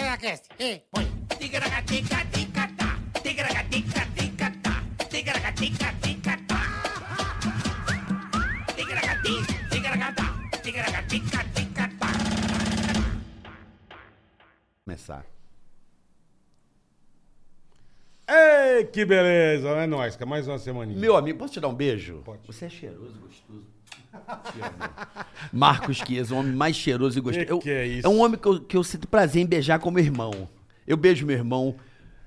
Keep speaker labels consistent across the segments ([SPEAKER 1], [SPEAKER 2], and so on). [SPEAKER 1] Tigracast. Ei, põe.
[SPEAKER 2] Tigragatica-tica-tá. Tigragatica-tica-tá. Tigragatica-tica-tá. Tigragati, tigragatá. Tigragatica-tica-tá.
[SPEAKER 3] Começar.
[SPEAKER 4] Ei, que beleza! É nóis, cara. Mais uma semaninha.
[SPEAKER 3] Meu amigo, posso te dar um beijo?
[SPEAKER 4] Pode.
[SPEAKER 3] Você é cheiroso, gostoso. Te amo. Marcos Chiesa, o homem mais cheiroso e gostoso.
[SPEAKER 4] Que
[SPEAKER 3] Eu-
[SPEAKER 4] que é isso?
[SPEAKER 3] um homem que eu, que eu sinto prazer em beijar como irmão. Eu beijo meu irmão,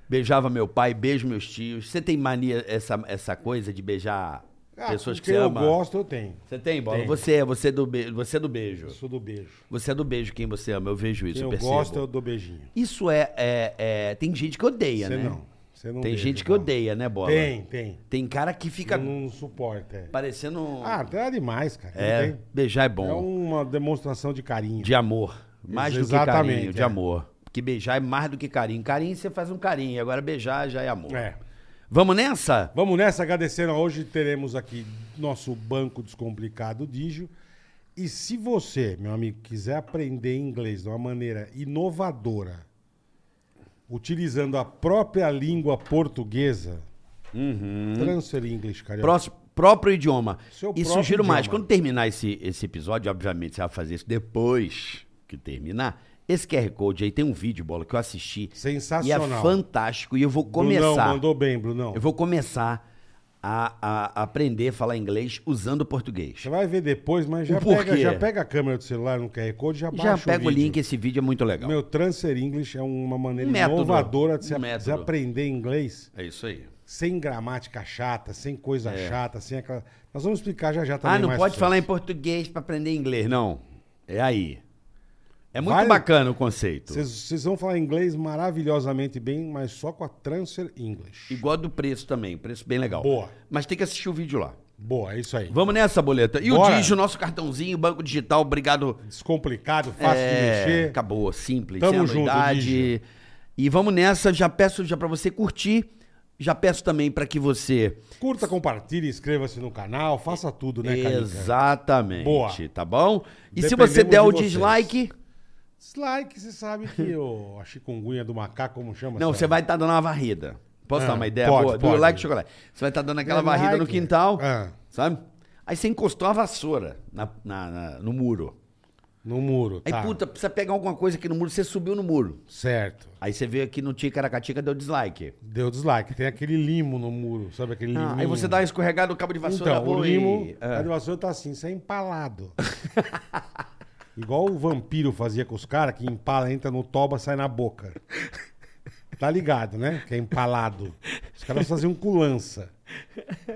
[SPEAKER 3] beijava meu pai, beijo meus tios. Você tem mania, essa, essa coisa de beijar
[SPEAKER 4] Ah,
[SPEAKER 3] pessoas que
[SPEAKER 4] porque
[SPEAKER 3] você
[SPEAKER 4] eu
[SPEAKER 3] ama?
[SPEAKER 4] gosto, eu tenho.
[SPEAKER 3] Você tem, Bola?
[SPEAKER 4] Tenho.
[SPEAKER 3] Você é, você é do beijo. Você é do beijo.
[SPEAKER 4] Eu sou do beijo.
[SPEAKER 3] Você é do beijo quem você ama, eu vejo isso,
[SPEAKER 4] Quem
[SPEAKER 3] eu
[SPEAKER 4] eu
[SPEAKER 3] percebo.
[SPEAKER 4] gosto, eu dou beijinho.
[SPEAKER 3] Isso é, é- é- Tem gente que odeia,
[SPEAKER 4] Você
[SPEAKER 3] né?
[SPEAKER 4] não. Você não
[SPEAKER 3] Tem
[SPEAKER 4] beija,
[SPEAKER 3] gente que
[SPEAKER 4] não.
[SPEAKER 3] odeia, né, Bola?
[SPEAKER 4] Tem, tem.
[SPEAKER 3] Tem cara que fica
[SPEAKER 4] Não, não suporta. é.
[SPEAKER 3] parecendo. um-
[SPEAKER 4] Ah, tá demais, cara.
[SPEAKER 3] é,
[SPEAKER 4] Não tem.
[SPEAKER 3] beijar é bom.
[SPEAKER 4] É uma demonstração de carinho.
[SPEAKER 3] De amor. Mais do que
[SPEAKER 4] Exatamente,
[SPEAKER 3] carinho, de
[SPEAKER 4] é.
[SPEAKER 3] amor. Porque beijar é mais do que carinho. Carinho você faz um carinho, agora beijar já é amor.
[SPEAKER 4] É.
[SPEAKER 3] Vamos nessa?
[SPEAKER 4] Vamos nessa, agradecendo. Hoje teremos aqui nosso Banco Descomplicado Digio. E se você, meu amigo, quiser aprender inglês de uma maneira inovadora, utilizando a própria língua portuguesa,
[SPEAKER 3] Uhum.
[SPEAKER 4] transfer English, carioca.
[SPEAKER 3] Próximo, próprio idioma.
[SPEAKER 4] É. Seu
[SPEAKER 3] e
[SPEAKER 4] próprio
[SPEAKER 3] sugiro mais,
[SPEAKER 4] idioma.
[SPEAKER 3] quando terminar esse, esse episódio, obviamente você vai fazer isso depois que terminar. Esse QR Code aí tem um vídeo, bola, que eu assisti.
[SPEAKER 4] Sensacional.
[SPEAKER 3] E é fantástico. E eu vou
[SPEAKER 4] Brunão,
[SPEAKER 3] começar.
[SPEAKER 4] mandou bem, Brunão.
[SPEAKER 3] Eu vou começar a, a aprender a falar inglês usando português.
[SPEAKER 4] Você vai ver depois, mas já
[SPEAKER 3] O porquê?
[SPEAKER 4] pega, já pega a câmera do celular no QR Code, já
[SPEAKER 3] Já
[SPEAKER 4] baixa
[SPEAKER 3] pega o,
[SPEAKER 4] vídeo.
[SPEAKER 3] link, esse vídeo é muito legal.
[SPEAKER 4] Meu Transfer English é uma maneira
[SPEAKER 3] Um método.
[SPEAKER 4] inovadora de se,
[SPEAKER 3] Um
[SPEAKER 4] de se
[SPEAKER 3] método.
[SPEAKER 4] aprender inglês
[SPEAKER 3] É isso aí.
[SPEAKER 4] sem gramática chata, sem coisa chata, sem aquela. Nós vamos explicar já já também.
[SPEAKER 3] É. ah, não
[SPEAKER 4] mais
[SPEAKER 3] pode
[SPEAKER 4] pra
[SPEAKER 3] falar em
[SPEAKER 4] vocês.
[SPEAKER 3] português pra aprender inglês, não. É aí. É muito
[SPEAKER 4] Vale-
[SPEAKER 3] bacana o conceito.
[SPEAKER 4] Vocês vocês vão falar inglês maravilhosamente bem, mas só com a Transfer English.
[SPEAKER 3] Igual do preço também, preço bem legal.
[SPEAKER 4] Boa.
[SPEAKER 3] Mas tem que assistir o vídeo lá.
[SPEAKER 4] Boa, é isso aí.
[SPEAKER 3] Vamos nessa, boleta. E o
[SPEAKER 4] Bora.
[SPEAKER 3] Digio, nosso cartãozinho, banco digital, obrigado.
[SPEAKER 4] Descomplicado, fácil
[SPEAKER 3] É,
[SPEAKER 4] de mexer.
[SPEAKER 3] Acabou, simples,
[SPEAKER 4] Tamo
[SPEAKER 3] sem
[SPEAKER 4] junto,
[SPEAKER 3] anuidade.
[SPEAKER 4] Digio.
[SPEAKER 3] E vamos nessa, já peço já para você curtir, já peço também pra que você
[SPEAKER 4] Curta, compartilhe, inscreva-se no canal, faça tudo, né, Carica?
[SPEAKER 3] Exatamente,
[SPEAKER 4] Boa.
[SPEAKER 3] tá bom? E se
[SPEAKER 4] Dependemos
[SPEAKER 3] você der
[SPEAKER 4] de
[SPEAKER 3] o
[SPEAKER 4] vocês.
[SPEAKER 3] dislike,
[SPEAKER 4] Dislike, você sabe que o, a chikungunya do macaco, como chama?
[SPEAKER 3] Não,
[SPEAKER 4] sabe?
[SPEAKER 3] você vai estar dando uma varrida. Posso
[SPEAKER 4] Ah,
[SPEAKER 3] dar uma ideia
[SPEAKER 4] pode,
[SPEAKER 3] boa? Do
[SPEAKER 4] pode.
[SPEAKER 3] like de chocolate. Você vai estar dando aquela
[SPEAKER 4] É,
[SPEAKER 3] varrida no
[SPEAKER 4] like.
[SPEAKER 3] quintal,
[SPEAKER 4] Ah.
[SPEAKER 3] sabe? Aí você encostou a vassoura na- na- na- no muro.
[SPEAKER 4] No muro,
[SPEAKER 3] Aí,
[SPEAKER 4] tá.
[SPEAKER 3] puta, precisa pegar alguma coisa aqui no muro, você subiu no muro.
[SPEAKER 4] Certo.
[SPEAKER 3] Aí você veio aqui no Ticaracatica, deu dislike.
[SPEAKER 4] Deu dislike. Tem aquele limo no muro, sabe aquele limo?
[SPEAKER 3] Ah, aí você dá uma escorregada no cabo de vassoura.
[SPEAKER 4] Então, o
[SPEAKER 3] oi.
[SPEAKER 4] limo,
[SPEAKER 3] Ah,
[SPEAKER 4] a de vassoura tá assim, você é empalado. Igual o vampiro fazia com os caras, que empala, entra no toba, sai na boca. Tá ligado, né? Que é empalado. Os caras faziam com lança.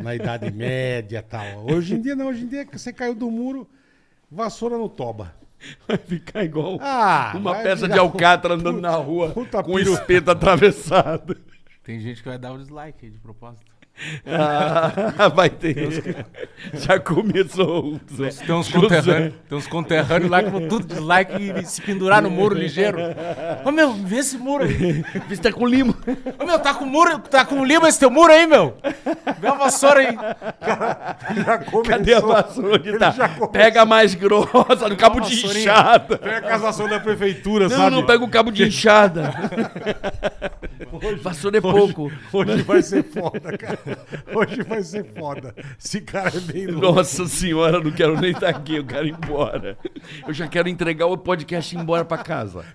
[SPEAKER 4] Na Idade Média e tal. Hoje em dia não, hoje em dia é você caiu do muro, vassoura no toba.
[SPEAKER 3] Vai ficar igual
[SPEAKER 4] Ah,
[SPEAKER 3] uma
[SPEAKER 4] vai
[SPEAKER 3] peça
[SPEAKER 4] virar
[SPEAKER 3] de
[SPEAKER 4] um
[SPEAKER 3] alcatra andando na rua
[SPEAKER 4] puta
[SPEAKER 3] com um
[SPEAKER 4] peru-
[SPEAKER 3] espeto atravessado.
[SPEAKER 5] Tem gente que vai dar o dislike aí de propósito.
[SPEAKER 3] Ah, vai ter. Já começou o Zé.
[SPEAKER 5] Tem uns conterrâneos, tem uns conterrâneos lá que vão tudo dislike e se pendurar no muro ligeiro. Ô meu, vê esse muro aí.
[SPEAKER 3] Vista tá com limo.
[SPEAKER 5] Ô meu, tá com muro, tá com lima esse teu muro aí, meu. Vê uma vassoura aí.
[SPEAKER 4] Já
[SPEAKER 3] Cadê a
[SPEAKER 4] começou.
[SPEAKER 3] vassoura onde tá?
[SPEAKER 4] já começou.
[SPEAKER 3] Pega a mais grossa, no cabo de
[SPEAKER 5] vassourinha.
[SPEAKER 3] inchada.
[SPEAKER 4] Pega É a casação da prefeitura,
[SPEAKER 3] Não,
[SPEAKER 4] sabe?
[SPEAKER 3] não pega o cabo de inchada. Vassoura é pouco.
[SPEAKER 4] Hoje vai ser foda, cara. Hoje vai ser foda. Esse cara é bem louco.
[SPEAKER 3] Nossa senhora, não quero nem estar aqui, eu quero ir embora. Eu já quero entregar o podcast e ir embora pra casa.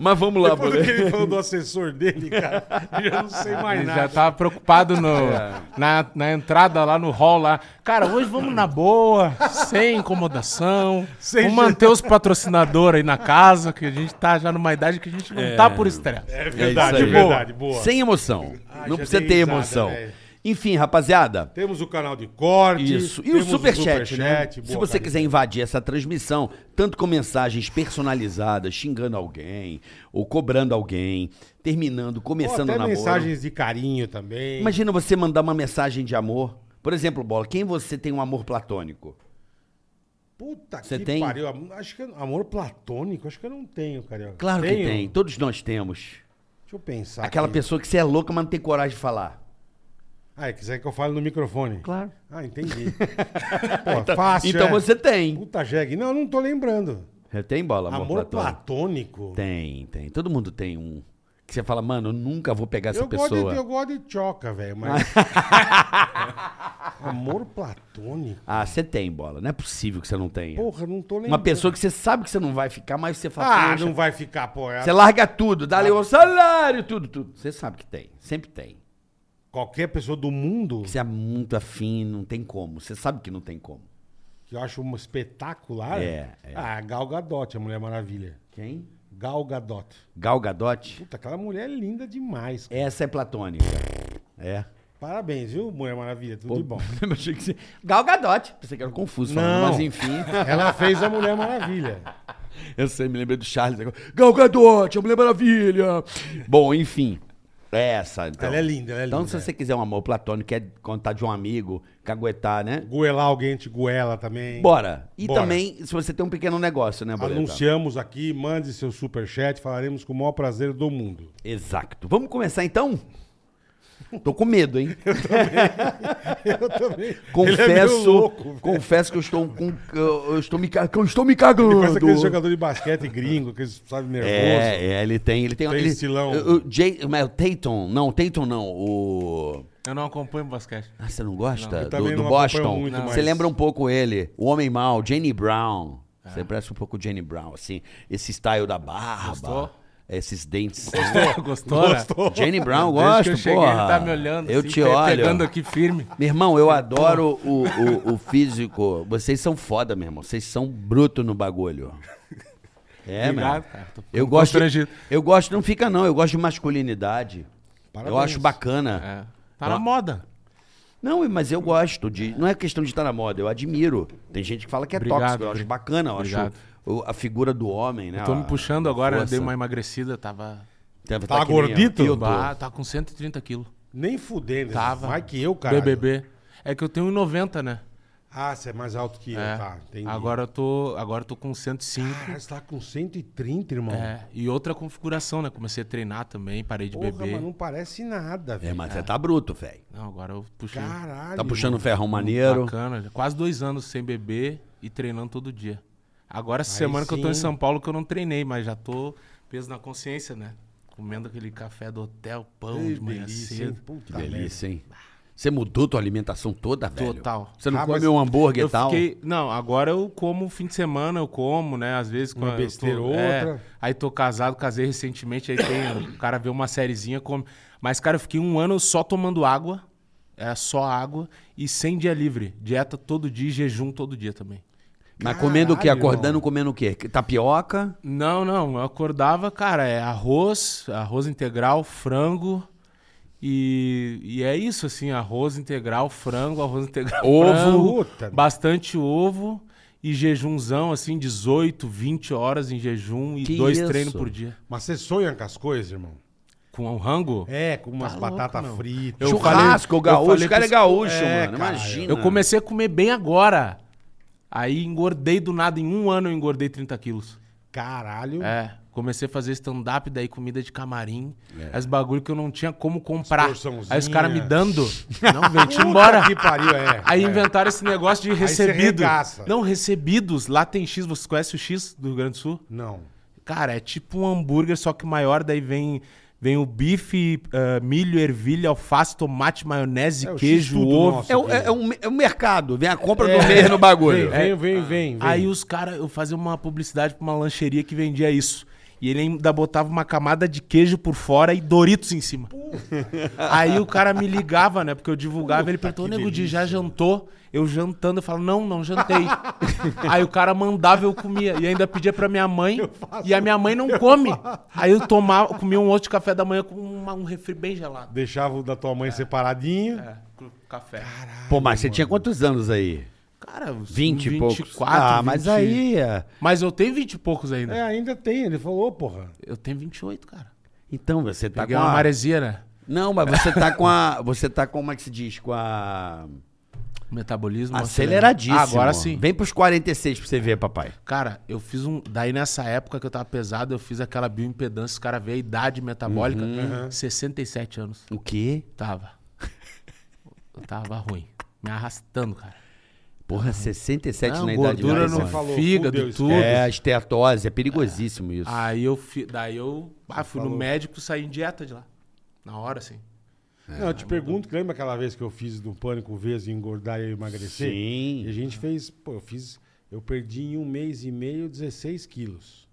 [SPEAKER 3] Mas vamos lá,
[SPEAKER 4] Depois do que
[SPEAKER 3] Bolê.
[SPEAKER 4] ele falou do assessor dele, cara, eu já não sei mais
[SPEAKER 5] Ele
[SPEAKER 4] nada.
[SPEAKER 5] já tava preocupado no,
[SPEAKER 1] É.
[SPEAKER 5] na, na entrada lá no hall lá. Cara, hoje vamos na boa, sem incomodação.
[SPEAKER 4] Sem
[SPEAKER 5] vamos
[SPEAKER 4] jeito.
[SPEAKER 5] manter os patrocinadores aí na casa, que a gente tá já numa idade que a gente não tá por estresse.
[SPEAKER 4] É
[SPEAKER 3] É
[SPEAKER 4] verdade,
[SPEAKER 3] isso aí.
[SPEAKER 4] verdade, boa.
[SPEAKER 3] Sem emoção.
[SPEAKER 4] Ah,
[SPEAKER 3] Não
[SPEAKER 4] já
[SPEAKER 3] precisa
[SPEAKER 4] dei
[SPEAKER 3] ter
[SPEAKER 4] risada,
[SPEAKER 3] emoção.
[SPEAKER 4] velho.
[SPEAKER 3] Enfim, rapaziada.
[SPEAKER 4] Temos o canal de corte.
[SPEAKER 3] Isso. E o
[SPEAKER 4] temos
[SPEAKER 3] superchat, né?
[SPEAKER 4] superchat,
[SPEAKER 3] Se
[SPEAKER 4] boa,
[SPEAKER 3] você
[SPEAKER 4] cara.
[SPEAKER 3] quiser invadir essa transmissão, tanto com mensagens personalizadas, xingando alguém, ou cobrando alguém, terminando,
[SPEAKER 4] Ou
[SPEAKER 3] começando
[SPEAKER 4] até
[SPEAKER 3] o namoro.
[SPEAKER 4] mensagens de carinho também.
[SPEAKER 3] Imagina você mandar uma mensagem de amor. Por exemplo, Bola, quem você tem um amor platônico?
[SPEAKER 4] Puta
[SPEAKER 3] Você
[SPEAKER 4] que
[SPEAKER 3] tem?
[SPEAKER 4] pariu. Am- Acho que eu- amor platônico, acho que eu não tenho, carioca.
[SPEAKER 3] Claro que
[SPEAKER 4] Tenho?
[SPEAKER 3] tem, todos nós temos.
[SPEAKER 4] Deixa eu pensar.
[SPEAKER 3] Aquela
[SPEAKER 4] aqui.
[SPEAKER 3] pessoa que você é louca, mas não tem coragem de falar.
[SPEAKER 4] Ah, é, quiser que eu fale no microfone.
[SPEAKER 3] Claro.
[SPEAKER 4] Ah, entendi. Pô, fácil.
[SPEAKER 3] então
[SPEAKER 4] é.
[SPEAKER 3] você tem.
[SPEAKER 4] Puta jegue. Não, eu não tô lembrando.
[SPEAKER 3] É, Tem bola, amor,
[SPEAKER 4] Amor
[SPEAKER 3] platônico?
[SPEAKER 4] platônico?
[SPEAKER 3] Tem, tem. Todo mundo tem um. Que você fala, mano, eu nunca vou pegar essa
[SPEAKER 4] eu, Gosto
[SPEAKER 3] pessoa.
[SPEAKER 4] de, um eu gosto de choca, velho, mas... Amor platônico?
[SPEAKER 3] Ah, você tem bola. Não é possível que você não tenha.
[SPEAKER 4] Porra, não tô lembrando.
[SPEAKER 3] Uma pessoa que você sabe que você não vai ficar, mas você fala.
[SPEAKER 4] Ah,
[SPEAKER 3] "Poxa,
[SPEAKER 4] não Ah. vai ficar, pô. é-
[SPEAKER 3] Você larga tudo, dá ali o salário, tudo, tudo. Você sabe que tem, sempre tem.
[SPEAKER 4] Qualquer pessoa do mundo,
[SPEAKER 3] Você é muito afim, não tem como. Você sabe que não tem como.
[SPEAKER 4] que eu acho um espetacular...
[SPEAKER 3] É, é.
[SPEAKER 4] Ah, Gal Gadot, a Mulher Maravilha.
[SPEAKER 3] Quem?
[SPEAKER 4] Gal Gadot.
[SPEAKER 3] Gal Gadot?
[SPEAKER 4] Puta, aquela mulher é linda demais. cara.
[SPEAKER 3] Essa é platônica. É.
[SPEAKER 4] Parabéns, viu, Mulher Maravilha? Tudo de bom.
[SPEAKER 3] Eu achei que você... Gal Gadot. Pensei que era confuso, falando,
[SPEAKER 4] Não.
[SPEAKER 3] mas enfim.
[SPEAKER 4] Ela fez a Mulher Maravilha.
[SPEAKER 3] Eu sei, me lembrei do Charles. agora. Gal Gadot, a Mulher Maravilha. Bom, enfim. É essa, então.
[SPEAKER 4] Ela é linda, ela é
[SPEAKER 3] Então,
[SPEAKER 4] linda,
[SPEAKER 3] se
[SPEAKER 4] é.
[SPEAKER 3] você quiser um amor platônico, quer contar de um amigo, caguetar, né?
[SPEAKER 4] Goelar alguém, te goela também.
[SPEAKER 3] Bora. E
[SPEAKER 4] Bora.
[SPEAKER 3] também, se você tem um pequeno negócio,
[SPEAKER 5] Tá
[SPEAKER 3] né, Boleta?
[SPEAKER 4] Anunciamos aqui, mande seu superchat, falaremos com o maior prazer do mundo.
[SPEAKER 3] Exato. Vamos começar, então? Tô com medo, hein?
[SPEAKER 4] é Eu também.
[SPEAKER 3] Confesso,
[SPEAKER 4] Ele é meio louco, velho.
[SPEAKER 3] confesso que eu estou com, eu, eu estou me, ca- que eu estou me cagando.
[SPEAKER 4] Parece aquele jogador de basquete gringo, que sabe, nervoso.
[SPEAKER 3] É, é, ele tem, ele tem,
[SPEAKER 4] Tem
[SPEAKER 3] ele,
[SPEAKER 4] estilão.
[SPEAKER 3] O, o Jay, mas o Tatum, não, o Tatum não, o
[SPEAKER 5] Eu não acompanho basquete.
[SPEAKER 3] Ah, você não gosta
[SPEAKER 5] Não,
[SPEAKER 4] eu
[SPEAKER 3] do,
[SPEAKER 4] também
[SPEAKER 3] do
[SPEAKER 4] não
[SPEAKER 3] Boston?
[SPEAKER 4] acompanho muito,
[SPEAKER 3] você
[SPEAKER 4] mas-
[SPEAKER 3] lembra um pouco ele, o homem mau, Jenny Brown.
[SPEAKER 5] É.
[SPEAKER 3] Você parece um pouco Jenny Brown, assim, esse style da barba,
[SPEAKER 5] Gostou?
[SPEAKER 3] esses dentes.
[SPEAKER 5] Gostou?
[SPEAKER 4] Gostou?
[SPEAKER 3] Jenny Brown, eu
[SPEAKER 5] Desde
[SPEAKER 3] gosto,
[SPEAKER 5] que eu cheguei,
[SPEAKER 3] porra.
[SPEAKER 5] ele tá me olhando.
[SPEAKER 3] Eu
[SPEAKER 5] assim,
[SPEAKER 3] te
[SPEAKER 5] pe-
[SPEAKER 3] olho.
[SPEAKER 5] Pegando aqui firme.
[SPEAKER 3] Meu irmão, eu adoro o, o- o físico. Vocês são foda, meu irmão. Vocês são bruto no bagulho. É,
[SPEAKER 5] Obrigado,
[SPEAKER 3] meu.
[SPEAKER 5] cara. Tô
[SPEAKER 3] Eu gosto, de,
[SPEAKER 5] constrangido.
[SPEAKER 3] eu gosto, não fica não, eu gosto de masculinidade. Eu
[SPEAKER 4] Parabéns.
[SPEAKER 3] acho bacana.
[SPEAKER 5] É. Tá na moda.
[SPEAKER 3] Não, mas eu gosto de. Não é questão de estar na moda, eu admiro. Tem gente que fala que é
[SPEAKER 5] Obrigado,
[SPEAKER 3] tóxico, eu acho
[SPEAKER 5] Bri-
[SPEAKER 3] bacana, eu acho
[SPEAKER 5] Obrigado.
[SPEAKER 3] o- a figura do homem, né?
[SPEAKER 5] Eu tô me
[SPEAKER 3] a-
[SPEAKER 5] puxando
[SPEAKER 3] a
[SPEAKER 5] agora,
[SPEAKER 3] força.
[SPEAKER 5] dei uma emagrecida, tava.
[SPEAKER 3] Deve
[SPEAKER 4] Tá
[SPEAKER 3] que nem eu.
[SPEAKER 4] gordito?
[SPEAKER 3] Eu tô.
[SPEAKER 5] Bah, tá com 130 quilos.
[SPEAKER 4] Nem fudendo.
[SPEAKER 5] Tava.
[SPEAKER 4] Mais que eu, cara.
[SPEAKER 5] BBB. É que eu tenho 1,90, né?
[SPEAKER 4] Ah, você é mais alto que eu,
[SPEAKER 5] É.
[SPEAKER 4] tá. Entendi.
[SPEAKER 5] Agora eu tô, agora eu tô com 105.
[SPEAKER 4] Cara, você tá com 130, irmão.
[SPEAKER 5] é, e outra configuração, né? Comecei a treinar também, parei de
[SPEAKER 4] Porra,
[SPEAKER 5] beber.
[SPEAKER 4] mas não parece nada,
[SPEAKER 3] É,
[SPEAKER 4] velho.
[SPEAKER 3] mas você tá bruto, velho.
[SPEAKER 5] Não, agora eu puxei.
[SPEAKER 4] Caralho.
[SPEAKER 3] Tá puxando um
[SPEAKER 4] mano.
[SPEAKER 3] ferrão maneiro.
[SPEAKER 5] Bacana, já quase dois anos sem beber e treinando todo dia. Agora, essa
[SPEAKER 4] Aí
[SPEAKER 5] semana que eu tô em
[SPEAKER 4] sim.
[SPEAKER 5] São Paulo, que eu não treinei, mas já tô peso na consciência, né? Comendo aquele café do hotel, pão
[SPEAKER 4] Ei,
[SPEAKER 5] de manhã
[SPEAKER 4] delícia, hein?
[SPEAKER 5] cedo.
[SPEAKER 3] Que
[SPEAKER 4] Puta merda.
[SPEAKER 3] delícia, hein? Você mudou tua alimentação toda, velho?
[SPEAKER 5] Total.
[SPEAKER 3] Você não
[SPEAKER 4] Ah,
[SPEAKER 3] come
[SPEAKER 4] mas
[SPEAKER 3] um hambúrguer
[SPEAKER 5] Eu
[SPEAKER 3] e tal?
[SPEAKER 5] fiquei, não, agora eu como fim de semana, eu como, né? Às vezes
[SPEAKER 4] Uma
[SPEAKER 5] quando eu
[SPEAKER 4] besteira,
[SPEAKER 5] tô,
[SPEAKER 4] outra.
[SPEAKER 5] aí tô casado, casei recentemente, aí tem, o cara vê uma sériezinha, come. Mas cara, eu fiquei um ano só tomando água, era só água e sem dia livre, dieta todo dia, e jejum todo dia também.
[SPEAKER 3] Mas comendo o quê?
[SPEAKER 4] Caralho,
[SPEAKER 3] Acordando,
[SPEAKER 4] irmão.
[SPEAKER 3] comendo o quê? Tapioca?
[SPEAKER 5] Não, não. Eu acordava, cara, é arroz, arroz integral, frango. E, e é isso, assim, arroz integral, frango, arroz integral,
[SPEAKER 3] Ovo.
[SPEAKER 5] frango,
[SPEAKER 4] Puta.
[SPEAKER 5] bastante ovo e jejumzão, assim, 18, 20 horas em jejum e
[SPEAKER 3] Que
[SPEAKER 5] dois
[SPEAKER 3] isso?
[SPEAKER 5] treinos por dia.
[SPEAKER 4] Mas você sonha com as coisas, irmão?
[SPEAKER 5] Com o rango?
[SPEAKER 4] É, com umas
[SPEAKER 5] Tá louco,
[SPEAKER 4] batatas
[SPEAKER 5] meu.
[SPEAKER 4] fritas.
[SPEAKER 5] Eu
[SPEAKER 3] Churrasco,
[SPEAKER 5] falei- eu
[SPEAKER 3] gaúcho.
[SPEAKER 5] falei
[SPEAKER 3] O cara é
[SPEAKER 5] pros-
[SPEAKER 3] gaúcho,
[SPEAKER 4] É,
[SPEAKER 3] mano.
[SPEAKER 4] cara,
[SPEAKER 3] Imagina.
[SPEAKER 5] Eu comecei a comer bem agora. Aí engordei do nada, em um ano eu engordei 30 quilos.
[SPEAKER 4] Caralho.
[SPEAKER 5] É, comecei a fazer stand-up, daí comida de camarim,
[SPEAKER 4] É.
[SPEAKER 5] as bagulho que eu não tinha como comprar.
[SPEAKER 4] Extorsãozinha.
[SPEAKER 5] Aí os caras me dando. Não, vem te embora.
[SPEAKER 4] Que pariu, é.
[SPEAKER 5] Aí
[SPEAKER 4] é.
[SPEAKER 5] inventaram esse negócio de
[SPEAKER 4] você
[SPEAKER 5] recebido.
[SPEAKER 4] regaça.
[SPEAKER 5] Não, recebidos. Lá tem X, você conhece o X do Rio Grande do Sul?
[SPEAKER 4] Não.
[SPEAKER 5] Cara, é tipo um hambúrguer, só que maior, daí vem. Vem o bife, ah, milho, ervilha, alface, tomate, maionese,
[SPEAKER 4] É, o
[SPEAKER 5] queijo,
[SPEAKER 4] X-tudo
[SPEAKER 5] ovo.
[SPEAKER 4] nosso.
[SPEAKER 3] É, o- é, é um, é um mercado. Vem a compra
[SPEAKER 4] É.
[SPEAKER 3] do mês no bagulho.
[SPEAKER 5] É,
[SPEAKER 4] Vem, vem, vem, vem. vem.
[SPEAKER 5] Aí os caras, eu fazia uma publicidade pra uma lancheria que vendia isso. E ele ainda botava uma camada de queijo por fora e Doritos em cima. Aí o cara me ligava, né? Porque eu divulgava, ele perguntou,
[SPEAKER 4] que
[SPEAKER 5] nego de
[SPEAKER 4] delícia,
[SPEAKER 5] já jantou? Eu jantando, eu falo, não, não jantei. Aí o cara mandava, eu comia. E ainda pedia pra minha mãe, e a minha mãe não come. Aí eu tomava, comia um outro de café da manhã com uma- um refri bem gelado.
[SPEAKER 4] Deixava o da tua mãe separadinho.
[SPEAKER 5] É, com café.
[SPEAKER 3] Pô, mas você tinha quantos anos aí?
[SPEAKER 5] Cara, uns
[SPEAKER 3] 20 e poucos.
[SPEAKER 5] 24,
[SPEAKER 3] ah, mas
[SPEAKER 5] 20.
[SPEAKER 3] aí... é.
[SPEAKER 5] Mas eu tenho 20 e poucos ainda.
[SPEAKER 4] É, ainda tem. Ele falou, porra.
[SPEAKER 5] Eu tenho 28, cara.
[SPEAKER 3] Então, você tá
[SPEAKER 5] Peguei
[SPEAKER 3] com
[SPEAKER 5] uma
[SPEAKER 3] a...
[SPEAKER 5] maresia, né?
[SPEAKER 3] Não, mas você tá com a... Você tá com, como é que se diz? Com a...
[SPEAKER 5] Metabolismo
[SPEAKER 3] Aceleradíssimo.
[SPEAKER 5] acelerado. Agora sim.
[SPEAKER 3] Vem pros 46 pra você ver, papai.
[SPEAKER 5] Cara, eu fiz um. Daí nessa época que eu tava pesado, eu fiz aquela bioimpedância. Os caras vê a idade metabólica.
[SPEAKER 3] Uhum.
[SPEAKER 5] 67 anos.
[SPEAKER 3] O quê?
[SPEAKER 5] Tava. Eu tava ruim. Me arrastando, cara.
[SPEAKER 3] Porra, 67
[SPEAKER 5] Não,
[SPEAKER 3] na idade
[SPEAKER 5] gordura
[SPEAKER 3] mais,
[SPEAKER 5] no
[SPEAKER 3] mano.
[SPEAKER 4] falou,
[SPEAKER 5] fígado,
[SPEAKER 4] fudeu,
[SPEAKER 5] tudo.
[SPEAKER 3] É, a esteatose, é perigosíssimo isso.
[SPEAKER 5] Aí eu, fi- daí eu ah, fui
[SPEAKER 4] falou.
[SPEAKER 5] no médico e saí em dieta de lá. Na hora, assim.
[SPEAKER 4] Não, eu te pergunto, que lembra aquela vez que eu fiz do pânico vez engordar e eu emagrecer? E a
[SPEAKER 3] Sim.
[SPEAKER 4] gente fez, pô, eu fiz, eu perdi em um mês e meio 16 quilos.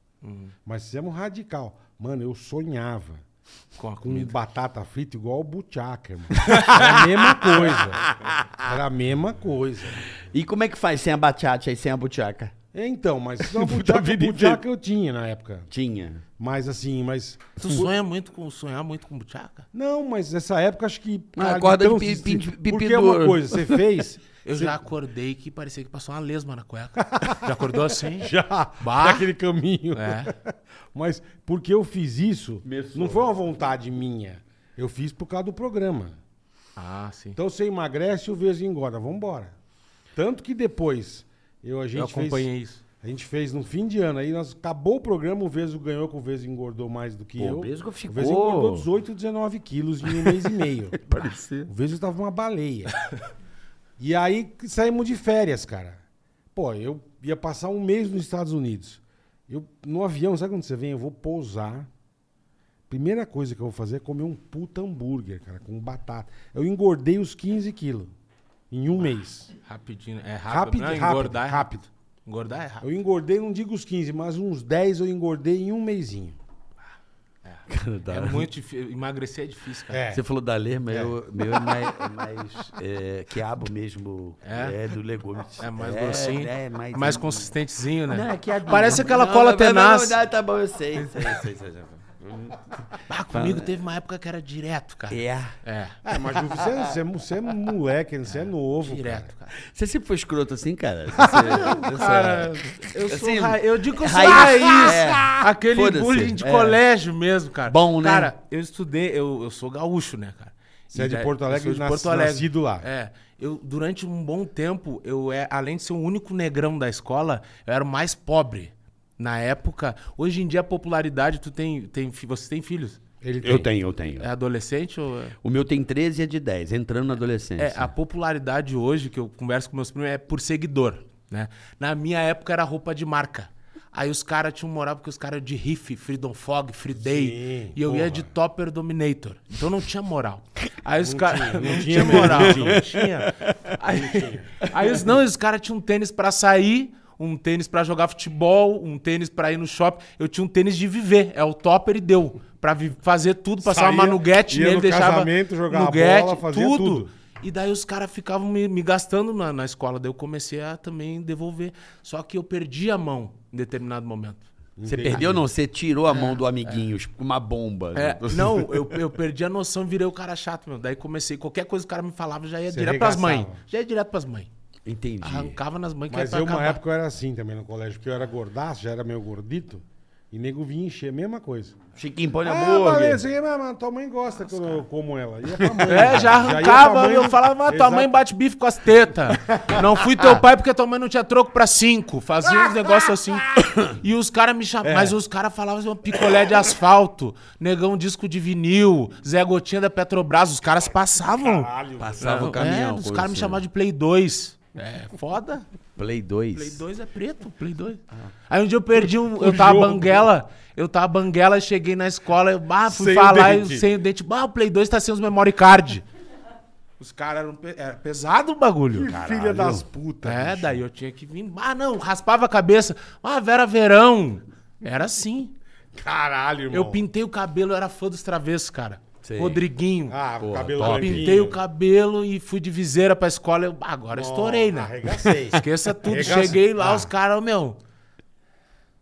[SPEAKER 4] Mas fizemos radical. Mano, eu sonhava
[SPEAKER 5] Com a
[SPEAKER 4] com
[SPEAKER 5] comida.
[SPEAKER 4] batata frita igual o Butchaca, irmão. Era a mesma coisa. Era a mesma coisa.
[SPEAKER 3] E como é que faz sem a bachata e sem a buchaca?
[SPEAKER 4] É, Então, mas não,
[SPEAKER 3] Puta
[SPEAKER 4] Butchaca,
[SPEAKER 3] vida
[SPEAKER 4] Butchaca eu tinha na época.
[SPEAKER 3] Tinha.
[SPEAKER 4] Mas assim, mas...
[SPEAKER 5] Tu sonha muito com sonhar muito com buchaca?
[SPEAKER 4] Não, mas nessa época acho que...
[SPEAKER 3] Ah,
[SPEAKER 4] cara,
[SPEAKER 3] acorda
[SPEAKER 4] então,
[SPEAKER 3] de
[SPEAKER 4] se-
[SPEAKER 3] pi- pi-
[SPEAKER 4] se-
[SPEAKER 3] pi-
[SPEAKER 4] Porque é uma
[SPEAKER 3] pidor.
[SPEAKER 4] coisa, você fez...
[SPEAKER 5] Eu
[SPEAKER 4] você-
[SPEAKER 5] já acordei que parecia que passou uma lesma na cueca. Já acordou assim?
[SPEAKER 4] Já,
[SPEAKER 5] Bah.
[SPEAKER 4] naquele caminho.
[SPEAKER 5] É.
[SPEAKER 4] Mas porque eu fiz isso,
[SPEAKER 3] Começou.
[SPEAKER 4] não foi uma vontade minha. Eu fiz por causa do programa.
[SPEAKER 5] Ah, sim.
[SPEAKER 4] Então você emagrece e o Vejo engorda. Vambora. Tanto que depois, eu, a, gente
[SPEAKER 5] eu acompanhei
[SPEAKER 4] fez,
[SPEAKER 5] isso.
[SPEAKER 4] a gente fez no fim de ano, aí nós, acabou o programa, o Vezo ganhou, que o Vezo engordou mais do que
[SPEAKER 3] Pô,
[SPEAKER 4] eu.
[SPEAKER 3] o Vesgo
[SPEAKER 4] O
[SPEAKER 3] ficou-
[SPEAKER 4] Vezo engordou 18, 19 quilos em um mês e meio.
[SPEAKER 3] Parecia.
[SPEAKER 4] O Vezo tava uma baleia. e aí que saímos de férias, cara. Pô, eu ia passar um mês nos Estados Unidos. Eu, no avião, sabe quando você vem? Eu vou pousar. Primeira coisa que eu vou fazer é comer um puta hambúrguer, cara, com batata. Eu engordei os 15 quilos em um mês.
[SPEAKER 5] Rapidinho. É
[SPEAKER 4] Rápido,
[SPEAKER 5] rápido. né?
[SPEAKER 4] rápido,
[SPEAKER 5] engordar é rápido.
[SPEAKER 4] rápido.
[SPEAKER 5] Engordar é rápido.
[SPEAKER 4] Eu engordei, não digo os 15, mas uns 10 eu engordei em um mêsinho.
[SPEAKER 5] É muito difícil. Emagrecer é difícil, cara.
[SPEAKER 4] É.
[SPEAKER 3] Você falou da lerma, eu- meu é mais, é mais, é, quiabo mesmo.
[SPEAKER 5] É?
[SPEAKER 3] É, do legume.
[SPEAKER 5] É mais grossinho.
[SPEAKER 3] É, mais,
[SPEAKER 5] mais consistentezinho, né?
[SPEAKER 3] Não, é quiabinho.
[SPEAKER 5] Parece aquela
[SPEAKER 3] Não,
[SPEAKER 5] cola
[SPEAKER 3] não, não,
[SPEAKER 5] tenaz.
[SPEAKER 3] não, não, tá bom, eu sei. sei, sei, sei, sei.
[SPEAKER 5] Ah, comigo teve uma época que era direto, cara.
[SPEAKER 3] É.
[SPEAKER 5] É.
[SPEAKER 4] É, mas Ju, você, é- você é, você é moleque, você é novo.
[SPEAKER 5] Direto, cara.
[SPEAKER 3] Você sempre foi escroto assim, cara? Você, cara,
[SPEAKER 5] Eu, sou
[SPEAKER 3] Assim,
[SPEAKER 5] ra- eu digo que eu sou
[SPEAKER 3] raiz,
[SPEAKER 5] raiz.
[SPEAKER 3] é.
[SPEAKER 5] Aquele
[SPEAKER 3] Foda-se,
[SPEAKER 5] bullying de
[SPEAKER 3] é.
[SPEAKER 5] colégio mesmo, cara.
[SPEAKER 3] Bom, né?
[SPEAKER 5] Cara, eu estudei, eu, eu sou gaúcho, né, cara?
[SPEAKER 4] Você é
[SPEAKER 5] E
[SPEAKER 4] de
[SPEAKER 5] daí-
[SPEAKER 4] Porto Alegre,
[SPEAKER 5] eu sou de
[SPEAKER 4] nas-
[SPEAKER 5] Porto Alegre.
[SPEAKER 4] nascido lá.
[SPEAKER 5] É. Eu, durante um bom tempo, eu é, além de ser o único negrão da escola, eu era o mais pobre. Na época, hoje em dia a popularidade, tu tem, tem fi- você tem filhos?
[SPEAKER 4] Ele tem.
[SPEAKER 3] Eu tenho, eu tenho.
[SPEAKER 5] É adolescente ou é-
[SPEAKER 3] O meu tem 13 e é de 10, entrando na adolescência.
[SPEAKER 5] É, a popularidade hoje que eu converso com meus primos é por seguidor, né? Na minha época era roupa de marca. Aí os caras tinham moral porque os caras eram de riff, Freedom Fog, Free Day.
[SPEAKER 4] Sim,
[SPEAKER 5] e eu
[SPEAKER 4] porra.
[SPEAKER 5] ia de Topper Dominator. Então não tinha moral. Aí os caras.
[SPEAKER 4] tinha,
[SPEAKER 5] Não,
[SPEAKER 4] não tinha
[SPEAKER 5] tinha
[SPEAKER 4] mesmo,
[SPEAKER 5] moral.
[SPEAKER 4] não
[SPEAKER 5] Não tinha. Aí, aí os, não, os caras tinham um tênis pra sair, um tênis pra jogar futebol, um tênis pra ir no shopping. Eu tinha um tênis de viver. É o Topper e deu. Pra vi- fazer tudo, passar
[SPEAKER 4] Saía,
[SPEAKER 5] uma manuguete
[SPEAKER 4] ia
[SPEAKER 5] nele,
[SPEAKER 4] no
[SPEAKER 5] deixava.
[SPEAKER 4] casamento, jogava
[SPEAKER 5] nuguete,
[SPEAKER 4] bola, fazia tudo.
[SPEAKER 5] e daí os caras ficavam me, me gastando na, na escola. Daí eu comecei a também devolver. Só que eu perdi a mão em determinado momento.
[SPEAKER 3] Você perdeu, não? Você tirou a mão do amiguinho com uma bomba. né?
[SPEAKER 5] É, não, eu, eu perdi a noção, virei o cara chato, meu. Daí comecei, qualquer coisa que o cara me falava, já ia
[SPEAKER 4] Você
[SPEAKER 5] direto pras
[SPEAKER 4] arregaçava.
[SPEAKER 5] mães. Já ia direto pras mães.
[SPEAKER 3] Entendi.
[SPEAKER 5] Arrancava nas mães que
[SPEAKER 4] Mas
[SPEAKER 5] era pra
[SPEAKER 4] eu, uma
[SPEAKER 5] acabar.
[SPEAKER 4] época, eu era assim também no colégio, porque eu era gordaço, já era meio gordito, e nego vinha encher, mesma coisa.
[SPEAKER 3] Chiquinho, põe
[SPEAKER 5] É,
[SPEAKER 4] Ah,
[SPEAKER 3] hambúrguer.
[SPEAKER 4] Valência, mas, mas tua mãe gosta quando eu como ela. Ia pra mãe,
[SPEAKER 5] É, já
[SPEAKER 4] ia pra
[SPEAKER 5] arrancava,
[SPEAKER 4] mãe.
[SPEAKER 5] eu falava, mas tua
[SPEAKER 4] Exato.
[SPEAKER 5] mãe bate bife com as tetas. Não fui teu pai porque tua mãe não tinha troco pra cinco. Fazia uns negócios assim. E os caras me
[SPEAKER 4] É.
[SPEAKER 5] chamavam, mas os caras falavam assim, picolé de asfalto, negão disco de vinil, Zé Gotinha da Petrobras, os caras passavam.
[SPEAKER 4] Caralho,
[SPEAKER 3] Passava o
[SPEAKER 5] é,
[SPEAKER 3] um caminhão. assim, né?
[SPEAKER 5] os
[SPEAKER 3] com
[SPEAKER 5] caras me
[SPEAKER 3] isso.
[SPEAKER 5] chamavam de Play 2. É, foda.
[SPEAKER 3] Play 2.
[SPEAKER 5] Play 2 é preto, Play 2. Aí um dia eu perdi um. Eu tava
[SPEAKER 4] jogo. né?
[SPEAKER 5] banguela. Eu tava banguela, cheguei na escola, eu bah, fui
[SPEAKER 4] Sem o
[SPEAKER 5] falar e
[SPEAKER 4] dente.
[SPEAKER 5] sem o dente. Bah, o Play 2 tá sem os memory card. Os caras eram pe- era pesado o bagulho.
[SPEAKER 4] que filha das putas.
[SPEAKER 5] É,
[SPEAKER 4] bicho.
[SPEAKER 5] daí eu tinha que vir. Ah, não, raspava a cabeça. Ah, Vera Verão. Era assim.
[SPEAKER 4] Caralho, irmão.
[SPEAKER 5] Eu pintei o cabelo, eu era fã dos travessos, cara.
[SPEAKER 3] Sei.
[SPEAKER 5] Rodriguinho.
[SPEAKER 4] Ah, o
[SPEAKER 3] Porra,
[SPEAKER 4] cabelo
[SPEAKER 3] top.
[SPEAKER 4] branquinho.
[SPEAKER 5] Pintei o cabelo e fui de viseira pra escola. Eu, ah, agora eu estourei, né?
[SPEAKER 4] Arregacei.
[SPEAKER 5] Esqueça tudo.
[SPEAKER 4] Arregaça-
[SPEAKER 5] Cheguei lá,
[SPEAKER 4] Ah.
[SPEAKER 5] os caras, meu.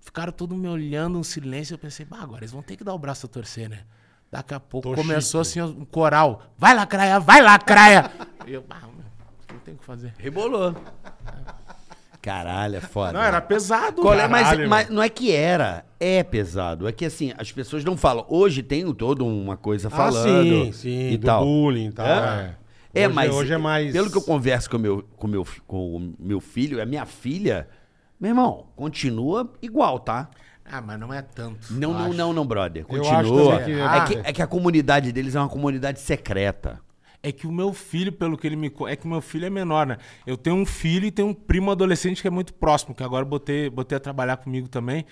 [SPEAKER 5] Ficaram todos me olhando, um silêncio. Eu pensei, bah, agora eles vão ter que dar o braço a torcer, né? Daqui a pouco
[SPEAKER 4] Tô
[SPEAKER 5] começou assim um coral. Vai lacraia, vai lacraia! E eu, bah, meu, não tem o que fazer.
[SPEAKER 3] Rebolou. Caralho, é foda.
[SPEAKER 5] Não, era pesado.
[SPEAKER 3] Qual é,
[SPEAKER 5] cara.
[SPEAKER 3] mas,
[SPEAKER 4] Caralho,
[SPEAKER 3] mas não é que era, é pesado. É que assim, as pessoas não falam. Hoje tem toda uma coisa falando.
[SPEAKER 4] Ah, sim, sim,
[SPEAKER 3] e
[SPEAKER 4] do
[SPEAKER 3] tal.
[SPEAKER 4] bullying e tal,
[SPEAKER 3] É,
[SPEAKER 4] é.
[SPEAKER 3] É,
[SPEAKER 4] Hoje-
[SPEAKER 3] mas.
[SPEAKER 4] hoje é mais-
[SPEAKER 3] Pelo que eu converso com meu, o com meu, fi- com o meu filho, a minha filha, meu irmão, continua igual, tá?
[SPEAKER 5] Ah, mas não é tanto.
[SPEAKER 3] Não,
[SPEAKER 5] eu
[SPEAKER 3] não,
[SPEAKER 5] acho.
[SPEAKER 3] não, não, brother.
[SPEAKER 4] Eu acho
[SPEAKER 3] Continua.
[SPEAKER 4] também que-
[SPEAKER 3] é, que, é que a comunidade deles é uma comunidade é secreta.
[SPEAKER 5] É que o meu filho, pelo que ele me. co- É que o meu filho é menor, né? Eu tenho um filho e tenho um primo adolescente que é muito próximo, que agora eu botei, botei a trabalhar comigo também.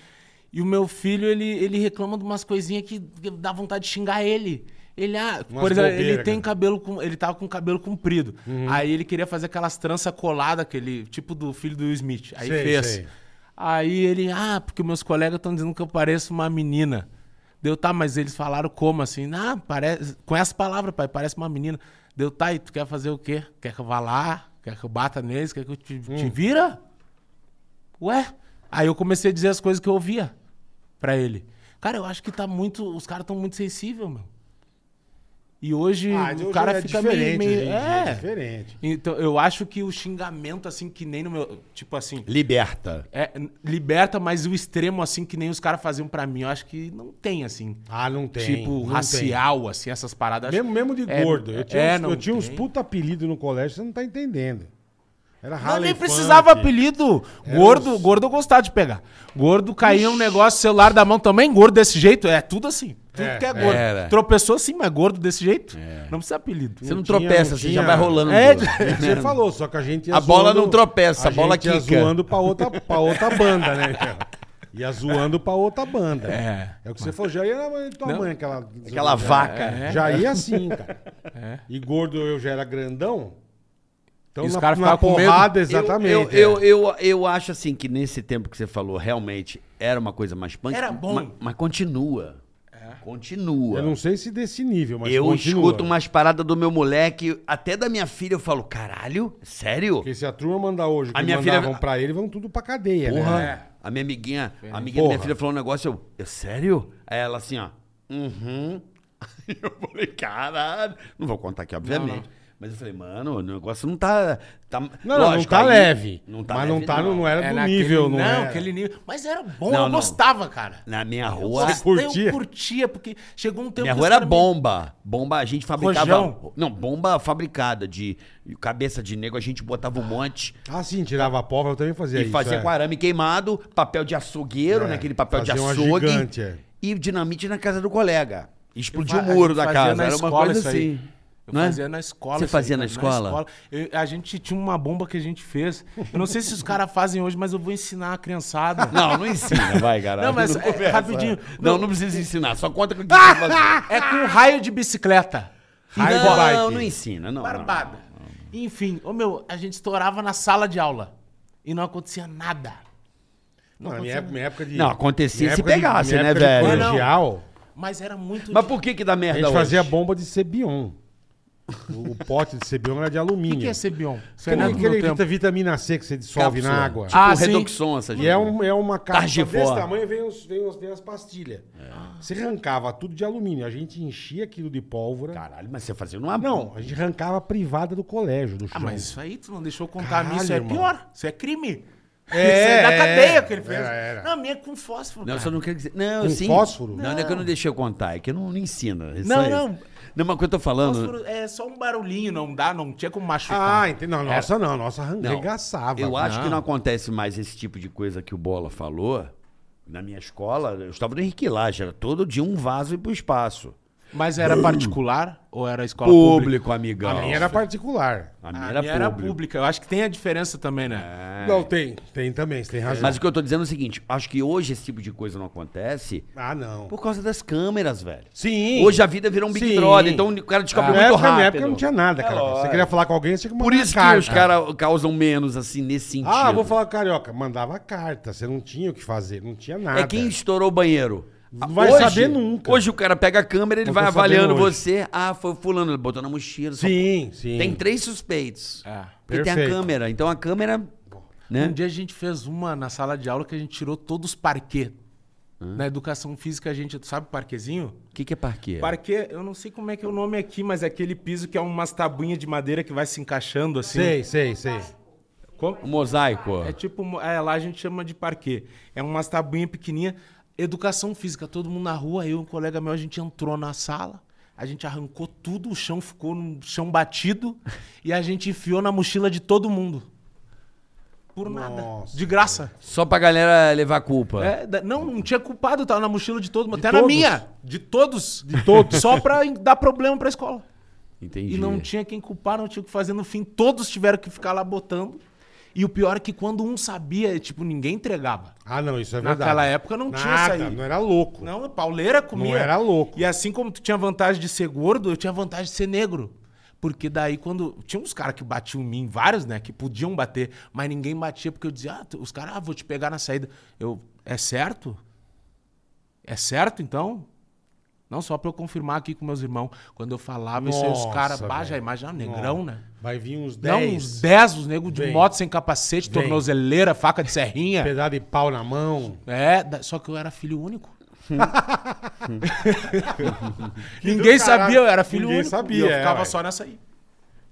[SPEAKER 5] E o meu filho, ele, ele reclama de umas coisinhas que dá vontade de xingar ele. Ele, ah, por exemplo,
[SPEAKER 4] bobeira,
[SPEAKER 5] ele tem
[SPEAKER 4] cara.
[SPEAKER 5] cabelo com. Ele tava com cabelo comprido.
[SPEAKER 4] Uhum.
[SPEAKER 5] Aí ele queria fazer aquelas tranças coladas, aquele tipo do filho do Will Smith. Aí
[SPEAKER 4] Sei,
[SPEAKER 5] fez.
[SPEAKER 4] sei.
[SPEAKER 5] Aí ele, ah, porque meus colegas estão dizendo que eu pareço uma menina. Deu, tá, mas eles falaram como assim? Ah, parece. Com essa palavra, pai, parece uma menina. Deu, tá, e tu quer fazer o quê? Quer que eu vá lá? Quer que eu bata neles? Quer que eu te,
[SPEAKER 4] Hum.
[SPEAKER 5] te vira? Ué? Aí eu comecei a dizer as coisas que eu ouvia pra ele. Cara, eu acho que tá muito. Os caras estão muito sensíveis, meu. E hoje
[SPEAKER 4] Ah,
[SPEAKER 5] o
[SPEAKER 4] hoje
[SPEAKER 5] cara
[SPEAKER 4] é
[SPEAKER 5] fica meio.
[SPEAKER 4] diferente,
[SPEAKER 5] meio
[SPEAKER 4] hoje em
[SPEAKER 5] é.
[SPEAKER 4] dia, é diferente.
[SPEAKER 5] Então, eu acho que o xingamento, assim, que nem no meu. Tipo assim.
[SPEAKER 3] Liberta.
[SPEAKER 5] É, n- liberta, mas o extremo, assim, que nem os caras faziam pra mim, eu acho que não tem, assim.
[SPEAKER 4] Ah, não tem.
[SPEAKER 5] tipo,
[SPEAKER 4] não tem.
[SPEAKER 5] racial, assim, essas paradas.
[SPEAKER 4] Mesmo, mesmo de
[SPEAKER 5] É,
[SPEAKER 4] gordo. Eu tinha,
[SPEAKER 5] é,
[SPEAKER 4] uns,
[SPEAKER 5] não
[SPEAKER 4] eu tinha uns
[SPEAKER 5] tem.
[SPEAKER 4] puta apelido no colégio, você não tá entendendo. Era
[SPEAKER 5] Não,
[SPEAKER 4] ralefante.
[SPEAKER 5] nem precisava apelido. Gordo,
[SPEAKER 4] os-
[SPEAKER 5] gordo eu gostava de pegar. Gordo caía um negócio, celular da mão também, gordo desse jeito. É tudo assim. Tudo
[SPEAKER 4] É,
[SPEAKER 5] que é gordo.
[SPEAKER 3] era. É.
[SPEAKER 5] Tropeçou assim, mas gordo desse jeito. Não precisa apelido.
[SPEAKER 3] Você não,
[SPEAKER 4] tinha,
[SPEAKER 3] tropeça,
[SPEAKER 4] não
[SPEAKER 3] você
[SPEAKER 4] tinha.
[SPEAKER 3] já vai rolando.
[SPEAKER 5] É,
[SPEAKER 4] Você falou, só que a gente ia
[SPEAKER 3] A bola não tropeça, a bola
[SPEAKER 4] gente ia
[SPEAKER 3] quica.
[SPEAKER 4] zoando pra outra, pra outra banda, né? cara? Ia zoando pra outra banda.
[SPEAKER 5] É.
[SPEAKER 4] É o que você falou, já ia na mãe- tua
[SPEAKER 5] Não.
[SPEAKER 4] mãe, aquela...
[SPEAKER 3] Aquela É. vaca.
[SPEAKER 4] Já ia assim, cara. E gordo eu já era grandão. Então
[SPEAKER 5] E os
[SPEAKER 4] na,
[SPEAKER 5] caras
[SPEAKER 4] na
[SPEAKER 5] ficavam com medo.
[SPEAKER 4] porrada,
[SPEAKER 3] Eu-
[SPEAKER 4] exatamente.
[SPEAKER 3] Eu,
[SPEAKER 4] é.
[SPEAKER 3] eu, eu, eu acho assim que nesse tempo que você falou, realmente era uma coisa mais punk.
[SPEAKER 5] Era bom. É.
[SPEAKER 3] ma- Mas, continua. Continua.
[SPEAKER 4] Eu não sei se desse nível, mas
[SPEAKER 3] eu
[SPEAKER 4] continua.
[SPEAKER 3] escuto umas paradas do meu moleque, até da minha filha, eu falo, caralho, sério?
[SPEAKER 4] Porque se a turma mandar hoje, o que
[SPEAKER 3] A minha
[SPEAKER 4] mandavam
[SPEAKER 3] filha-
[SPEAKER 4] pra ele, vão tudo pra cadeia,
[SPEAKER 3] Porra.
[SPEAKER 4] né?
[SPEAKER 3] A minha amiguinha, a amiguinha da minha
[SPEAKER 4] Porra.
[SPEAKER 3] filha falou um negócio, eu, eu, sério? Aí ela assim, ó, uhum. Aí eu falei, caralho. Não vou contar aqui, obviamente. Mas eu falei, mano, o negócio não tá. tá
[SPEAKER 4] Não, não, não tá
[SPEAKER 3] aí-
[SPEAKER 4] leve.
[SPEAKER 3] Não tá
[SPEAKER 4] mas
[SPEAKER 3] leve,
[SPEAKER 4] não, tá, não. era do
[SPEAKER 5] É naquele-
[SPEAKER 4] nível, não,
[SPEAKER 5] Não,
[SPEAKER 4] era.
[SPEAKER 5] aquele nível. Mas era bom,
[SPEAKER 3] é? Não,
[SPEAKER 5] eu
[SPEAKER 3] não.
[SPEAKER 5] gostava, cara.
[SPEAKER 3] Na minha
[SPEAKER 5] Eu
[SPEAKER 3] rua.
[SPEAKER 5] gostava,
[SPEAKER 4] curtia?
[SPEAKER 5] Eu curtia, porque chegou um tempo
[SPEAKER 3] Minha
[SPEAKER 5] que
[SPEAKER 3] rua
[SPEAKER 5] os
[SPEAKER 3] era
[SPEAKER 5] caras me-
[SPEAKER 3] bomba. Bomba a gente fabricava.
[SPEAKER 5] Rojão?
[SPEAKER 3] Não, bomba fabricada de cabeça de nego, a gente botava um monte
[SPEAKER 4] Ah, sim, tirava a pólvora, eu também fazia
[SPEAKER 3] e
[SPEAKER 4] isso.
[SPEAKER 3] fazia
[SPEAKER 4] é.
[SPEAKER 3] com arame queimado, papel de açougueiro,
[SPEAKER 4] É,
[SPEAKER 3] né? Aquele papel de
[SPEAKER 4] fazia uma
[SPEAKER 3] açougue.
[SPEAKER 4] gigante, é.
[SPEAKER 3] E dinamite na casa do colega. Explodia
[SPEAKER 5] Eu
[SPEAKER 3] o
[SPEAKER 5] fa-
[SPEAKER 3] muro
[SPEAKER 5] a gente
[SPEAKER 3] da
[SPEAKER 5] fazia
[SPEAKER 3] casa.
[SPEAKER 5] na
[SPEAKER 3] Era uma
[SPEAKER 5] escola
[SPEAKER 3] coisa
[SPEAKER 5] isso aí.
[SPEAKER 3] assim.
[SPEAKER 5] Eu
[SPEAKER 3] não é?
[SPEAKER 5] fazia na escola.
[SPEAKER 3] Você
[SPEAKER 5] isso aí,
[SPEAKER 3] fazia na
[SPEAKER 5] cara,
[SPEAKER 3] escola?
[SPEAKER 5] Eu- a gente tinha uma bomba que a gente fez. Eu não sei se os caras fazem hoje, mas eu vou ensinar a criançada.
[SPEAKER 3] Não, não ensina, vai, cara.
[SPEAKER 5] Não, mas é,
[SPEAKER 3] conversa.
[SPEAKER 5] rapidinho.
[SPEAKER 3] Não, não precisa ensinar, só conta com o que você fazia.
[SPEAKER 5] É com raio de bicicleta.
[SPEAKER 4] Raio de
[SPEAKER 5] Bola.
[SPEAKER 4] bike.
[SPEAKER 3] Não, não ensina, não.
[SPEAKER 5] Barbada. Enfim, ô meu, a gente estourava na sala de aula. E não acontecia nada.
[SPEAKER 4] Não, na minha, época- minha época de.
[SPEAKER 3] Não, acontecia
[SPEAKER 4] minha
[SPEAKER 3] se
[SPEAKER 4] época de-
[SPEAKER 3] pegasse,
[SPEAKER 4] minha
[SPEAKER 3] né,
[SPEAKER 4] época de
[SPEAKER 3] velho?
[SPEAKER 4] Colegial,
[SPEAKER 5] Mas era muito.
[SPEAKER 3] não. Mas por que que dá
[SPEAKER 4] a
[SPEAKER 3] merda
[SPEAKER 4] gente
[SPEAKER 3] hoje?
[SPEAKER 4] fazia bomba de Cebion. O, o pote de Cebion era de
[SPEAKER 5] O
[SPEAKER 4] alumínio.
[SPEAKER 5] que, que é Sebion?
[SPEAKER 4] Aquele-
[SPEAKER 5] Fernando do
[SPEAKER 4] aquele
[SPEAKER 5] meu tempo.
[SPEAKER 4] vitamina C que você dissolve
[SPEAKER 3] Cápsula. Tá
[SPEAKER 4] na água.
[SPEAKER 3] Tipo
[SPEAKER 5] Ah, sim.
[SPEAKER 3] redoxon, essa
[SPEAKER 4] E é, um, é uma caixa
[SPEAKER 3] Targivora.
[SPEAKER 4] desse tamanho, vem, os, vem, os, vem as pastilhas.
[SPEAKER 3] É.
[SPEAKER 4] Você arrancava tudo de alumínio. A gente enchia aquilo de pólvora.
[SPEAKER 3] Caralho, mas você fazia numa...
[SPEAKER 4] Não, a gente arrancava a privada do colégio, do chão.
[SPEAKER 5] Ah, mas isso aí tu não deixou eu contar
[SPEAKER 4] Caralho,
[SPEAKER 5] nisso, isso é
[SPEAKER 4] irmão.
[SPEAKER 5] pior. Isso é crime.
[SPEAKER 4] É,
[SPEAKER 5] isso é da
[SPEAKER 4] é,
[SPEAKER 5] cadeia que ele fez.
[SPEAKER 4] era, era.
[SPEAKER 5] Não, a minha é com fósforo.
[SPEAKER 3] Não,
[SPEAKER 5] cara.
[SPEAKER 3] eu só não quero dizer. Não,
[SPEAKER 4] Com
[SPEAKER 3] sim.
[SPEAKER 4] Um fósforo?
[SPEAKER 3] Não, não é que eu não deixei eu contar, é que eu não, não ensino. isso
[SPEAKER 5] Não,
[SPEAKER 3] aí.
[SPEAKER 5] não.
[SPEAKER 3] Não, mas o que eu tô falando.
[SPEAKER 5] Fósforo é só um barulhinho, não dá, não tinha como machucar.
[SPEAKER 4] Ah, entendi. Não, nossa não, nossa
[SPEAKER 3] Não,
[SPEAKER 4] arregaçava. né?
[SPEAKER 3] Eu acho
[SPEAKER 5] Não.
[SPEAKER 3] que não acontece mais esse tipo de coisa que o Bola falou. Na minha escola, eu estava no Henrique Laje, era todo dia um vaso e pro espaço.
[SPEAKER 5] Mas era particular ou era escola pública?
[SPEAKER 3] Público, amigão.
[SPEAKER 4] A minha era particular.
[SPEAKER 3] A
[SPEAKER 5] A
[SPEAKER 3] minha
[SPEAKER 5] minha,
[SPEAKER 3] era
[SPEAKER 5] era
[SPEAKER 3] público.
[SPEAKER 5] pública. Eu acho que tem a diferença também, né?
[SPEAKER 4] Não, tem. Tem também, você tem razão.
[SPEAKER 3] É. Mas o que eu tô dizendo é o seguinte: acho que hoje esse tipo de coisa não acontece
[SPEAKER 4] Ah, não.
[SPEAKER 3] por causa das câmeras, velho.
[SPEAKER 4] Sim.
[SPEAKER 3] Hoje a vida virou um Big
[SPEAKER 4] Sim.
[SPEAKER 3] Brother, então o cara
[SPEAKER 4] Na
[SPEAKER 3] descobre muito
[SPEAKER 4] época,
[SPEAKER 3] rápido. É
[SPEAKER 4] na época não tinha nada, cara.
[SPEAKER 3] lógico.
[SPEAKER 4] você queria falar com alguém, você tinha que mandar
[SPEAKER 3] Por isso que
[SPEAKER 4] carta.
[SPEAKER 3] os caras causam menos, assim, nesse sentido.
[SPEAKER 4] Ah, vou falar com o carioca. Mandava carta, você não tinha o que fazer, não tinha nada.
[SPEAKER 3] É quem estourou o banheiro.
[SPEAKER 4] Não vai saber nunca.
[SPEAKER 3] Hoje o cara pega a câmera, ele
[SPEAKER 4] Não
[SPEAKER 3] vai
[SPEAKER 4] tô sabendo
[SPEAKER 3] avaliando
[SPEAKER 4] hoje.
[SPEAKER 3] você. Ah, foi o fulano, ele botou na mochila. só-
[SPEAKER 4] Sim, sim.
[SPEAKER 3] Tem três suspeitos.
[SPEAKER 5] É.
[SPEAKER 3] E tem a
[SPEAKER 4] Perfeito.
[SPEAKER 3] câmera. Então a câmera,
[SPEAKER 5] Um
[SPEAKER 3] né?
[SPEAKER 5] dia a gente fez uma na sala de aula que a gente tirou todos os parquê. Na educação física a gente, sabe o parquezinho?
[SPEAKER 3] O que, que é parqueiro?
[SPEAKER 5] Parquê, eu não sei como é que é o nome aqui, mas é aquele piso que é umas tabuinhas de madeira que vai se encaixando assim.
[SPEAKER 4] Sei,
[SPEAKER 3] né?
[SPEAKER 4] sei, sei.
[SPEAKER 5] Como-
[SPEAKER 3] O mosaico.
[SPEAKER 5] É tipo, mo- é, lá a gente chama de parquê. É umas tabuinhas pequenininhas. Educação física, todo mundo na rua. Eu e um colega meu, a gente entrou na sala. A gente arrancou tudo, o chão ficou num chão batido. e a gente enfiou na mochila de todo mundo. Por nada.
[SPEAKER 4] Nossa,
[SPEAKER 5] De graça.
[SPEAKER 3] Só pra galera levar a culpa.
[SPEAKER 5] É, da- não, não tinha culpado, tava na mochila de todo mundo. Até na
[SPEAKER 4] todos?
[SPEAKER 5] minha. De todos. De todos. Só pra en- dar problema pra escola.
[SPEAKER 3] Entendi.
[SPEAKER 5] E não tinha quem culpar, não tinha o que fazer. No fim, todos tiveram que ficar lá botando. E o pior é que quando um sabia, tipo, ninguém entregava.
[SPEAKER 4] Ah, não, isso é verdade.
[SPEAKER 5] Naquela época não tinha
[SPEAKER 4] Nada,
[SPEAKER 5] isso aí.
[SPEAKER 4] Não era louco.
[SPEAKER 5] Não, a pauleira comia.
[SPEAKER 4] Não era louco.
[SPEAKER 5] E assim como tu tinha vantagem de ser gordo, eu tinha vantagem de ser negro. Porque daí quando. Tinha uns caras que batiam em mim, vários, né? Que podiam bater, mas ninguém batia porque eu dizia, ah, tu- os caras, ah, vou te pegar na saída. Eu, é certo? É certo então? Não, só pra eu confirmar aqui com meus irmãos. Quando eu falava isso aí, os
[SPEAKER 4] Nossa,
[SPEAKER 5] caras, bah,
[SPEAKER 4] velho.
[SPEAKER 5] já imagina, negrão, né?
[SPEAKER 4] Vai vir uns
[SPEAKER 5] Não,
[SPEAKER 4] 10.
[SPEAKER 5] uns 10, os negros de
[SPEAKER 4] Vem.
[SPEAKER 5] moto sem capacete,
[SPEAKER 4] Vem.
[SPEAKER 5] tornozeleira, faca de serrinha.
[SPEAKER 4] Pedaço de pau na mão.
[SPEAKER 5] É, da- só que eu era filho único.
[SPEAKER 4] do
[SPEAKER 5] Ninguém
[SPEAKER 4] caralho.
[SPEAKER 5] sabia, eu era filho
[SPEAKER 4] Ninguém
[SPEAKER 5] único.
[SPEAKER 4] sabia,
[SPEAKER 5] e eu
[SPEAKER 4] é,
[SPEAKER 5] ficava
[SPEAKER 4] ué.
[SPEAKER 5] só nessa aí.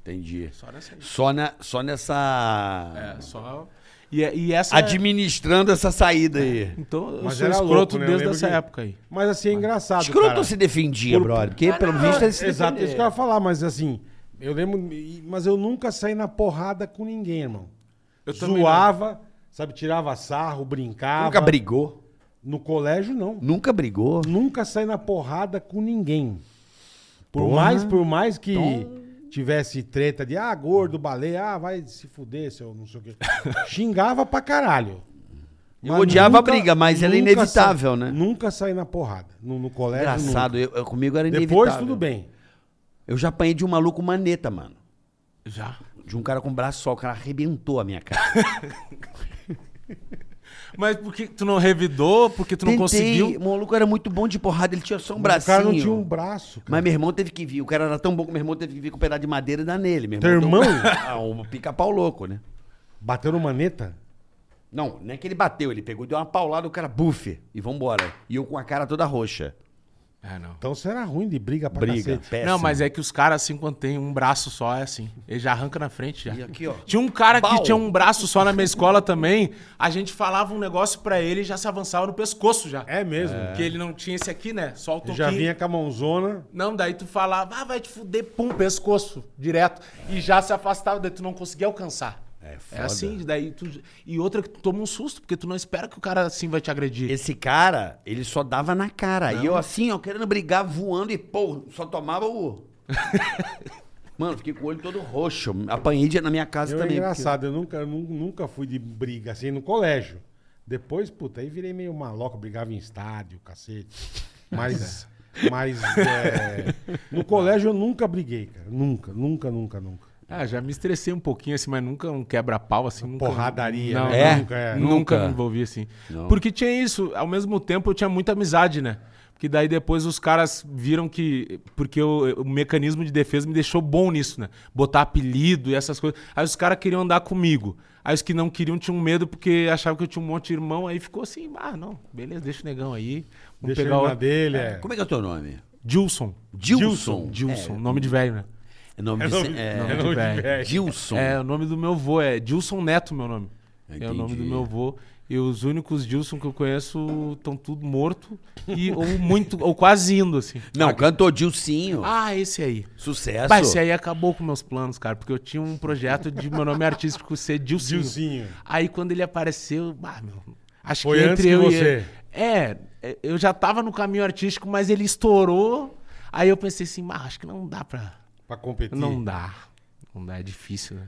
[SPEAKER 3] Entendi.
[SPEAKER 5] Só nessa aí.
[SPEAKER 3] Só, na, só nessa.
[SPEAKER 5] É, só. E, é, e essa.
[SPEAKER 3] Administrando essa saída aí.
[SPEAKER 5] Então eu
[SPEAKER 4] Mas
[SPEAKER 5] sou
[SPEAKER 4] era
[SPEAKER 5] escroto
[SPEAKER 4] louco, né? Eu
[SPEAKER 5] desde
[SPEAKER 4] lembro
[SPEAKER 5] essa
[SPEAKER 4] que-
[SPEAKER 5] época aí.
[SPEAKER 4] Mas assim, é engraçado.
[SPEAKER 3] Escroto
[SPEAKER 4] cara. Ah,
[SPEAKER 3] se defendia, brother. Porque, pelo visto, ele se
[SPEAKER 4] Exato, é isso que eu
[SPEAKER 3] defendia.
[SPEAKER 4] ia falar, mas assim, eu lembro. e- Mas eu nunca saí na porrada com ninguém, irmão.
[SPEAKER 5] Eu também
[SPEAKER 4] Zoava, sabe, tirava sarro, brincava.
[SPEAKER 3] Nunca brigou.
[SPEAKER 4] No colégio, não.
[SPEAKER 3] Nunca brigou.
[SPEAKER 4] Nunca saí na porrada com ninguém. Por
[SPEAKER 3] Porra. Então-
[SPEAKER 4] mais, por mais que tivesse treta de ah, gordo, baleia, ah, vai se fuder, seu não sei o quê. Xingava pra caralho.
[SPEAKER 3] Eu odiava a briga, mas era
[SPEAKER 4] nunca
[SPEAKER 3] inevitável,
[SPEAKER 4] sa-
[SPEAKER 3] né?
[SPEAKER 4] Nunca saí na porrada. No, no colégio.
[SPEAKER 3] Engraçado, eu, eu- comigo era
[SPEAKER 4] nunca.
[SPEAKER 3] inevitável.
[SPEAKER 4] Depois tudo bem.
[SPEAKER 3] Eu já apanhei de um maluco maneta, mano.
[SPEAKER 5] Já.
[SPEAKER 3] De um cara com um braço só. O cara arrebentou a minha cara.
[SPEAKER 5] Mas por que tu não revidou? Porque tu não conseguiu?
[SPEAKER 3] O maluco era muito bom de porrada. Ele tinha só um
[SPEAKER 4] Mas
[SPEAKER 3] bracinho.
[SPEAKER 4] O cara não tinha um braço. Cara.
[SPEAKER 3] Mas meu irmão teve que vir. O cara era tão bom que meu irmão teve que vir com um pedaço de madeira e dar nele. Meu
[SPEAKER 4] Teu irmão?
[SPEAKER 3] ah, um pica-pau louco, né?
[SPEAKER 4] Bateu no maneta?
[SPEAKER 3] Não, não é que ele bateu. Ele pegou, deu uma paulada, o cara, bufe. E vambora. E eu com a cara toda roxa.
[SPEAKER 5] É, não.
[SPEAKER 4] Então você era ruim de briga pra
[SPEAKER 3] Briga.
[SPEAKER 4] cacete.
[SPEAKER 3] Péssimo.
[SPEAKER 5] Não, mas é que os caras, assim, quando tem um braço só, é assim. Ele já arranca na frente. Já.
[SPEAKER 3] E aqui, ó.
[SPEAKER 5] Tinha um cara
[SPEAKER 3] Pau.
[SPEAKER 5] que tinha um braço só na minha escola também. A gente falava um negócio pra ele e já se avançava no pescoço já.
[SPEAKER 4] É mesmo.
[SPEAKER 5] Porque ele não tinha esse aqui, né? Só o
[SPEAKER 4] Eu
[SPEAKER 5] toquinho.
[SPEAKER 4] Já vinha com a mãozona.
[SPEAKER 5] Não, daí tu falava, ah, vai te fuder, pum, pescoço, direto. E já se afastava, daí tu não conseguia alcançar.
[SPEAKER 3] É foda.
[SPEAKER 5] É assim, daí tu... E outra que tu toma um susto, porque tu não espera que o cara assim vai te agredir.
[SPEAKER 3] Esse cara, ele só dava na cara. E eu assim, ó, querendo brigar, voando e, pô, só tomava o. Mano, fiquei com o olho todo roxo. Apanhei de- na minha casa
[SPEAKER 4] Eu é
[SPEAKER 3] também.
[SPEAKER 4] engraçado, eu nunca, eu nun- nunca fui de briga assim no colégio. Depois, puta, aí virei meio maloco, brigava em estádio, cacete. Mas, mas é, no colégio eu nunca briguei, cara. Nunca, nunca, nunca, nunca.
[SPEAKER 5] Ah, já me estressei um pouquinho, assim, mas nunca um quebra-pau, assim. Nunca,
[SPEAKER 4] porradaria,
[SPEAKER 5] não,
[SPEAKER 4] né?
[SPEAKER 5] é,
[SPEAKER 4] Nunca,
[SPEAKER 5] nunca,
[SPEAKER 4] é.
[SPEAKER 3] Nunca.
[SPEAKER 5] me envolvi assim.
[SPEAKER 3] Não.
[SPEAKER 5] Porque tinha isso, ao mesmo tempo eu tinha muita amizade, né? Porque daí depois os caras viram que. Porque eu- o mecanismo de defesa me deixou bom nisso, né? Botar apelido e essas coisas. Aí os caras queriam andar comigo. Aí os que não queriam tinham medo porque achavam que eu tinha um monte de irmão. Aí ficou assim, ah, não, beleza, deixa o negão aí. Vamos
[SPEAKER 4] Deixa ele
[SPEAKER 5] pegar
[SPEAKER 4] na
[SPEAKER 5] o.
[SPEAKER 4] dele, é.
[SPEAKER 3] Como é que é o teu nome?
[SPEAKER 5] Dilson.
[SPEAKER 3] Dilson.
[SPEAKER 5] Dilson, nome de velho, né?
[SPEAKER 3] É nome
[SPEAKER 4] É
[SPEAKER 3] de.
[SPEAKER 4] nome-
[SPEAKER 3] é,
[SPEAKER 4] é
[SPEAKER 5] de
[SPEAKER 4] nome de
[SPEAKER 5] velho.
[SPEAKER 4] velho.
[SPEAKER 3] Dilson.
[SPEAKER 5] É, o nome do meu avô é Dilson Neto, meu nome. É o
[SPEAKER 3] Entendi.
[SPEAKER 5] nome do meu avô. E os únicos Dilson que eu conheço estão tudo morto e ou muito ou quase indo assim.
[SPEAKER 3] Não, cantor Dilcinho.
[SPEAKER 5] Ah, esse aí.
[SPEAKER 4] É
[SPEAKER 3] Sucesso.
[SPEAKER 5] Mas esse aí acabou com meus planos, cara, porque eu tinha um projeto de meu nome artístico ser Dilcinho.
[SPEAKER 4] Dilcinho.
[SPEAKER 5] Aí quando ele apareceu, bah, meu, acho
[SPEAKER 4] Foi
[SPEAKER 5] que
[SPEAKER 4] antes
[SPEAKER 5] entre
[SPEAKER 4] que
[SPEAKER 5] eu e
[SPEAKER 4] você.
[SPEAKER 5] ele- É, é, eu já tava no caminho artístico, mas ele estourou. Aí eu pensei assim, mas acho que não dá pra
[SPEAKER 4] Pra competir.
[SPEAKER 5] não dá. Não dá, é difícil, né?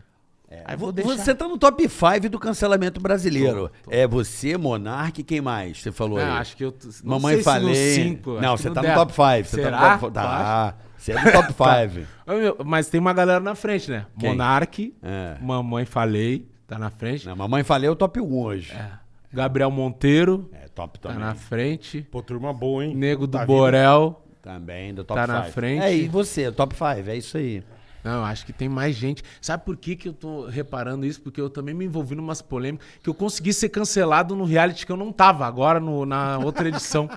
[SPEAKER 5] Aí vou
[SPEAKER 3] Vo-
[SPEAKER 5] deixar.
[SPEAKER 3] Você tá no top 5 do cancelamento brasileiro. É você, Monark e quem mais? Você falou
[SPEAKER 5] É,
[SPEAKER 3] aí.
[SPEAKER 5] acho que eu. t- não
[SPEAKER 3] Mamãe
[SPEAKER 5] sei se
[SPEAKER 3] falei.
[SPEAKER 5] no cinco, acho
[SPEAKER 3] não,
[SPEAKER 5] que
[SPEAKER 3] você tá no
[SPEAKER 5] deve.
[SPEAKER 3] top 5. Você tá
[SPEAKER 5] Será?
[SPEAKER 3] no top 5.
[SPEAKER 5] Tá.
[SPEAKER 3] Tá. Você é no top 5.
[SPEAKER 5] Ô, meu, Mas tem uma galera na frente, né?
[SPEAKER 3] Quem?
[SPEAKER 5] Monark,
[SPEAKER 3] É.
[SPEAKER 5] Mamãe Falei, tá na frente.
[SPEAKER 3] Não, mamãe falei é o top 1 hoje. É,
[SPEAKER 5] É. Gabriel Monteiro,
[SPEAKER 3] top
[SPEAKER 5] tá
[SPEAKER 3] também.
[SPEAKER 5] na frente.
[SPEAKER 4] Pô, turma boa, hein?
[SPEAKER 5] Nego do
[SPEAKER 4] Puta vida.
[SPEAKER 5] Borel.
[SPEAKER 3] Também do top
[SPEAKER 5] Tá
[SPEAKER 3] 5.
[SPEAKER 5] na frente.
[SPEAKER 3] É, e você, top 5, é isso aí.
[SPEAKER 5] Não, acho que tem mais gente. Sabe por que, que eu tô reparando isso? Porque eu também me envolvi numas polêmicas que eu consegui ser cancelado no reality que eu não tava agora, no- na outra edição.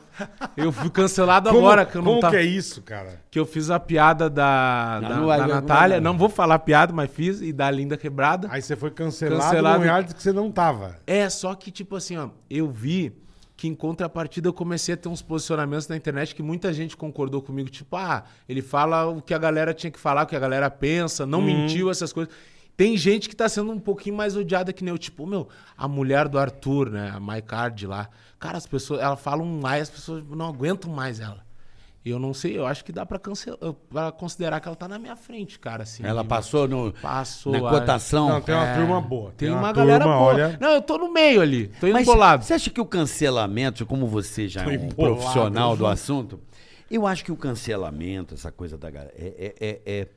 [SPEAKER 5] eu fui cancelado
[SPEAKER 4] Como,
[SPEAKER 5] agora que eu não
[SPEAKER 4] como
[SPEAKER 5] tava.
[SPEAKER 4] que é isso, cara?
[SPEAKER 5] que eu fiz a piada da,
[SPEAKER 3] Não,
[SPEAKER 5] da,
[SPEAKER 3] não vai,
[SPEAKER 5] da
[SPEAKER 3] não, não
[SPEAKER 5] Natália.
[SPEAKER 3] vai, não.
[SPEAKER 5] Não vou falar a piada, mas fiz. E da Linda Quebrada.
[SPEAKER 4] Aí você foi cancelado,
[SPEAKER 5] Cancelado.
[SPEAKER 4] num reality que você não tava.
[SPEAKER 5] É, só que, tipo assim, ó, eu vi que em contrapartida eu comecei a ter uns posicionamentos na internet que muita gente concordou comigo, tipo, ah, ele fala o que a galera tinha que falar, o que a galera pensa,
[SPEAKER 3] Uhum.
[SPEAKER 5] não mentiu, essas coisas. Tem gente que tá sendo um pouquinho mais odiada que nem eu, tipo, meu, a mulher do Arthur, né, a Maicardi lá. Cara, as pessoas, ela fala um lá e as pessoas não aguentam mais ela. E eu não sei, eu acho que dá pra, cancelar, pra considerar que ela tá na minha frente, cara, assim.
[SPEAKER 3] Ela
[SPEAKER 5] de-
[SPEAKER 3] passou no,
[SPEAKER 5] Passou.
[SPEAKER 3] na
[SPEAKER 5] a-
[SPEAKER 3] cotação. É.
[SPEAKER 4] Não, tem uma turma boa.
[SPEAKER 5] é, Tem uma, galera
[SPEAKER 4] turma,
[SPEAKER 5] boa.
[SPEAKER 4] olha.
[SPEAKER 5] Não, eu tô no meio ali. Tô
[SPEAKER 3] Mas
[SPEAKER 5] embolado.
[SPEAKER 3] Você acha que o cancelamento, como você já
[SPEAKER 4] Tô
[SPEAKER 3] é um
[SPEAKER 4] embolado.
[SPEAKER 3] profissional do assunto, eu acho que o cancelamento, essa coisa da galera, é, é, é, é-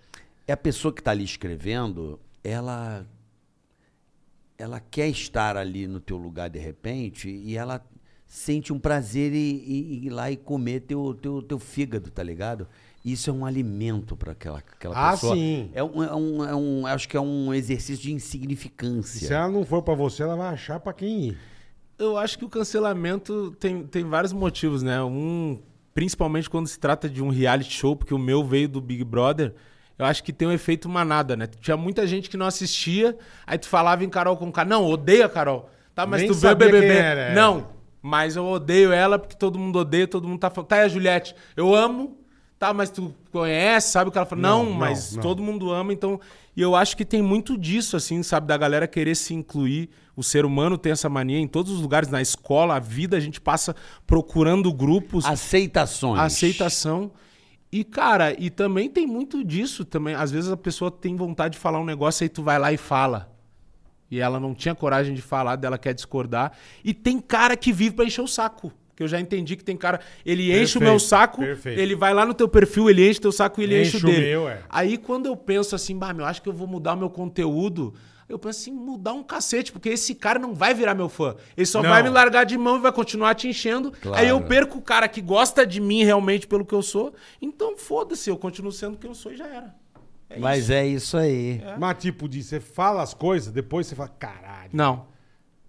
[SPEAKER 3] é a pessoa que está ali escrevendo, ela ela quer estar ali no teu lugar de repente e ela sente um prazer em em- em ir lá e comer teu, teu, teu fígado, tá ligado? Isso é um alimento para aquela, aquela
[SPEAKER 4] Ah,
[SPEAKER 3] pessoa.
[SPEAKER 4] sim.
[SPEAKER 3] É um, é, um, é um- acho que é um exercício de
[SPEAKER 5] é
[SPEAKER 3] insignificância.
[SPEAKER 4] Se ela não for pra você, ela vai achar pra quem ir.
[SPEAKER 5] Eu acho que o cancelamento tem, tem vários motivos, né? Um, principalmente quando se trata de um reality show, porque o meu veio do Big Brother, eu acho que tem um efeito manada, né? Tinha muita gente que não assistia, aí tu falava em Carol com K. Não, odeio a Carol. Tá, mas
[SPEAKER 4] Nem
[SPEAKER 5] tu vê o
[SPEAKER 4] sabia
[SPEAKER 5] BBB.
[SPEAKER 4] quem era, é.
[SPEAKER 5] Não, mas eu odeio ela porque todo mundo odeia, todo mundo tá falando. Tá, e a Juliette? Eu amo. Tá, mas tu conhece, sabe o que ela fala? Não,
[SPEAKER 4] Não, não,
[SPEAKER 5] mas
[SPEAKER 4] não.
[SPEAKER 5] todo todo mundo ama, então. E eu acho que tem muito disso, assim, sabe? Da galera querer se incluir. O ser humano tem essa mania em todos os lugares, na escola, a vida, a gente passa procurando grupos,
[SPEAKER 3] Aceitações.
[SPEAKER 5] aceitação. E, cara, e também tem muito disso também. Às vezes a pessoa tem vontade de falar um negócio, aí tu vai lá e fala. E ela não tinha coragem de falar, dela quer discordar. E tem cara que vive pra encher o saco. Que eu já entendi que tem cara. Ele enche o
[SPEAKER 4] Perfeito,
[SPEAKER 5] meu saco,
[SPEAKER 4] perfeito.
[SPEAKER 5] ele vai lá no teu perfil, ele enche teu saco e ele enche,
[SPEAKER 4] Enche
[SPEAKER 5] o
[SPEAKER 4] o
[SPEAKER 5] dele.
[SPEAKER 4] meu, é.
[SPEAKER 5] Aí quando eu penso assim, bah, meu, acho que eu vou mudar o meu conteúdo. Eu penso assim, mudar um cacete, porque esse cara não vai virar meu fã. Ele só
[SPEAKER 4] Não.
[SPEAKER 5] vai me largar de mão e vai continuar te enchendo.
[SPEAKER 3] Claro.
[SPEAKER 5] Aí eu perco o cara que gosta de mim realmente pelo que eu sou. Então foda-se, eu continuo sendo quem eu sou e já era.
[SPEAKER 3] Mas é isso aí.
[SPEAKER 4] Mas tipo de, você fala as coisas, depois você fala, caralho.
[SPEAKER 5] Não,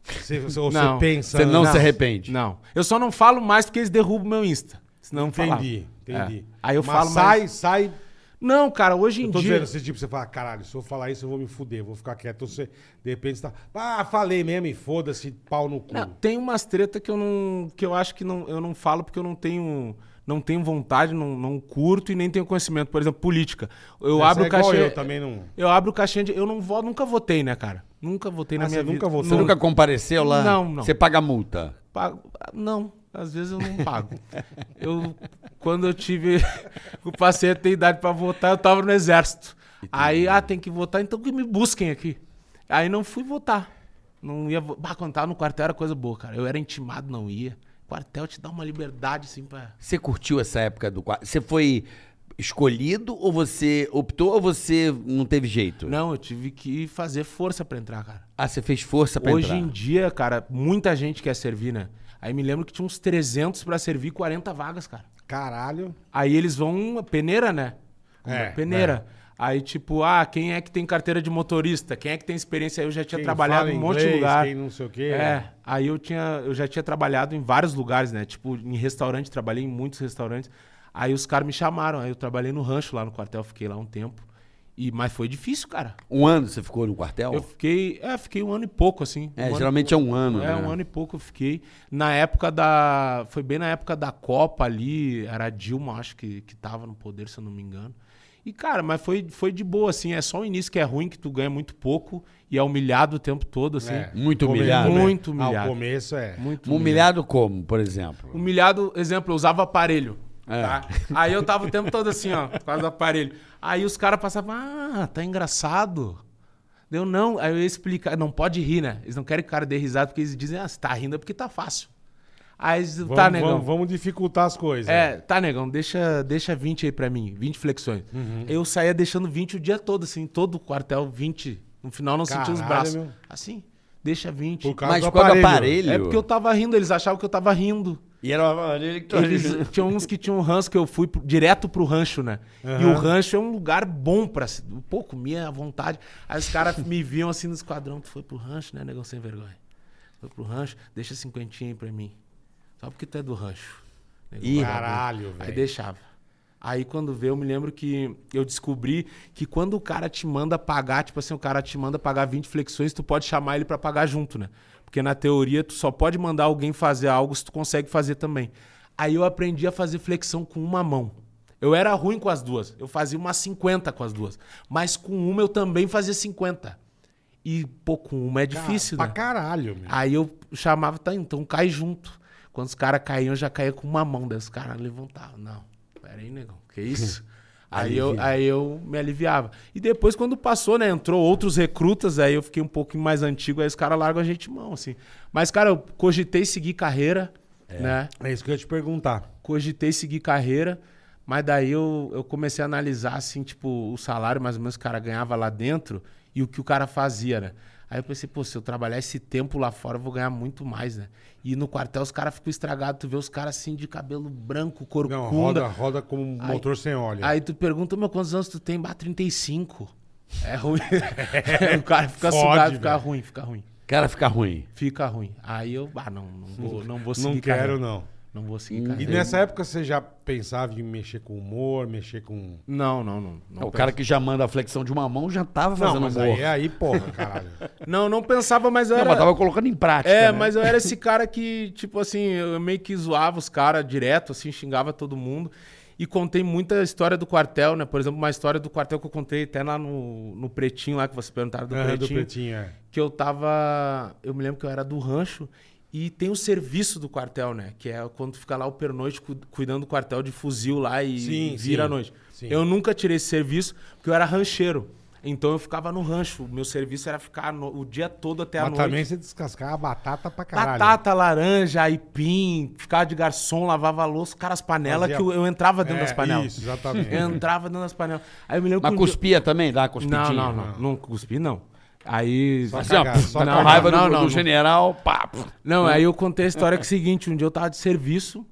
[SPEAKER 4] Você, você- ou
[SPEAKER 5] Não.
[SPEAKER 4] você pensa...
[SPEAKER 3] Você não, se arrepende.
[SPEAKER 5] não. Eu só não falo mais porque eles derrubam meu Insta. Senão eu falava.
[SPEAKER 4] Entendi, entendi.
[SPEAKER 5] É. Aí eu
[SPEAKER 4] Mas
[SPEAKER 5] falo
[SPEAKER 4] sai,
[SPEAKER 5] mais-
[SPEAKER 4] sai...
[SPEAKER 5] Não, cara, hoje em
[SPEAKER 4] Eu tô
[SPEAKER 5] dia.
[SPEAKER 4] dizendo, você, tipo, você fala, caralho, se eu falar isso, eu vou me fuder, vou ficar quieto. Então, Você, de repente, você tá... Ah, falei mesmo, e foda-se, pau no cu.
[SPEAKER 5] Não, tem umas treta que eu não. que eu acho que não, eu não falo porque eu não tenho. Não tenho vontade, não, não curto e nem tenho conhecimento. Por exemplo, política. Eu
[SPEAKER 4] Essa
[SPEAKER 5] abro
[SPEAKER 4] é
[SPEAKER 5] o
[SPEAKER 4] igual
[SPEAKER 5] caixinha.
[SPEAKER 4] eu também não-
[SPEAKER 5] Eu abro o caixinha de. Eu não vo, nunca votei, né, cara? Nunca votei na
[SPEAKER 4] Ah,
[SPEAKER 5] minha
[SPEAKER 4] você
[SPEAKER 5] vida.
[SPEAKER 4] nunca votou?
[SPEAKER 3] Você
[SPEAKER 5] Não,
[SPEAKER 3] nunca compareceu lá?
[SPEAKER 5] Não, não.
[SPEAKER 3] Você paga multa.
[SPEAKER 5] pago- Não, às vezes eu não pago. eu, quando eu tive. eu passei a ter idade pra votar, eu tava no exército.
[SPEAKER 3] um
[SPEAKER 5] Aí, ah, tem que votar, então que me busquem aqui. Aí não fui votar. Não ia. vo- Bah, quando tava no quartel era coisa boa, cara. Eu era intimado, não ia. Quartel te dá uma liberdade, assim, pra.
[SPEAKER 3] Você curtiu essa época do quarto? Você foi escolhido ou você optou ou você não teve jeito?
[SPEAKER 5] Não, eu tive que fazer força pra entrar, cara.
[SPEAKER 3] Ah, você fez força pra
[SPEAKER 5] Hoje
[SPEAKER 3] entrar?
[SPEAKER 5] em dia, cara, muita gente quer servir, né? Aí me lembro que tinha uns 300 pra servir 40 vagas, cara.
[SPEAKER 4] Caralho.
[SPEAKER 5] Aí eles vão. Peneira, né?
[SPEAKER 4] É,
[SPEAKER 5] peneira. Aí, tipo, ah, quem é que tem carteira de motorista? Quem é que tem experiência? Aí eu já tinha
[SPEAKER 4] Quem
[SPEAKER 5] trabalhado
[SPEAKER 4] fala
[SPEAKER 5] em um monte de
[SPEAKER 4] inglês,
[SPEAKER 5] lugar.
[SPEAKER 4] Quem não sei o quê.
[SPEAKER 5] É, aí eu, tinha, eu já tinha trabalhado em vários lugares, né? Tipo, em restaurante, trabalhei em muitos restaurantes. Aí os caras me chamaram, aí eu trabalhei no rancho lá no quartel, fiquei lá um tempo. E, mas foi difícil, cara.
[SPEAKER 3] Um ano você ficou no quartel?
[SPEAKER 5] Eu fiquei, é, fiquei um ano e pouco, assim. um
[SPEAKER 3] É,
[SPEAKER 5] ano e
[SPEAKER 3] geralmente é um ano,
[SPEAKER 5] é,
[SPEAKER 3] né?
[SPEAKER 5] um ano e pouco eu fiquei. Na época da. Foi bem na época da Copa ali, era a Dilma, acho que, que tava no poder, se eu não me engano. E, cara, mas foi, foi de boa, assim. É só o início que é ruim, que tu ganha muito pouco e é humilhado o tempo todo, assim.
[SPEAKER 4] É.
[SPEAKER 3] Muito
[SPEAKER 4] Come-
[SPEAKER 3] humilhado. né?
[SPEAKER 5] Muito
[SPEAKER 4] Ah,
[SPEAKER 5] humilhado.
[SPEAKER 4] o começo é...
[SPEAKER 5] Muito
[SPEAKER 3] Um Humilhado como, por
[SPEAKER 5] Um
[SPEAKER 3] exemplo?
[SPEAKER 5] Humilhado, exemplo, eu usava aparelho.
[SPEAKER 3] É.
[SPEAKER 5] tá? Aí eu tava o tempo todo assim, ó, por causa do aparelho. Aí os caras passavam, ah, tá engraçado. Deu não, aí eu ia explicar, não pode rir, né? Eles não querem que o cara dê risada porque eles dizem, ah, você tá rindo é porque tá fácil. Aí eles dizem,
[SPEAKER 4] Vamos,
[SPEAKER 5] tá, negão.
[SPEAKER 4] Vamos, vamos dificultar as coisas.
[SPEAKER 5] É, tá, negão, deixa, deixa 20 aí pra mim, 20 flexões.
[SPEAKER 4] Uhum.
[SPEAKER 5] Eu saía deixando 20 o dia todo, assim, todo o quartel, 20. No final não sentia os
[SPEAKER 4] Caralho,
[SPEAKER 5] braços.
[SPEAKER 4] meu.
[SPEAKER 5] Assim, deixa 20.
[SPEAKER 4] Por causa
[SPEAKER 3] Mas
[SPEAKER 4] do
[SPEAKER 3] quando
[SPEAKER 4] aparelho.
[SPEAKER 3] aparelho...
[SPEAKER 5] É porque eu tava rindo, eles achavam que eu tava rindo.
[SPEAKER 3] E era o aparelho que tu...
[SPEAKER 5] Eles, tinha uns que tinham um ranço que eu fui pro- direto pro rancho, né? E o rancho é um lugar bom pra se. Pô, comia à vontade. Aí os caras me viam assim no esquadrão: tu foi pro rancho, né, negão sem vergonha? Foi pro rancho, deixa cinquentinha aí pra mim. Só porque tu é do rancho. Negão
[SPEAKER 3] Ih,
[SPEAKER 5] vagabundo.
[SPEAKER 4] caralho,
[SPEAKER 5] Aí
[SPEAKER 4] velho.
[SPEAKER 5] deixava. Aí quando veio, eu me lembro que eu descobri que quando o cara te manda pagar, tipo assim, o cara te manda pagar 20 flexões, tu pode chamar ele pra pagar junto, né? Porque na teoria tu só pode mandar alguém fazer algo se tu consegue fazer também. Aí eu aprendi a fazer flexão com uma mão. Eu era ruim com as duas. Eu fazia umas 50 com as duas. Mas com uma eu também fazia 50. E, pô, com uma é difícil,
[SPEAKER 4] Ah, Pra
[SPEAKER 5] né?
[SPEAKER 4] caralho, meu.
[SPEAKER 5] Aí eu chamava, tá, então cai junto. Quando os caras caíam, eu já caía com uma mão. Daí os caras levantavam. Não, pera aí, negão, que isso? Aí eu, aí eu me aliviava. E depois, quando passou, né? Entrou outros recrutas, aí eu fiquei um pouquinho mais antigo, aí os caras largam a gente mão, assim. Mas, cara, eu cogitei seguir carreira, né?
[SPEAKER 4] É isso que eu ia te perguntar.
[SPEAKER 5] cogitei seguir carreira, mas daí eu, eu comecei a analisar, assim, tipo, o salário mais ou menos que o cara ganhava lá dentro e o que o cara fazia, né? Aí eu pensei, pô, se eu trabalhar esse tempo lá fora, eu vou ganhar muito mais, né? E no quartel os caras ficam estragados, tu vê os caras assim de cabelo branco, corcunda.
[SPEAKER 4] Não, roda, roda como um
[SPEAKER 5] né? Aí-
[SPEAKER 4] motor sem óleo.
[SPEAKER 5] Aí tu pergunta, meu, quantos anos tu tem? Bah, 35. É ruim. o cara fica
[SPEAKER 4] Fode,
[SPEAKER 5] sugado, fica
[SPEAKER 4] velho.
[SPEAKER 5] ruim, fica ruim.
[SPEAKER 3] Cara, fica ruim.
[SPEAKER 5] Fica ruim. Aí eu, ah, não, não vou, não vou seguir
[SPEAKER 4] não quero,
[SPEAKER 5] carreira. É.
[SPEAKER 4] não.
[SPEAKER 5] Não vou seguir carreira.
[SPEAKER 4] E nessa época você já pensava em mexer com humor, mexer com.
[SPEAKER 5] Não, não, não. não
[SPEAKER 3] É o cara que já manda a flexão de uma mão já tava
[SPEAKER 4] Não,
[SPEAKER 3] fazendo
[SPEAKER 4] mas
[SPEAKER 3] humor.
[SPEAKER 4] aí, aí, porra, caralho.
[SPEAKER 5] Não, não pensava, mas eu
[SPEAKER 3] Não,
[SPEAKER 5] era...
[SPEAKER 3] mas tava colocando em prática.
[SPEAKER 5] É,
[SPEAKER 3] né?
[SPEAKER 5] mas eu era esse cara que, tipo assim, eu meio que zoava os caras direto, assim, xingava todo mundo. E contei muita história do quartel, né? Por exemplo, uma história do quartel que eu contei até lá no, no Pretinho, lá que vocês perguntaram do,
[SPEAKER 4] Ah,
[SPEAKER 5] pretinho,
[SPEAKER 4] do pretinho, é.
[SPEAKER 5] Que eu tava... Eu me lembro que eu era do rancho e tem o serviço do quartel, né? Que é quando fica lá o pernoite cu- cuidando do quartel de fuzil lá e
[SPEAKER 4] Sim,
[SPEAKER 5] vira
[SPEAKER 4] sim,
[SPEAKER 5] à noite.
[SPEAKER 4] sim.
[SPEAKER 5] Eu nunca tirei esse serviço porque eu era rancheiro. Então eu ficava no rancho. O meu serviço era ficar no- o dia todo até a
[SPEAKER 4] Mas
[SPEAKER 5] noite.
[SPEAKER 4] também você descascava batata pra caralho.
[SPEAKER 5] Batata, laranja, aipim, ficava de garçom, lavava a louça, cara, as panelas
[SPEAKER 4] Fazia-
[SPEAKER 5] que eu, eu entrava dentro
[SPEAKER 4] É,
[SPEAKER 5] das panelas.
[SPEAKER 4] isso, exatamente.
[SPEAKER 5] Eu entrava dentro das panelas. Aí eu me lembro
[SPEAKER 3] Mas
[SPEAKER 5] que um dia-
[SPEAKER 3] cuspia também, dá uma cuspidinha.
[SPEAKER 5] Não, não, não, não cuspi não. Aí
[SPEAKER 4] Só
[SPEAKER 3] Assim, ó,
[SPEAKER 4] Cagar, só
[SPEAKER 3] tá
[SPEAKER 5] não,
[SPEAKER 3] com raiva
[SPEAKER 5] não,
[SPEAKER 3] do,
[SPEAKER 5] não,
[SPEAKER 3] do
[SPEAKER 5] não.
[SPEAKER 3] general, pá. pô.
[SPEAKER 5] Não, aí eu contei a história que é o seguinte, um dia eu tava de serviço,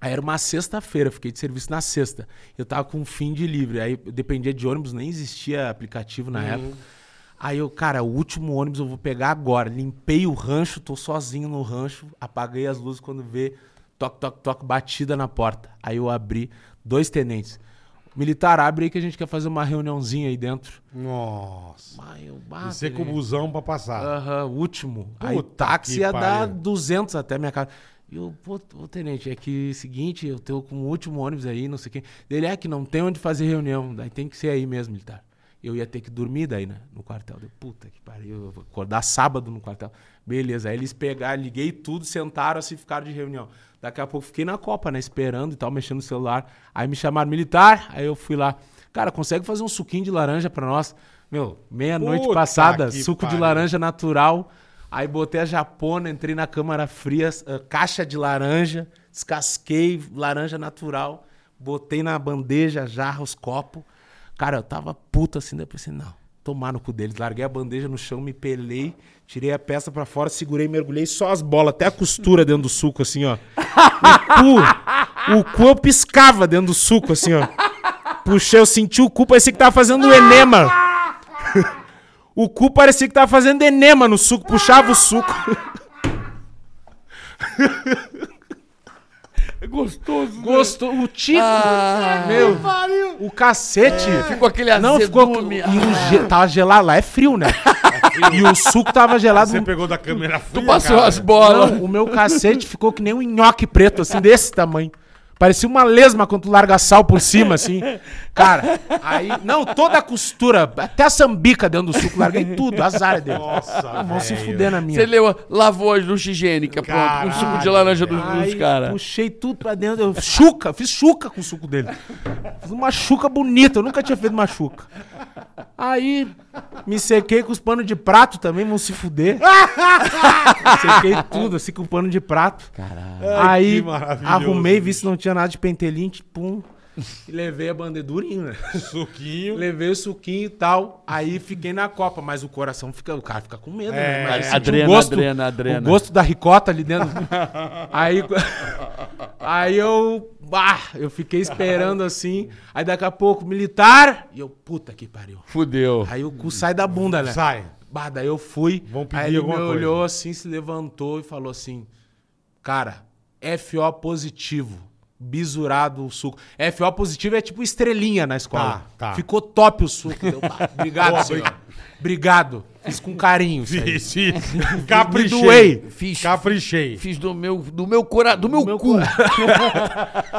[SPEAKER 5] aí era uma sexta-feira, eu fiquei de serviço na sexta. Eu tava com um fim de livre, aí eu dependia de ônibus, nem existia aplicativo na época. Aí eu, cara, o último ônibus eu vou pegar agora. Limpei o rancho, tô sozinho no rancho, apaguei as luzes quando vê toque, toque, toque, batida na porta. Aí eu abri, dois tenentes. Militar, abre aí que a gente quer fazer uma reuniãozinha aí dentro.
[SPEAKER 4] Nossa.
[SPEAKER 5] Ai, eu
[SPEAKER 4] E
[SPEAKER 5] bato.
[SPEAKER 4] você com o
[SPEAKER 5] gente.
[SPEAKER 4] busão pra passar.
[SPEAKER 5] Aham, último. aí o
[SPEAKER 4] Puta que
[SPEAKER 5] táxi ia dar
[SPEAKER 4] pariu.
[SPEAKER 5] 200 até minha casa. E eu, pô, ô, tenente, é que seguinte, eu tô com o último ônibus aí, não sei o quê. Ele é que não tem onde fazer reunião, daí tem que ser aí mesmo, militar. Eu ia ter que dormir daí, né? No quartel. Eu, puta que pariu, eu vou acordar sábado no quartel. Beleza, aí eles pegaram, liguei tudo, sentaram assim, ficaram de reunião. Daqui a pouco fiquei na Copa, né? Esperando e tal, mexendo no celular. Aí me chamaram militar, aí eu fui lá. Cara, consegue fazer um suquinho de laranja pra nós? Meu, meia-noite
[SPEAKER 4] Puta
[SPEAKER 5] passada,
[SPEAKER 4] que
[SPEAKER 5] suco de
[SPEAKER 4] pariu.
[SPEAKER 5] laranja laranja natural. Aí botei a japona, entrei na câmara fria, ah, caixa de laranja, descasquei laranja natural, botei na bandeja, a jarra, os copos. Cara, eu tava puto assim, daí eu pensei, não, tomar no cu deles. Larguei a bandeja no chão, me pelei, tirei a peça pra fora, segurei, mergulhei só as bolas, até a costura dentro do suco, assim, ó. O cu, o cu eu piscava dentro do suco, assim, ó. Puxei, eu senti o cu, parecia que tava fazendo enema. O cu parecia que tava fazendo enema no suco, puxava o suco.
[SPEAKER 3] É gostoso.
[SPEAKER 5] Gosto, o tico,
[SPEAKER 3] Ah.
[SPEAKER 5] meu, o cacete.
[SPEAKER 3] Ficou aquele
[SPEAKER 5] Não, ficou.
[SPEAKER 3] azedume.
[SPEAKER 5] E o ge- tava gelado, lá é frio, né? e o suco tava gelado.
[SPEAKER 4] Você pegou da câmera fria,
[SPEAKER 3] Tu passou
[SPEAKER 4] cara.
[SPEAKER 3] as bolas.
[SPEAKER 5] Não, o meu cacete ficou que nem um nhoque preto, assim, desse tamanho. Parecia uma lesma quando tu larga sal por cima, assim. Cara, aí. Não, toda a costura, até a sambica dentro do suco, larguei tudo, azar dele.
[SPEAKER 4] Nossa,
[SPEAKER 5] Vão se
[SPEAKER 4] velho.
[SPEAKER 5] fuder na minha.
[SPEAKER 3] Você leu, lavou as luzes higiênicas, pronto, com
[SPEAKER 4] Caralho.
[SPEAKER 3] o suco de laranja dos,
[SPEAKER 5] Aí
[SPEAKER 3] dos caras.
[SPEAKER 5] Puxei tudo pra dentro. Eu, chuca, fiz chuca com o suco dele. Fiz uma chuca bonita, eu nunca tinha feito uma chuca. Aí me sequei com os panos de prato também, vão se fuder. sequei tudo, assim, com pano de prato. Caralho.
[SPEAKER 4] Ai, que
[SPEAKER 5] Aí
[SPEAKER 4] maravilhoso,
[SPEAKER 5] arrumei, vi
[SPEAKER 4] bicho.
[SPEAKER 5] se não tinha nada de pentelinho, tipo, pum. E levei a bandeira durinho, né?
[SPEAKER 4] Suquinho.
[SPEAKER 5] Levei o suquinho e tal. Aí fiquei na Copa, mas o coração fica. O cara fica com medo,
[SPEAKER 4] É,
[SPEAKER 5] né? Mas senti
[SPEAKER 3] adrena,
[SPEAKER 5] o
[SPEAKER 3] adrena, adrena.
[SPEAKER 5] O gosto da ricota ali dentro. aí, aí eu. Bah, eu fiquei esperando assim. Aí daqui a pouco, militar. E eu, puta que pariu.
[SPEAKER 3] Fudeu.
[SPEAKER 5] Aí o cu sai da bunda, né?
[SPEAKER 4] Sai.
[SPEAKER 5] Bah, daí eu fui.
[SPEAKER 4] Vão pedir
[SPEAKER 5] aí ele me
[SPEAKER 4] alguma coisa.
[SPEAKER 5] olhou assim, se levantou e falou assim: Cara, FO positivo. Bisurado o suco. FO positivo é tipo estrelinha na escola.
[SPEAKER 4] Tá, tá.
[SPEAKER 5] Ficou top o suco. Deu, bah, obrigado,
[SPEAKER 4] Boa,
[SPEAKER 5] senhor. Obrigado. Fiz com carinho. isso aí.
[SPEAKER 4] Isso, isso. Caprichei.
[SPEAKER 5] Me doei.
[SPEAKER 3] Fiz,
[SPEAKER 4] Caprichei.
[SPEAKER 3] fiz do meu, do meu coração, do meu,
[SPEAKER 5] meu
[SPEAKER 3] cu.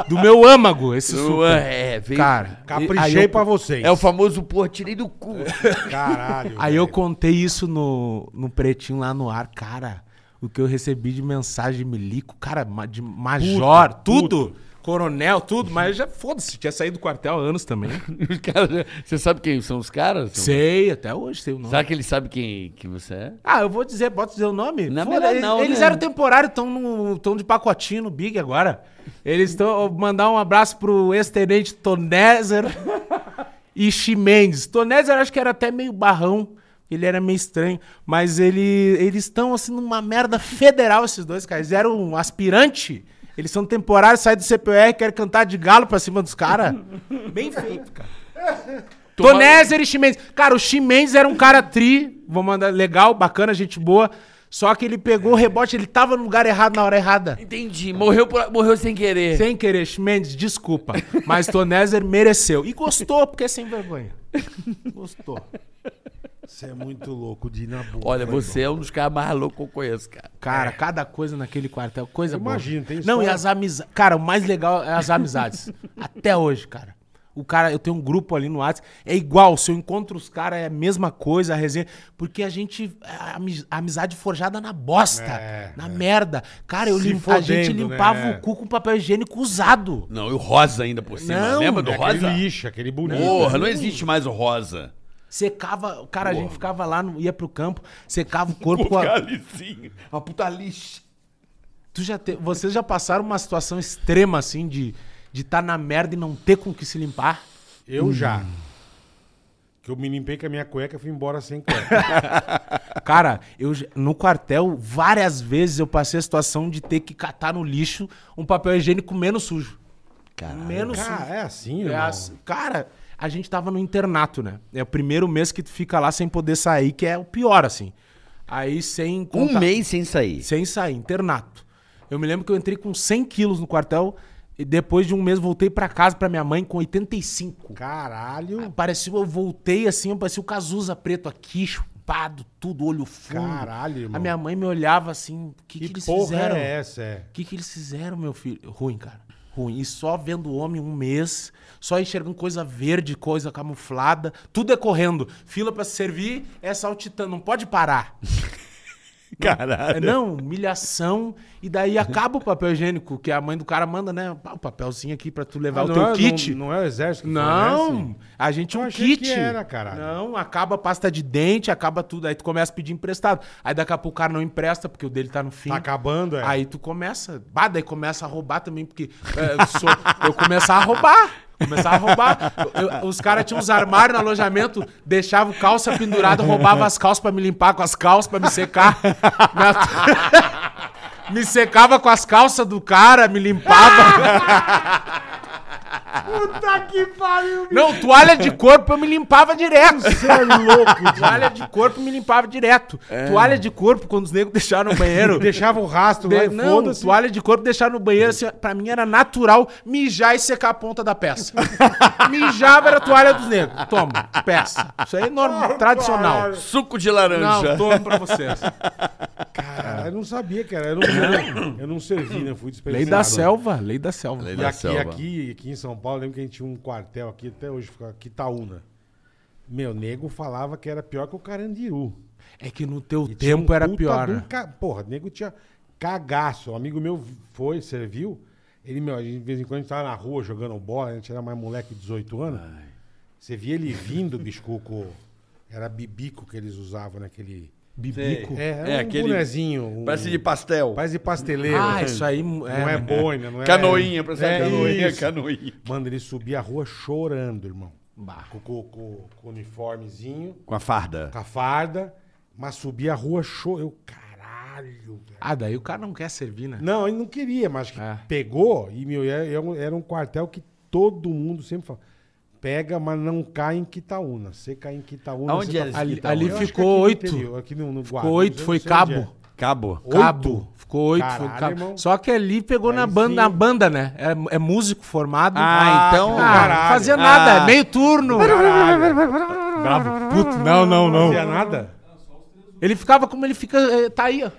[SPEAKER 5] Do meu âmago, esse
[SPEAKER 3] Do-
[SPEAKER 5] suco.
[SPEAKER 3] é, veio-
[SPEAKER 5] Cara,
[SPEAKER 4] Caprichei
[SPEAKER 5] aí eu,
[SPEAKER 4] pra vocês.
[SPEAKER 3] É o famoso, pô, tirei do cu.
[SPEAKER 4] Caralho.
[SPEAKER 5] Aí eu
[SPEAKER 4] velho.
[SPEAKER 5] contei isso no, no pretinho lá no ar, cara. O que eu recebi de mensagem de milico, cara, ma- de major,
[SPEAKER 4] Puto,
[SPEAKER 5] tudo. coronel, tudo, mas já foda-se, tinha saído do quartel há anos também. então.
[SPEAKER 1] Os caras- você sabe quem são os caras?
[SPEAKER 5] sei, até hoje sei o nome.
[SPEAKER 1] Será que ele sabe quem que você é?
[SPEAKER 5] Ah, eu vou dizer, posso dizer o nome?
[SPEAKER 1] Não,
[SPEAKER 5] Foda-
[SPEAKER 1] melhor não,
[SPEAKER 5] Eles
[SPEAKER 1] né?
[SPEAKER 5] eram temporários, estão de pacotinho no Big agora. Eles estão. Mandar um abraço pro ex-tenente Tonézer e Ximendes. Tonézer acho que era até meio barrão. Ele era meio estranho. Mas ele, eles estão, assim, numa merda federal, esses dois caras. Eles eram um aspirante. Eles são temporários, saem do CPR, querem cantar de galo pra cima dos caras. Bem feito, cara. Tonézer e Chimendes. Cara, o Chimendes era um cara tri, vou mandar, legal, bacana, gente boa. Só que ele pegou o rebote, ele tava no lugar errado na hora errada.
[SPEAKER 1] Entendi. Morreu, por- morreu sem querer.
[SPEAKER 5] Sem querer, Chimendes, desculpa. Mas Tonézer mereceu. E gostou, porque é sem vergonha. Gostou.
[SPEAKER 4] Você é muito louco de ir na boca.
[SPEAKER 1] Olha, você é um dos caras mais loucos que eu conheço, cara.
[SPEAKER 5] Cara, cada coisa naquele quartel,
[SPEAKER 4] É.
[SPEAKER 5] coisa
[SPEAKER 4] Eu
[SPEAKER 5] boa.
[SPEAKER 4] imagino, tem
[SPEAKER 5] Não, e
[SPEAKER 4] história.
[SPEAKER 5] as amizades. Cara, o mais legal é as amizades. Até hoje, cara. O cara, eu tenho um grupo ali no WhatsApp, é igual, se eu encontro os caras, é a mesma coisa, a resenha. Porque a gente. A ami- a amizade forjada na bosta,
[SPEAKER 4] É,
[SPEAKER 5] na merda. Cara, eu
[SPEAKER 4] Se
[SPEAKER 5] limpo- a gente
[SPEAKER 4] fodendo,
[SPEAKER 5] limpava
[SPEAKER 4] né?
[SPEAKER 5] o cu com papel higiênico usado.
[SPEAKER 3] Não, e o rosa ainda por cima.
[SPEAKER 5] Não,
[SPEAKER 3] Lembra do
[SPEAKER 4] É
[SPEAKER 3] rosa?
[SPEAKER 4] aquele lixo, aquele bonito.
[SPEAKER 3] Porra, não existe mais o rosa.
[SPEAKER 5] Secava, o cara, a gente ficava lá, no- ia pro campo, secava o corpo. com a-
[SPEAKER 3] calicinho. A puta lixa.
[SPEAKER 5] Tu já te- Vocês já passaram uma situação extrema, assim, de estar na merda e não ter com o que se limpar?
[SPEAKER 4] Eu já.
[SPEAKER 5] Hum.
[SPEAKER 4] Que eu me limpei com a minha cueca e fui embora sem cueca.
[SPEAKER 5] Cara, eu j- no quartel, várias vezes eu passei a situação de ter que catar no lixo um papel higiênico menos sujo. Menos
[SPEAKER 4] Cara,
[SPEAKER 5] sujo.
[SPEAKER 4] é assim,
[SPEAKER 5] É
[SPEAKER 4] irmão.
[SPEAKER 5] as- Cara, a gente tava no internato, né? É o primeiro mês que tu fica lá sem poder sair, que é o pior, assim. Aí sem
[SPEAKER 3] Um
[SPEAKER 5] conta-
[SPEAKER 3] mês sem sair.
[SPEAKER 5] Sem sair, internato. Eu me lembro que eu entrei com 100 quilos no quartel e depois de um mês voltei pra casa pra minha mãe com 85.
[SPEAKER 4] Caralho.
[SPEAKER 5] Parecia, eu voltei assim, eu parecia o Cazuza preto aqui, chupado, tudo, olho fundo.
[SPEAKER 4] Caralho, irmão.
[SPEAKER 5] A minha mãe me olhava assim, o que, que
[SPEAKER 4] Que,
[SPEAKER 5] eles
[SPEAKER 4] porra
[SPEAKER 5] fizeram?
[SPEAKER 4] é essa? É.
[SPEAKER 5] O que, que eles fizeram, meu filho? Ruim, cara. Ruim. E só vendo o homem um mês, só enxergando coisa verde, coisa camuflada, tudo é correndo. Fila pra se servir, é saltitando, não pode parar. É,
[SPEAKER 3] Caralho.
[SPEAKER 5] não, humilhação. E daí acaba o papel higiênico, que a mãe do cara manda, né? Ah, O papelzinho aqui pra tu levar
[SPEAKER 4] Ah,
[SPEAKER 5] o
[SPEAKER 4] não
[SPEAKER 5] teu
[SPEAKER 4] é-
[SPEAKER 5] kit.
[SPEAKER 4] Não, não é o exército que fornece?
[SPEAKER 5] Não, a gente tinha
[SPEAKER 4] Eu
[SPEAKER 5] um
[SPEAKER 4] achei
[SPEAKER 5] kit.
[SPEAKER 4] que era, caralho.
[SPEAKER 5] Não, acaba a pasta de dente, acaba tudo. Aí tu começa a pedir emprestado. Aí daqui a pouco o cara não empresta, porque o dele tá no fim.
[SPEAKER 4] Tá acabando, é.
[SPEAKER 5] Aí tu começa. Bah, daí começa a roubar também, porque é, eu sou- eu começar a roubar. Começar a roubar. Eu- eu- os caras tinham uns armários no alojamento, deixavam calça pendurada, roubava as calças pra me limpar com as calças, pra me secar. Me- Me secava com as calças do cara, me limpava.
[SPEAKER 4] Puta que pariu,
[SPEAKER 5] Não, toalha de corpo eu me limpava direto.
[SPEAKER 4] Você é louco,
[SPEAKER 5] Toalha de corpo me limpava direto. Toalha de corpo, quando os negros deixaram no banheiro.
[SPEAKER 4] Deixava o rastro lá
[SPEAKER 5] de,
[SPEAKER 4] e
[SPEAKER 5] não,
[SPEAKER 4] foda-se.
[SPEAKER 5] toalha de corpo deixaram no banheiro. Assim, pra mim era natural mijar e secar a ponta da peça. Mijava era a toalha dos negros. Toma, peça. Isso aí é normal,
[SPEAKER 4] Ah,
[SPEAKER 5] tradicional.
[SPEAKER 1] Suco de laranja.
[SPEAKER 5] Não, toma pra vocês.
[SPEAKER 4] Cara, eu não sabia que era. Eu não, eu não servi, né? Fui dispensado.
[SPEAKER 5] lei da selva.
[SPEAKER 1] é. Lei
[SPEAKER 4] E
[SPEAKER 1] da
[SPEAKER 4] aqui,
[SPEAKER 1] selva.
[SPEAKER 4] aqui, aqui em São Paulo, lembro que a gente tinha um quartel aqui, até hoje, fica aqui Itaúna. Meu, nego falava que era pior que o Carandiru.
[SPEAKER 5] É que no teu
[SPEAKER 4] E tinha
[SPEAKER 5] tempo
[SPEAKER 4] um
[SPEAKER 5] era
[SPEAKER 4] puta
[SPEAKER 5] pior.
[SPEAKER 4] de um
[SPEAKER 5] né?
[SPEAKER 4] ca- Porra, o nego tinha cagaço. Um amigo meu foi, serviu. Ele, meu, a gente, de vez em quando a gente tava na rua jogando bola, a gente era mais moleque de 18 anos. Você via ele vindo, biscoco. Era bibico que eles usavam naquele.
[SPEAKER 5] Bibico.
[SPEAKER 4] É, era
[SPEAKER 1] É,
[SPEAKER 4] um
[SPEAKER 1] aquele-
[SPEAKER 4] bonezinho. Um...
[SPEAKER 1] Parece de pastel.
[SPEAKER 4] Parece de pasteleiro.
[SPEAKER 5] Ah, isso aí é,
[SPEAKER 4] Não é boina, não é.
[SPEAKER 1] Canoinha, parece
[SPEAKER 4] É,
[SPEAKER 1] uma canoinha,
[SPEAKER 4] isso.
[SPEAKER 1] canoinha.
[SPEAKER 4] Mano, ele subia a rua chorando, irmão.
[SPEAKER 5] Bah.
[SPEAKER 4] Com, com, com, com o uniformezinho,
[SPEAKER 3] Com a farda.
[SPEAKER 4] com a farda, mas subia a rua chorando. Eu, caralho, velho.
[SPEAKER 5] Ah, daí o cara não quer servir, né?
[SPEAKER 4] Não, ele não queria, mas que
[SPEAKER 5] É.
[SPEAKER 4] pegou e meu, era, era um- era um quartel que todo mundo sempre fala. Pega, mas não cai em Quitaúna. Você cai em Quitaúna.
[SPEAKER 3] Aonde
[SPEAKER 4] você
[SPEAKER 3] era esse
[SPEAKER 5] Ali,
[SPEAKER 3] Tá
[SPEAKER 5] ali
[SPEAKER 4] Eu acho que
[SPEAKER 5] ficou
[SPEAKER 4] aqui no
[SPEAKER 5] oito.
[SPEAKER 4] interior, Aqui no, no Guarulhos,
[SPEAKER 5] Ficou oito,
[SPEAKER 4] eu
[SPEAKER 5] foi
[SPEAKER 4] não sei onde é.
[SPEAKER 5] cabo.
[SPEAKER 3] Cabo.
[SPEAKER 4] Oito?
[SPEAKER 5] Cabo. Ficou oito, foi
[SPEAKER 4] Caralho,
[SPEAKER 5] cabo.
[SPEAKER 4] irmão.
[SPEAKER 5] Só que ali pegou na
[SPEAKER 4] Aí
[SPEAKER 5] banda,
[SPEAKER 4] sim.
[SPEAKER 5] na banda, né? É, é músico formado.
[SPEAKER 3] Ah, então-
[SPEAKER 5] Ah, não
[SPEAKER 4] Caralho.
[SPEAKER 5] fazia nada,
[SPEAKER 3] Ah.
[SPEAKER 5] meio turno.
[SPEAKER 4] Caralho.
[SPEAKER 5] Bravo. Puto, não, não,
[SPEAKER 4] Não
[SPEAKER 5] não.
[SPEAKER 4] fazia nada?
[SPEAKER 5] Ele ficava como ele fica, eh, tá aí, ó.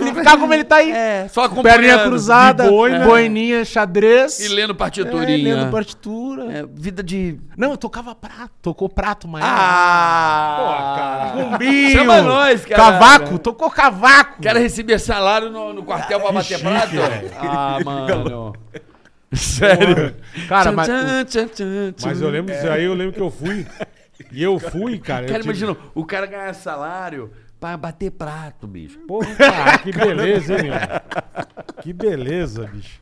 [SPEAKER 5] ele ficava como ele tá aí.
[SPEAKER 1] É, só acompanhando. né?
[SPEAKER 5] Perninha cruzada,
[SPEAKER 4] de boina.
[SPEAKER 5] boininha, xadrez.
[SPEAKER 1] E lendo
[SPEAKER 5] é,
[SPEAKER 1] partiturinha.
[SPEAKER 5] lendo partitura.
[SPEAKER 3] É, vida de.
[SPEAKER 5] Não, eu tocava prato. Tocou prato, mas...
[SPEAKER 1] Ah!
[SPEAKER 4] Pô, cara.
[SPEAKER 5] Bombinho.
[SPEAKER 1] Chama nós, cara.
[SPEAKER 5] Cavaco, tocou cavaco.
[SPEAKER 1] O cara recebia salário no, no quartel pra
[SPEAKER 4] Que
[SPEAKER 1] bater
[SPEAKER 4] chique,
[SPEAKER 1] prato?
[SPEAKER 4] velho.
[SPEAKER 1] Ah, mano. Sério?
[SPEAKER 5] Cara, mas
[SPEAKER 4] Mas eu lembro disso aí, eu lembro que eu fui. E eu fui, cara. eu
[SPEAKER 3] Cara,
[SPEAKER 4] tive-
[SPEAKER 3] imagina, o cara ganha salário pra bater prato, bicho.
[SPEAKER 4] Porra, cara, que beleza, hein, meu? Que beleza, bicho.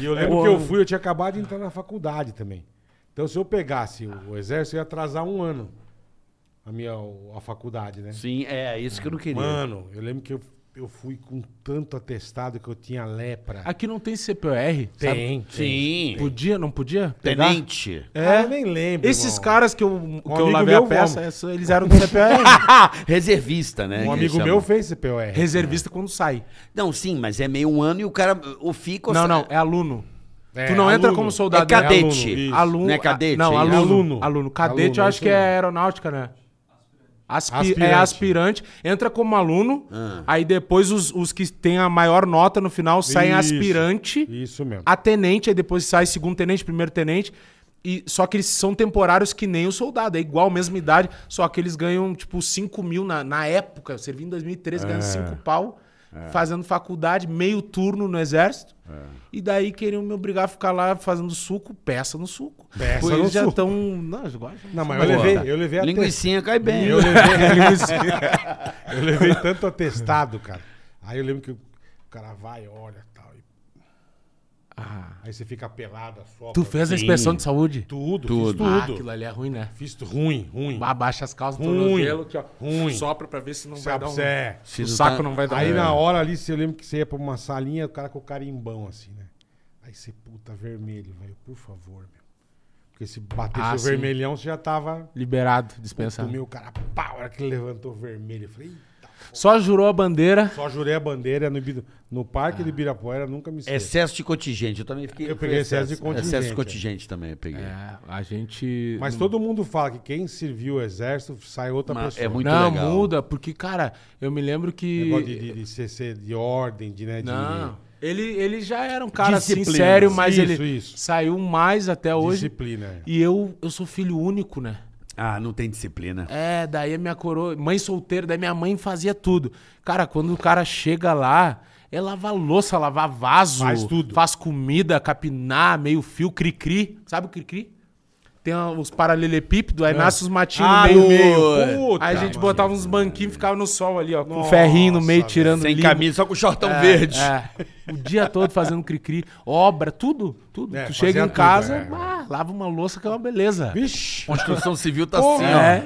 [SPEAKER 4] E eu lembro que eu fui, eu tinha acabado de entrar na faculdade também. Então, se eu pegasse o, o exército, eu ia atrasar um ano a minha a faculdade, né?
[SPEAKER 3] Sim, é isso que eu não queria.
[SPEAKER 4] Mano, eu lembro que eu, eu fui com tanto atestado que eu tinha lepra.
[SPEAKER 5] aqui não tem CPR. sabe?
[SPEAKER 4] Tem.
[SPEAKER 3] Sim.
[SPEAKER 5] Podia, não podia? pegar?
[SPEAKER 3] Tenente.
[SPEAKER 4] É, eu nem lembro.
[SPEAKER 5] Esses
[SPEAKER 4] irmão.
[SPEAKER 5] caras que eu, um que eu
[SPEAKER 4] amigo
[SPEAKER 5] lavei a
[SPEAKER 4] meu,
[SPEAKER 5] peça,
[SPEAKER 4] vamos.
[SPEAKER 5] essa- eles eram do CPR.
[SPEAKER 3] Reservista, né?
[SPEAKER 4] Um
[SPEAKER 3] que
[SPEAKER 4] amigo
[SPEAKER 3] eles
[SPEAKER 4] meu
[SPEAKER 3] chamam.
[SPEAKER 4] fez CPOR.
[SPEAKER 5] Reservista quando sai.
[SPEAKER 3] Não, sim, mas é meio um ano e o cara ou fica ou
[SPEAKER 5] Não,
[SPEAKER 3] sai.
[SPEAKER 5] não, é aluno.
[SPEAKER 4] É,
[SPEAKER 5] tu não entra
[SPEAKER 4] aluno.
[SPEAKER 5] como soldado.
[SPEAKER 3] É cadete.
[SPEAKER 5] né?
[SPEAKER 4] isso.
[SPEAKER 5] Aluno.
[SPEAKER 3] Não é cadete,
[SPEAKER 5] Não,
[SPEAKER 3] é isso?
[SPEAKER 5] aluno. Aluno.
[SPEAKER 4] Aluno.
[SPEAKER 5] Cadete
[SPEAKER 4] Aluno,
[SPEAKER 5] eu acho
[SPEAKER 4] isso
[SPEAKER 5] que é
[SPEAKER 4] mesmo.
[SPEAKER 5] aeronáutica, né? Aspi-
[SPEAKER 4] Aspirante.
[SPEAKER 5] É aspirante, entra como aluno, aí depois os, os que têm a maior nota no final
[SPEAKER 4] Isso.
[SPEAKER 5] saem aspirante
[SPEAKER 4] Isso mesmo.
[SPEAKER 5] a tenente, aí depois sai segundo tenente, primeiro tenente. E, só que eles são temporários que nem o soldado, é igual, mesma idade, só que eles ganham tipo 5 mil na, na época. Eu servi em 2013,
[SPEAKER 4] É.
[SPEAKER 5] ganhando 5 pau, fazendo faculdade, meio turno no exército.
[SPEAKER 4] É.
[SPEAKER 5] E daí queriam me obrigar a ficar lá fazendo suco, peça no suco.
[SPEAKER 4] Peça
[SPEAKER 5] Pois
[SPEAKER 4] no
[SPEAKER 5] eles já
[SPEAKER 4] suco.
[SPEAKER 5] estão. Não, eu gosto.
[SPEAKER 4] Não, mas eu levei, eu levei atestado.
[SPEAKER 3] Linguicinha cai bem.
[SPEAKER 5] É.
[SPEAKER 4] Eu levei, eu levei tanto atestado, cara. Aí eu lembro que o cara vai, olha tal, e
[SPEAKER 5] Ah,
[SPEAKER 4] Aí você fica pelado, sopra.
[SPEAKER 5] tu fez a inspeção de saúde?
[SPEAKER 4] tudo,
[SPEAKER 3] Tudo.
[SPEAKER 5] Ah,
[SPEAKER 4] fiz tudo.
[SPEAKER 5] aquilo ali é ruim, né?
[SPEAKER 4] Fiz tu- ruim, ruim.
[SPEAKER 5] Abaixa as calças,
[SPEAKER 4] Ruim.
[SPEAKER 5] tornozelo, aqui, ó.
[SPEAKER 4] Ruim.
[SPEAKER 5] Sopra pra ver se não vai
[SPEAKER 4] Sabe,
[SPEAKER 5] dar um...
[SPEAKER 4] cê é.
[SPEAKER 5] O
[SPEAKER 3] não
[SPEAKER 5] saco
[SPEAKER 3] tá-
[SPEAKER 5] não vai dar
[SPEAKER 4] Aí
[SPEAKER 5] um-
[SPEAKER 4] na hora ali, você- eu lembro que você ia pra uma salinha, o cara com o carimbão assim, né? Aí você, puta, vermelho, velho, por favor, meu. Porque se batesse
[SPEAKER 5] Ah,
[SPEAKER 4] o
[SPEAKER 5] sim. Tá.
[SPEAKER 4] vermelhão, você já tava.
[SPEAKER 5] Liberado, dispensado.
[SPEAKER 4] Comeu o cara, pá, a hora que ele levantou vermelho. Eu falei, eita.
[SPEAKER 5] Só jurou a bandeira.
[SPEAKER 4] Só jurei a bandeira é no, Ibiru- no
[SPEAKER 5] Ah.
[SPEAKER 4] parque do Ibirapuera, nunca
[SPEAKER 5] É
[SPEAKER 4] me esqueci.
[SPEAKER 3] Excesso de contingente. Eu também fiquei.
[SPEAKER 4] Eu peguei excesso de
[SPEAKER 3] Excesso
[SPEAKER 4] contingente,
[SPEAKER 3] de
[SPEAKER 4] é.
[SPEAKER 3] contingente também, eu peguei.
[SPEAKER 5] É, a gente.
[SPEAKER 4] Mas todo mundo fala que quem serviu o exército sai outra
[SPEAKER 3] Mas
[SPEAKER 4] pessoa.
[SPEAKER 3] é muito
[SPEAKER 5] não,
[SPEAKER 3] legal.
[SPEAKER 5] muda, porque, cara, eu me lembro que.
[SPEAKER 4] Negócio de, de, de ser, ser de ordem, de, né? de-
[SPEAKER 5] Não. Ele, ele já era um cara assim,
[SPEAKER 3] Disciplina.
[SPEAKER 5] sério, mas
[SPEAKER 4] Isso,
[SPEAKER 5] ele
[SPEAKER 4] isso.
[SPEAKER 5] saiu mais até hoje.
[SPEAKER 4] Disciplina. é.
[SPEAKER 5] E eu, eu sou filho único, né?
[SPEAKER 3] Ah, não tem disciplina.
[SPEAKER 5] É, daí a minha coroa. Mãe solteira, daí minha mãe fazia tudo. Cara, quando o cara chega lá, é lavar louça, lavar vaso.
[SPEAKER 4] Faz tudo.
[SPEAKER 5] Faz comida, capinar, meio fio, cri-cri. Sabe o cri-cri? Tem a- os paralelepípedos,
[SPEAKER 4] É.
[SPEAKER 5] aí nasce os matinhos
[SPEAKER 3] Ah,
[SPEAKER 5] no meio.
[SPEAKER 3] no meio.
[SPEAKER 4] Puta,
[SPEAKER 5] aí a gente
[SPEAKER 4] mano.
[SPEAKER 5] botava uns banquinhos e ficava no sol ali, ó. Com
[SPEAKER 4] Nossa,
[SPEAKER 5] ferrinho no meio,
[SPEAKER 4] velho.
[SPEAKER 5] tirando
[SPEAKER 3] Sem
[SPEAKER 5] limo.
[SPEAKER 3] camisa, só com shortão verde.
[SPEAKER 5] É, o dia todo fazendo cri-cri, obra, tudo, tudo.
[SPEAKER 4] É,
[SPEAKER 5] tu
[SPEAKER 4] fazia
[SPEAKER 5] chega em
[SPEAKER 4] tudo,
[SPEAKER 5] casa,
[SPEAKER 4] é.
[SPEAKER 5] ah, lava uma louça que é uma beleza.
[SPEAKER 4] Vixe!
[SPEAKER 3] Construção civil tá assim,
[SPEAKER 4] Porra.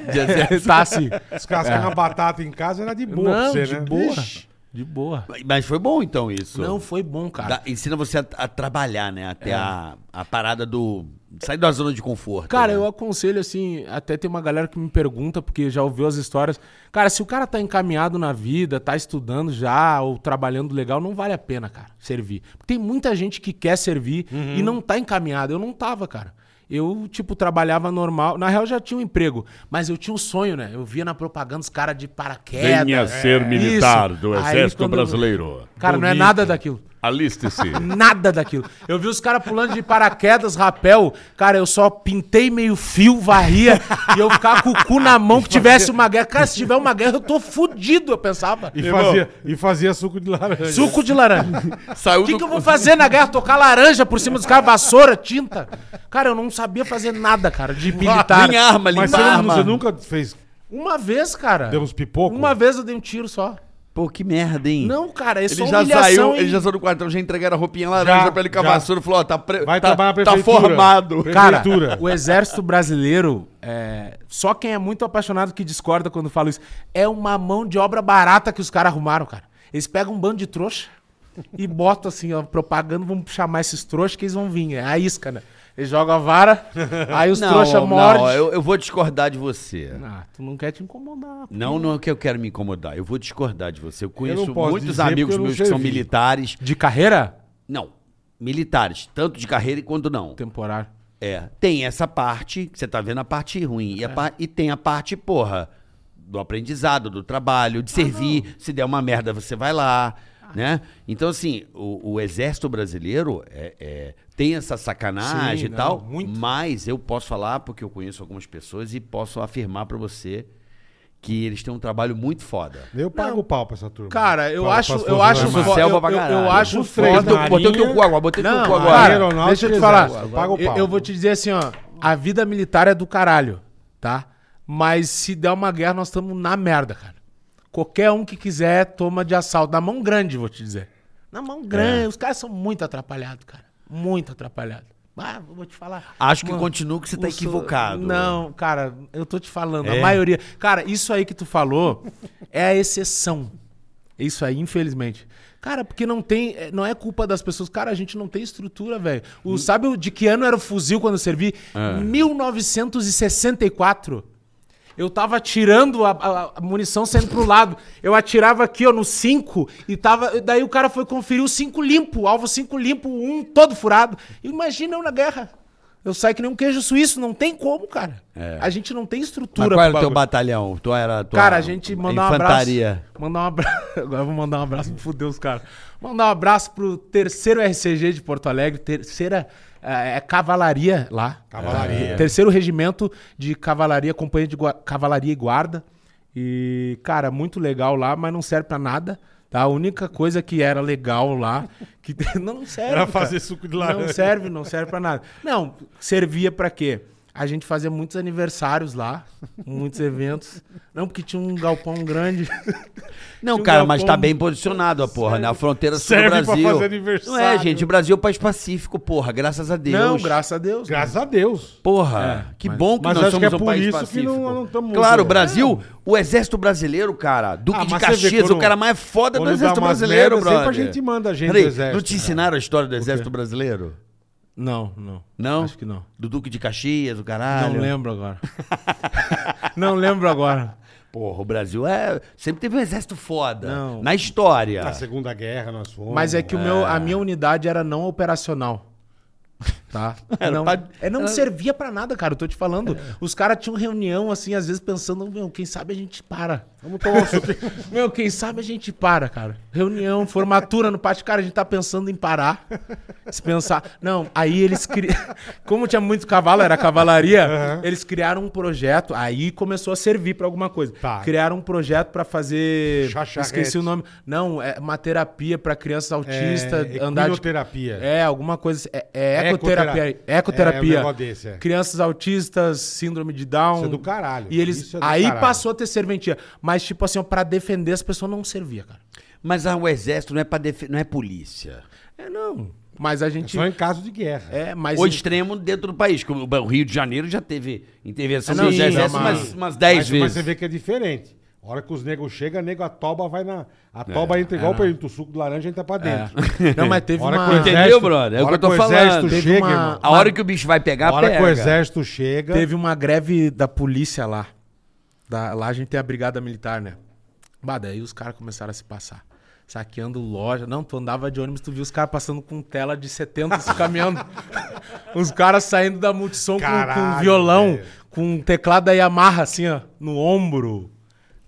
[SPEAKER 3] ó. De
[SPEAKER 5] É,
[SPEAKER 3] exército.
[SPEAKER 5] tá assim.
[SPEAKER 4] Descascar uma batata em casa era de boa pra
[SPEAKER 5] Não,
[SPEAKER 4] você,
[SPEAKER 5] de
[SPEAKER 4] né?
[SPEAKER 5] boa.
[SPEAKER 4] Vixe.
[SPEAKER 5] De boa.
[SPEAKER 3] Mas foi bom então isso.
[SPEAKER 5] Não, foi bom, cara.
[SPEAKER 3] Dá- ensina você a, a trabalhar, né? Até
[SPEAKER 4] É.
[SPEAKER 3] a, a parada do. Sair da zona de conforto.
[SPEAKER 5] Cara,
[SPEAKER 3] né?
[SPEAKER 5] eu aconselho, assim, até tem uma galera que me pergunta, porque já ouviu as histórias. Cara, se o cara tá encaminhado na vida, tá estudando já, ou trabalhando legal, não vale a pena, cara, servir. Tem muita gente que quer servir e não tá encaminhado. Eu não tava, cara. Eu, tipo, trabalhava normal. Na real, já tinha um emprego, mas eu tinha um sonho, né? Eu via na propaganda os caras de paraquedas.
[SPEAKER 6] Venha ser
[SPEAKER 5] É.
[SPEAKER 6] militar
[SPEAKER 5] Isso.
[SPEAKER 6] do
[SPEAKER 5] Aí,
[SPEAKER 6] Exército
[SPEAKER 5] quando-
[SPEAKER 6] Brasileiro.
[SPEAKER 5] Cara, não é nada daquilo.
[SPEAKER 6] Aliste-se.
[SPEAKER 5] Nada daquilo. Eu vi os caras pulando de paraquedas, rapel. Cara, eu só pintei meio fio, varria e eu ficava com o cu na mão que tivesse uma guerra. Cara, se tiver uma guerra, eu tô fudido, eu pensava.
[SPEAKER 4] E fazia, e fazia suco de laranja.
[SPEAKER 5] Suco de laranja.
[SPEAKER 3] Saiu
[SPEAKER 5] O que,
[SPEAKER 3] do-
[SPEAKER 5] que eu vou fazer na guerra? Tocar laranja por cima dos caras, vassoura, tinta. Cara, eu não sabia fazer nada, cara, de militar.
[SPEAKER 3] Nem arma,
[SPEAKER 4] Mas
[SPEAKER 3] limpa
[SPEAKER 4] você, não-
[SPEAKER 3] arma.
[SPEAKER 4] você nunca fez.
[SPEAKER 5] Uma vez, cara.
[SPEAKER 4] Deu uns pipoco?
[SPEAKER 5] Uma vez eu dei um tiro só.
[SPEAKER 3] Pô, que merda, hein?
[SPEAKER 5] Não, cara, é só
[SPEAKER 3] Ele já
[SPEAKER 5] humilhação
[SPEAKER 3] saiu,
[SPEAKER 5] e-
[SPEAKER 3] ele já saiu do quartão, já entregaram a roupinha laranja
[SPEAKER 4] Já,
[SPEAKER 3] pra ele com a
[SPEAKER 4] já.
[SPEAKER 3] vassoura. Falou, ó, tá, pre...
[SPEAKER 4] Vai
[SPEAKER 3] tá,
[SPEAKER 4] trabalhar na
[SPEAKER 3] tá
[SPEAKER 4] prefeitura.
[SPEAKER 3] formado.
[SPEAKER 5] Cara,
[SPEAKER 4] Prefeitura.
[SPEAKER 5] o exército brasileiro, é, só quem é muito apaixonado que discorda quando fala isso, é uma mão de obra barata que os caras arrumaram, cara. Eles pegam um bando de trouxa e botam assim, ó, propaganda, vamos chamar esses trouxas que eles vão vir, é a isca, né? Eles jogam a vara, aí os trouxas mordem.
[SPEAKER 3] eu, eu vou discordar de você.
[SPEAKER 5] Ah, tu não quer te incomodar.
[SPEAKER 3] Não, não é que eu quero me incomodar. Eu vou discordar de você. Eu conheço
[SPEAKER 4] não posso
[SPEAKER 3] muitos
[SPEAKER 4] dizer porque
[SPEAKER 3] amigos
[SPEAKER 4] eu não
[SPEAKER 3] meus que são
[SPEAKER 4] servi.
[SPEAKER 3] militares.
[SPEAKER 5] De carreira?
[SPEAKER 3] Não, militares, tanto de carreira quanto não.
[SPEAKER 5] Temporário.
[SPEAKER 3] É, tem essa parte, que você tá vendo a parte ruim,
[SPEAKER 5] É.
[SPEAKER 3] e, a par- e tem a parte, porra, do aprendizado, do trabalho, de
[SPEAKER 5] Ah,
[SPEAKER 3] servir, se der uma merda você vai lá, né? Então, assim, o, o exército brasileiro é- é, tem essa sacanagem
[SPEAKER 5] Sim,
[SPEAKER 3] e
[SPEAKER 5] não,
[SPEAKER 3] tal,
[SPEAKER 5] muito.
[SPEAKER 3] mas eu posso falar, porque eu conheço algumas pessoas, e posso afirmar pra você que eles têm um trabalho muito foda.
[SPEAKER 4] Eu pago o pau pra essa turma.
[SPEAKER 5] Cara, eu
[SPEAKER 4] Para-
[SPEAKER 5] acho,
[SPEAKER 4] para as
[SPEAKER 5] eu
[SPEAKER 4] forças
[SPEAKER 5] acho,
[SPEAKER 4] armadas.
[SPEAKER 5] fo- eu,
[SPEAKER 3] Selva é pra
[SPEAKER 5] eu, eu
[SPEAKER 3] caralho.
[SPEAKER 5] acho
[SPEAKER 4] Os três
[SPEAKER 5] foda.
[SPEAKER 4] da
[SPEAKER 1] Botei, botei o teu
[SPEAKER 4] Marinha.
[SPEAKER 1] cu agora, botei o teu cu
[SPEAKER 5] Não,
[SPEAKER 1] agora.
[SPEAKER 5] cara,
[SPEAKER 4] Aeronáutica
[SPEAKER 5] deixa eu te
[SPEAKER 4] e
[SPEAKER 5] falar.
[SPEAKER 4] é exército. Paga o
[SPEAKER 5] Eu,
[SPEAKER 4] pau.
[SPEAKER 5] eu vou te dizer assim, ó. A vida militar é do caralho, tá? Mas se der uma guerra, nós estamos na merda, cara. Qualquer um que quiser, toma de assalto. Na mão grande, vou te dizer. Na mão
[SPEAKER 3] É.
[SPEAKER 5] grande. Os caras são muito atrapalhados, cara. Muito atrapalhados. Ah, vou te falar.
[SPEAKER 3] Acho que
[SPEAKER 5] Mano,
[SPEAKER 3] continua que você tá
[SPEAKER 5] o so-
[SPEAKER 3] equivocado.
[SPEAKER 5] Não, cara, eu tô te falando. A maioria. Cara, isso aí que tu falou é a exceção. Isso aí, infelizmente. Cara, porque não tem. é, Não é culpa das pessoas. Cara, a gente não tem estrutura, velho. O- Sabe o- de que ano era o fuzil quando eu servi? 1964. Eu tava atirando a, a- a munição saindo pro lado. Eu atirava aqui, ó, no 5 e tava. Daí o cara foi conferir o 5 limpo, alvo 5 limpo, um todo furado. Imagina eu na guerra. Eu saio que nem um queijo suíço, não tem como, cara. A gente não tem
[SPEAKER 3] Mas
[SPEAKER 5] estrutura
[SPEAKER 3] qual era o
[SPEAKER 5] pro
[SPEAKER 3] teu
[SPEAKER 5] bagulho.
[SPEAKER 3] batalhão? Tu era tua
[SPEAKER 5] Cara, a gente mandar um
[SPEAKER 3] infantaria.
[SPEAKER 5] abraço. Mandar um abraço. Agora eu vou mandar um abraço pro Deus, cara. Mandar um abraço pro terceiro RCG de Porto Alegre, terceira eh, é, cavalaria lá.
[SPEAKER 4] Cavalaria.
[SPEAKER 5] É, terceiro regimento de cavalaria, companhia de gua- cavalaria e guarda. E, cara, muito legal lá, mas não serve pra nada. Tá? A única coisa que era legal lá, que não serve.
[SPEAKER 4] Era
[SPEAKER 5] cara.
[SPEAKER 4] fazer suco de laranja.
[SPEAKER 5] Não serve, não serve pra nada. Não, servia pra quê? A gente fazia muitos aniversários lá, muitos eventos. Não, porque tinha um galpão grande.
[SPEAKER 3] Não,
[SPEAKER 5] Tinha um
[SPEAKER 3] cara, mas tá
[SPEAKER 5] galpão-
[SPEAKER 3] bem posicionado a porra, né? A fronteira sul do
[SPEAKER 4] serve pra
[SPEAKER 3] Brasil.
[SPEAKER 4] fazer aniversário.
[SPEAKER 3] Não é, gente, o Brasil é o país pacífico, porra, graças a Deus.
[SPEAKER 5] Não, graças a Deus.
[SPEAKER 4] Graças a Deus.
[SPEAKER 3] Porra, que bom que
[SPEAKER 4] mas
[SPEAKER 3] nós
[SPEAKER 4] acho que
[SPEAKER 3] somos
[SPEAKER 4] é
[SPEAKER 3] um
[SPEAKER 4] por
[SPEAKER 3] país
[SPEAKER 4] isso que
[SPEAKER 3] pacífico.
[SPEAKER 4] não- não tamo-
[SPEAKER 3] claro, o
[SPEAKER 4] É.
[SPEAKER 3] Brasil, o exército brasileiro, cara, Duque
[SPEAKER 4] Ah,
[SPEAKER 3] de
[SPEAKER 4] mas você vê
[SPEAKER 3] Caxias,
[SPEAKER 4] quando-
[SPEAKER 3] o cara mais foda do
[SPEAKER 4] quando dá
[SPEAKER 3] exército
[SPEAKER 4] umas
[SPEAKER 3] brasileiro,
[SPEAKER 4] merda,
[SPEAKER 3] brother.
[SPEAKER 4] sempre a gente manda a gente do exército, né?
[SPEAKER 3] Não te
[SPEAKER 4] cara.
[SPEAKER 3] ensinaram a história do exército brasileiro?
[SPEAKER 5] Não, não.
[SPEAKER 3] Não?
[SPEAKER 5] Acho que não.
[SPEAKER 3] Do Duque de Caxias, o
[SPEAKER 5] Não
[SPEAKER 3] caralho.
[SPEAKER 5] lembro agora. não lembro agora.
[SPEAKER 3] Porra, o Brasil é... sempre teve um exército foda.
[SPEAKER 5] Não.
[SPEAKER 3] Na história.
[SPEAKER 5] É.
[SPEAKER 4] Na Segunda Guerra nós fomos.
[SPEAKER 5] Mas é que o meu, a minha unidade era não operacional. Tá?
[SPEAKER 3] Era
[SPEAKER 5] não,
[SPEAKER 3] pra-
[SPEAKER 5] é, não
[SPEAKER 3] era- É.
[SPEAKER 5] servia pra nada, cara. Eu tô te falando. Os caras tinham reunião, assim, às vezes pensando, meu, quem sabe a gente para.
[SPEAKER 4] Vamos tomar um suco.
[SPEAKER 5] Meu, quem sabe a gente para, cara. Reunião, formatura no pátio, cara, a gente tá pensando em parar. Se pensar. Não, aí eles criaram. Como tinha muito cavalo, era cavalaria, eles criaram um projeto. Aí começou a servir pra alguma coisa.
[SPEAKER 4] Tá.
[SPEAKER 5] Criaram um projeto pra fazer.
[SPEAKER 4] Chacharrete.
[SPEAKER 5] Esqueci o nome. Não, é uma terapia pra crianças autistas.
[SPEAKER 4] É,
[SPEAKER 5] andar de...
[SPEAKER 4] equinoterapia.
[SPEAKER 5] É, alguma coisa. assim. É, é
[SPEAKER 4] Ecotera-
[SPEAKER 5] ecoterapia.
[SPEAKER 4] É, é
[SPEAKER 5] Ecoterapia.
[SPEAKER 4] um negócio desse, é.
[SPEAKER 5] Crianças autistas, síndrome de Down.
[SPEAKER 4] Isso é do caralho.
[SPEAKER 5] E eles.
[SPEAKER 4] Isso é do
[SPEAKER 5] aí
[SPEAKER 4] caralho.
[SPEAKER 5] passou a ter serventia. Mas, tipo assim, ó, pra defender as pessoas não servia, cara.
[SPEAKER 3] Mas ah, o exército não é, pra defe... não é polícia.
[SPEAKER 5] É, não. Mas a gente.
[SPEAKER 4] É Só em caso de guerra.
[SPEAKER 5] É, mas.
[SPEAKER 3] o extremo dentro do país. como O Rio de Janeiro já teve intervenção
[SPEAKER 5] Ah,
[SPEAKER 3] do
[SPEAKER 5] não, sim,
[SPEAKER 3] exército
[SPEAKER 5] é uma-
[SPEAKER 3] umas, umas 10
[SPEAKER 4] mas,
[SPEAKER 3] vezes.
[SPEAKER 4] mas você vê que é diferente. A hora que os negros chegam, nego, a toba vai na.
[SPEAKER 3] É,
[SPEAKER 4] A toba entra igual pra dentro, o suco de laranja entra pra dentro.
[SPEAKER 5] Não, mas teve
[SPEAKER 4] A hora
[SPEAKER 5] uma.
[SPEAKER 4] que o
[SPEAKER 3] Entendeu,
[SPEAKER 4] exército-
[SPEAKER 3] brother? É o
[SPEAKER 4] a
[SPEAKER 3] que
[SPEAKER 4] hora
[SPEAKER 3] eu tô
[SPEAKER 4] que o
[SPEAKER 3] falando.
[SPEAKER 4] exército
[SPEAKER 5] Teve
[SPEAKER 4] chega,
[SPEAKER 5] uma-
[SPEAKER 4] irmão.
[SPEAKER 3] A hora que o bicho vai pegar,
[SPEAKER 4] A é hora
[SPEAKER 3] pega.
[SPEAKER 4] que o exército chega.
[SPEAKER 5] Teve uma greve da polícia lá. Da- lá a gente tem a brigada militar, né? Bah, daí os caras começaram a se passar. Saqueando loja. Não, tu andava de ônibus, tu viu os caras passando com tela de 70 se caminhando. os caras saindo da multissom com- com,
[SPEAKER 4] Caralho,
[SPEAKER 5] violão,
[SPEAKER 4] velho.
[SPEAKER 5] com um teclado da Yamaha, assim, ó, no ombro.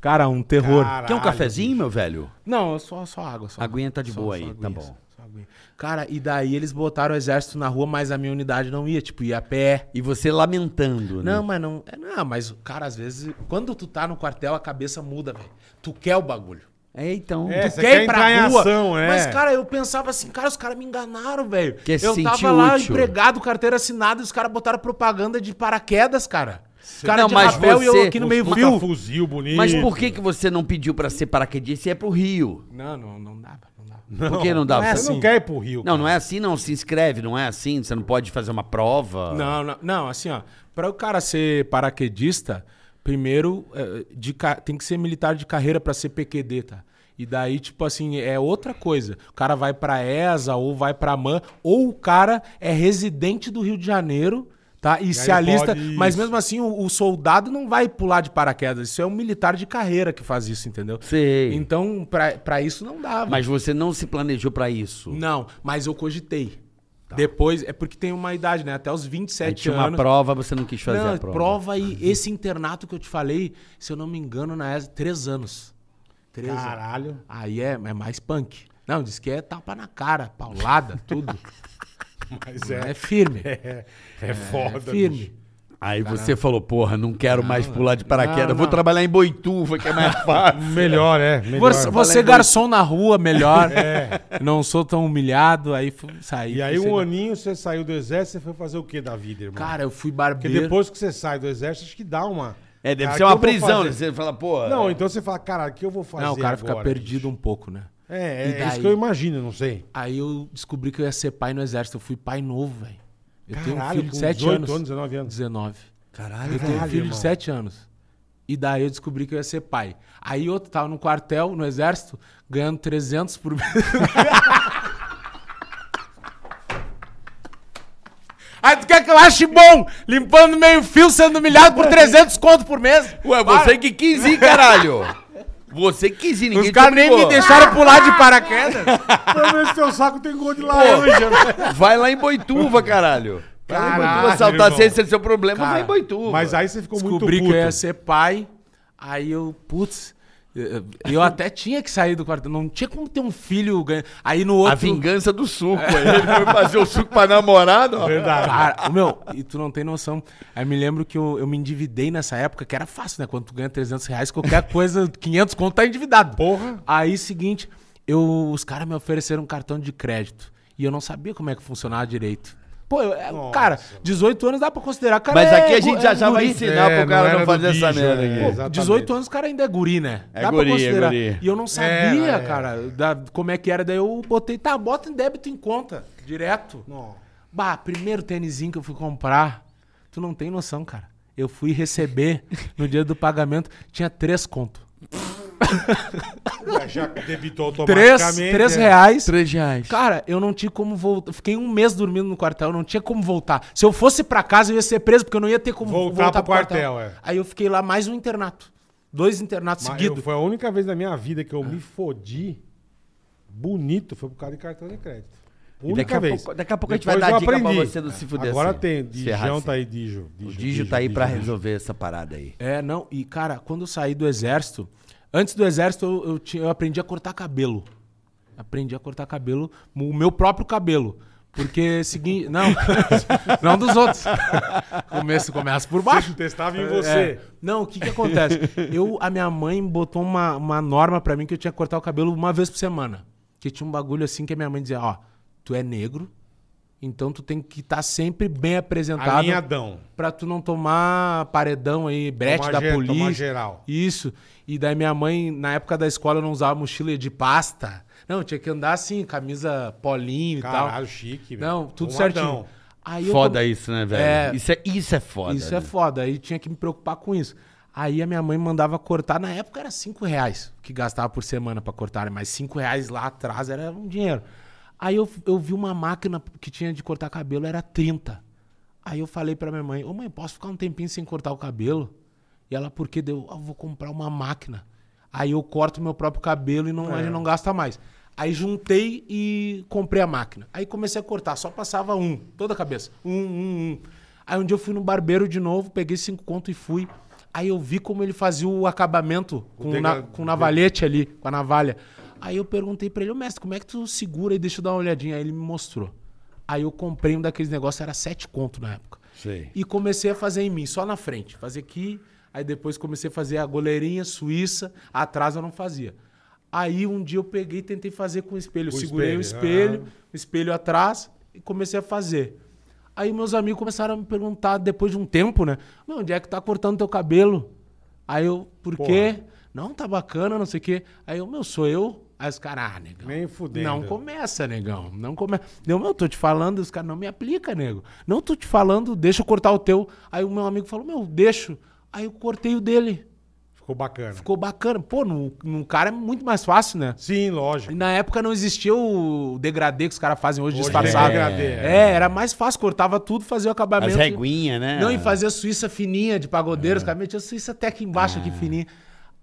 [SPEAKER 5] Cara, um terror.
[SPEAKER 4] Caralho.
[SPEAKER 3] Quer um cafezinho, meu velho?
[SPEAKER 5] Não, só, só água. Só
[SPEAKER 3] Aguinha
[SPEAKER 5] água.
[SPEAKER 3] tá de
[SPEAKER 5] Só-
[SPEAKER 3] boa
[SPEAKER 5] só
[SPEAKER 3] aí,
[SPEAKER 5] aguinha,
[SPEAKER 3] tá bom.
[SPEAKER 5] só- só aguinha. Cara, e daí eles botaram o exército na rua, mas a minha unidade não ia, tipo, ia a pé.
[SPEAKER 3] E você lamentando, né?
[SPEAKER 5] Não, mas não. É, não, mas, cara, às vezes, quando tu tá no quartel, a cabeça muda, velho. Tu quer o bagulho.
[SPEAKER 3] É, então.
[SPEAKER 4] É,
[SPEAKER 5] Tu
[SPEAKER 4] você
[SPEAKER 5] quer,
[SPEAKER 4] quer
[SPEAKER 5] ir pra
[SPEAKER 4] entrar em
[SPEAKER 5] rua.
[SPEAKER 4] ação, é.
[SPEAKER 5] Mas, cara, eu pensava assim, cara, os caras me enganaram, velho.
[SPEAKER 3] Quer se
[SPEAKER 5] eu
[SPEAKER 3] é sentir
[SPEAKER 5] tava lá
[SPEAKER 3] útil.
[SPEAKER 5] empregado, carteira assinada, e os caras botaram propaganda de paraquedas, cara. Os caras
[SPEAKER 3] Não,
[SPEAKER 5] de
[SPEAKER 3] mas
[SPEAKER 5] papel e eu
[SPEAKER 3] você-
[SPEAKER 5] aqui
[SPEAKER 4] Uns
[SPEAKER 5] no meio
[SPEAKER 4] puta
[SPEAKER 5] fio.
[SPEAKER 4] fuzil bonito.
[SPEAKER 3] Mas por que, que você não pediu pra ser paraquedista e é pro Rio?
[SPEAKER 5] Não, não, não dava, não dava.
[SPEAKER 3] por que não dá
[SPEAKER 4] Você
[SPEAKER 3] pra
[SPEAKER 4] não quer ir pro Rio.
[SPEAKER 3] Assim, Não,
[SPEAKER 4] cara.
[SPEAKER 3] não é assim, não. Se inscreve, não é assim. Você não pode fazer uma prova.
[SPEAKER 5] Não, não, não, assim, ó, para o cara ser paraquedista, primeiro eh, de ca- tem que ser militar de carreira pra ser PQD, tá? E daí, tipo assim, é outra coisa. O cara vai pra ESA ou vai pra MAN, ou o cara é residente do Rio de Janeiro, tá? E, se
[SPEAKER 4] aí
[SPEAKER 5] alista,
[SPEAKER 4] pode
[SPEAKER 5] mas
[SPEAKER 4] isso.
[SPEAKER 5] mesmo assim o, o soldado não vai pular de paraquedas, isso é um militar de carreira que faz isso, entendeu?
[SPEAKER 3] Sei.
[SPEAKER 5] Então, pra pra isso não dava.
[SPEAKER 3] Mas você não se planejou pra isso.
[SPEAKER 5] Não, mas eu cogitei. Depois, é porque tem uma idade, né? Até os
[SPEAKER 3] Tá. Aí
[SPEAKER 5] 27
[SPEAKER 3] tinha
[SPEAKER 5] anos.
[SPEAKER 3] uma prova, você não quis fazer
[SPEAKER 5] Não,
[SPEAKER 3] a prova.
[SPEAKER 5] e esse internato que eu te falei, se eu não me engano, na ESA, três anos. Três anos.
[SPEAKER 4] Caralho.
[SPEAKER 5] Aí é, é mais punk. Não, diz que é tapa na cara, paulada, tudo.
[SPEAKER 4] Mas
[SPEAKER 5] é
[SPEAKER 4] é.
[SPEAKER 5] firme. É,
[SPEAKER 4] É, é foda.
[SPEAKER 5] firme.
[SPEAKER 4] bicho.
[SPEAKER 3] Aí você falou, porra, não quero mais pular de
[SPEAKER 5] Não,
[SPEAKER 3] paraquedas, eu vou
[SPEAKER 5] não.
[SPEAKER 3] trabalhar em Boituva, que é mais fácil.
[SPEAKER 4] Melhor, é. Melhor. É.
[SPEAKER 5] Você, você
[SPEAKER 3] Valendo.
[SPEAKER 5] garçom na rua, melhor. Não sou tão humilhado. Aí fui, saí.
[SPEAKER 4] E aí,
[SPEAKER 5] fui
[SPEAKER 4] um
[SPEAKER 5] ser-
[SPEAKER 4] aninho, você saiu do exército, você foi fazer o que da vida, irmão?
[SPEAKER 5] Cara, eu fui
[SPEAKER 4] Porque
[SPEAKER 5] barbeiro.
[SPEAKER 4] depois que você sai do exército, acho que dá uma.
[SPEAKER 3] É, deve
[SPEAKER 4] Cara,
[SPEAKER 3] ser
[SPEAKER 4] o
[SPEAKER 3] uma
[SPEAKER 4] que eu vou
[SPEAKER 3] prisão, né?
[SPEAKER 4] fazer?
[SPEAKER 3] Você fala, porra.
[SPEAKER 4] Não, então você fala, cara, o que eu vou fazer?
[SPEAKER 5] Não, o cara fica
[SPEAKER 4] agora,
[SPEAKER 5] perdido
[SPEAKER 4] bicho?
[SPEAKER 5] um pouco, né?
[SPEAKER 4] É,
[SPEAKER 5] E
[SPEAKER 4] é isso
[SPEAKER 5] daí?
[SPEAKER 4] que eu imagino, eu não sei.
[SPEAKER 5] Aí eu descobri que eu ia ser pai no exército. Eu fui pai novo, velho. Eu tenho um
[SPEAKER 4] Caralho,
[SPEAKER 5] filho
[SPEAKER 4] com
[SPEAKER 5] de 7
[SPEAKER 4] 18
[SPEAKER 5] anos.
[SPEAKER 4] anos, 19 anos.
[SPEAKER 5] 19.
[SPEAKER 3] Caralho,
[SPEAKER 5] Eu tenho um
[SPEAKER 4] Caralho,
[SPEAKER 5] filho
[SPEAKER 4] irmão.
[SPEAKER 5] de 7 anos. E daí eu descobri que eu ia ser pai. Aí eu tava no quartel, no exército, ganhando 300 por mês. Aí tu quer que eu ache bom? Limpando meio fio, sendo humilhado por 300 conto por mês.
[SPEAKER 3] Ué, você que quis ir, caralho. Você que quis ir, ninguém
[SPEAKER 5] Os
[SPEAKER 3] te
[SPEAKER 5] caras nem me
[SPEAKER 3] obrigou.
[SPEAKER 5] deixaram pular de paraquedas.
[SPEAKER 4] Pelo menos teu saco tem gol de laranja, né?
[SPEAKER 3] Vai lá em Boituva, caralho. Vai lá em
[SPEAKER 4] Caralho,
[SPEAKER 3] Boituva saltar
[SPEAKER 4] irmão.
[SPEAKER 3] se esse é seu problema,
[SPEAKER 5] Cara,
[SPEAKER 3] vai em Boituva.
[SPEAKER 4] Mas aí você ficou muito
[SPEAKER 5] descobri
[SPEAKER 4] puto.
[SPEAKER 5] que eu ia ser pai, aí eu, putz, eu, eu até tinha que sair do quarto, não tinha como ter um filho ganhando. Aí no outro.
[SPEAKER 3] A vingança do suco. aí Ele foi fazer o suco pra namorado. ó.
[SPEAKER 4] Verdade.
[SPEAKER 5] Cara, o meu, e tu não tem noção. Aí me lembro que eu, eu me endividei nessa época, que era fácil, né? Quando tu ganha 300 reais, qualquer coisa, 500 conto tá endividado.
[SPEAKER 4] Porra.
[SPEAKER 5] Aí, seguinte, eu, os caras me ofereceram um cartão de crédito. E eu não sabia como é que funcionava direito. Pô, eu- é,
[SPEAKER 4] Nossa.
[SPEAKER 5] cara, 18 anos dá pra considerar, cara.
[SPEAKER 3] Mas
[SPEAKER 5] é
[SPEAKER 3] aqui a
[SPEAKER 5] gu-
[SPEAKER 3] gente
[SPEAKER 5] é
[SPEAKER 3] já já vai
[SPEAKER 5] guri.
[SPEAKER 3] ensinar
[SPEAKER 4] É,
[SPEAKER 3] pro cara
[SPEAKER 4] não
[SPEAKER 3] não,
[SPEAKER 4] era
[SPEAKER 3] fazer
[SPEAKER 4] do
[SPEAKER 3] essa
[SPEAKER 4] bicho,
[SPEAKER 3] merda
[SPEAKER 4] é.
[SPEAKER 5] né?
[SPEAKER 3] aqui.
[SPEAKER 4] Exato. Exatamente.
[SPEAKER 5] 18 anos o cara ainda é guri, né?
[SPEAKER 3] É guri, é guri.
[SPEAKER 5] E eu não sabia,
[SPEAKER 4] Era, é.
[SPEAKER 5] cara, da- como é que era. Daí eu botei, tá, bota em débito em conta, direto.
[SPEAKER 4] Não.
[SPEAKER 5] Bah, primeiro tênisinho que eu fui comprar, tu não tem noção, cara. Eu fui receber no dia do pagamento, tinha três conto.
[SPEAKER 4] Já debitou
[SPEAKER 5] Três,
[SPEAKER 4] automaticamente.
[SPEAKER 5] três
[SPEAKER 4] é.
[SPEAKER 5] reais.
[SPEAKER 3] Três reais.
[SPEAKER 5] Cara, eu não tinha como voltar. Fiquei um mês dormindo no quartel, eu não tinha como voltar. Se eu fosse pra casa, eu ia ser preso, porque eu não ia ter como
[SPEAKER 4] Voltar pro quartel, é.
[SPEAKER 5] Aí eu fiquei lá mais um internato. Dois internatos
[SPEAKER 4] Mas
[SPEAKER 5] seguidos.
[SPEAKER 4] eu- foi a única vez na minha vida que eu
[SPEAKER 3] Ah.
[SPEAKER 4] me fodi bonito, foi por causa de cartão de crédito. Única
[SPEAKER 3] daqui a
[SPEAKER 4] vez.
[SPEAKER 3] pouco- daqui a pouco a gente vai
[SPEAKER 4] Depois
[SPEAKER 3] dar
[SPEAKER 4] eu
[SPEAKER 3] dica pra
[SPEAKER 4] aprendi.
[SPEAKER 3] você não se fuder
[SPEAKER 4] Agora
[SPEAKER 3] assim.
[SPEAKER 4] tem,
[SPEAKER 3] Se errar
[SPEAKER 4] Dijão
[SPEAKER 3] assim.
[SPEAKER 4] tá aí, Dijo.
[SPEAKER 3] O Digio tá aí pra
[SPEAKER 4] Dijo.
[SPEAKER 3] resolver essa parada aí.
[SPEAKER 5] É, não. E, cara, quando eu saí do exército, antes do exército eu, eu, tinha- eu aprendi a cortar cabelo. Aprendi a cortar cabelo, o meu próprio cabelo. Porque seguinte. Não, não dos outros. Começo começa por baixo.
[SPEAKER 4] Você testava em
[SPEAKER 5] É.
[SPEAKER 4] você.
[SPEAKER 5] Não, o que que acontece? Eu, a minha mãe botou uma, uma norma pra mim que eu tinha que cortar o cabelo uma vez por semana. Que tinha um bagulho assim que a minha mãe dizia, ó, tu é negro, então tu tem que estar sempre bem apresentado
[SPEAKER 4] Alinhadão.
[SPEAKER 5] pra tu não tomar paredão aí, brete
[SPEAKER 4] Tomar
[SPEAKER 5] da
[SPEAKER 4] ge- tomar
[SPEAKER 5] polícia.
[SPEAKER 4] geral.
[SPEAKER 5] Isso. E daí minha mãe, na época da escola, eu não usava mochila de pasta. Não, eu tinha que andar assim, camisa polinho
[SPEAKER 4] Caralho,
[SPEAKER 5] e
[SPEAKER 4] chique. um meu.
[SPEAKER 5] tal. Não, tudo
[SPEAKER 4] Tomadão.
[SPEAKER 5] certinho. Aí eu
[SPEAKER 3] Foda
[SPEAKER 5] come-
[SPEAKER 3] isso, né, velho?
[SPEAKER 5] É.
[SPEAKER 3] Isso, é, isso é foda.
[SPEAKER 5] Isso
[SPEAKER 3] né?
[SPEAKER 5] é foda. Aí tinha que me preocupar com isso. Aí a minha mãe mandava cortar, na época era 5 reais que gastava por semana pra cortar, né? mas 5 reais lá atrás era um dinheiro. Aí eu, eu vi uma máquina que tinha de cortar cabelo, era 30. Aí eu falei pra minha mãe, ô mãe, posso ficar um tempinho sem cortar o cabelo? E ela, por que deu? Ah, vou comprar uma máquina. Aí eu corto meu próprio cabelo e não, a gente não gasta mais. Aí juntei e comprei a máquina. Aí comecei a cortar, só passava um, toda a cabeça. Um, um, um. Aí um dia eu fui no barbeiro de novo, peguei cinco conto e fui. Aí eu vi como ele fazia o acabamento com,
[SPEAKER 4] degra-
[SPEAKER 5] na- com o navalhete ali, com a navalha. Aí eu perguntei pra ele, ô mestre, como é que tu segura e deixa eu dar uma olhadinha? Aí ele me mostrou. Aí eu comprei um daqueles negócios, era sete conto na época.
[SPEAKER 3] Sei.
[SPEAKER 5] E comecei a fazer em mim, só na frente. Fazia aqui, aí depois comecei a fazer a goleirinha suíça, atrás eu não fazia. Aí um dia eu peguei e tentei fazer com o espelho. Eu
[SPEAKER 4] O
[SPEAKER 5] segurei
[SPEAKER 4] espelho,
[SPEAKER 5] o espelho, o espelho atrás e comecei a fazer. Aí meus amigos começaram a me perguntar, depois de um tempo, né? Meu, onde é que tá cortando teu cabelo? Aí eu, por quê? Não, tá bacana, não sei o quê. Aí eu, meu, sou eu? Aí os caras, ah, negão.
[SPEAKER 4] Nem fudendo.
[SPEAKER 5] Não começa, negão. Não começa. Deu, meu, tô te falando, os caras não me aplica, nego. Não tô te falando, deixa eu cortar o teu. Aí o meu amigo falou, meu, deixa. Aí eu cortei o dele.
[SPEAKER 4] Ficou bacana.
[SPEAKER 5] Ficou bacana. Pô, num, num cara é muito mais fácil, né?
[SPEAKER 4] Sim, lógico.
[SPEAKER 5] E na época não existia o degradê que os caras fazem hoje,
[SPEAKER 4] Hoje
[SPEAKER 5] disfarçado.
[SPEAKER 4] tem degradê, é.
[SPEAKER 5] é, era mais fácil, cortava tudo, fazia o acabamento.
[SPEAKER 3] As reguinhas, né?
[SPEAKER 5] Não, e fazia suíça fininha de pagodeiro,
[SPEAKER 4] É.
[SPEAKER 5] os caras metiam suíça até aqui embaixo,
[SPEAKER 4] Ah.
[SPEAKER 5] aqui fininha.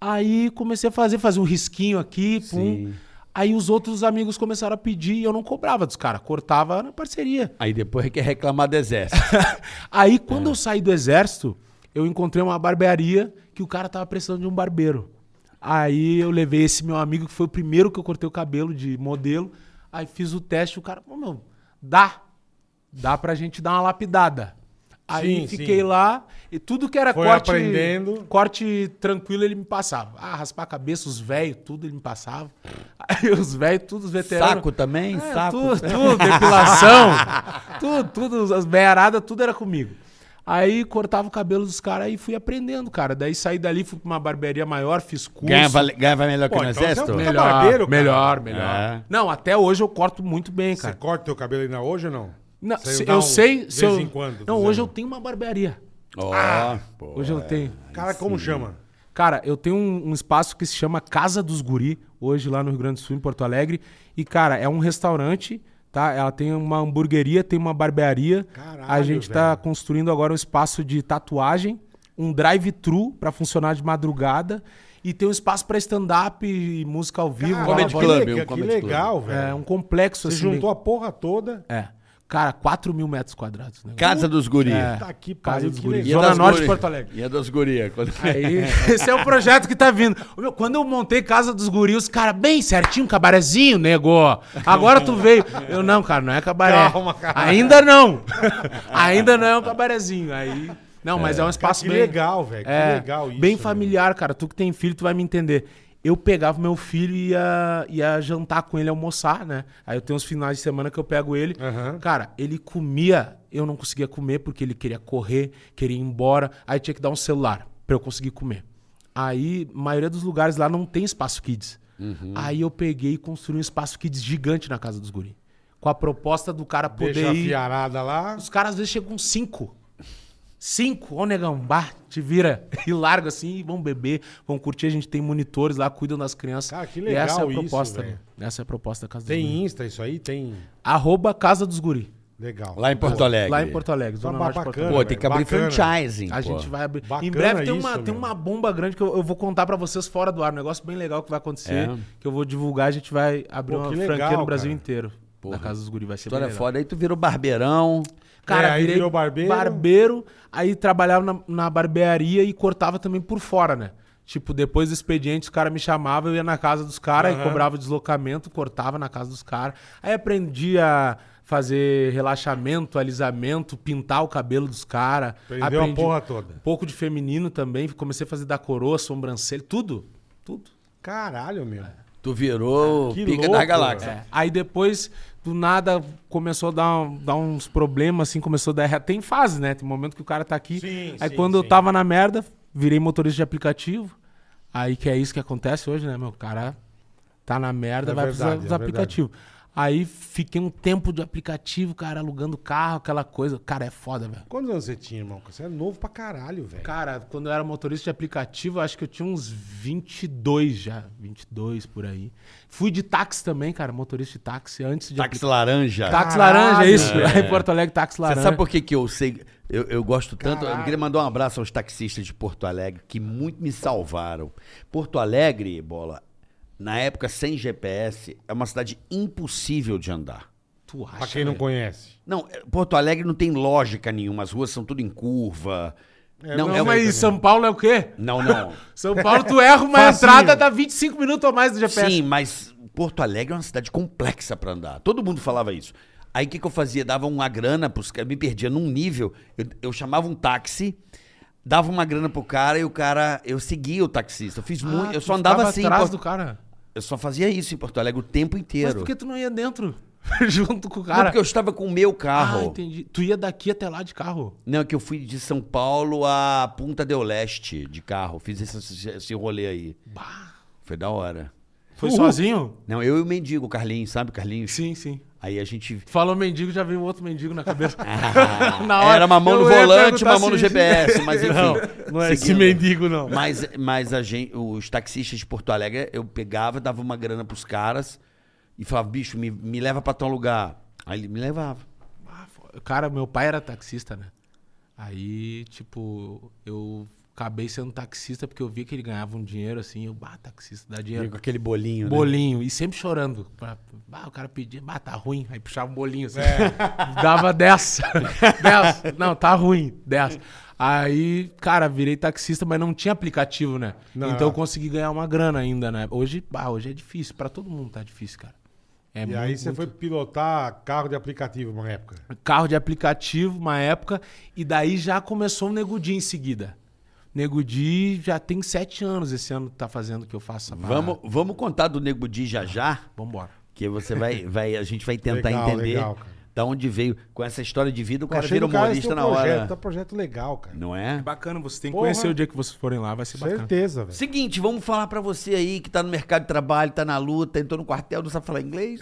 [SPEAKER 5] Aí comecei a fazer, fazer um risquinho aqui, pum. Aí os outros amigos começaram a pedir e eu não cobrava dos caras, cortava na parceria.
[SPEAKER 3] Aí depois é que é reclamar do exército.
[SPEAKER 5] Aí quando
[SPEAKER 4] É.
[SPEAKER 5] eu saí do exército, eu encontrei uma barbearia que o cara tava precisando de um barbeiro. Aí eu levei esse meu amigo, que foi o primeiro que eu cortei o cabelo de modelo. Aí fiz o teste, o cara, pô, meu, dá. Dá pra gente dar uma lapidada. Aí
[SPEAKER 4] Sim,
[SPEAKER 5] fiquei
[SPEAKER 4] sim.
[SPEAKER 5] lá e tudo que era
[SPEAKER 4] Foi
[SPEAKER 5] corte,
[SPEAKER 4] aprendendo.
[SPEAKER 5] corte tranquilo ele me passava. Ah, raspar a cabeça, os velhos, tudo ele me passava. Aí os velhos, tudo os veteranos.
[SPEAKER 3] Saco também?
[SPEAKER 5] É,
[SPEAKER 3] saco.
[SPEAKER 5] Tudo, tudo, depilação. tudo, tudo, as beiradas, tudo era comigo. Aí cortava o cabelo dos caras e fui aprendendo, cara. Daí saí dali, fui pra uma barbearia maior, fiz curso.
[SPEAKER 3] Ganhava, ganhava melhor
[SPEAKER 4] Pô,
[SPEAKER 3] que no
[SPEAKER 4] então você é um
[SPEAKER 3] exército?
[SPEAKER 4] puta
[SPEAKER 5] melhor,
[SPEAKER 4] barbeiro, cara.
[SPEAKER 5] melhor, melhor.
[SPEAKER 3] É.
[SPEAKER 5] Não, até hoje eu corto muito bem,
[SPEAKER 4] Você
[SPEAKER 5] cara.
[SPEAKER 4] corta teu cabelo ainda hoje ou não?
[SPEAKER 5] Não,
[SPEAKER 4] Você
[SPEAKER 5] se-
[SPEAKER 4] dá
[SPEAKER 5] eu
[SPEAKER 4] um
[SPEAKER 5] sei.
[SPEAKER 4] De
[SPEAKER 5] se eu-
[SPEAKER 4] vez em quando. É.
[SPEAKER 5] não, hoje eu tenho uma barbearia.
[SPEAKER 3] Ó, pô.
[SPEAKER 5] Hoje eu tenho.
[SPEAKER 4] Cara, como chama?
[SPEAKER 5] Cara, eu tenho um, um espaço que se chama Casa dos Guri, hoje lá no Rio Grande do Sul, em Porto Alegre. E, cara, é um restaurante, tá? Ela tem uma hamburgueria, tem uma barbearia.
[SPEAKER 4] Caralho,
[SPEAKER 5] a gente tá
[SPEAKER 4] velho.
[SPEAKER 5] construindo agora um espaço de tatuagem, um drive-thru pra funcionar de madrugada. E tem um espaço pra stand-up e música ao vivo.
[SPEAKER 4] Caralho,
[SPEAKER 5] uma
[SPEAKER 3] Comedy
[SPEAKER 5] voz-
[SPEAKER 3] club,
[SPEAKER 4] Ah, que,
[SPEAKER 3] um
[SPEAKER 4] legal,
[SPEAKER 3] comedy
[SPEAKER 4] que
[SPEAKER 3] club.
[SPEAKER 4] legal, velho.
[SPEAKER 5] É, um complexo
[SPEAKER 4] Você
[SPEAKER 5] assim.
[SPEAKER 4] juntou a porra toda.
[SPEAKER 5] bem- É. Cara, 4 mil metros quadrados. Né?
[SPEAKER 3] Casa dos guri.
[SPEAKER 4] Tá que
[SPEAKER 5] Casa
[SPEAKER 4] pariu,
[SPEAKER 5] dos
[SPEAKER 4] que
[SPEAKER 5] Guri.
[SPEAKER 4] legal.
[SPEAKER 5] Zona
[SPEAKER 3] das
[SPEAKER 5] Norte de
[SPEAKER 3] guri-
[SPEAKER 5] Porto Alegre.
[SPEAKER 3] E a das gurias. Quando...
[SPEAKER 5] Aí, esse é o projeto que tá vindo. Ô, meu, quando eu montei Casa dos Gurios, cara, bem certinho, cabarezinho, nego. Agora tu veio. Eu, não, cara, não é cabaré.
[SPEAKER 4] Calma, cara.
[SPEAKER 5] Ainda não. Ainda não é um cabarezinho. Aí. Não, mas é um espaço
[SPEAKER 4] que
[SPEAKER 5] bem.
[SPEAKER 4] legal, velho, que
[SPEAKER 5] é,
[SPEAKER 4] legal isso, né?
[SPEAKER 5] Bem
[SPEAKER 4] velho.
[SPEAKER 5] familiar, cara. Tu que tem filho, tu vai me entender. Eu pegava meu filho e ia, ia jantar com ele, almoçar, né? Aí eu tenho uns finais de semana que eu pego ele.
[SPEAKER 4] Aham.
[SPEAKER 5] Cara, ele comia, eu não conseguia comer porque ele queria correr, queria ir embora. Aí tinha que dar um celular pra eu conseguir comer. Aí, maioria dos lugares lá não tem espaço kids.
[SPEAKER 4] Uhum.
[SPEAKER 5] Aí eu peguei e construí um espaço kids gigante na casa dos guri. Com a proposta do cara poder
[SPEAKER 4] Deixa a
[SPEAKER 5] ir.
[SPEAKER 4] fiarada lá.
[SPEAKER 5] Os caras às vezes chegam com cinco. Cinco, ô negão, bah, te vira e larga assim e vão beber, vão curtir. A gente tem monitores lá, cuidam das crianças.
[SPEAKER 4] Cara, que
[SPEAKER 5] E
[SPEAKER 4] legal
[SPEAKER 5] essa é a
[SPEAKER 4] isso,
[SPEAKER 5] proposta,
[SPEAKER 4] velho.
[SPEAKER 5] né? Essa é a proposta da Casa dos Guri.
[SPEAKER 4] Tem Insta, isso aí? Tem.
[SPEAKER 5] Arroba Casa dos Guri.
[SPEAKER 4] Legal.
[SPEAKER 3] Lá em Porto Alegre.
[SPEAKER 5] Lá em Porto Alegre, Zona
[SPEAKER 4] Trabalho
[SPEAKER 5] Norte de Porto
[SPEAKER 4] bacana,
[SPEAKER 5] Alegre.
[SPEAKER 3] Pô, tem que abrir
[SPEAKER 4] Bacana.
[SPEAKER 3] franchising.
[SPEAKER 5] A
[SPEAKER 3] pô.
[SPEAKER 5] gente vai abrir.
[SPEAKER 4] Bacana
[SPEAKER 5] em breve tem,
[SPEAKER 4] isso,
[SPEAKER 5] uma, tem
[SPEAKER 4] meu.
[SPEAKER 5] uma bomba grande que eu, eu vou contar pra vocês fora do ar. Um negócio bem legal que vai acontecer,
[SPEAKER 3] É.
[SPEAKER 5] que eu vou divulgar. A gente vai abrir
[SPEAKER 4] Pô,
[SPEAKER 5] uma
[SPEAKER 4] que
[SPEAKER 5] franquia
[SPEAKER 4] legal,
[SPEAKER 5] no Brasil
[SPEAKER 4] cara.
[SPEAKER 5] inteiro. Na Casa dos Guri vai ser
[SPEAKER 3] História
[SPEAKER 5] bem legal.
[SPEAKER 3] foda. Aí tu virou barbeirão.
[SPEAKER 5] Cara,
[SPEAKER 4] É, aí
[SPEAKER 5] virei
[SPEAKER 4] virou barbeiro.
[SPEAKER 5] barbeiro, aí trabalhava na, na barbearia e cortava também por fora, né? Tipo, depois do expediente, os caras me chamavam, eu ia na casa dos caras e cobrava o deslocamento, cortava na casa dos caras. Aí aprendi a fazer relaxamento, alisamento, pintar o cabelo dos caras.
[SPEAKER 4] Aprendeu a porra toda.
[SPEAKER 5] Um pouco de feminino também, comecei a fazer da coroa, sobrancelha, tudo. Tudo.
[SPEAKER 4] Caralho, meu.
[SPEAKER 3] Tu virou
[SPEAKER 4] Que
[SPEAKER 3] pica da
[SPEAKER 4] louco,
[SPEAKER 3] galáxia.
[SPEAKER 5] É. Aí depois, do nada, começou a dar, um- dar uns problemas, assim, começou a dar errado. Tem fase, né? Tem momento que o cara tá aqui.
[SPEAKER 4] Sim,
[SPEAKER 5] aí
[SPEAKER 4] sim,
[SPEAKER 5] quando eu
[SPEAKER 4] sim.
[SPEAKER 5] tava na merda, virei motorista de aplicativo. Aí que é isso que acontece hoje, né, meu? O cara tá na merda,
[SPEAKER 4] É
[SPEAKER 5] vai
[SPEAKER 4] verdade,
[SPEAKER 5] precisar dos
[SPEAKER 4] é
[SPEAKER 5] aplicativos. Aí fiquei um tempo de aplicativo, cara, alugando carro, aquela coisa. Cara, é foda, velho.
[SPEAKER 4] Quantos anos você tinha, irmão? Você é novo pra caralho, velho.
[SPEAKER 5] Cara, quando eu era motorista de aplicativo, eu acho que eu tinha uns 22 já. 22 por aí. Fui de táxi também, cara, motorista de táxi, antes de
[SPEAKER 3] Táxi laranja.
[SPEAKER 5] Táxi
[SPEAKER 4] Caralho,
[SPEAKER 5] laranja, é isso. Lá em Porto Alegre, táxi
[SPEAKER 3] Você
[SPEAKER 5] laranja.
[SPEAKER 3] sabe por que, que eu sei? Eu, eu gosto tanto. Eu queria mandar um abraço aos taxistas de Porto Alegre que muito me salvaram. Porto Alegre, bola, na época sem GPS, é uma cidade impossível de andar.
[SPEAKER 5] Tu acha,
[SPEAKER 4] Pra quem não
[SPEAKER 5] velho?
[SPEAKER 4] conhece.
[SPEAKER 3] Não, é- Porto Alegre não tem lógica nenhuma. As ruas são tudo em curva.
[SPEAKER 4] É,
[SPEAKER 3] não,
[SPEAKER 5] Não,
[SPEAKER 3] é o-
[SPEAKER 5] mas São Paulo é o quê?
[SPEAKER 3] não, não.
[SPEAKER 5] São Paulo, tu erra uma
[SPEAKER 4] Facinho.
[SPEAKER 5] entrada, dá 25 minutos ou mais do GPS.
[SPEAKER 3] Sim, mas Porto Alegre é uma cidade complexa pra andar. Todo mundo falava isso. Aí o que, que eu fazia? Dava uma grana pros caras, me perdia num nível. Eu, eu chamava um táxi, dava uma grana pro cara e o cara. Eu seguia o taxista. Eu fiz muito.
[SPEAKER 5] Ah,
[SPEAKER 3] Eu
[SPEAKER 5] tu
[SPEAKER 3] só andava
[SPEAKER 5] ficava
[SPEAKER 3] assim. em
[SPEAKER 5] atrás
[SPEAKER 3] Porto-
[SPEAKER 5] do cara.
[SPEAKER 3] Eu só fazia isso em Porto Alegre o tempo
[SPEAKER 5] Mas
[SPEAKER 3] inteiro.
[SPEAKER 5] por que tu não ia dentro? Junto com o
[SPEAKER 3] Não,
[SPEAKER 5] cara.
[SPEAKER 3] porque eu estava com o meu
[SPEAKER 5] Ah,
[SPEAKER 3] carro.
[SPEAKER 5] entendi. Tu ia daqui até lá de carro.
[SPEAKER 3] não, é que eu fui de São Paulo a Punta del Leste de carro. Fiz esse, esse- esse rolê aí.
[SPEAKER 5] Bah.
[SPEAKER 3] Foi da hora.
[SPEAKER 5] Foi sozinho?
[SPEAKER 3] Não, eu e o mendigo, o Carlinhos, sabe, o Carlinhos?
[SPEAKER 5] Sim, sim.
[SPEAKER 3] Aí a gente
[SPEAKER 5] Falou mendigo, já veio um outro mendigo na cabeça.
[SPEAKER 3] Ah, Era uma mão no
[SPEAKER 5] eu ia
[SPEAKER 3] volante,
[SPEAKER 5] perguntar
[SPEAKER 3] uma mão no
[SPEAKER 5] se-
[SPEAKER 3] GPS, mas enfim.
[SPEAKER 4] Não é esse
[SPEAKER 3] seguindo.
[SPEAKER 4] mendigo, não.
[SPEAKER 3] Mas, mas a gente, os taxistas de Porto Alegre, eu pegava, dava uma grana pros caras e falava, bicho, me, me leva pra tal lugar. Aí ele me levava.
[SPEAKER 5] Ah, fo- Cara, meu pai era taxista, né? Aí, tipo, eu acabei sendo taxista porque eu vi que ele ganhava um dinheiro assim. Eu, bah, taxista, dá dinheiro.
[SPEAKER 3] com aquele bolinho, né?
[SPEAKER 5] Bolinho. E sempre chorando. Pra- Bah, o cara pedia, bah, tá ruim. Aí puxava um bolinho assim.
[SPEAKER 4] É.
[SPEAKER 5] Dava dessa. dessa. Não, tá ruim. Dessa. Aí, cara, virei taxista, mas não tinha aplicativo, né?
[SPEAKER 4] Não.
[SPEAKER 5] Então eu consegui ganhar uma grana ainda, né? Hoje, bah, hoje é difícil. Pra todo mundo tá difícil, cara. É
[SPEAKER 4] e aí você foi pilotar carro de aplicativo uma época.
[SPEAKER 5] carro de aplicativo, uma época, e daí já começou o Negudi em seguida. Negudi já tem sete anos esse ano que tá fazendo que eu faço essa
[SPEAKER 3] Vamos, vamos contar do Nego Di já já,
[SPEAKER 5] Vamos embora.
[SPEAKER 3] que você vai, vai, a gente vai tentar
[SPEAKER 4] Legal,
[SPEAKER 3] entender
[SPEAKER 4] legal, cara.
[SPEAKER 3] da onde veio. Com essa história de vida, o cara
[SPEAKER 4] Achei
[SPEAKER 3] vira
[SPEAKER 4] do cara esse
[SPEAKER 3] humorista
[SPEAKER 4] teu
[SPEAKER 3] na
[SPEAKER 4] projeto,
[SPEAKER 3] hora.
[SPEAKER 4] Tá projeto legal, cara.
[SPEAKER 3] Não é?
[SPEAKER 5] Bacana, você tem que
[SPEAKER 4] Porra.
[SPEAKER 5] conhecer o dia que vocês forem lá, vai ser bacana.
[SPEAKER 4] Certeza, velho.
[SPEAKER 3] Seguinte, vamos falar pra você aí que tá no mercado de trabalho, tá na luta, entrou no quartel, não sabe falar inglês.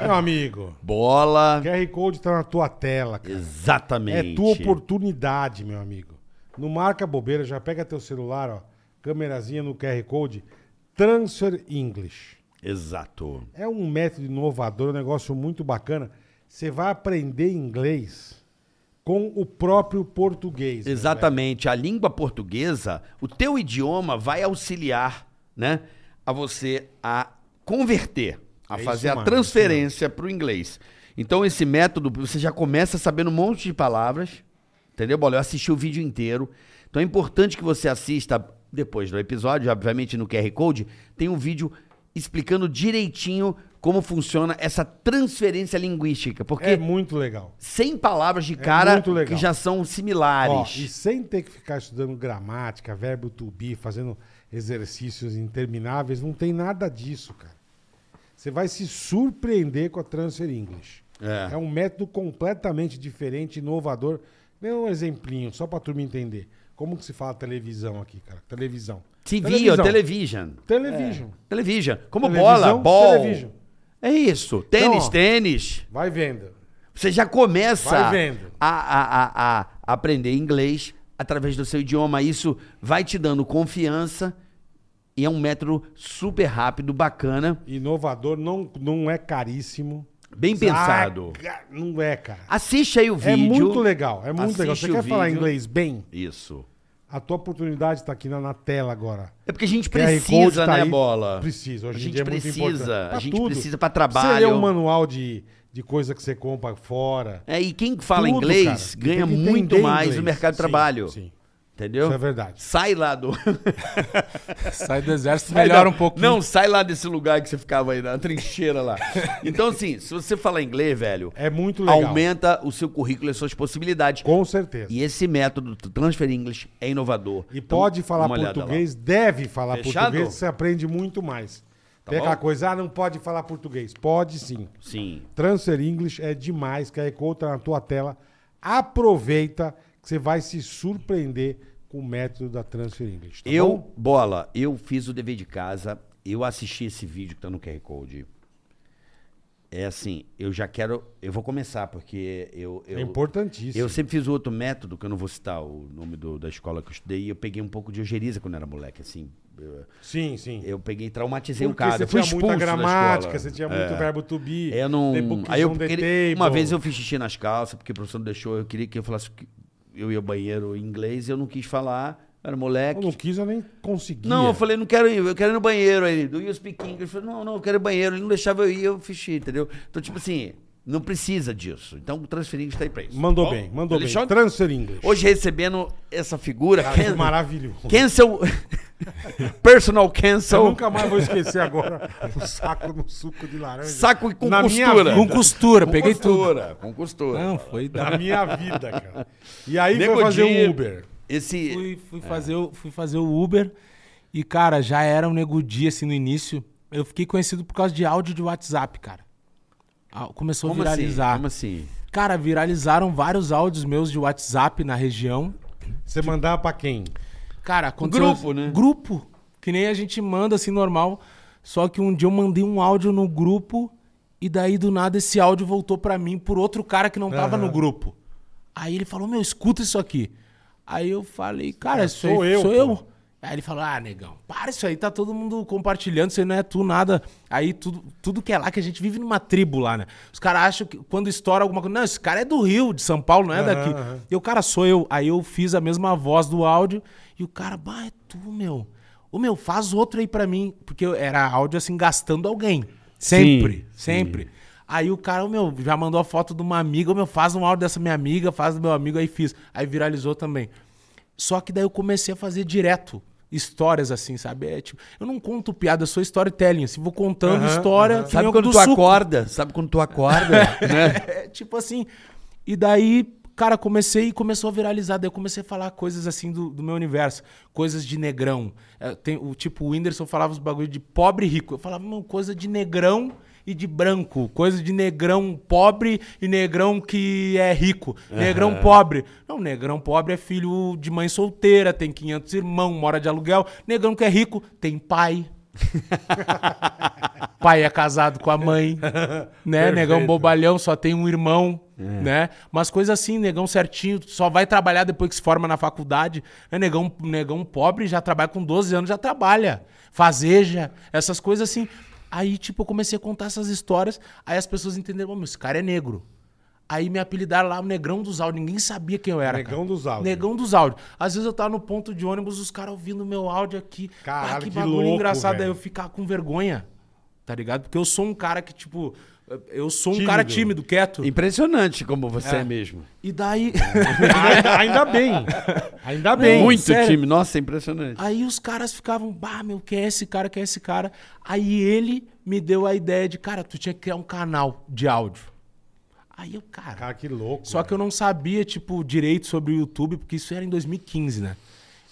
[SPEAKER 4] Meu amigo,
[SPEAKER 3] Bola.
[SPEAKER 4] QR Code tá na tua tela, cara.
[SPEAKER 3] Exatamente.
[SPEAKER 4] É tua oportunidade, meu amigo. Não marca bobeira, já pega teu celular, ó, câmerazinha no QR Code, Transfer English.
[SPEAKER 3] Exato.
[SPEAKER 4] É um método inovador, um negócio muito bacana. Você vai aprender inglês com o próprio português. né,
[SPEAKER 3] Exatamente. A língua portuguesa, o teu idioma vai auxiliar, né, a você a converter, a
[SPEAKER 4] É
[SPEAKER 3] fazer
[SPEAKER 4] isso,
[SPEAKER 3] a
[SPEAKER 4] mano,
[SPEAKER 3] transferência para o inglês. Então esse método você já começa sabendo um monte de palavras, entendeu? Bola, eu assisti o vídeo inteiro. Então é importante que você assista depois do episódio, obviamente no QR Code, tem um vídeo explicando direitinho como funciona essa transferência linguística,
[SPEAKER 4] velho? É
[SPEAKER 3] porque
[SPEAKER 4] muito legal.
[SPEAKER 3] 100 palavras de cara
[SPEAKER 4] É muito legal.
[SPEAKER 3] que já são
[SPEAKER 4] Ó,
[SPEAKER 3] similares.
[SPEAKER 4] e sem ter que ficar estudando gramática, verbo to be, fazendo exercícios intermináveis, não tem nada disso, cara. Você vai se surpreender com a Transfer English.
[SPEAKER 3] É.
[SPEAKER 4] um método completamente diferente, inovador. Dê um exemplinho, só pra turma entender. Como que se fala televisão aqui, cara? Televisão.
[SPEAKER 3] TV, ou television.
[SPEAKER 4] Television.
[SPEAKER 3] Television. Como É. bola,
[SPEAKER 4] Televisão,
[SPEAKER 3] ball.
[SPEAKER 4] television.
[SPEAKER 3] É isso. Tênis,
[SPEAKER 4] Então, ó.
[SPEAKER 3] tênis.
[SPEAKER 4] Vai vendo.
[SPEAKER 3] Você já começa
[SPEAKER 4] Vai vendo.
[SPEAKER 3] A, a- a- a aprender inglês através do seu idioma. Isso vai te dando confiança e é um método super rápido, bacana,
[SPEAKER 4] Inovador, não, não é caríssimo.
[SPEAKER 3] bem pensado.
[SPEAKER 4] Ah, ca- não é, cara.
[SPEAKER 3] Assiste aí o vídeo.
[SPEAKER 4] É muito legal, é muito legal.
[SPEAKER 3] Assiste
[SPEAKER 4] Você quer
[SPEAKER 3] o
[SPEAKER 4] falar
[SPEAKER 3] vídeo.
[SPEAKER 4] inglês bem?
[SPEAKER 3] Isso.
[SPEAKER 4] A tua oportunidade tá aqui na, na tela agora.
[SPEAKER 3] É porque a gente
[SPEAKER 4] QR Code
[SPEAKER 3] precisa,
[SPEAKER 4] tá
[SPEAKER 3] né,
[SPEAKER 4] aí.
[SPEAKER 3] bola?
[SPEAKER 4] Precisa, hoje
[SPEAKER 3] A
[SPEAKER 4] em
[SPEAKER 3] gente
[SPEAKER 4] dia é
[SPEAKER 3] precisa,
[SPEAKER 4] muito importante.
[SPEAKER 3] a gente
[SPEAKER 4] tudo.
[SPEAKER 3] precisa pra
[SPEAKER 4] Você lê
[SPEAKER 3] trabalho.
[SPEAKER 4] um manual de, de coisa que você compra fora.
[SPEAKER 3] É, e quem fala
[SPEAKER 4] Tudo,
[SPEAKER 3] inglês
[SPEAKER 4] cara.
[SPEAKER 3] ganha
[SPEAKER 4] Tem que
[SPEAKER 3] muito
[SPEAKER 4] entender
[SPEAKER 3] mais
[SPEAKER 4] inglês.
[SPEAKER 3] no mercado de
[SPEAKER 4] Sim,
[SPEAKER 3] trabalho.
[SPEAKER 4] sim.
[SPEAKER 3] Entendeu?
[SPEAKER 4] Isso é verdade.
[SPEAKER 3] Sai lá do.
[SPEAKER 5] Sai do exército,
[SPEAKER 3] Sai
[SPEAKER 5] melhora
[SPEAKER 3] da-
[SPEAKER 5] um pouquinho.
[SPEAKER 3] Não, sai lá desse lugar que você ficava aí, na trincheira lá. Então, assim, se você falar inglês, velho,
[SPEAKER 4] É muito legal.
[SPEAKER 3] aumenta o seu currículo e as suas possibilidades.
[SPEAKER 4] Com certeza. E,
[SPEAKER 3] E esse método do Transfer English é inovador. Então,
[SPEAKER 4] pode falar
[SPEAKER 3] dá uma olhada lá.
[SPEAKER 4] português, deve falar
[SPEAKER 3] Fechado?
[SPEAKER 4] português, você aprende muito mais.
[SPEAKER 3] Tá
[SPEAKER 4] Tem aquela
[SPEAKER 3] bom?
[SPEAKER 4] coisa, ah, não pode falar português. Pode sim. Tá
[SPEAKER 3] Sim.
[SPEAKER 4] Transfer English é demais, QR Code tá na tua tela. Aproveita que você vai se surpreender com o método da Transfer English. tá
[SPEAKER 3] eu,
[SPEAKER 4] bom?
[SPEAKER 3] bola, eu fiz o dever de casa, eu assisti esse vídeo que tá no QR Code. É assim, eu já quero. Eu vou começar, porque eu. eu
[SPEAKER 4] é importantíssimo.
[SPEAKER 3] Eu sempre fiz o outro método, que eu não vou citar o nome do- da escola que eu estudei, e eu peguei um pouco de ojeriza quando era moleque, assim. Eu,
[SPEAKER 4] Sim, sim.
[SPEAKER 3] eu peguei, traumatizei o
[SPEAKER 4] Porque
[SPEAKER 3] um cara.
[SPEAKER 4] você
[SPEAKER 3] Eu fui
[SPEAKER 4] tinha
[SPEAKER 3] expulso
[SPEAKER 4] muita
[SPEAKER 3] da
[SPEAKER 4] gramática,
[SPEAKER 3] escola. É.
[SPEAKER 4] você tinha muito verbo to be.
[SPEAKER 3] Eu não.
[SPEAKER 4] the book is
[SPEAKER 3] Aí eu
[SPEAKER 4] on the
[SPEAKER 3] queria- uma
[SPEAKER 4] table.
[SPEAKER 3] vez eu fiz xixi nas calças, porque o professor não deixou, eu queria que eu falasse que eu ia ao banheiro em inglês, e eu não quis falar, eu era moleque.
[SPEAKER 4] Eu não quis, eu nem consegui.
[SPEAKER 3] Não, eu falei, não quero ir, eu quero ir no banheiro aí. Do you speak English? Ele falou, não, não, eu quero ir no banheiro. Ele não deixava eu ir, eu fechei, entendeu? Então, tipo assim, não precisa disso. Então, o transferinho está aí pra isso.
[SPEAKER 4] Mandou
[SPEAKER 3] Bom,
[SPEAKER 4] bem, mandou bem.
[SPEAKER 3] Alexandre,
[SPEAKER 4] Transfer English.
[SPEAKER 3] Hoje recebendo Então, essa figura.
[SPEAKER 4] Cara, que
[SPEAKER 3] can-
[SPEAKER 4] maravilhoso.
[SPEAKER 3] Cancel. Personal
[SPEAKER 4] Eu
[SPEAKER 3] cancel.
[SPEAKER 4] nunca mais vou esquecer agora o saco no suco de laranja.
[SPEAKER 3] Saco e com
[SPEAKER 4] Na minha
[SPEAKER 3] costura.
[SPEAKER 5] Com costura,
[SPEAKER 3] Com
[SPEAKER 5] peguei tudo.
[SPEAKER 3] costura, Com costura.
[SPEAKER 5] Não, foi da...
[SPEAKER 4] Da minha vida, cara. E aí
[SPEAKER 3] Nego
[SPEAKER 4] foi fazer
[SPEAKER 3] Di,
[SPEAKER 4] um Uber.
[SPEAKER 3] Esse.
[SPEAKER 5] fui, fui fazer, o- fui fazer o Uber e, cara, já era um nego dia, assim, no início. Eu fiquei conhecido por causa de áudio de WhatsApp, cara. Ah, Começou
[SPEAKER 3] Como
[SPEAKER 5] a viralizar.
[SPEAKER 3] assim? Como assim?
[SPEAKER 5] Cara, viralizaram vários áudios meus de WhatsApp na região.
[SPEAKER 4] Você mandava pra quem?
[SPEAKER 5] Cara, aconteceu...
[SPEAKER 3] Grupo, né?
[SPEAKER 5] Grupo. Que nem a gente manda, assim, normal. Só que um dia eu mandei um áudio no grupo e daí, do nada, esse áudio voltou pra mim por outro cara que não tava
[SPEAKER 4] Aham.
[SPEAKER 5] no grupo. Aí ele falou, meu, escuta isso aqui. Aí eu falei, cara, isso
[SPEAKER 4] É, sou
[SPEAKER 5] aí,
[SPEAKER 4] eu,
[SPEAKER 5] sou
[SPEAKER 4] pô."
[SPEAKER 5] eu. Aí ele falou, ah, negão, para isso aí, tá todo mundo compartilhando, isso aí não é tu, nada. Aí tudo, tudo que é lá, que a gente vive numa tribo lá, né? Os caras acham que quando estoura alguma coisa, não, esse cara é do Rio, de São Paulo, não é
[SPEAKER 4] Aham,
[SPEAKER 5] daqui.
[SPEAKER 4] aham.
[SPEAKER 5] E o cara sou eu. Aí eu fiz a mesma voz do áudio e o cara, bah, é tu, meu. Ô, meu, faz outro aí pra mim. Porque eu- era áudio assim, gastando alguém. Sempre, sempre. Aí o cara, ô, meu, já mandou a foto de uma amiga. Ô, meu, faz um áudio dessa minha amiga, faz do meu amigo. Aí fiz. Aí viralizou também. Só que daí eu comecei a fazer direto. histórias assim, sabe? É, tipo, eu não conto piada, eu sou storytelling. Assim, vou contando
[SPEAKER 4] Aham,
[SPEAKER 5] história. que nem
[SPEAKER 3] Sabe
[SPEAKER 5] o
[SPEAKER 3] quando
[SPEAKER 5] do
[SPEAKER 3] tu
[SPEAKER 5] suco.
[SPEAKER 3] acorda? Sabe quando tu acorda? né?
[SPEAKER 5] É, tipo assim. E daí, cara, comecei e começou a viralizar. Daí eu comecei a falar coisas assim do, do meu universo. Coisas de negrão. É, tem, o, tipo, o Whindersson falava os bagulho de pobre e rico. Eu falava, mano, coisa de negrão e de branco. Coisa de negrão pobre e negrão que é rico. Negrão pobre. Não, negrão pobre é filho de mãe solteira, tem 500 irmãos, mora de aluguel. Negrão que é rico tem pai. pai é casado com a mãe, né? Negão bobalhão, só tem um irmão,
[SPEAKER 4] É.
[SPEAKER 5] né? Mas coisa assim, negão certinho, só vai trabalhar depois que se forma na faculdade. Né? Negão, negão pobre já trabalha com 12 anos, já trabalha. Fazeja, essas coisas assim. Aí, tipo, eu comecei a contar essas histórias, aí as pessoas entenderam, "Ô, meu, esse cara é negro. Aí me apelidaram lá, o Negrão dos Áudios. Ninguém sabia quem eu era.
[SPEAKER 4] Negão
[SPEAKER 5] cara.
[SPEAKER 4] dos Áudios.
[SPEAKER 5] Negão dos Áudios. Às vezes eu tava no ponto de ônibus, os caras ouvindo meu áudio aqui.
[SPEAKER 4] Caralho,
[SPEAKER 5] ah,
[SPEAKER 4] que
[SPEAKER 5] que, bagulho
[SPEAKER 4] louco,
[SPEAKER 5] engraçado. Aí
[SPEAKER 4] velho.
[SPEAKER 5] eu ficar com vergonha, tá ligado? Porque eu sou um cara que, tipo, eu sou um
[SPEAKER 4] Tímido.
[SPEAKER 5] cara tímido, quieto. E,
[SPEAKER 3] Impressionante como você é, mesmo.
[SPEAKER 5] daí.
[SPEAKER 4] ainda, ainda bem. Ainda bem.
[SPEAKER 3] Muito
[SPEAKER 5] sério.
[SPEAKER 3] time. Nossa, é impressionante.
[SPEAKER 5] aí os caras ficavam, bah, meu, quem é esse cara, quem é esse cara? Aí ele me deu a ideia de, cara, tu tinha que criar um canal de áudio. Aí eu, cara.
[SPEAKER 4] Cara, que louco.
[SPEAKER 5] Só que eu não sabia, tipo, direito sobre o YouTube, porque isso era em 2015, né?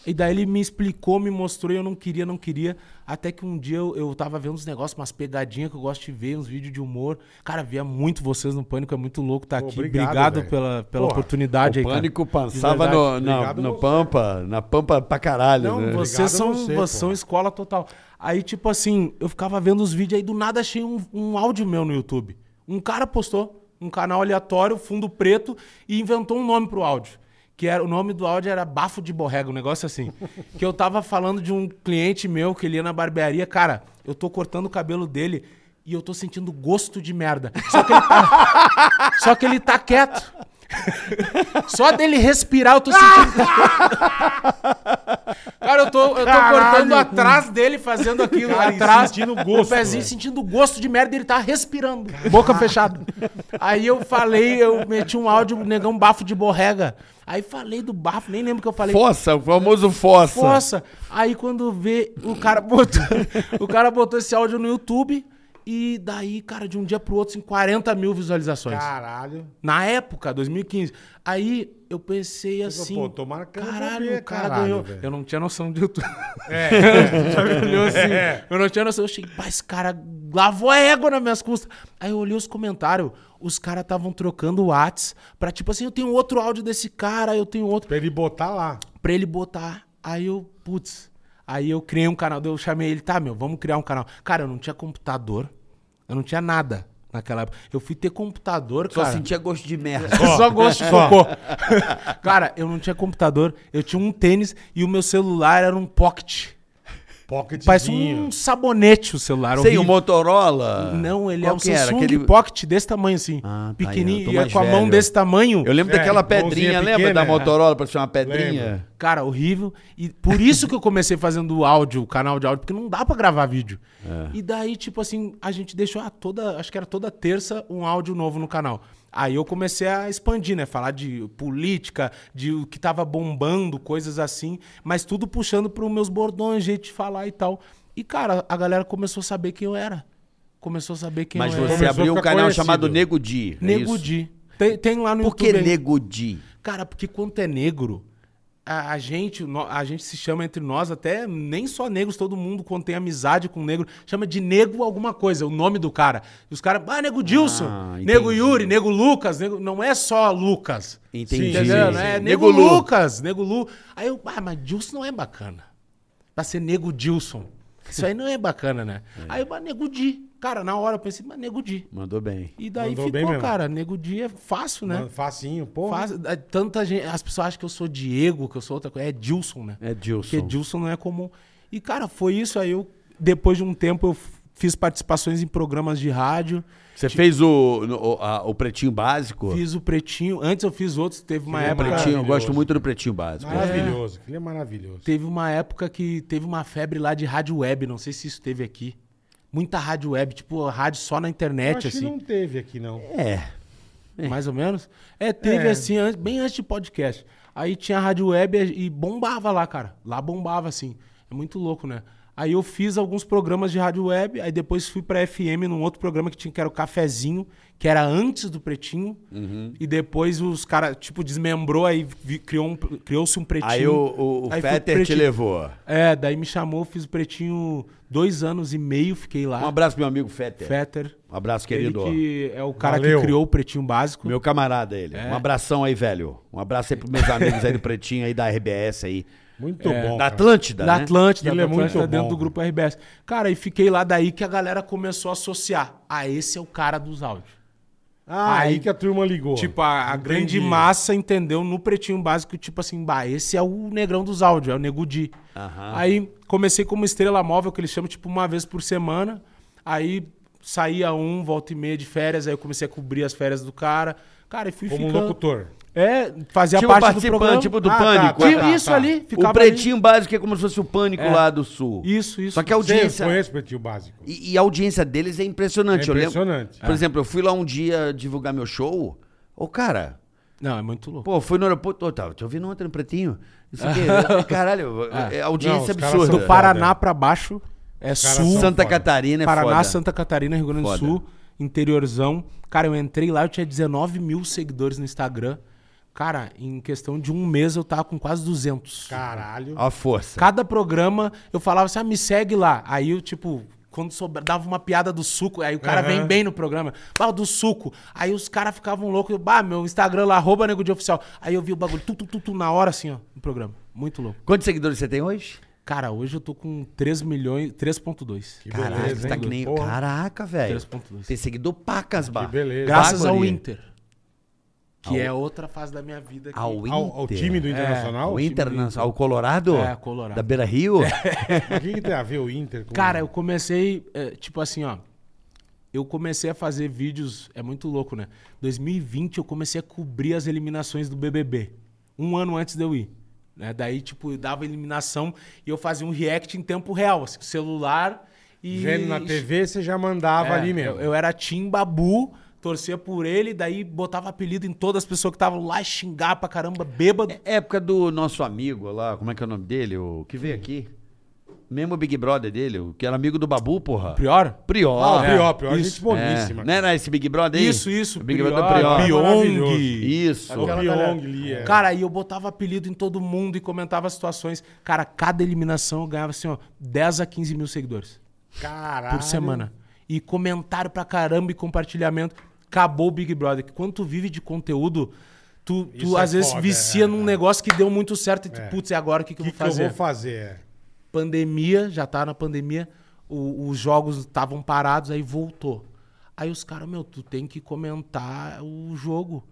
[SPEAKER 5] E daí ele me explicou, me mostrou, e eu não queria, não queria. Até que um dia eu, eu tava vendo uns negócios, umas pegadinhas que eu gosto de ver, uns vídeos de humor. Cara, via muito vocês no Pânico, é muito louco estar
[SPEAKER 4] Pô,
[SPEAKER 5] aqui.
[SPEAKER 4] obrigado,
[SPEAKER 5] Obrigado,
[SPEAKER 4] velho.
[SPEAKER 5] pela, pela
[SPEAKER 4] Porra,
[SPEAKER 5] oportunidade
[SPEAKER 3] O
[SPEAKER 5] aí, cara.
[SPEAKER 3] pânico
[SPEAKER 5] De
[SPEAKER 3] passava
[SPEAKER 5] verdade.
[SPEAKER 3] no, na-
[SPEAKER 4] Obrigado
[SPEAKER 3] no
[SPEAKER 4] você.
[SPEAKER 3] Pampa, na Pampa pra caralho,
[SPEAKER 5] Não,
[SPEAKER 3] né?
[SPEAKER 5] vocês
[SPEAKER 4] Obrigado
[SPEAKER 5] são,
[SPEAKER 4] você,
[SPEAKER 5] vocês são
[SPEAKER 4] pô.
[SPEAKER 5] escola total. Aí, tipo assim, eu ficava vendo os vídeos aí, do nada achei um, um áudio meu no YouTube. Um cara postou, um canal aleatório, fundo preto, e inventou um nome pro áudio. Que era, o nome do áudio era Bafo de Borrega, um negócio assim. que eu tava falando de um cliente meu que ele ia na barbearia. Cara, eu tô cortando o cabelo dele e eu tô sentindo gosto de merda. Só que ele tá, só que ele tá quieto. Só dele respirar eu tô sentindo Cara, eu tô, eu tô cortando atrás dele, fazendo aquilo
[SPEAKER 4] Cara, e
[SPEAKER 5] atrás.
[SPEAKER 4] sentindo gosto,
[SPEAKER 5] O pezinho
[SPEAKER 4] velho.
[SPEAKER 5] sentindo gosto de merda, ele tá respirando. Boca fechada. Aí eu falei, eu meti um áudio, negão bafo de borrega. Aí falei do bafo, nem lembro o que eu falei.
[SPEAKER 3] Fossa, o famoso Fossa.
[SPEAKER 5] Fossa. Aí quando vê, o cara botou, o cara botou esse áudio no YouTube e daí, cara, de um dia pro outro, assim, 40 mil visualizações.
[SPEAKER 4] Caralho.
[SPEAKER 5] Na época, 2015. Aí eu pensei assim.
[SPEAKER 4] pô, tomara que eu não vou
[SPEAKER 5] caralho,
[SPEAKER 4] ver,
[SPEAKER 5] o cara
[SPEAKER 4] caralho,
[SPEAKER 5] ganhou.
[SPEAKER 4] velho.
[SPEAKER 5] Eu não tinha noção de YouTube.
[SPEAKER 4] É.
[SPEAKER 5] Sabe, olhou assim, Eu não tinha noção. Eu achei, pá, esse cara lavou a égua nas minhas custas. Aí eu olhei os comentários, os caras estavam trocando Whats pra tipo assim, eu tenho outro áudio desse cara, eu tenho outro.
[SPEAKER 4] pra ele botar lá.
[SPEAKER 5] Pra ele botar. Aí eu, putz. Aí eu criei um canal, daí eu chamei ele, tá, meu, vamos criar um canal. Cara, eu não tinha computador, eu não tinha nada naquela época. Eu fui ter computador,
[SPEAKER 3] Só
[SPEAKER 5] cara.
[SPEAKER 3] sentia gosto de merda.
[SPEAKER 5] Só gosto de cocô. Cara, eu não tinha computador, eu tinha um tênis e o meu celular era um pocket.
[SPEAKER 4] Pocket
[SPEAKER 5] Parece um sabonete o celular.
[SPEAKER 3] Sei, o
[SPEAKER 5] horrível.
[SPEAKER 3] Motorola.
[SPEAKER 5] Não, ele é
[SPEAKER 3] Qual
[SPEAKER 5] um
[SPEAKER 3] que era?
[SPEAKER 5] Samsung
[SPEAKER 3] Aquele-
[SPEAKER 5] Pocket desse tamanho, assim.
[SPEAKER 3] Ah, tá, eu tô
[SPEAKER 5] pequenininho,
[SPEAKER 3] mais
[SPEAKER 5] e com a mão
[SPEAKER 3] velho.
[SPEAKER 5] desse tamanho.
[SPEAKER 3] Eu lembro
[SPEAKER 4] É,
[SPEAKER 3] daquela
[SPEAKER 4] mãozinha
[SPEAKER 3] pedrinha, lembra
[SPEAKER 4] pequena,
[SPEAKER 3] da
[SPEAKER 4] é.
[SPEAKER 3] Motorola, parecia uma pedrinha?
[SPEAKER 4] Lembro.
[SPEAKER 5] Cara, horrível. E por isso que eu comecei fazendo áudio, o canal de áudio, porque não dá pra gravar vídeo.
[SPEAKER 3] É.
[SPEAKER 5] E daí, tipo assim, a gente deixou ah, toda, acho que era toda terça, um áudio novo no canal. Aí eu comecei a expandir, né? Falar de política, de o que tava bombando, coisas assim, mas tudo puxando pros meus bordões, jeito de falar e tal. E, cara, a galera começou a saber quem eu era. Começou a saber quem
[SPEAKER 3] Mas
[SPEAKER 5] eu
[SPEAKER 3] você
[SPEAKER 5] era.
[SPEAKER 4] Começou a
[SPEAKER 3] abriu um
[SPEAKER 4] ficar
[SPEAKER 3] canal
[SPEAKER 4] conhecido.
[SPEAKER 3] chamado Nego Di. é
[SPEAKER 5] Nego
[SPEAKER 3] isso?
[SPEAKER 5] Di. Tem, tem lá no
[SPEAKER 3] Por que
[SPEAKER 5] YouTube. ainda.
[SPEAKER 3] Nego Di?
[SPEAKER 5] Cara, porque quanto é negro, a, a gente no- a gente se chama entre nós, até nem só negros, todo mundo quando tem amizade com negro, chama de nego alguma coisa, é o nome do cara. E os caras, ah, nego Dilson,
[SPEAKER 3] entendi.
[SPEAKER 5] nego Yuri, nego Lucas, nego... não é só Lucas.
[SPEAKER 3] Entendi.
[SPEAKER 4] Sim,
[SPEAKER 5] Entendeu?
[SPEAKER 4] sim.
[SPEAKER 5] É
[SPEAKER 3] Nego
[SPEAKER 5] nego,
[SPEAKER 3] Lu.
[SPEAKER 5] Lucas, nego Lu. Aí eu, ah, mas Dilson não é bacana. Pra ser nego Dilson. Isso aí não é bacana, né? Aí eu, mas nego Di. Cara, na hora eu pensei, mas nego Di.
[SPEAKER 3] Mandou bem.
[SPEAKER 5] E daí
[SPEAKER 4] Mandou bem
[SPEAKER 5] ficou,
[SPEAKER 4] mesmo.
[SPEAKER 5] cara, nego Di é fácil, né?
[SPEAKER 4] Mano, facinho, pô.
[SPEAKER 5] Faz- é, tanta gente, as pessoas acham que eu sou Diego, que eu sou outra coisa. É Dilson, né?
[SPEAKER 3] É Dilson.
[SPEAKER 5] Porque Dilson não é comum. E, cara, foi isso. Aí eu, depois de um tempo, eu f- fiz participações em programas de rádio,
[SPEAKER 3] Você fez o, no- o, a- o Pretinho Básico?
[SPEAKER 5] fiz o Pretinho. Antes eu fiz outros, teve uma
[SPEAKER 4] Que
[SPEAKER 5] época.
[SPEAKER 4] maravilha.
[SPEAKER 3] Pretinho, eu gosto muito do Pretinho Básico.
[SPEAKER 4] Maravilhoso. Aquilo é maravilhoso.
[SPEAKER 5] Teve uma época que teve uma febre lá de rádio web, não sei se isso teve aqui. Muita rádio web, tipo, rádio só na
[SPEAKER 4] Eu
[SPEAKER 5] internet,
[SPEAKER 4] acho que
[SPEAKER 5] assim.
[SPEAKER 4] não teve aqui, não.
[SPEAKER 3] É.
[SPEAKER 5] Mais ou menos? É, teve
[SPEAKER 4] É.
[SPEAKER 5] assim, antes- bem antes de podcast. Aí tinha a rádio web e e bombava lá, cara. Lá bombava, assim. É muito louco, né? Aí eu fiz alguns programas de rádio web, aí depois fui pra FM num outro programa que tinha, que era o Cafezinho, que era antes do Pretinho.
[SPEAKER 3] Uhum.
[SPEAKER 5] E depois os caras, tipo, desmembrou, aí vi- criou um- criou-se um, Pretinho.
[SPEAKER 3] Aí o, o, o
[SPEAKER 5] Aí fui pro
[SPEAKER 3] Fetter te
[SPEAKER 5] Pretinho.
[SPEAKER 3] levou.
[SPEAKER 4] Ah.
[SPEAKER 5] É, daí me chamou, fiz o Pretinho dois anos e meio, fiquei lá.
[SPEAKER 3] Um abraço pro meu amigo Fetter.
[SPEAKER 5] Fetter.
[SPEAKER 3] Um abraço,
[SPEAKER 5] Ele
[SPEAKER 3] querido.
[SPEAKER 5] que é o cara
[SPEAKER 4] Valeu.
[SPEAKER 5] que criou o Pretinho Básico.
[SPEAKER 3] Meu camarada, ele.
[SPEAKER 4] É.
[SPEAKER 3] Um abração aí, velho. Um abraço aí pros meus amigos aí do Pretinho, aí da RBS aí.
[SPEAKER 4] Muito bom.
[SPEAKER 3] da
[SPEAKER 4] cara.
[SPEAKER 3] É, Atlântida,
[SPEAKER 5] da
[SPEAKER 3] né?
[SPEAKER 5] Atlântida,
[SPEAKER 4] Ele
[SPEAKER 5] da
[SPEAKER 4] é muito
[SPEAKER 5] Atlântida dentro
[SPEAKER 4] bom,
[SPEAKER 5] do grupo RBS. Cara, e fiquei lá daí que a galera começou a associar. Ah, esse é o cara dos áudios.
[SPEAKER 4] Ah, aí
[SPEAKER 5] Aí-
[SPEAKER 4] que a turma ligou.
[SPEAKER 5] Tipo, a, a grande massa entendeu no pretinho básico, tipo assim, bah, esse é o negrão dos áudios, é o Nego Di. Aí comecei como estrela móvel, que eles chamam, tipo, uma vez por semana. Aí saía um, volta e meia de férias, aí eu comecei a cobrir as férias do cara. Cara, e fui
[SPEAKER 4] como um
[SPEAKER 5] ficando.
[SPEAKER 4] locutor.
[SPEAKER 5] É, fazia
[SPEAKER 3] Tipo
[SPEAKER 5] parte do
[SPEAKER 3] participante,
[SPEAKER 5] programa.
[SPEAKER 3] tipo do
[SPEAKER 4] Ah, tá,
[SPEAKER 3] Pânico.
[SPEAKER 4] tá,
[SPEAKER 3] é.
[SPEAKER 5] Tinha
[SPEAKER 4] tá,
[SPEAKER 5] isso
[SPEAKER 4] tá.
[SPEAKER 5] ali, ficava
[SPEAKER 3] o Pretinho Básico é como se fosse o Pânico lá do Sul.
[SPEAKER 5] ali. Isso, isso.
[SPEAKER 3] Só que a
[SPEAKER 4] Você
[SPEAKER 3] audiência...
[SPEAKER 4] conhece o Pretinho Básico?
[SPEAKER 3] E, e a audiência deles é impressionante.
[SPEAKER 4] É
[SPEAKER 3] eu lembro-
[SPEAKER 4] impressionante.
[SPEAKER 3] Por exemplo, eu fui lá um dia divulgar meu show. Ô, cara,
[SPEAKER 5] Não, é muito louco.
[SPEAKER 3] pô, fui no aeroporto. Ô, tava te ouvindo ontem no Pretinho. Isso aqui, é- caralho, é audiência
[SPEAKER 4] Não, os caras
[SPEAKER 3] absurda.
[SPEAKER 4] são
[SPEAKER 5] do Ah. Paraná pra baixo é
[SPEAKER 4] caras
[SPEAKER 5] sul,
[SPEAKER 4] são
[SPEAKER 3] Santa
[SPEAKER 4] foda.
[SPEAKER 3] Catarina é
[SPEAKER 5] Paraná,
[SPEAKER 3] foda.
[SPEAKER 5] Santa Catarina, Rio Grande do
[SPEAKER 3] Foda.
[SPEAKER 5] Sul, interiorzão. Cara, eu entrei lá, eu tinha 19 mil seguidores no Instagram. Cara, em questão de um mês eu tava com quase 200.
[SPEAKER 4] Caralho.
[SPEAKER 3] A força.
[SPEAKER 5] Cada programa eu falava assim, ah, me segue lá. Aí eu, tipo, quando sobra, dava uma piada do suco, aí o cara
[SPEAKER 4] Aham.
[SPEAKER 5] vem bem no programa, fala do suco. Aí os caras ficavam loucos, eu, bah, meu Instagram lá, arroba nego de oficial. Aí eu vi o bagulho, tu, tu, tu, tu, na hora assim, ó, no programa. Muito louco.
[SPEAKER 3] Quantos seguidores você tem hoje?
[SPEAKER 5] Cara, hoje eu tô com 3 milhões, 3.2.
[SPEAKER 4] Que
[SPEAKER 3] Caraca,
[SPEAKER 4] beleza,
[SPEAKER 3] tá
[SPEAKER 4] hein?
[SPEAKER 3] que nem...
[SPEAKER 4] Porra.
[SPEAKER 3] Caraca, velho.
[SPEAKER 5] 3.2.
[SPEAKER 3] Tem seguidor pacas, bar.
[SPEAKER 4] Ah, beleza.
[SPEAKER 5] Graças ao
[SPEAKER 3] Bagulho.
[SPEAKER 5] Inter. Que é outra fase da minha vida. Que...
[SPEAKER 3] Ao Inter.
[SPEAKER 4] Ao, ao time do É. Internacional?
[SPEAKER 3] Ao Internacional. Ao Colorado?
[SPEAKER 5] É, Colorado.
[SPEAKER 3] Da Beira Rio?
[SPEAKER 4] O que, que tem a ver o Inter com
[SPEAKER 5] Cara, eu comecei, é, tipo assim, ó. Eu comecei a fazer vídeos, é muito louco, né? 2020 eu comecei a cobrir as eliminações do BBB. Um ano antes de eu ir. Né? Daí, tipo, eu dava eliminação e eu fazia um react em tempo real, assim, com o celular e...
[SPEAKER 4] Vendo na TV, você já mandava
[SPEAKER 5] É,
[SPEAKER 4] ali mesmo.
[SPEAKER 5] Eu, eu era Tim Babu, torcia por ele, daí botava apelido em todas as pessoas que estavam lá, xingar pra caramba, bêbado.
[SPEAKER 4] É.
[SPEAKER 3] Época do nosso amigo lá, como é que é o nome dele? O que veio aqui? Mesmo Big Brother dele, o que era amigo do Babu, porra.
[SPEAKER 5] Prior?
[SPEAKER 3] Prior. né?
[SPEAKER 4] Ah, o Prior, Prior,
[SPEAKER 5] isso,
[SPEAKER 4] gente
[SPEAKER 3] É.
[SPEAKER 4] boníssima.
[SPEAKER 3] Não era esse Big Brother aí?
[SPEAKER 5] Isso, isso.
[SPEAKER 3] O Big Brother
[SPEAKER 5] Prior,
[SPEAKER 3] Prior.
[SPEAKER 5] É
[SPEAKER 4] Prior. Maravilhoso.
[SPEAKER 5] Pyong.
[SPEAKER 3] Isso.
[SPEAKER 4] O Pyong ali, é.
[SPEAKER 5] Cara, aí eu botava apelido em todo mundo e comentava as situações. Cara, cada eliminação eu ganhava assim, ó, 10 a 15 mil seguidores
[SPEAKER 4] Caralho.
[SPEAKER 5] por semana. E comentário pra caramba e compartilhamento. Acabou o Big Brother. Que quando tu vive de conteúdo, tu, tu,
[SPEAKER 4] Isso é
[SPEAKER 5] às vezes
[SPEAKER 4] foda,
[SPEAKER 5] vicia
[SPEAKER 4] é,
[SPEAKER 5] num
[SPEAKER 4] é.
[SPEAKER 5] negócio que deu muito certo e tu,
[SPEAKER 4] É.
[SPEAKER 5] putz, e agora o que, que,
[SPEAKER 4] O que,
[SPEAKER 5] eu vou fazer?
[SPEAKER 4] eu vou fazer?
[SPEAKER 5] pandemia, já tá na pandemia, o- os jogos estavam parados, aí voltou. Aí os caras, meu, tu tem que comentar o jogo.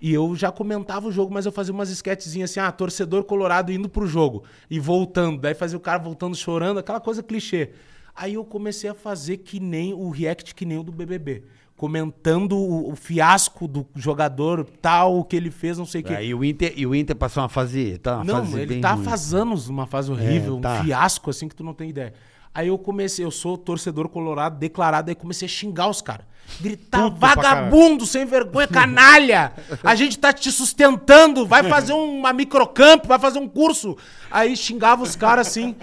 [SPEAKER 5] E eu já comentava o jogo, mas eu fazia umas esquetezinhas assim, ah, torcedor colorado indo pro jogo e voltando. Daí fazia o cara voltando chorando, aquela coisa clichê. Aí eu comecei a fazer que nem o react que nem o do BBB. Comentando o, o fiasco do jogador tal, o que ele fez, não sei o que.
[SPEAKER 3] Aí o Inter, e o Inter passou uma fase. Tá uma
[SPEAKER 5] Não,
[SPEAKER 3] fase
[SPEAKER 5] ele
[SPEAKER 3] bem
[SPEAKER 5] tá
[SPEAKER 3] ruim.
[SPEAKER 5] faz anos numa
[SPEAKER 4] É,
[SPEAKER 5] fase horrível,
[SPEAKER 3] tá.
[SPEAKER 5] um fiasco assim que tu não tem ideia. Aí eu comecei, eu sou torcedor colorado declarado, aí comecei a xingar os caras. Gritar,
[SPEAKER 4] Puto pra
[SPEAKER 5] vagabundo, sem vergonha, canalha! A gente tá te sustentando, vai fazer um, uma microcamp, vai fazer um curso. Aí xingava os caras assim,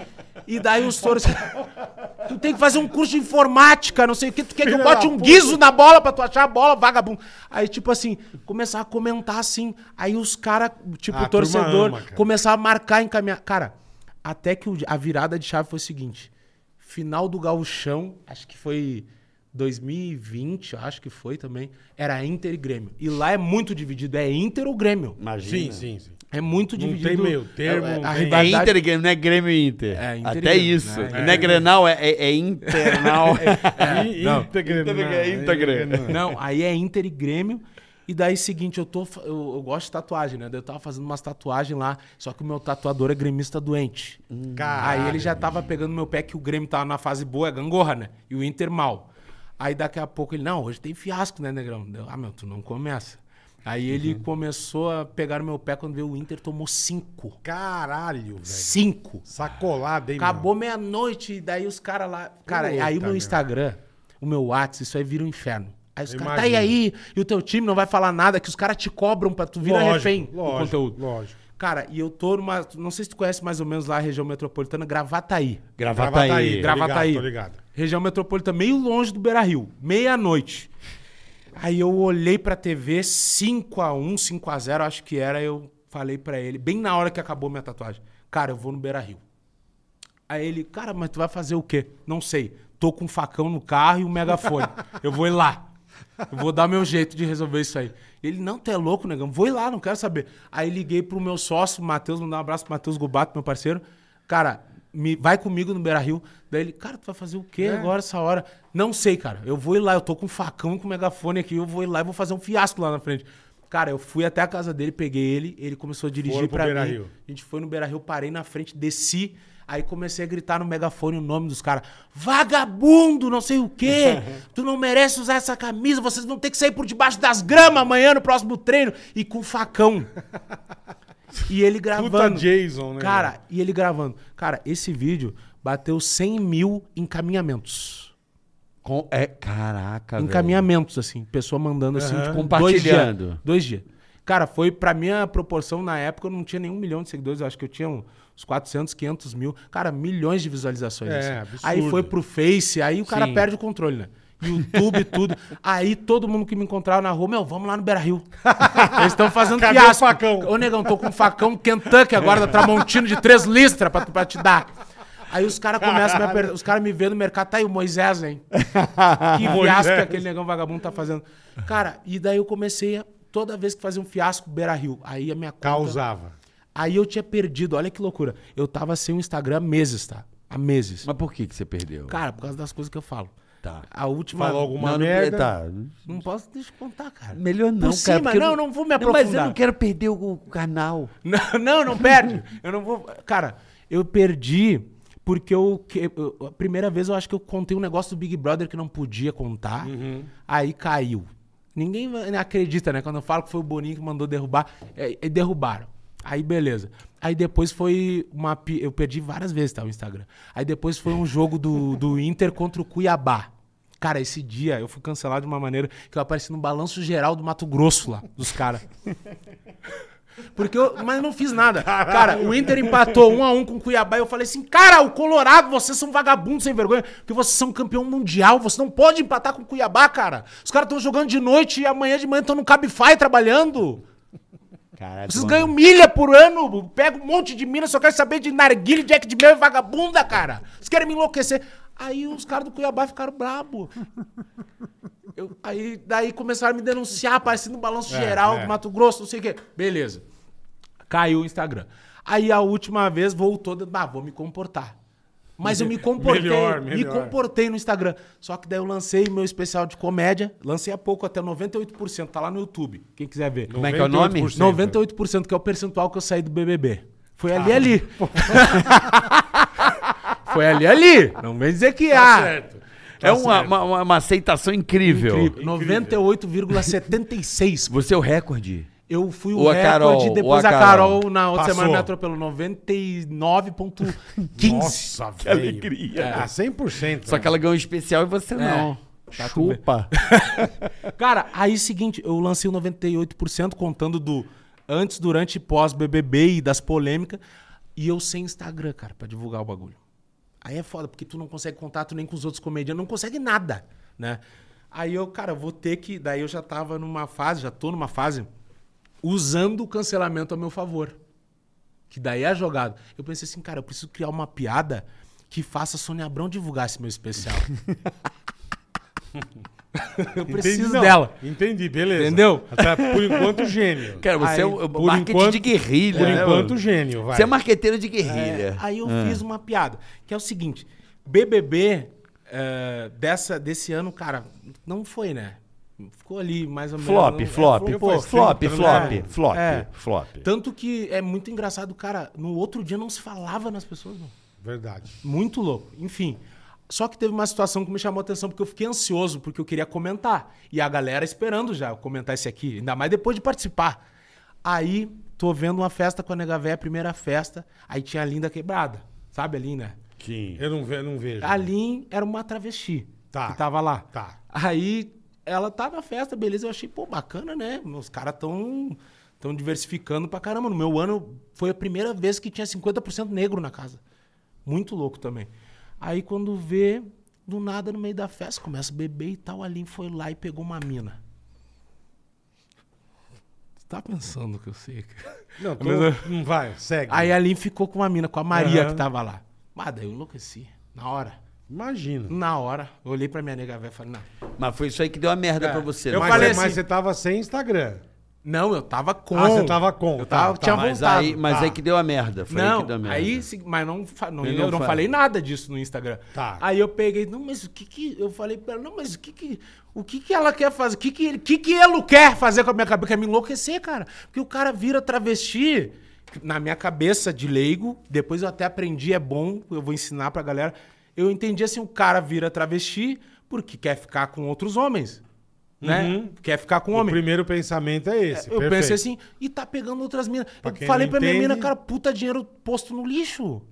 [SPEAKER 5] e daí os torcedores. Tu tem que fazer um curso de informática, não sei o que. Tu quer que eu bote um guiso na bola pra tu achar a bola, vagabundo. Aí, tipo assim, começar a comentar assim. Aí os caras, tipo,
[SPEAKER 4] Ah, a
[SPEAKER 5] o torcedor,
[SPEAKER 4] turma ama, cara.
[SPEAKER 5] começar a marcar, encaminhar. Cara, até que o- a virada de chave foi o seguinte. Final do gauchão, acho que foi 2020, acho que foi também. Era Inter e Grêmio. E lá é muito dividido. É Inter ou Grêmio?
[SPEAKER 4] Sim,
[SPEAKER 3] Imagina.
[SPEAKER 4] sim, sim.
[SPEAKER 5] É muito
[SPEAKER 4] Não
[SPEAKER 5] dividido.
[SPEAKER 4] tem meio termo,
[SPEAKER 5] É, é,
[SPEAKER 4] não
[SPEAKER 5] a
[SPEAKER 4] tem-
[SPEAKER 3] É
[SPEAKER 5] rivalidade-
[SPEAKER 3] Inter, e Grêmio, não é Grêmio e Inter.
[SPEAKER 5] É, Inter e
[SPEAKER 3] Até
[SPEAKER 5] Grêmio,
[SPEAKER 3] isso.
[SPEAKER 5] né?
[SPEAKER 3] Não é Grenal, é, é, é Internal. É,
[SPEAKER 5] é,
[SPEAKER 4] E íntegra.
[SPEAKER 3] Íntegra,
[SPEAKER 4] não,
[SPEAKER 3] íntegra.
[SPEAKER 4] íntegra não.
[SPEAKER 5] Não, aí é Inter e Grêmio. E daí, seguinte, eu, tô, fa- eu, eu gosto de tatuagem, né? Daí Eu tava fazendo umas tatuagens lá, só que o meu tatuador é gremista doente.
[SPEAKER 4] Caralho.
[SPEAKER 5] Aí ele já tava pegando meu pé, que o Grêmio tava na fase boa, é gangorra, né? E o Inter mal. Aí daqui a pouco ele, não, hoje tem fiasco, né, Negrão? Deu, ah, meu, tu não começa. Aí ele começou a pegar no meu pé quando veio o Inter, tomou cinco.
[SPEAKER 4] Caralho, velho.
[SPEAKER 5] Cinco.
[SPEAKER 4] Sacolada, hein,
[SPEAKER 5] Acabou meia-noite, e daí os caras lá. Cara,
[SPEAKER 4] Puta,
[SPEAKER 5] aí o meu
[SPEAKER 4] meu.
[SPEAKER 5] Instagram, o meu WhatsApp, isso aí vira um inferno. Aí os
[SPEAKER 4] Eu
[SPEAKER 5] caras, tá e
[SPEAKER 4] imagino.
[SPEAKER 5] aí? E o teu time não vai falar nada, que os caras te cobram pra tu
[SPEAKER 4] meu?
[SPEAKER 5] virar
[SPEAKER 4] lógico,
[SPEAKER 5] refém do
[SPEAKER 4] lógico,
[SPEAKER 5] conteúdo.
[SPEAKER 4] Lógico.
[SPEAKER 5] Cara, e eu tô numa. Não sei se tu conhece mais ou menos lá a região metropolitana, Gravataí.
[SPEAKER 3] Gravataí.
[SPEAKER 4] Gravataí, Gra-
[SPEAKER 5] Gravataí.
[SPEAKER 4] tô ligado.
[SPEAKER 5] Região metropolitana, meio longe do Beira Rio. Meia-noite. Aí eu olhei pra TV, 5x1, 5x0, acho que era. Eu falei pra ele, bem na hora que acabou minha tatuagem: Cara, eu vou no Beira Rio. Aí ele, cara, mas tu vai fazer o quê? Não sei. Tô com um facão no carro e um megafone. Eu vou ir lá. Eu vou dar meu jeito de resolver isso aí. Ele, não, tu é louco, negão. Vou ir lá, não quero saber. Aí liguei pro meu sócio, Matheus, mandar um abraço pro Matheus Gubato, meu parceiro. Cara, me, vai comigo no Beira Rio. Daí ele, cara, tu vai fazer o quê
[SPEAKER 4] É.
[SPEAKER 5] agora, essa hora? Não sei, cara. Eu vou ir lá, eu tô com um facão e com um megafone aqui. Eu vou ir lá e vou fazer um fiasco lá na frente. Cara, eu fui até a casa dele, peguei ele, ele começou a dirigir
[SPEAKER 4] Foram pro
[SPEAKER 5] pra
[SPEAKER 4] Beira
[SPEAKER 5] mim.
[SPEAKER 4] Rio.
[SPEAKER 5] A gente foi no Beira Rio, parei na frente, desci. Aí comecei a gritar no megafone o nome dos caras. Vagabundo, não sei o quê. Tu não merece usar essa camisa. Vocês vão ter que sair por debaixo das gramas amanhã no próximo treino. E com facão. E ele gravando.
[SPEAKER 4] Puta Jason, né?
[SPEAKER 5] Cara, e ele gravando. Cara, esse vídeo bateu 100 mil encaminhamentos.
[SPEAKER 3] Com- é, caraca, velho.
[SPEAKER 5] Encaminhamentos, assim. Pessoa mandando, assim, tipo,
[SPEAKER 3] Compartilhando.
[SPEAKER 5] Dois dias, dois dias. Cara, foi pra minha proporção, na época, eu não tinha nenhum milhão de seguidores. Eu acho que eu tinha uns 400, 500 mil. Cara, milhões de visualizações.
[SPEAKER 4] É,
[SPEAKER 5] assim.
[SPEAKER 4] absurdo.
[SPEAKER 5] Aí foi pro Face, aí o cara perde o controle, né? YouTube, tudo. Aí todo mundo que me encontrava na rua, meu, vamos lá no Beira Rio. Eles estão fazendo
[SPEAKER 4] Cadê o
[SPEAKER 5] fiasco.
[SPEAKER 4] facão?
[SPEAKER 5] Ô, negão, tô com um facão Kentucky agora, da Tramontino, de três listras pra, pra te dar. Aí os caras começam, a me aper- os caras me vêem no mercado, tá aí o Moisés, hein? Que
[SPEAKER 4] né?
[SPEAKER 5] fiasco que aquele negão vagabundo tá fazendo. Cara, e daí eu comecei a, toda vez que fazia um fiasco, Beira Rio. Aí a minha conta...
[SPEAKER 4] Causava.
[SPEAKER 5] Aí eu tinha perdido, olha que loucura. Eu tava sem o Instagram há meses, tá? Há meses.
[SPEAKER 3] Mas por que, que você perdeu?
[SPEAKER 5] Cara, por causa das coisas que eu falo.
[SPEAKER 3] Tá.
[SPEAKER 5] A última...
[SPEAKER 4] Falou alguma
[SPEAKER 3] não,
[SPEAKER 4] merda.
[SPEAKER 3] Não, tá.
[SPEAKER 5] Não posso deixar contar, cara.
[SPEAKER 3] Melhor não,
[SPEAKER 5] Por
[SPEAKER 3] cara.
[SPEAKER 5] cima,
[SPEAKER 3] porque eu
[SPEAKER 5] não, não vou me
[SPEAKER 3] mas eu
[SPEAKER 5] aprofundar.
[SPEAKER 3] não quero perder o o canal.
[SPEAKER 5] Não, não, não perde. Eu não vou. Cara, eu perdi porque eu, que- eu- A primeira vez eu acho que eu contei um negócio do Big Brother que não podia contar. Aí caiu. Ninguém va- acredita, né? Quando eu falo que foi o Boninho que mandou derrubar, é, é, derrubaram. Aí beleza. Aí depois foi uma. pi- Eu perdi várias vezes, tá? O Instagram. Aí depois foi um jogo do, do Inter contra o Cuiabá. Cara, esse dia eu fui cancelado de uma maneira que eu apareci no balanço geral do Mato Grosso lá, dos caras. Porque eu, mas não fiz nada. Cara, o Inter empatou um a um com o Cuiabá e eu falei assim: "Cara, o Colorado, vocês são vagabundos sem vergonha, porque vocês são campeão mundial, você não pode empatar com o Cuiabá, cara. Os caras estão jogando de noite e amanhã de manhã estão no Cabify trabalhando.
[SPEAKER 3] Caraca.
[SPEAKER 5] Vocês ganham milha por ano, pega um monte de mina, só quero saber de narguilha, Jack de mel e vagabunda, cara. Vocês querem me enlouquecer. Aí os caras do Cuiabá ficaram brabo. Eu- aí daí começaram a me denunciar, aparecendo no balanço geral
[SPEAKER 4] é.
[SPEAKER 5] do Mato Grosso, não sei o quê. Beleza. Caiu o Instagram. Aí a última vez voltou, de- bah, vou me comportar. Mas eu me comportei,
[SPEAKER 4] Melhor,
[SPEAKER 5] me
[SPEAKER 4] melhor.
[SPEAKER 5] comportei no Instagram. Só que daí eu lancei meu especial de comédia, lancei há pouco, até 98%, tá lá no YouTube, quem quiser ver.
[SPEAKER 3] Como é que é o nome?
[SPEAKER 4] 98%.
[SPEAKER 5] 98%, que é o percentual que eu saí do BBB. Foi ali, ali. Foi ali, ali. Não vem dizer que há.
[SPEAKER 3] É uma, uma, uma- uma aceitação incrível.
[SPEAKER 5] Incrível. 98,76.
[SPEAKER 3] Você é o recorde.
[SPEAKER 5] Eu fui o
[SPEAKER 3] Ou a
[SPEAKER 5] recorde,
[SPEAKER 3] Carol, ou
[SPEAKER 5] depois
[SPEAKER 3] a
[SPEAKER 5] a Carol,
[SPEAKER 3] Carol.
[SPEAKER 5] na outra
[SPEAKER 4] Passou.
[SPEAKER 5] semana me atropelou. 99,15.
[SPEAKER 4] Nossa, velho.
[SPEAKER 3] alegria.
[SPEAKER 4] Ah, 100%.
[SPEAKER 3] Só que ela ganhou um especial e você não.
[SPEAKER 5] tá tudo
[SPEAKER 3] Chupa.
[SPEAKER 5] Cara, aí seguinte, eu lancei o 98% contando do antes, durante e pós BBB e das polêmicas, e eu sem Instagram, cara, pra divulgar o bagulho. Aí é foda, porque tu não consegue contato nem com os outros comediantes, não consegue nada, né? Aí eu, cara, vou ter que, daí eu já tava numa fase, já tô numa fase usando o cancelamento a meu favor. Que daí é a jogada. Eu pensei assim, cara, eu preciso criar uma piada que faça a Sônia Abrão divulgar esse meu especial. eu preciso
[SPEAKER 4] não.
[SPEAKER 5] dela.
[SPEAKER 4] Entendi, beleza.
[SPEAKER 5] Entendeu?
[SPEAKER 4] Até por enquanto, gênio.
[SPEAKER 3] Cara, você
[SPEAKER 5] Aí,
[SPEAKER 3] é o
[SPEAKER 4] por
[SPEAKER 3] marketing
[SPEAKER 4] enquanto-
[SPEAKER 3] de guerrilha.
[SPEAKER 4] Por
[SPEAKER 3] né,
[SPEAKER 4] enquanto,
[SPEAKER 3] mano?
[SPEAKER 4] gênio, vai.
[SPEAKER 3] Você é marqueteiro de guerrilha.
[SPEAKER 5] Aí eu fiz uma piada, que é o seguinte: BBB eh, dessa, desse ano, cara, não foi, né? Ficou ali mais ou menos.
[SPEAKER 3] Flop,
[SPEAKER 5] É,
[SPEAKER 3] flop,
[SPEAKER 5] flopou.
[SPEAKER 3] flop, flop, flop, flop,
[SPEAKER 5] É.
[SPEAKER 3] flop.
[SPEAKER 5] Tanto que é muito engraçado, cara. No outro dia não se falava nas pessoas, não.
[SPEAKER 4] Verdade.
[SPEAKER 5] Muito louco. Enfim. Só que teve uma situação que me chamou a atenção, porque eu fiquei ansioso, porque eu queria comentar. E a galera esperando já eu comentar esse aqui, ainda mais depois de participar. Aí, tô vendo uma festa com a Nega Véia, a primeira festa. Aí tinha a Linda Quebrada. Sabe ali, né?
[SPEAKER 4] Eu não, ve não vejo.
[SPEAKER 5] A Lin era uma travesti
[SPEAKER 4] Tá.
[SPEAKER 5] que tava lá.
[SPEAKER 4] Tá.
[SPEAKER 5] Aí ela tá na festa, beleza. Eu achei, pô, bacana, né? Os caras tão, Então, diversificando pra caramba. No meu ano, foi a primeira vez que tinha 50% negro na casa. Muito louco também. Aí, quando vê, do nada, no meio da festa, começa a beber e tal. A Lin foi lá e pegou uma mina. Você tá pensando que eu sei, cara?
[SPEAKER 4] Não, tô-
[SPEAKER 5] Mas
[SPEAKER 4] não vai, segue.
[SPEAKER 5] Aí a Lin ficou com uma mina, com a Maria
[SPEAKER 4] Aham.
[SPEAKER 5] que tava lá. Mas daí eu enlouqueci. Na hora.
[SPEAKER 4] Imagina.
[SPEAKER 5] Na hora. Eu olhei pra minha nega velha e falei, não.
[SPEAKER 3] Mas foi isso aí que deu a merda pra você.
[SPEAKER 5] eu
[SPEAKER 3] né?
[SPEAKER 4] mas, é,
[SPEAKER 5] falei
[SPEAKER 4] mas
[SPEAKER 5] assim-
[SPEAKER 4] você tava sem Instagram.
[SPEAKER 5] Não, eu tava com.
[SPEAKER 4] Ah, você tava com.
[SPEAKER 5] Eu
[SPEAKER 4] Tá,
[SPEAKER 5] tava,
[SPEAKER 4] tá.
[SPEAKER 5] tinha
[SPEAKER 3] Mas,
[SPEAKER 5] vontade.
[SPEAKER 3] aí, mas
[SPEAKER 5] Tá.
[SPEAKER 3] aí que deu a merda. Foi aí
[SPEAKER 5] não,
[SPEAKER 3] que deu a merda.
[SPEAKER 5] aí, se- mas não, fa- não,
[SPEAKER 3] Ele
[SPEAKER 5] eu
[SPEAKER 3] não
[SPEAKER 5] não,
[SPEAKER 3] fala.
[SPEAKER 5] falei nada disso no Instagram.
[SPEAKER 4] Tá.
[SPEAKER 5] Aí eu peguei, não, mas o que que eu falei pra ela, não, mas o que que o que que ela quer fazer? O que que ele, o que que ele quer fazer com a minha cabeça? Quer me enlouquecer, cara? Porque o cara vira travesti na minha cabeça de leigo, depois eu até aprendi, é bom, eu vou ensinar pra galera. Eu entendi assim, o cara vira travesti porque quer ficar com outros homens, né? Quer ficar com
[SPEAKER 4] O
[SPEAKER 5] homem.
[SPEAKER 4] primeiro pensamento é esse.
[SPEAKER 5] Eu
[SPEAKER 4] perfeito.
[SPEAKER 5] pensei assim, e tá pegando outras minas.
[SPEAKER 4] Pra
[SPEAKER 5] Eu
[SPEAKER 4] quem
[SPEAKER 5] falei
[SPEAKER 4] não
[SPEAKER 5] pra minha
[SPEAKER 4] entende-
[SPEAKER 5] mina, cara, puta dinheiro posto no lixo.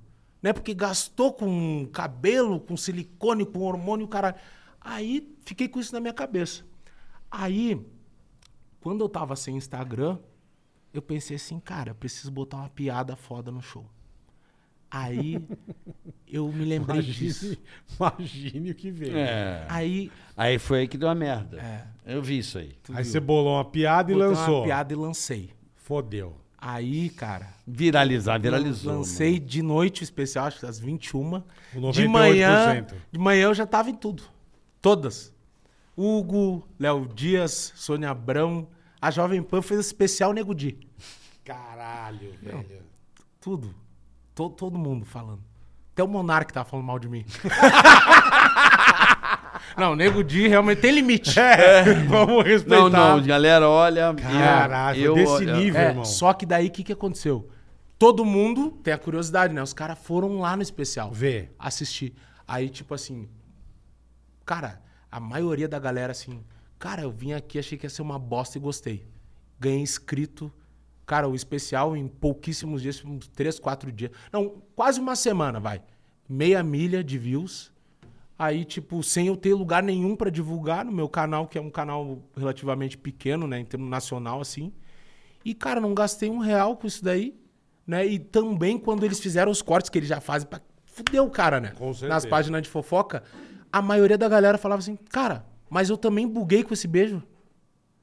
[SPEAKER 5] Né? Porque gastou com cabelo, com silicone, com hormônio, cara. Aí fiquei com isso na minha cabeça. Aí, quando eu tava sem Instagram, eu pensei assim, cara, eu preciso botar uma piada foda no show. Aí eu me lembrei disso.
[SPEAKER 4] Imagine, imagine o que veio.
[SPEAKER 3] assim, É.
[SPEAKER 5] Aí
[SPEAKER 3] Aí foi aí que deu a merda. Eu vi isso aí.
[SPEAKER 4] Aí você bolou uma piada e
[SPEAKER 5] botei
[SPEAKER 4] lançou.
[SPEAKER 5] uma piada e lancei.
[SPEAKER 4] Fodeu.
[SPEAKER 5] Aí, cara,
[SPEAKER 3] Viralizar, viralizou.
[SPEAKER 5] Lancei de noite o especial, acho que às 21.
[SPEAKER 4] O
[SPEAKER 5] De manhã,
[SPEAKER 4] 98%.
[SPEAKER 5] de manhã eu já tava em tudo. Todas. Hugo, Léo Dias, Sônia Abrão. A Jovem Pan fez especial Nego Di.
[SPEAKER 4] Caralho, velho.
[SPEAKER 5] Tudo. To- todo mundo falando. Até o Monark tava falando mal de mim. Não, Nego Di realmente tem limite.
[SPEAKER 4] Vamos respeitar.
[SPEAKER 3] Não, não, Então, galera, olha.
[SPEAKER 4] Caralho, desse
[SPEAKER 3] olha-
[SPEAKER 4] nível,
[SPEAKER 5] É,
[SPEAKER 4] irmão.
[SPEAKER 5] só que daí o que, que aconteceu? Todo mundo tem a curiosidade, né? Os caras foram lá no especial.
[SPEAKER 4] Vê.
[SPEAKER 5] Assistir. Aí, tipo assim. Cara, a maioria da galera, assim. Cara, eu vim aqui, achei que ia ser uma bosta e gostei. Ganhei inscrito. Cara, o especial em pouquíssimos dias, uns 3, 4 dias. Não, quase uma semana, vai. Meia milha de views. Aí, tipo, sem eu ter lugar nenhum pra divulgar no meu canal, que é um canal relativamente pequeno, né, em termo nacional, assim. E, cara, não gastei um real com isso daí, né? E também quando eles fizeram os cortes que eles já fazem pra... Fudeu o cara, né?
[SPEAKER 4] Com certeza.
[SPEAKER 5] Nas páginas de fofoca, a maioria da galera falava assim, cara, mas eu também buguei com esse beijo.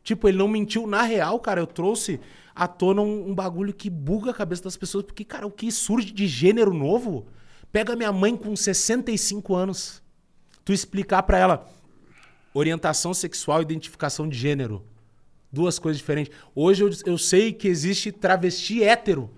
[SPEAKER 5] Tipo, ele não mentiu na real, cara. Eu trouxe à tona um, um bagulho que buga a cabeça das pessoas, porque, cara, o que surge de gênero novo pega minha mãe com 65 anos. Tu explicar pra ela orientação sexual e identificação de gênero. Duas coisas diferentes. Hoje eu, eu sei que existe travesti hétero.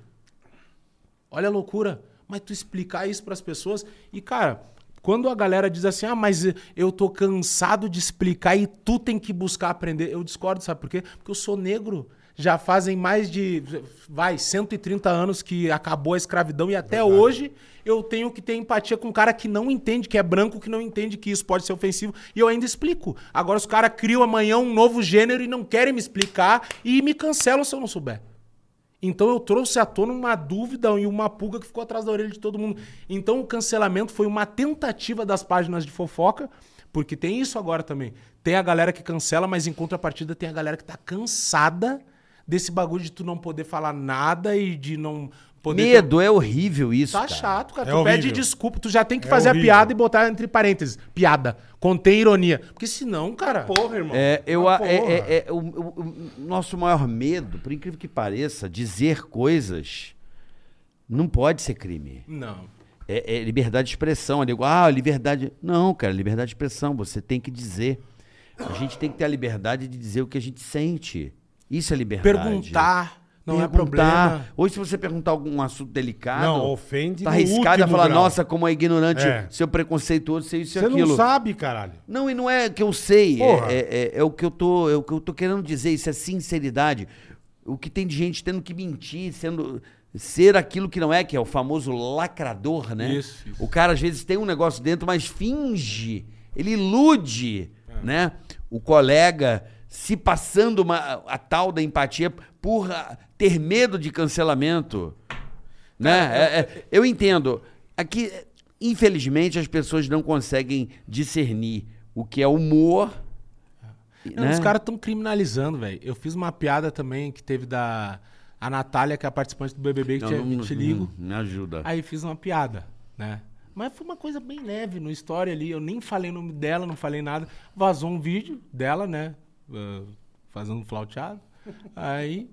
[SPEAKER 5] Olha a loucura. Mas tu explicar isso pras pessoas. E, cara, quando a galera diz assim, ah, mas eu tô cansado de explicar e tu tem que buscar aprender, eu discordo, sabe por quê? Porque eu sou negro. Já fazem mais de, vai, 130 anos que acabou a escravidão e até hoje eu tenho que ter empatia com um cara que não entende, que é branco, que não entende que isso pode ser ofensivo e eu ainda explico. Agora os caras criam amanhã um novo gênero e não querem me explicar e me cancelam se eu não souber. Então eu trouxe à tona uma dúvida e uma pulga que ficou atrás da orelha de todo mundo. Então o cancelamento foi uma tentativa das páginas de fofoca, porque tem isso agora também. Tem a galera que cancela, mas em contrapartida tem a galera que tá cansada desse bagulho de tu não poder falar nada e de não poder. ter-
[SPEAKER 3] Medo é horrível isso.
[SPEAKER 5] Tá
[SPEAKER 3] cara.
[SPEAKER 5] chato, cara.
[SPEAKER 4] É
[SPEAKER 5] tu
[SPEAKER 4] horrível.
[SPEAKER 5] pede desculpa, tu já tem que
[SPEAKER 4] É
[SPEAKER 5] fazer
[SPEAKER 4] horrível.
[SPEAKER 5] a piada e botar entre parênteses. Piada. Contém ironia. Porque senão, cara.
[SPEAKER 4] Tá Porra, irmão.
[SPEAKER 3] É, eu,
[SPEAKER 4] Ah,
[SPEAKER 3] a- é-
[SPEAKER 4] porra.
[SPEAKER 3] é- é o, o- o nosso maior medo, por incrível que pareça, dizer coisas não pode ser crime.
[SPEAKER 5] Não.
[SPEAKER 3] É, é liberdade de expressão. Eu digo, ah, liberdade. Não, cara, liberdade de expressão. Você tem que dizer. A gente tem que ter a liberdade de dizer o que a gente sente. Isso é liberdade.
[SPEAKER 5] Perguntar não é
[SPEAKER 3] Perguntar.
[SPEAKER 5] problema.
[SPEAKER 3] Hoje, se você perguntar algum assunto delicado.
[SPEAKER 4] Não, ofende
[SPEAKER 3] Tá
[SPEAKER 4] no
[SPEAKER 3] arriscado a
[SPEAKER 4] último
[SPEAKER 3] falar,
[SPEAKER 4] grau.
[SPEAKER 3] nossa, como é ignorante,
[SPEAKER 4] É.
[SPEAKER 3] seu preconceituoso, seu isso e
[SPEAKER 4] Você
[SPEAKER 3] aquilo.
[SPEAKER 4] não sabe, caralho.
[SPEAKER 3] Não, e não é que eu sei, é,
[SPEAKER 4] Porra.
[SPEAKER 3] é- é- é o que eu tô, é o que eu tô querendo dizer, isso é sinceridade. O que tem de gente tendo que mentir, sendo ser aquilo que não é, que é o famoso lacrador, né?
[SPEAKER 5] Isso, isso.
[SPEAKER 3] O cara às vezes tem um negócio dentro, mas finge, ele ilude,
[SPEAKER 5] É.
[SPEAKER 3] né? O colega se passando uma- a tal da empatia por ah, ter medo de cancelamento né? É- é- eu entendo. Aqui, infelizmente, as pessoas não conseguem discernir o que é humor
[SPEAKER 5] Não,
[SPEAKER 3] né?
[SPEAKER 5] Os caras estão criminalizando, velho. Eu fiz uma piada também que teve da. A Natália, que é a participante do BBB, que
[SPEAKER 3] Não,
[SPEAKER 5] tinha
[SPEAKER 3] não-
[SPEAKER 5] vitiligo.
[SPEAKER 3] não, hum, Me ajuda.
[SPEAKER 5] Aí fiz uma piada, né? Mas foi uma coisa bem leve no story ali. Eu nem falei o nome dela, não falei nada. Vazou um vídeo dela, né? Ah, Fazendo flauteado. Aí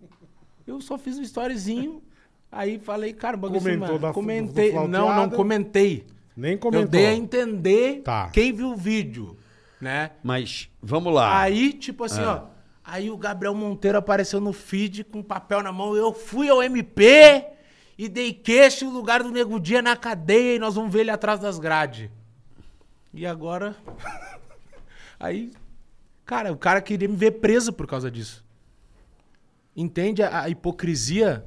[SPEAKER 5] eu só fiz um storyzinho. Aí falei, cara, o bagulho foi
[SPEAKER 4] Comentou
[SPEAKER 5] uma-
[SPEAKER 4] da-
[SPEAKER 5] comentei.
[SPEAKER 4] do flauteado.
[SPEAKER 5] Não, não comentei.
[SPEAKER 4] Nem comentou.
[SPEAKER 5] Eu dei a entender
[SPEAKER 4] Tá.
[SPEAKER 5] quem viu o vídeo, né?
[SPEAKER 3] Mas, vamos lá.
[SPEAKER 5] Aí, tipo assim, ó. Aí o Gabriel Monteiro apareceu no feed com um papel na mão. Eu fui ao MP e dei queixo no lugar do Nego Dia na cadeia e nós vamos ver ele atrás das grades. E agora. aí. Cara, o cara queria me ver preso por causa disso. Entende a, a hipocrisia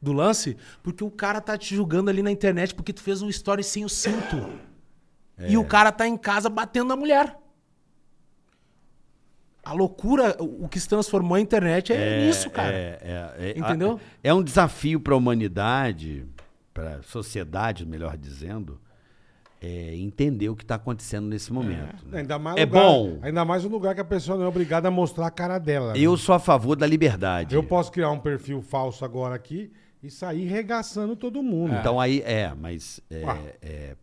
[SPEAKER 5] do lance? Porque o cara tá te julgando ali na internet porque tu fez um story sem o cinto. E o cara tá em casa batendo na mulher. A loucura, o o que se transformou a internet é, isso, cara.
[SPEAKER 3] É, é, é,
[SPEAKER 5] Entendeu?
[SPEAKER 3] a- é um desafio para a humanidade, para a sociedade, melhor dizendo, é, entender o que está acontecendo nesse momento. né?
[SPEAKER 4] Ainda mais
[SPEAKER 3] é
[SPEAKER 4] lugar-
[SPEAKER 3] bom.
[SPEAKER 4] Ainda mais um lugar que a pessoa não é obrigada a mostrar a cara dela. né?
[SPEAKER 3] Eu sou a favor da liberdade.
[SPEAKER 4] Eu posso criar um perfil falso agora aqui e sair regaçando todo mundo.
[SPEAKER 3] Então aí, é, mas é,
[SPEAKER 4] Uá.
[SPEAKER 3] é,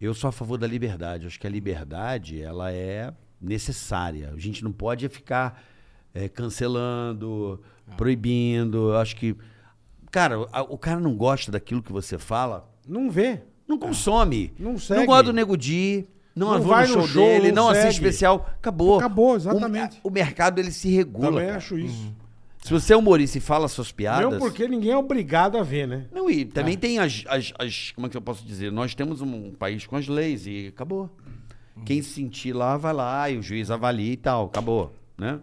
[SPEAKER 3] eu sou a favor da liberdade. Acho que a liberdade, ela é necessária. A gente não pode ficar é, cancelando,
[SPEAKER 4] É.
[SPEAKER 3] proibindo. Eu Acho que, cara, a- o cara não gosta daquilo que você fala,
[SPEAKER 4] Não vê.
[SPEAKER 3] Não consome.
[SPEAKER 4] É. Não segue.
[SPEAKER 3] Não gosta do Nego Di. Não,
[SPEAKER 4] Não
[SPEAKER 3] não vai
[SPEAKER 4] vai
[SPEAKER 3] no show,
[SPEAKER 4] no show,
[SPEAKER 3] dele,
[SPEAKER 4] não
[SPEAKER 3] não, assiste
[SPEAKER 4] segue.
[SPEAKER 3] especial. Acabou.
[SPEAKER 4] Acabou, exatamente.
[SPEAKER 3] O, o mercado, ele se regula.
[SPEAKER 4] Também
[SPEAKER 3] cara.
[SPEAKER 4] acho isso.
[SPEAKER 3] Se você é humorista e fala suas piadas...
[SPEAKER 4] Não porque ninguém é obrigado a ver, né?
[SPEAKER 3] Não, e
[SPEAKER 5] É.
[SPEAKER 3] também tem as, as, as- Como é que eu posso dizer? Nós temos um país com as leis e acabou. Quem se sentir lá, vai lá e o juiz avalia e tal. Acabou, né?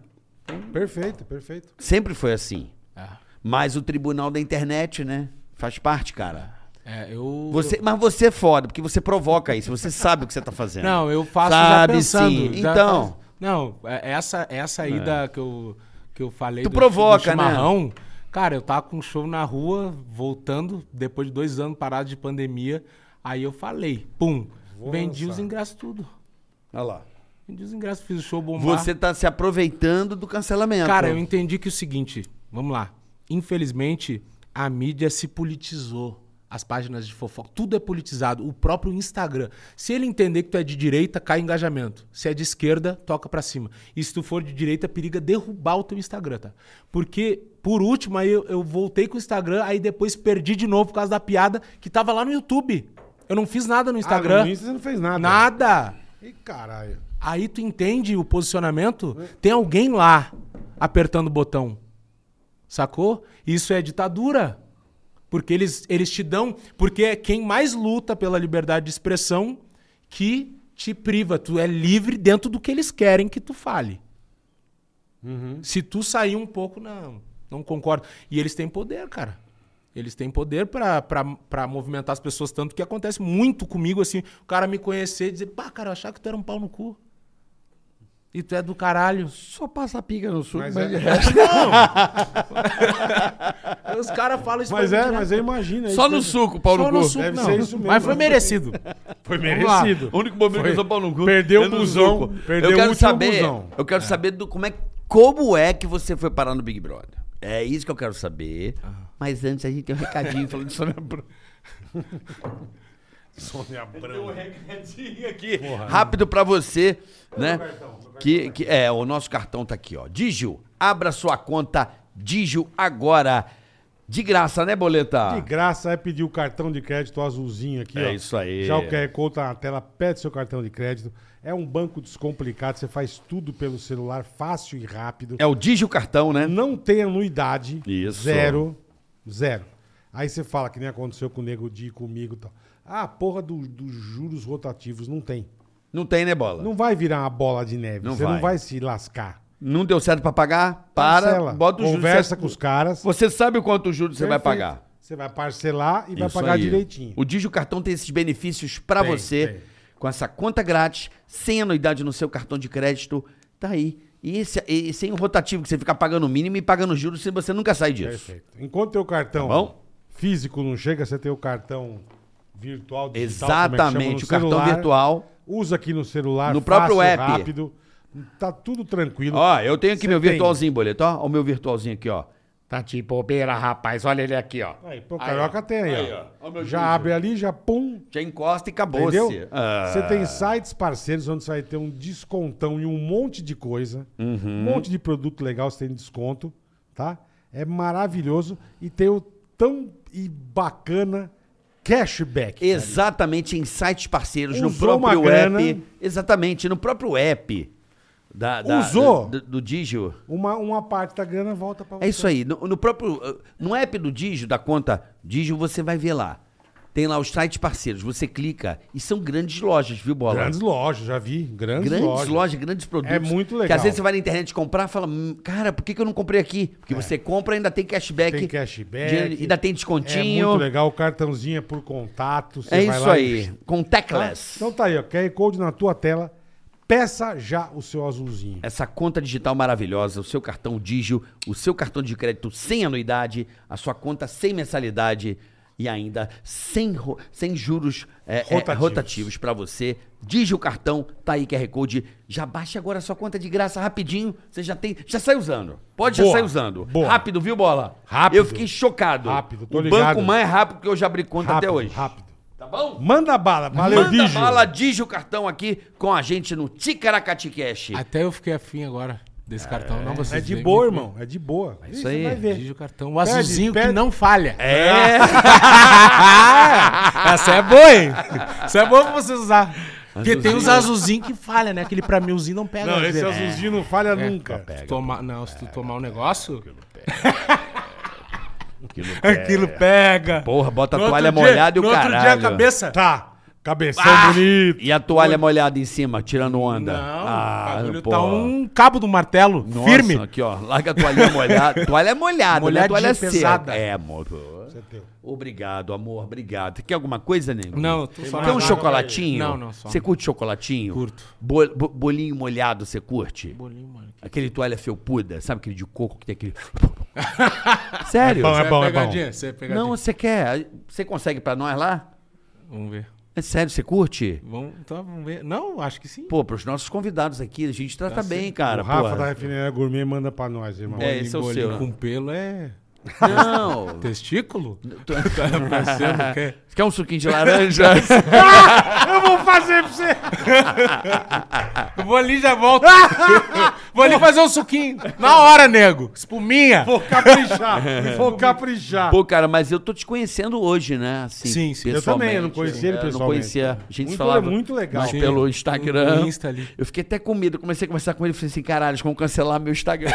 [SPEAKER 4] Perfeito, perfeito.
[SPEAKER 3] Sempre foi assim.
[SPEAKER 5] É.
[SPEAKER 3] Mas o tribunal da internet, né? Faz parte, cara.
[SPEAKER 5] É, eu.
[SPEAKER 3] Você, mas você é foda, porque você provoca isso. Você sabe o que você tá fazendo.
[SPEAKER 5] Não, eu faço
[SPEAKER 3] Sabe,
[SPEAKER 5] já pensando.
[SPEAKER 3] sim.
[SPEAKER 5] já
[SPEAKER 3] Então.
[SPEAKER 5] faço- Não, é- essa, essa aí da que eu, que eu falei
[SPEAKER 3] Tu provoca, né?
[SPEAKER 5] chimarrão, Cara, eu tava com um show na rua, voltando, depois de dois anos parado de pandemia. Aí eu falei, pum,
[SPEAKER 4] Vou
[SPEAKER 5] vendi
[SPEAKER 4] lançar.
[SPEAKER 5] os ingressos tudo.
[SPEAKER 3] Olha lá.
[SPEAKER 5] Vendi os ingressos, fiz o show bombar.
[SPEAKER 3] Você tá se aproveitando do cancelamento.
[SPEAKER 5] Cara, eu entendi que é o seguinte, vamos lá. Infelizmente, a mídia se politizou. As páginas de fofoca, tudo é politizado. O próprio Instagram. Se ele entender que tu é de direita, cai engajamento. Se é de esquerda, toca pra cima. E se tu for de direita, periga derrubar o teu Instagram, tá? Porque, por último, aí eu, eu voltei com o Instagram, aí depois perdi de novo por causa da piada que tava lá no YouTube. Eu não fiz nada no
[SPEAKER 4] Ah, no
[SPEAKER 5] Instagram.
[SPEAKER 4] Insta você não fez nada.
[SPEAKER 5] nada.
[SPEAKER 4] Ih, caralho.
[SPEAKER 5] Aí tu entende o posicionamento? Tem alguém lá apertando o botão. Sacou? Isso é ditadura. Porque eles, eles te dão. Porque é quem mais luta pela liberdade de expressão que te priva. Tu é livre dentro do que eles querem que tu fale. Se tu sair um pouco, não, não concordo. E eles têm poder, cara. Eles têm poder pra- pra pra movimentar as pessoas, tanto que acontece muito comigo, assim, o cara me conhecer e dizer, pá, cara, eu achava que tu era um pau no cu. E tu é do caralho.
[SPEAKER 3] Só passa a pica no sul.
[SPEAKER 4] Mas,
[SPEAKER 3] mas-
[SPEAKER 4] é,
[SPEAKER 5] Aí Os caras falam isso
[SPEAKER 4] mas, é,
[SPEAKER 5] pra mim direto.
[SPEAKER 4] mas eu imagino. é
[SPEAKER 1] Só
[SPEAKER 4] isso
[SPEAKER 1] no
[SPEAKER 4] mesmo.
[SPEAKER 1] suco, Paulo
[SPEAKER 5] Só no
[SPEAKER 1] Cu.
[SPEAKER 5] suco,
[SPEAKER 4] Deve
[SPEAKER 5] não.
[SPEAKER 4] ser isso mesmo.
[SPEAKER 5] Mas foi merecido.
[SPEAKER 4] Foi
[SPEAKER 5] lá.
[SPEAKER 4] merecido.
[SPEAKER 1] O único momento
[SPEAKER 4] Foi.
[SPEAKER 1] que eu sou Paulo no cu.
[SPEAKER 4] Perdeu
[SPEAKER 1] é
[SPEAKER 4] o
[SPEAKER 1] no
[SPEAKER 4] busão.
[SPEAKER 1] suco.
[SPEAKER 4] Perdeu
[SPEAKER 3] eu
[SPEAKER 4] o
[SPEAKER 3] quero
[SPEAKER 4] último
[SPEAKER 3] saber.
[SPEAKER 4] busão.
[SPEAKER 3] Eu quero saber do como é como é que você foi parar no Big Brother. É isso que eu quero saber. Mas antes a gente tem um recadinho falando sobre a Bruna.
[SPEAKER 4] Sônia Abrão.
[SPEAKER 1] um recadinho aqui.
[SPEAKER 3] Rápido pra você, né?
[SPEAKER 1] tá
[SPEAKER 3] que, que- é, o nosso cartão tá aqui, ó. Digio, abra sua conta Digio agora. De graça, né, boleta?
[SPEAKER 4] De graça é pedir o cartão de crédito azulzinho aqui.
[SPEAKER 3] É
[SPEAKER 4] ó.
[SPEAKER 3] isso aí.
[SPEAKER 4] Já o QR Code tá na tela, pede seu cartão de crédito. É um banco descomplicado, você faz tudo pelo celular, fácil e rápido.
[SPEAKER 3] É o Digio cartão, né?
[SPEAKER 4] Não tem anuidade.
[SPEAKER 3] Isso.
[SPEAKER 4] Zero. Zero. Aí você fala que nem aconteceu com o Nego Di, comigo e tal. Ah, porra do- dos juros rotativos, não tem.
[SPEAKER 3] Não tem, né, bola?
[SPEAKER 4] Não vai virar uma bola de neve.
[SPEAKER 3] Não
[SPEAKER 4] você não
[SPEAKER 3] vai.
[SPEAKER 4] vai se lascar.
[SPEAKER 3] Não deu certo pra pagar? Para,
[SPEAKER 4] Parcela.
[SPEAKER 3] bota o
[SPEAKER 4] Conversa
[SPEAKER 3] juros.
[SPEAKER 4] com os caras.
[SPEAKER 3] Você sabe o quanto juros você vai
[SPEAKER 4] Perfeito.
[SPEAKER 3] pagar.
[SPEAKER 4] Você vai parcelar e vai
[SPEAKER 3] Isso
[SPEAKER 4] pagar
[SPEAKER 3] aí.
[SPEAKER 4] direitinho.
[SPEAKER 3] O Digio Cartão tem esses benefícios pra
[SPEAKER 4] Tem,
[SPEAKER 3] você.
[SPEAKER 4] tem.
[SPEAKER 3] Com essa conta grátis, sem anuidade no seu cartão de crédito. Tá aí. E, esse, e sem o rotativo que você fica pagando o mínimo e pagando juros, você- você nunca sai disso.
[SPEAKER 4] Perfeito. Enquanto teu cartão
[SPEAKER 3] Tá bom?
[SPEAKER 4] físico não chega, você tem o cartão virtual digital, como é que chama,
[SPEAKER 3] Exatamente,
[SPEAKER 4] no
[SPEAKER 3] o cartão
[SPEAKER 4] celular.
[SPEAKER 3] virtual.
[SPEAKER 4] Usa aqui no celular,
[SPEAKER 3] No próprio
[SPEAKER 4] fácil,
[SPEAKER 3] app.
[SPEAKER 4] rápido. Tá tudo tranquilo.
[SPEAKER 3] Ó, eu tenho aqui
[SPEAKER 4] Cê
[SPEAKER 3] meu
[SPEAKER 4] tem.
[SPEAKER 3] virtualzinho, boleto. Ó, Ó o meu virtualzinho aqui, ó.
[SPEAKER 2] Tá de bobeira, rapaz. Olha ele aqui, ó.
[SPEAKER 4] Aí, pô, carioca tem aí,
[SPEAKER 3] Aí,
[SPEAKER 4] ó.
[SPEAKER 3] ó. Ó meu
[SPEAKER 4] já
[SPEAKER 3] juízo.
[SPEAKER 4] abre ali, já pum,
[SPEAKER 3] Já encosta e acabou
[SPEAKER 4] entendeu?
[SPEAKER 3] se Ah.
[SPEAKER 4] Você tem sites parceiros onde você vai ter um descontão e um monte de coisa.
[SPEAKER 3] Uhum.
[SPEAKER 4] Um monte de produto legal você tem desconto, tá? É maravilhoso. E tem o tão e bacana cashback. cara.
[SPEAKER 3] Exatamente, em sites parceiros, no
[SPEAKER 4] Usou uma
[SPEAKER 3] próprio
[SPEAKER 4] grana.
[SPEAKER 3] app. Exatamente, no próprio app da, da-
[SPEAKER 4] Usou.
[SPEAKER 3] do, do Digio.
[SPEAKER 4] Uma, uma parte da grana volta pra você.
[SPEAKER 3] É isso aí. No, no próprio. uh, No app do Digio, da conta Digio, você vai ver lá. Tem lá os sites parceiros. Você clica e são grandes lojas, viu, Bola?
[SPEAKER 4] Grandes lojas, já vi. Grandes,
[SPEAKER 3] Grandes
[SPEAKER 4] lojas.
[SPEAKER 3] lojas. grandes produtos.
[SPEAKER 4] É muito
[SPEAKER 3] Que
[SPEAKER 4] legal.
[SPEAKER 3] às vezes você vai na internet comprar e fala, "Hum, cara, por que, que eu não comprei aqui? Porque você compra e ainda tem cashback.
[SPEAKER 4] É. Tem cashback.
[SPEAKER 3] dinheiro- ainda tem
[SPEAKER 4] É
[SPEAKER 3] descontinho.
[SPEAKER 4] muito legal. O cartãozinho é por contato. você
[SPEAKER 3] É
[SPEAKER 4] vai
[SPEAKER 3] isso
[SPEAKER 4] lá e-
[SPEAKER 3] aí. Com
[SPEAKER 4] Tá?
[SPEAKER 3] Teclas.
[SPEAKER 4] Então tá aí, ó. QR Code na tua tela. Peça já o seu azulzinho.
[SPEAKER 3] Essa conta digital maravilhosa, o seu cartão Digio, o seu cartão de crédito sem anuidade, a sua conta sem mensalidade e ainda sem, ro- sem juros é, é,
[SPEAKER 4] Rotativos.
[SPEAKER 3] rotativos, para você. Digio cartão, tá aí QR Code. Já baixa agora a sua conta de graça rapidinho. Você já tem. Já sai usando. Pode
[SPEAKER 4] Boa,
[SPEAKER 3] já sair usando.
[SPEAKER 4] boa.
[SPEAKER 3] Rápido, viu, bola?
[SPEAKER 4] Rápido.
[SPEAKER 3] Eu fiquei chocado.
[SPEAKER 4] Rápido, tô
[SPEAKER 3] o
[SPEAKER 4] ligado.
[SPEAKER 3] banco mais rápido que eu já abri conta
[SPEAKER 4] rápido,
[SPEAKER 3] até hoje.
[SPEAKER 4] Rápido.
[SPEAKER 3] Tá bom?
[SPEAKER 4] Manda bala. Valeu,
[SPEAKER 3] Manda
[SPEAKER 4] Digio.
[SPEAKER 3] bala, Digio cartão aqui com a gente no Ticaracati Cash.
[SPEAKER 5] Até eu fiquei afim agora desse cartão. Não, vocês
[SPEAKER 4] É de
[SPEAKER 5] veem
[SPEAKER 4] boa,
[SPEAKER 5] muito
[SPEAKER 4] irmão. É de boa. Ih,
[SPEAKER 3] aí.
[SPEAKER 4] Você vai
[SPEAKER 5] bem.
[SPEAKER 4] ver.
[SPEAKER 5] Exige o cartão. O
[SPEAKER 4] Pede,
[SPEAKER 5] azulzinho
[SPEAKER 4] pede.
[SPEAKER 5] que não falha.
[SPEAKER 3] É.
[SPEAKER 5] Essa é boa, hein? Essa é boa pra você usar. Porque tem os azulzinhos que falha, né? Aquele pra milzinho não pega.
[SPEAKER 4] Não,
[SPEAKER 5] às
[SPEAKER 4] esse
[SPEAKER 5] vezes.
[SPEAKER 4] azulzinho não falha
[SPEAKER 2] É,
[SPEAKER 4] nunca.
[SPEAKER 5] Se tu tomar, não, se tu tomar um negócio,
[SPEAKER 4] Aquilo
[SPEAKER 2] É.
[SPEAKER 5] pega.
[SPEAKER 3] Porra, bota
[SPEAKER 5] No
[SPEAKER 3] a
[SPEAKER 5] outro
[SPEAKER 3] toalha
[SPEAKER 5] dia-
[SPEAKER 3] molhada e o
[SPEAKER 5] no outro
[SPEAKER 3] caralho.
[SPEAKER 5] dia a cabeça-
[SPEAKER 4] Tá. Cabeção
[SPEAKER 3] Ah!
[SPEAKER 4] bonito.
[SPEAKER 3] E a toalha molhada em cima, tirando onda.
[SPEAKER 5] Não,
[SPEAKER 3] Ah,
[SPEAKER 5] o bagulho
[SPEAKER 3] porra.
[SPEAKER 5] tá um cabo do martelo,
[SPEAKER 3] Nossa,
[SPEAKER 5] firme.
[SPEAKER 3] aqui, ó. Larga a toalha molhada. toalha molhada, né?
[SPEAKER 5] Molhadinha,
[SPEAKER 3] Toalha
[SPEAKER 5] pesada.
[SPEAKER 3] seca. É, amor. Obrigado, amor. Obrigado. Quer alguma coisa, nego?
[SPEAKER 5] Não, eu tô só
[SPEAKER 3] Quer
[SPEAKER 5] na
[SPEAKER 3] um
[SPEAKER 5] água.
[SPEAKER 3] chocolatinho?
[SPEAKER 5] Não, não, só.
[SPEAKER 3] Você curte chocolatinho?
[SPEAKER 5] Curto.
[SPEAKER 3] Bo- bo- bolinho molhado, você curte?
[SPEAKER 4] é
[SPEAKER 5] Bolinho, mano.
[SPEAKER 3] Aquele toalha felpuda, sabe aquele de coco que tem aquele. Sério?
[SPEAKER 4] É bom, é bom, é bom.
[SPEAKER 5] pegadinha, você é pegadinha.
[SPEAKER 3] não, você quer? Você consegue pra nós lá?
[SPEAKER 5] Vamos ver.
[SPEAKER 3] É sério, você curte?
[SPEAKER 5] Vamos, então, vamos ver. Não, acho que sim.
[SPEAKER 3] Pô, pros nossos convidados aqui, a gente trata bem, cara.
[SPEAKER 4] Tá o Rafa tá-
[SPEAKER 3] porra.
[SPEAKER 4] da Refinaria Gourmet manda pra nós, irmão.
[SPEAKER 3] É, esse é o seu.
[SPEAKER 5] Com pelo é
[SPEAKER 3] Não.
[SPEAKER 5] testículo? tá parecendo o quê?
[SPEAKER 3] Você quer um suquinho de laranja?
[SPEAKER 4] Eu vou fazer pra você.
[SPEAKER 5] Eu vou ali e já volto. vou ali fazer um suquinho. Na hora, nego. Espuminha.
[SPEAKER 4] Vou caprichar. vou caprichar.
[SPEAKER 3] Pô, cara, mas eu tô te conhecendo hoje, né? Assim,
[SPEAKER 5] Sim, sim. Eu
[SPEAKER 3] pessoalmente.
[SPEAKER 4] também, eu não conhecia ele
[SPEAKER 3] É,
[SPEAKER 4] pessoalmente.
[SPEAKER 3] Não conhecia. A gente
[SPEAKER 4] Muito- é
[SPEAKER 3] falava
[SPEAKER 4] muito legal.
[SPEAKER 3] mais
[SPEAKER 5] Sim,
[SPEAKER 3] pelo
[SPEAKER 5] no-
[SPEAKER 3] Instagram.
[SPEAKER 5] no Insta ali.
[SPEAKER 3] Eu fiquei até com medo. Eu Comecei a conversar com ele e falei assim, caralho, eles vão cancelar meu Instagram.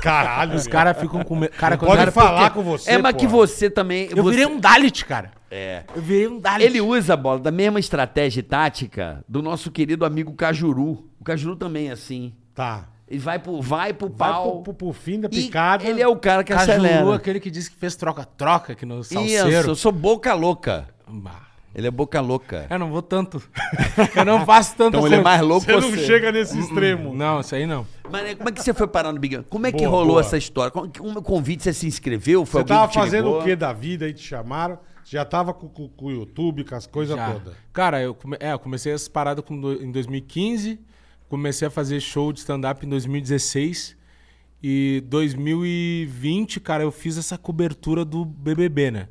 [SPEAKER 4] Caralho,
[SPEAKER 5] Os caras ficam com medo. Cara, quando
[SPEAKER 4] Pode
[SPEAKER 5] cara-
[SPEAKER 4] falar É com você,
[SPEAKER 3] é, mas que
[SPEAKER 4] porra.
[SPEAKER 3] você também...
[SPEAKER 5] Eu
[SPEAKER 3] você-
[SPEAKER 5] virei um Dalit, cara.
[SPEAKER 3] É.
[SPEAKER 5] Eu virei um Dalit.
[SPEAKER 3] Ele usa a bola da mesma estratégia e tática do nosso querido amigo Cajuru. O Cajuru também é assim.
[SPEAKER 4] Tá.
[SPEAKER 3] Ele vai pro, vai pro
[SPEAKER 4] Vai
[SPEAKER 3] pau.
[SPEAKER 4] pro, pro- pro fim da
[SPEAKER 3] E
[SPEAKER 4] picada. é
[SPEAKER 3] Ele é o cara que
[SPEAKER 5] Cajuru,
[SPEAKER 3] acelera.
[SPEAKER 5] aquele que disse que fez troca-troca aqui no
[SPEAKER 3] Isso, eu
[SPEAKER 5] salseiro.
[SPEAKER 3] sou boca louca.
[SPEAKER 5] Bah.
[SPEAKER 3] Ele é boca louca.
[SPEAKER 5] Eu não vou tanto. Eu não faço tanto.
[SPEAKER 3] Então ele é mais louco
[SPEAKER 4] Você
[SPEAKER 3] que
[SPEAKER 4] não
[SPEAKER 3] você.
[SPEAKER 4] chega nesse extremo.
[SPEAKER 5] Não, isso aí não.
[SPEAKER 3] Mas né, como é que você foi parar no Big Brother? Como é que
[SPEAKER 4] Boa,
[SPEAKER 3] rolou
[SPEAKER 4] boa.
[SPEAKER 3] essa história? Como que- Um convite, você se inscreveu? Foi
[SPEAKER 4] Você
[SPEAKER 3] alguém
[SPEAKER 4] tava
[SPEAKER 3] que te
[SPEAKER 4] fazendo
[SPEAKER 3] ligou?
[SPEAKER 4] o que da vida aí te chamaram? Você já tava com, com- com o YouTube, com as coisas
[SPEAKER 5] Já.
[SPEAKER 4] todas.
[SPEAKER 5] Cara, eu, come- é, eu comecei essa parada com do- em 2015, comecei a fazer show de stand-up em 2016 e 2020, cara, eu fiz essa cobertura do BBB, né?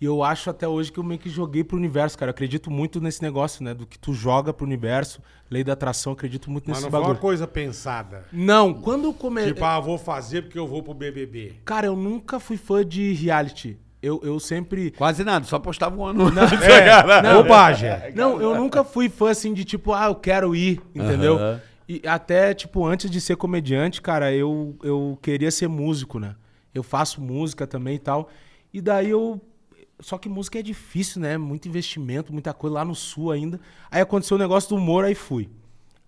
[SPEAKER 5] E eu acho até hoje que eu meio que joguei pro universo, cara. Eu acredito muito nesse negócio, né? Do que tu joga pro universo, lei da atração, eu acredito muito
[SPEAKER 4] Mas
[SPEAKER 5] nesse
[SPEAKER 4] não foi uma
[SPEAKER 5] bagulho. É,
[SPEAKER 4] coisa pensada.
[SPEAKER 5] Não, quando eu comecei.
[SPEAKER 4] Tipo, ah, vou fazer porque eu vou pro BBB.
[SPEAKER 5] Cara, eu nunca fui fã de reality. Eu, eu sempre.
[SPEAKER 3] Quase nada, só postava um ano.
[SPEAKER 4] É, bobagem.
[SPEAKER 5] Não, eu nunca fui fã assim de tipo, ah, eu quero ir, entendeu?
[SPEAKER 3] Aham.
[SPEAKER 5] E até, tipo, antes de ser comediante, cara, eu, eu queria ser músico, né? Eu faço música também e tal. E daí eu. Só que música é difícil, né? Muito investimento, muita coisa lá no sul ainda. Aí aconteceu o negócio do humor, aí fui.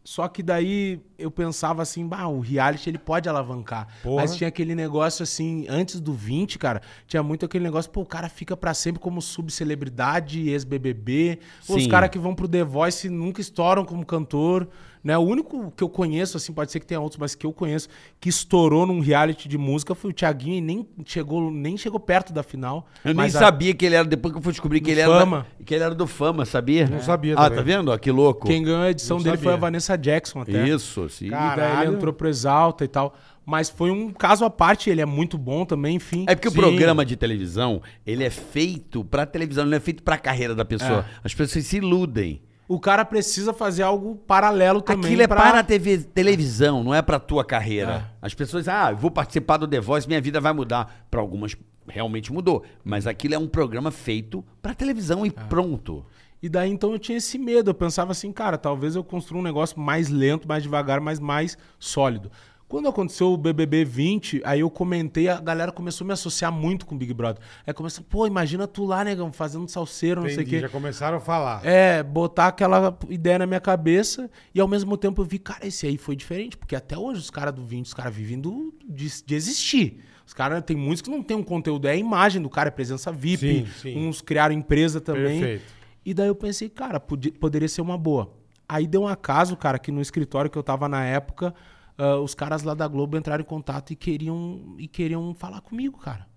[SPEAKER 5] Só que daí eu pensava assim, bah, o reality ele pode alavancar.
[SPEAKER 4] Porra.
[SPEAKER 5] Mas tinha aquele negócio assim, antes do 20, cara, tinha muito aquele negócio, pô, o cara fica pra sempre como subcelebridade, ex-BBB. Pô, Os
[SPEAKER 3] Sim.
[SPEAKER 5] caras que vão pro The Voice nunca estouram como cantor, né? O único que eu conheço, assim, pode ser que tenha outros, mas que eu conheço, que estourou num reality de música foi o Thiaguinho e nem chegou, nem chegou perto da final.
[SPEAKER 3] Eu nem
[SPEAKER 5] mas a-
[SPEAKER 3] sabia que ele era, depois que eu fui descobrir que
[SPEAKER 5] Do
[SPEAKER 3] ele era,
[SPEAKER 5] Fama.
[SPEAKER 3] da- que ele era do Fama, sabia? Não
[SPEAKER 4] sabia
[SPEAKER 3] Ah,
[SPEAKER 4] também.
[SPEAKER 3] tá vendo? Ó, que louco.
[SPEAKER 5] Quem é? ganhou a edição
[SPEAKER 4] Não
[SPEAKER 5] dele foi a
[SPEAKER 4] sabia.
[SPEAKER 5] Vanessa Jackson até.
[SPEAKER 3] Isso, sim.
[SPEAKER 5] E daí
[SPEAKER 4] Caralho.
[SPEAKER 5] ele entrou pro Exalta e tal. Mas foi um caso à parte, ele é muito bom também, enfim.
[SPEAKER 3] É porque
[SPEAKER 5] Sim.
[SPEAKER 3] o programa de televisão, ele é feito pra televisão, não é feito pra carreira da pessoa. As pessoas se iludem.
[SPEAKER 5] O cara precisa fazer algo paralelo também.
[SPEAKER 3] Aquilo é
[SPEAKER 5] pra-
[SPEAKER 3] para a TV, televisão, não é pra tua carreira. As pessoas, ah, eu vou participar do The Voice, minha vida vai mudar. Pra algumas realmente mudou, mas aquilo é um programa feito pra televisão e pronto.
[SPEAKER 5] E daí então eu tinha esse medo. Eu pensava assim, cara, talvez eu construa um negócio mais lento, mais devagar, mas mais sólido. Quando aconteceu o BBB 20, aí eu comentei, a galera começou a me associar muito com o Big Brother. Aí começa, pô, imagina tu lá, negão, fazendo salseiro, não sei o
[SPEAKER 4] Entendi,
[SPEAKER 5] quê.
[SPEAKER 4] já começaram a falar.
[SPEAKER 5] É, botar aquela ideia na minha cabeça e ao mesmo tempo eu vi, cara, esse aí foi diferente, porque até hoje os caras do 20, os caras vivem do- de, de existir. Os caras, tem muitos que não tem um conteúdo, é a imagem do cara, é presença
[SPEAKER 4] Sim,
[SPEAKER 5] VIP,
[SPEAKER 4] sim.
[SPEAKER 5] uns criaram empresa também.
[SPEAKER 4] Perfeito.
[SPEAKER 5] E daí eu pensei, cara, podi- poderia ser uma boa. Aí deu um acaso, cara, que no escritório que eu tava na época, ah, os caras lá da Globo entraram em contato e queriam, e queriam falar comigo, cara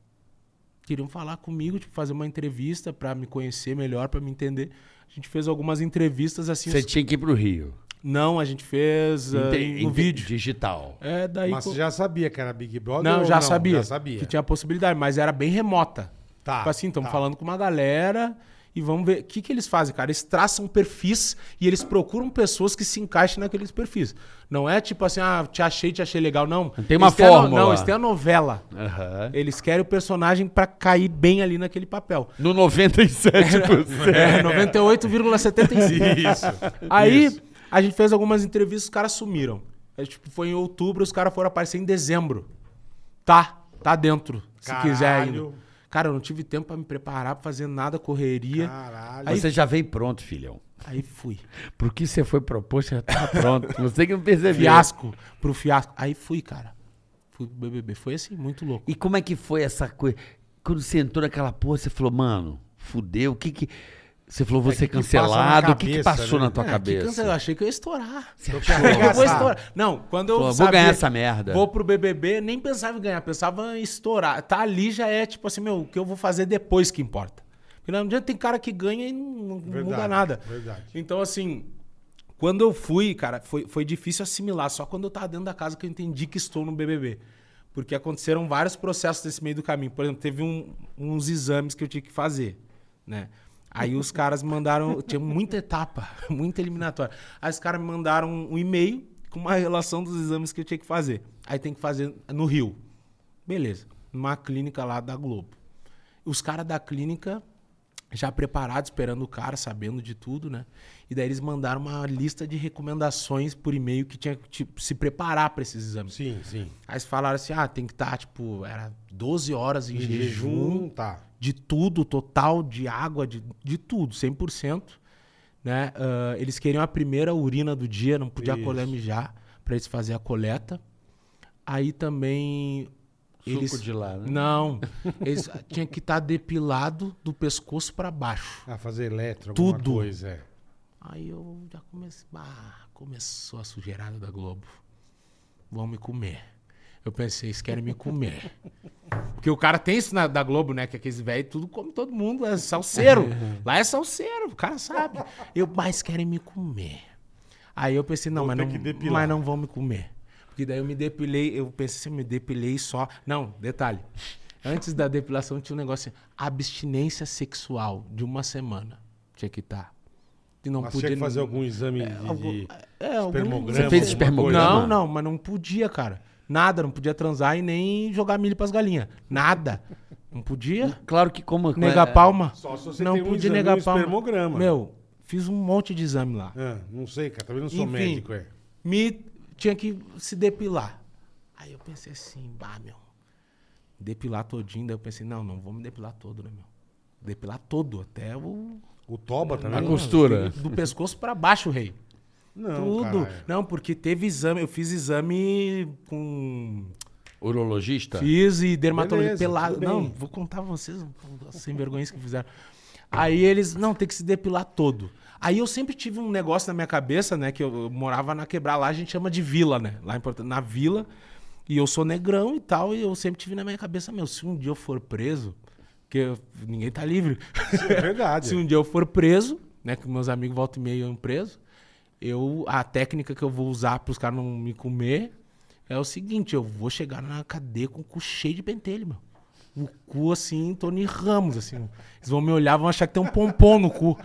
[SPEAKER 5] queriam falar comigo, tipo, fazer uma entrevista pra me conhecer melhor, pra me entender. A gente fez algumas entrevistas assim.
[SPEAKER 3] Você
[SPEAKER 5] os-
[SPEAKER 3] tinha que ir pro Rio.
[SPEAKER 5] Não, a gente fez ah,
[SPEAKER 3] Inte-
[SPEAKER 5] no
[SPEAKER 3] inte-
[SPEAKER 5] vídeo.
[SPEAKER 3] Digital.
[SPEAKER 5] É, daí.
[SPEAKER 4] Mas
[SPEAKER 5] co-
[SPEAKER 4] você já sabia que era Big Brother?
[SPEAKER 5] Não,
[SPEAKER 4] ou
[SPEAKER 5] já sabia,
[SPEAKER 4] Já sabia.
[SPEAKER 5] Que tinha a possibilidade, mas era bem remota.
[SPEAKER 4] Tá,
[SPEAKER 5] Tipo assim, estamos
[SPEAKER 4] tá.
[SPEAKER 5] falando com uma galera e vamos ver. O que, que eles fazem, cara? Eles traçam perfis e eles procuram pessoas que se encaixem naqueles perfis. Não é tipo assim, ah, te achei, te achei legal. Não.
[SPEAKER 3] Tem uma
[SPEAKER 5] Eles têm a no-
[SPEAKER 3] fórmula.
[SPEAKER 5] Não, eles têm a novela.
[SPEAKER 3] Aham.
[SPEAKER 5] Eles querem o personagem pra cair bem ali naquele papel.
[SPEAKER 3] No
[SPEAKER 1] Tipo
[SPEAKER 3] 97%.
[SPEAKER 5] É, 98,75. Aí a gente fez algumas entrevistas, os caras sumiram. É, tipo, foi em outubro, os caras foram aparecer em dezembro. Tá, tá dentro, se
[SPEAKER 4] Caralho.
[SPEAKER 5] quiser ainda. Cara, eu não tive tempo pra me preparar, pra fazer nada, correria.
[SPEAKER 4] Caralho.
[SPEAKER 3] Você já veio pronto, filhão.
[SPEAKER 5] Aí fui.
[SPEAKER 2] Por que você foi proposto já tá pronto. Você que não percebeu.
[SPEAKER 5] Fiasco, pro fiasco. Aí fui, cara. Fui pro BBB. Foi assim, muito louco.
[SPEAKER 3] E como é que foi essa coisa? Quando você entrou naquela porra, você falou, mano, fudeu, o que que... Você falou, vou ser
[SPEAKER 4] que passa na
[SPEAKER 3] cancelado, o que, que
[SPEAKER 4] cabeça,
[SPEAKER 3] passou
[SPEAKER 4] né?
[SPEAKER 3] na tua
[SPEAKER 5] Ah, que
[SPEAKER 3] cabeça?
[SPEAKER 5] cansa- Eu achei que eu ia estourar.
[SPEAKER 4] Tô
[SPEAKER 5] Eu vou
[SPEAKER 4] arregaçado.
[SPEAKER 5] estourar. Não, quando eu
[SPEAKER 3] Pô, vou
[SPEAKER 5] sabia-
[SPEAKER 3] ganhar essa merda.
[SPEAKER 5] Vou pro BBB, nem pensava em ganhar, pensava em estourar. Tá ali já é tipo assim, meu, o que eu vou fazer depois que importa. Porque não adianta, tem cara que ganha e não, não muda
[SPEAKER 4] Verdade,
[SPEAKER 5] nada.
[SPEAKER 4] verdade.
[SPEAKER 5] Então, assim, quando eu fui, cara, foi, foi difícil assimilar. Só quando eu tava dentro da casa que eu entendi que estou no BBB. Porque aconteceram vários processos nesse meio do caminho. Por exemplo, teve um- uns exames que eu tinha que fazer, né? Aí os caras mandaram... Tinha muita etapa, muita eliminatória. Aí os caras me mandaram um e-mail com uma relação dos exames que eu tinha que fazer. Aí tem que fazer no Rio. Beleza. Numa clínica lá da Globo. Os caras da clínica já preparados, esperando o cara, sabendo de tudo, né? E daí eles mandaram uma lista de recomendações por e-mail que tinha que tipo, se preparar pra esses exames.
[SPEAKER 4] Sim, sim.
[SPEAKER 5] Aí eles falaram assim: ah, tem que estar, tipo, era 12 horas em,
[SPEAKER 4] Em
[SPEAKER 5] jejum
[SPEAKER 4] jejum, tá.
[SPEAKER 5] de tudo, total, de água, de, de tudo, 100%. Né? Ah, eles queriam a primeira urina do dia, não podia
[SPEAKER 4] Isso.
[SPEAKER 5] acordar e mijar, para eles fazer a coleta. Aí também...
[SPEAKER 3] Suco
[SPEAKER 5] eles...
[SPEAKER 3] de lá, né?
[SPEAKER 5] Não, eles tinha que estar depilado do pescoço para baixo.
[SPEAKER 4] Ah, fazer eletro, alguma
[SPEAKER 5] Tudo.
[SPEAKER 4] coisa. é.
[SPEAKER 5] Aí eu já comecei... Ah, começou a sujeirada da Globo. Vão me comer. Eu pensei, eles querem me comer. Porque o cara tem isso na, da Globo, né? Que aqueles velhos tudo come todo mundo, é salseiro. Lá é salseiro, o cara sabe. Eu, mas querem me comer. Aí eu pensei, não,
[SPEAKER 4] Vou
[SPEAKER 5] mas
[SPEAKER 4] ter
[SPEAKER 5] não,
[SPEAKER 4] que depilar.
[SPEAKER 5] mas não vão me comer. Porque daí eu me depilei, eu pensei assim, eu me depilei só. Não, detalhe. Antes da depilação tinha um negócio assim, abstinência sexual de uma semana. Tinha que estar. E não
[SPEAKER 4] Mas
[SPEAKER 5] podia
[SPEAKER 4] tinha que fazer algum exame de, de
[SPEAKER 5] é, algum-
[SPEAKER 4] espermograma.
[SPEAKER 3] Você fez
[SPEAKER 4] alguma
[SPEAKER 3] espermograma?
[SPEAKER 4] coisa. né?
[SPEAKER 5] não, não, mas não podia, cara. Nada, não podia transar e nem jogar milho pras galinhas. Nada. Não podia.
[SPEAKER 3] Claro que como... é?
[SPEAKER 5] Negar palma.
[SPEAKER 4] Só se você
[SPEAKER 5] não
[SPEAKER 4] tem um
[SPEAKER 5] podia
[SPEAKER 4] exame,
[SPEAKER 5] negar
[SPEAKER 4] um
[SPEAKER 5] palma.
[SPEAKER 4] espermograma.
[SPEAKER 5] Meu, fiz um monte de exame lá.
[SPEAKER 4] Ah, não sei, cara. Também não sou
[SPEAKER 5] Enfim.
[SPEAKER 4] médico, é.
[SPEAKER 5] Me tinha que se depilar. Aí eu pensei assim, bah, meu. Depilar todinho, daí eu pensei, não, não vou me depilar todo, né, meu? Depilar todo, até o.
[SPEAKER 4] O Toba também?
[SPEAKER 3] A
[SPEAKER 4] não?
[SPEAKER 3] costura.
[SPEAKER 5] Do pescoço pra baixo, rei.
[SPEAKER 4] Não,
[SPEAKER 5] Tudo.
[SPEAKER 4] caralho.
[SPEAKER 5] Não, porque teve exame, eu fiz exame com
[SPEAKER 1] é
[SPEAKER 3] Urologista?
[SPEAKER 5] Fiz e dermatologista
[SPEAKER 4] Beleza,
[SPEAKER 5] pelado.
[SPEAKER 4] tudo bem.
[SPEAKER 5] Não, vou contar pra vocês as sem vergonhas que fizeram. Aí eles, não, tem que se depilar todo. Aí eu sempre tive um negócio na minha cabeça, né? Que eu, eu morava na quebrar lá, a gente chama de vila, né? Lá em Porto, na vila. E eu sou negrão e tal, e eu sempre tive na minha cabeça, meu, se um dia eu for preso, porque eu- ninguém tá livre.
[SPEAKER 4] É verdade.
[SPEAKER 5] Se um dia eu for preso, né? Que meus amigos voltam e meia iam preso, eu, a técnica que eu vou usar pros caras não me comer é o seguinte: eu vou chegar na cadeia com o cu cheio de pentelho, meu. O cu assim, Tony Ramos, assim. Eles vão me olhar, vão achar que tem um pompom no cu.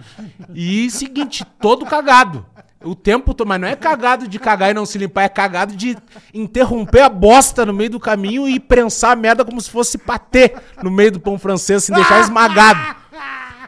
[SPEAKER 5] E seguinte, todo cagado. O tempo todo, mas não é cagado de cagar e não se limpar, é cagado de interromper a bosta no meio do caminho e prensar a merda como se fosse patê no meio do pão francês, se deixar esmagado.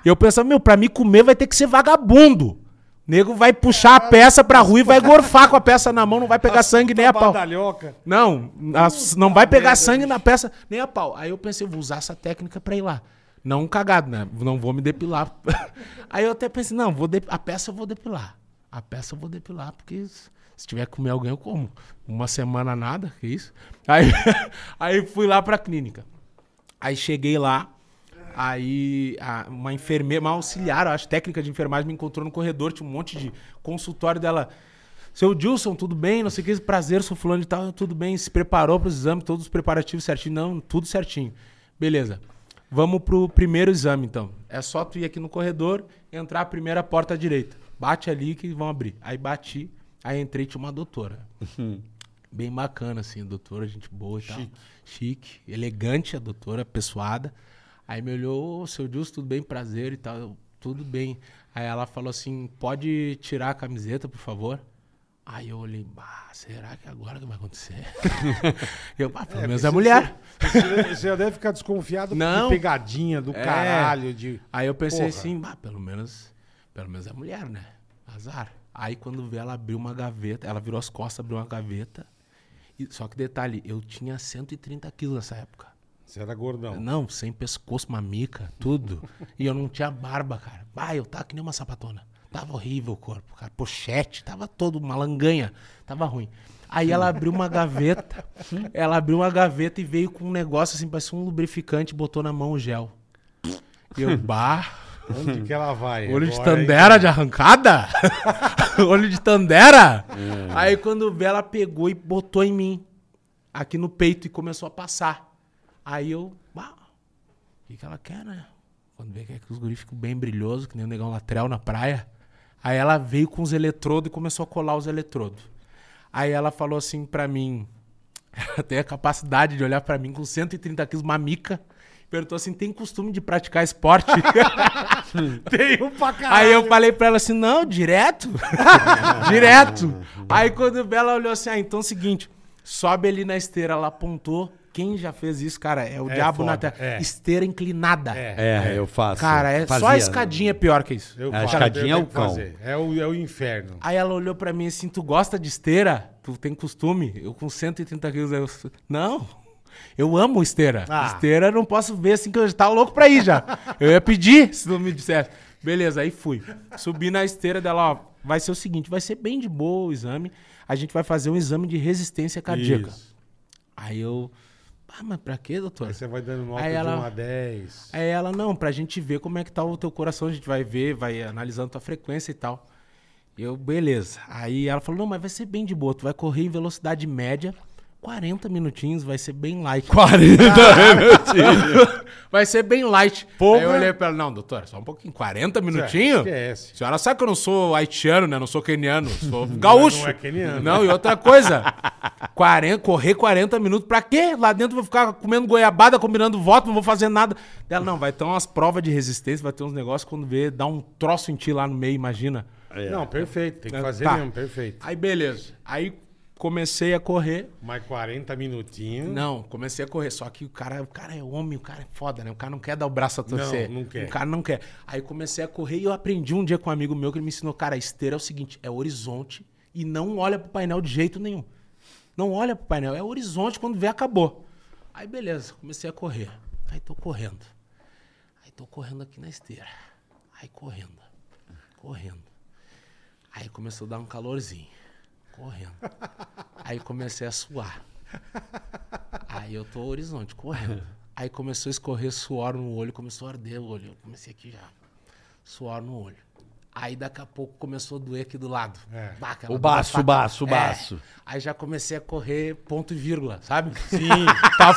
[SPEAKER 5] E eu pensava, meu, pra me comer vai ter que ser vagabundo. O nego vai puxar a peça pra rua e vai gorfar com a peça na mão, não vai pegar sangue nem a pau.
[SPEAKER 4] Badalhoca.
[SPEAKER 5] Não, as- não vai pegar sangue na peça nem a pau. Aí eu pensei, eu vou usar essa técnica pra ir lá. Não cagado, né? Não vou me depilar. Aí eu até pensei, não, vou dep- a peça eu vou depilar. A peça eu vou depilar, porque se se tiver que comer alguém, eu como. Uma semana nada, que isso. Aí, aí fui lá pra clínica. Aí cheguei lá, aí a- uma enfermeira, uma auxiliar, eu acho, técnica de enfermagem, me encontrou no corredor, tinha um monte de consultório dela. Seu Dilson, tudo bem? Não sei o que, prazer, sou fulano de tal, tudo bem, se preparou para os exames, todos os preparativos certinho? Não, tudo certinho. Beleza. Vamos pro primeiro exame, então. É só tu ir aqui no corredor, entrar a primeira porta à direita. Bate ali que vão abrir. Aí bati, aí entrei, tinha uma doutora. Bem bacana, assim, doutora, gente boa e tal. Chique, elegante a doutora, pessoada. Aí me olhou, ô, seu Dilson, tudo bem? Prazer e tal. Eu, tudo bem. Aí ela falou assim, pode tirar a camiseta, por favor? Aí eu olhei, bah, será que agora que vai acontecer? eu, bah, pelo menos é mulher.
[SPEAKER 4] Você deve- Você já deve ficar desconfiado
[SPEAKER 5] Não.
[SPEAKER 4] de pegadinha do
[SPEAKER 5] É.
[SPEAKER 4] caralho. De...
[SPEAKER 5] Aí eu pensei
[SPEAKER 4] Porra.
[SPEAKER 5] assim, bah, pelo menos, pelo menos é mulher, né? Azar. Aí quando vê ela abriu uma gaveta, ela virou as costas, abriu uma gaveta. E- só que detalhe, eu tinha 130 quilos nessa época.
[SPEAKER 4] Você era gordão.
[SPEAKER 5] Não, sem pescoço, mamica, tudo. e eu não tinha barba, cara. Bah, eu tava que nem uma sapatona. Tava horrível o corpo, cara. Pochete, tava todo uma langanha. Tava ruim. Aí ela abriu uma gaveta. ela abriu uma gaveta e veio com um negócio assim, parecia um lubrificante, botou na mão o gel. E eu, bah.
[SPEAKER 4] Onde que ela vai?
[SPEAKER 5] Olho de
[SPEAKER 4] Agora, hein?
[SPEAKER 5] Tandera de arrancada? Olho de Tandera?
[SPEAKER 4] Hum.
[SPEAKER 5] Aí quando vê, ela pegou e botou em mim, aqui no peito, e começou a passar. Aí eu, "Bah, o que, que ela quer, né? Quando vê que, é que os guris ficam bem brilhosos, que nem o negão lateral na praia. Aí ela veio com os eletrodos e começou a colar os eletrodos. Aí ela falou assim pra mim, ela tem a capacidade de olhar pra mim com 130 quilos, mamica. Perguntou assim, tem costume de praticar esporte?
[SPEAKER 4] Tenho pra caralho.
[SPEAKER 5] Aí eu falei pra ela assim, não, direto? direto. Aí quando ela olhou assim, ah, então é o seguinte, sobe ali na esteira, ela apontou. Quem já fez isso, cara, é o
[SPEAKER 4] É
[SPEAKER 5] diabo na
[SPEAKER 4] foda,
[SPEAKER 5] terra.
[SPEAKER 4] é.
[SPEAKER 5] Esteira inclinada.
[SPEAKER 3] É, eu faço.
[SPEAKER 5] Cara, é só a
[SPEAKER 3] Fazia.
[SPEAKER 5] escadinha é pior que isso.
[SPEAKER 4] né? Eu
[SPEAKER 3] A
[SPEAKER 4] faço,
[SPEAKER 3] escadinha é o
[SPEAKER 4] eu tenho que
[SPEAKER 3] cão.
[SPEAKER 4] fazer. É o, é o inferno.
[SPEAKER 5] Aí ela olhou pra mim assim, tu gosta de esteira? Tu tem costume? Eu com 130 quilos, eu... Não, eu amo esteira.
[SPEAKER 4] Ah.
[SPEAKER 5] Esteira eu não posso ver assim que eu já tava louco pra ir já. eu ia pedir se não me dissesse. Beleza, aí fui. Subi na esteira dela, ó, vai ser o seguinte, vai ser bem de boa o exame. A gente vai fazer um exame de resistência cardíaca.
[SPEAKER 4] Isso.
[SPEAKER 5] Aí eu... Ah, mas pra quê, doutor?
[SPEAKER 4] Aí você vai dando nota
[SPEAKER 5] Aí
[SPEAKER 4] de
[SPEAKER 5] ela-
[SPEAKER 4] 1 a 10.
[SPEAKER 5] Aí ela, não, pra gente ver como é que tá o teu coração, a gente vai ver, vai analisando tua frequência e tal. Eu, beleza. Aí ela falou, não, mas vai ser bem de boa, tu vai correr em velocidade média, 40 minutinhos, vai ser bem light. 40 minutinhos? vai ser bem light. Aí eu olhei pra ela, não, doutora, só um pouquinho, 40 minutinhos?
[SPEAKER 4] esquece.
[SPEAKER 5] A senhora sabe que eu não sou haitiano, né? Não sou queniano, sou gaúcho.
[SPEAKER 4] Não é queniano.
[SPEAKER 5] Não, e outra coisa, 40, correr 40 minutos, pra quê? Lá dentro eu vou ficar comendo goiabada, combinando voto, não vou fazer nada. Ela, não, vai ter umas provas de resistência, vai ter uns negócios, quando vê, dá um troço em ti lá no meio, imagina.
[SPEAKER 4] Não, perfeito. Tem que fazer
[SPEAKER 5] Tá.
[SPEAKER 4] mesmo, perfeito.
[SPEAKER 5] Aí, beleza. Aí comecei a correr,
[SPEAKER 4] Mais 40 minutinhos.
[SPEAKER 5] Não, comecei a correr. Só que o cara, o cara é homem, o cara é foda, né? O cara não quer dar o braço a torcer.
[SPEAKER 4] Não, não quer.
[SPEAKER 5] O cara não quer. Aí comecei a correr e eu aprendi um dia com um amigo meu que ele me ensinou, cara, a esteira é o seguinte, é horizonte e não olha pro painel de jeito nenhum. Não olha pro painel, é horizonte, quando vê, acabou. Aí beleza, comecei a correr. Aí tô correndo. Aí tô correndo aqui na esteira. Aí correndo. Correndo. Aí começou a dar um calorzinho. Correndo. Aí comecei a suar. Aí eu tô horizonte, correndo. Aí começou a escorrer suor no olho, começou a arder o olho. Eu comecei aqui já. suor no olho. Aí daqui a pouco começou a doer aqui do lado.
[SPEAKER 4] É.
[SPEAKER 5] Bah, aquela
[SPEAKER 3] O baço,
[SPEAKER 5] dor
[SPEAKER 3] o
[SPEAKER 5] na faca.
[SPEAKER 3] baço, o baço.
[SPEAKER 5] Aí já comecei a correr ponto e vírgula, sabe?
[SPEAKER 4] Sim, tá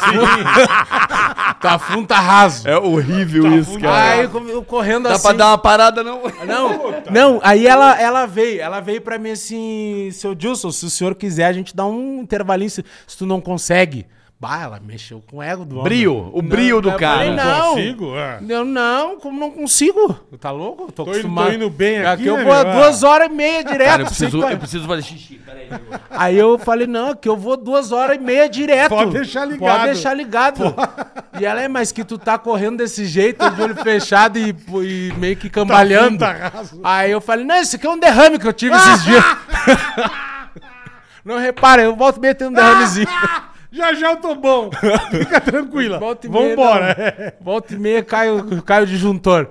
[SPEAKER 5] tá fundo, tá raso.
[SPEAKER 1] É horrível isso, cara.
[SPEAKER 5] Aí eu eu correndo
[SPEAKER 1] Dá
[SPEAKER 5] assim.
[SPEAKER 1] pra dar uma parada, não?
[SPEAKER 5] Não, não, aí ela, ela veio, ela veio pra mim assim, seu Dilson, se o senhor quiser, a gente dá um intervalinho se, se tu não consegue. Bah, ela mexeu com o ego do homem.
[SPEAKER 1] Brio, o brio
[SPEAKER 3] é
[SPEAKER 1] do
[SPEAKER 5] eu
[SPEAKER 1] cara.
[SPEAKER 5] falei,
[SPEAKER 4] não.
[SPEAKER 5] Não.
[SPEAKER 4] consigo? É.
[SPEAKER 5] Eu não, como não consigo? Tá louco? Eu tô,
[SPEAKER 4] Tô indo-
[SPEAKER 5] acostumado.
[SPEAKER 4] tô indo bem aqui,
[SPEAKER 5] eu
[SPEAKER 4] né,
[SPEAKER 5] vou
[SPEAKER 4] meu?
[SPEAKER 5] duas horas e meia direto.
[SPEAKER 2] Cara, eu
[SPEAKER 5] sem
[SPEAKER 2] preciso,
[SPEAKER 5] parar.
[SPEAKER 2] eu preciso fazer xixi. Peraí, meu.
[SPEAKER 5] Aí eu falei, não, é que eu vou duas horas e meia direto.
[SPEAKER 4] Pode deixar ligado.
[SPEAKER 5] Pode deixar ligado. E ela é, mas que tu tá correndo desse jeito, de olho fechado e, e meio que cambalhando.
[SPEAKER 4] Tá raso.
[SPEAKER 5] Aí eu falei, não, isso aqui é um derrame que eu tive esses dias. não repara, eu volto meio tendo um derramezinho.
[SPEAKER 4] Já já eu tô bom. Fica tranquila.
[SPEAKER 5] Volta e meia,
[SPEAKER 4] Vambora. É.
[SPEAKER 5] não. Volta e meia cai o, cai o disjuntor.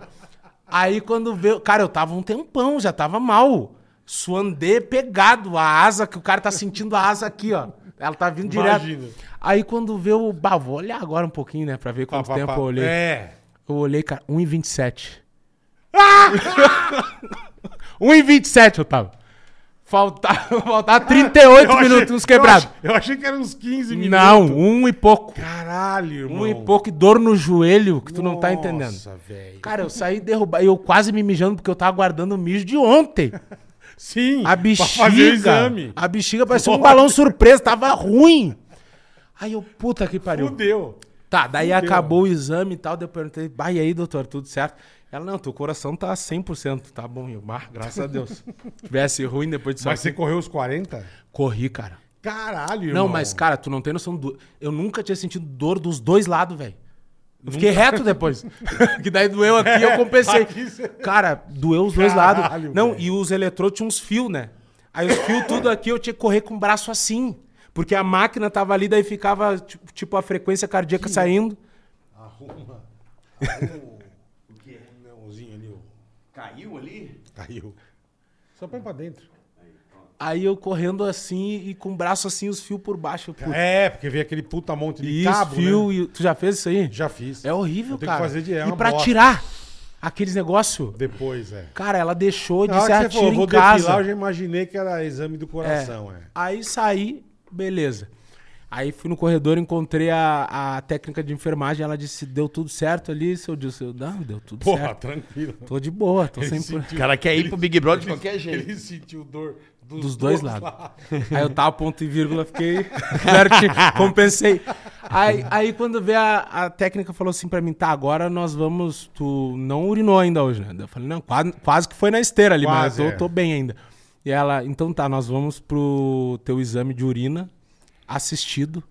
[SPEAKER 5] Aí quando veio. Cara, eu tava um tempão, já tava mal. Suandê pegado, a asa, que o cara tá sentindo a asa aqui, ó. Ela tá vindo
[SPEAKER 4] Imagino.
[SPEAKER 5] direto. Aí quando vê o. Bah, vou olhar agora um pouquinho, né? Pra ver quanto
[SPEAKER 4] Pá, pá,
[SPEAKER 5] tempo
[SPEAKER 4] pá.
[SPEAKER 5] eu olhei.
[SPEAKER 4] É.
[SPEAKER 5] Eu olhei, cara, 1,27. 1,27, Otávio. Faltava, faltava 38
[SPEAKER 4] Eu achei-
[SPEAKER 5] minutos, uns
[SPEAKER 4] eu
[SPEAKER 5] quebrados.
[SPEAKER 4] achei- Eu achei que eram uns 15 minutos.
[SPEAKER 5] Não, um e pouco.
[SPEAKER 4] Caralho, irmão.
[SPEAKER 5] Um e pouco e dor no joelho que tu não tá entendendo.
[SPEAKER 4] Nossa, velho.
[SPEAKER 5] Cara, eu saí derrubado. Eu quase me mijando porque eu tava guardando o mijo de ontem.
[SPEAKER 4] Sim. pra
[SPEAKER 5] A
[SPEAKER 4] fazer o
[SPEAKER 5] bexiga.
[SPEAKER 4] exame.
[SPEAKER 5] A bexiga parecia um balão surpresa, tava ruim. Aí eu, puta que pariu.
[SPEAKER 4] Fudeu.
[SPEAKER 5] Tá, daí
[SPEAKER 4] Fudeu.
[SPEAKER 5] acabou o exame e tal. Daí eu perguntei, bah, e aí, doutor, tudo certo? Ela, não, teu coração tá 100%, tá bom. E Eu, ah, graças a Deus. Tivesse ruim depois disso.
[SPEAKER 4] Mas você
[SPEAKER 5] aqui.
[SPEAKER 4] correu os 40?
[SPEAKER 5] Corri, cara.
[SPEAKER 4] Caralho, irmão.
[SPEAKER 5] Não, mas, cara, tu não tem noção do... Eu nunca tinha sentido dor dos dois lados, velho. Eu fiquei reto depois. que daí doeu aqui e eu compensei.
[SPEAKER 4] aqui você-
[SPEAKER 5] Cara, doeu os dois
[SPEAKER 4] É, Caralho,
[SPEAKER 5] lados. Não,
[SPEAKER 4] velho.
[SPEAKER 5] e os eletrodos tinham uns fios, né? Aí os fios tudo aqui eu tinha que correr com o braço assim. Porque a máquina tava ali, daí ficava, ti- tipo, a frequência cardíaca saindo.
[SPEAKER 4] Arruma. O que? Um leãozinho ali, ó.
[SPEAKER 3] Caiu ali?
[SPEAKER 4] Caiu. Só põe pra dentro.
[SPEAKER 5] Aí eu correndo assim e com o braço assim, os fios por baixo. Putz,
[SPEAKER 4] É, porque veio aquele puta monte de
[SPEAKER 5] e os
[SPEAKER 4] cabo,
[SPEAKER 5] fios...
[SPEAKER 4] né?
[SPEAKER 5] e- Tu já fez isso aí?
[SPEAKER 4] Já fiz.
[SPEAKER 5] É horrível,
[SPEAKER 4] Eu tenho que
[SPEAKER 5] cara.
[SPEAKER 4] fazer de- é
[SPEAKER 5] e
[SPEAKER 4] uma
[SPEAKER 5] pra
[SPEAKER 4] bosta.
[SPEAKER 5] tirar aqueles negócios...
[SPEAKER 4] Depois, é.
[SPEAKER 5] Cara, ela deixou de
[SPEAKER 4] Na hora
[SPEAKER 5] se
[SPEAKER 4] que você
[SPEAKER 5] atirar
[SPEAKER 4] falou,
[SPEAKER 5] em
[SPEAKER 4] vou
[SPEAKER 5] casa.
[SPEAKER 4] depilar, eu já imaginei que era exame do coração, é.
[SPEAKER 5] Aí saí, beleza. Aí fui no corredor, encontrei a, a técnica de enfermagem, ela disse, deu tudo certo ali, seu Dilson. Eu, Não, deu tudo
[SPEAKER 4] Porra,
[SPEAKER 5] certo.
[SPEAKER 4] tranquilo.
[SPEAKER 5] Tô de boa, tô sem... pro-
[SPEAKER 1] O cara quer ir pro Big Brother de qualquer jeito.
[SPEAKER 4] Ele sentiu dor dos,
[SPEAKER 5] Dos dois lados. Aí eu tava ponto e vírgula, fiquei certinho, compensei. Aí, aí quando veio a, a técnica, falou assim pra mim, tá, agora nós vamos... Tu não urinou ainda hoje, né? Daí Eu falei, não, quase, quase que foi na esteira ali, mas
[SPEAKER 4] Quase,
[SPEAKER 5] eu tô,
[SPEAKER 4] é.
[SPEAKER 5] tô bem ainda. E ela, então tá, nós vamos pro teu exame de urina assistido,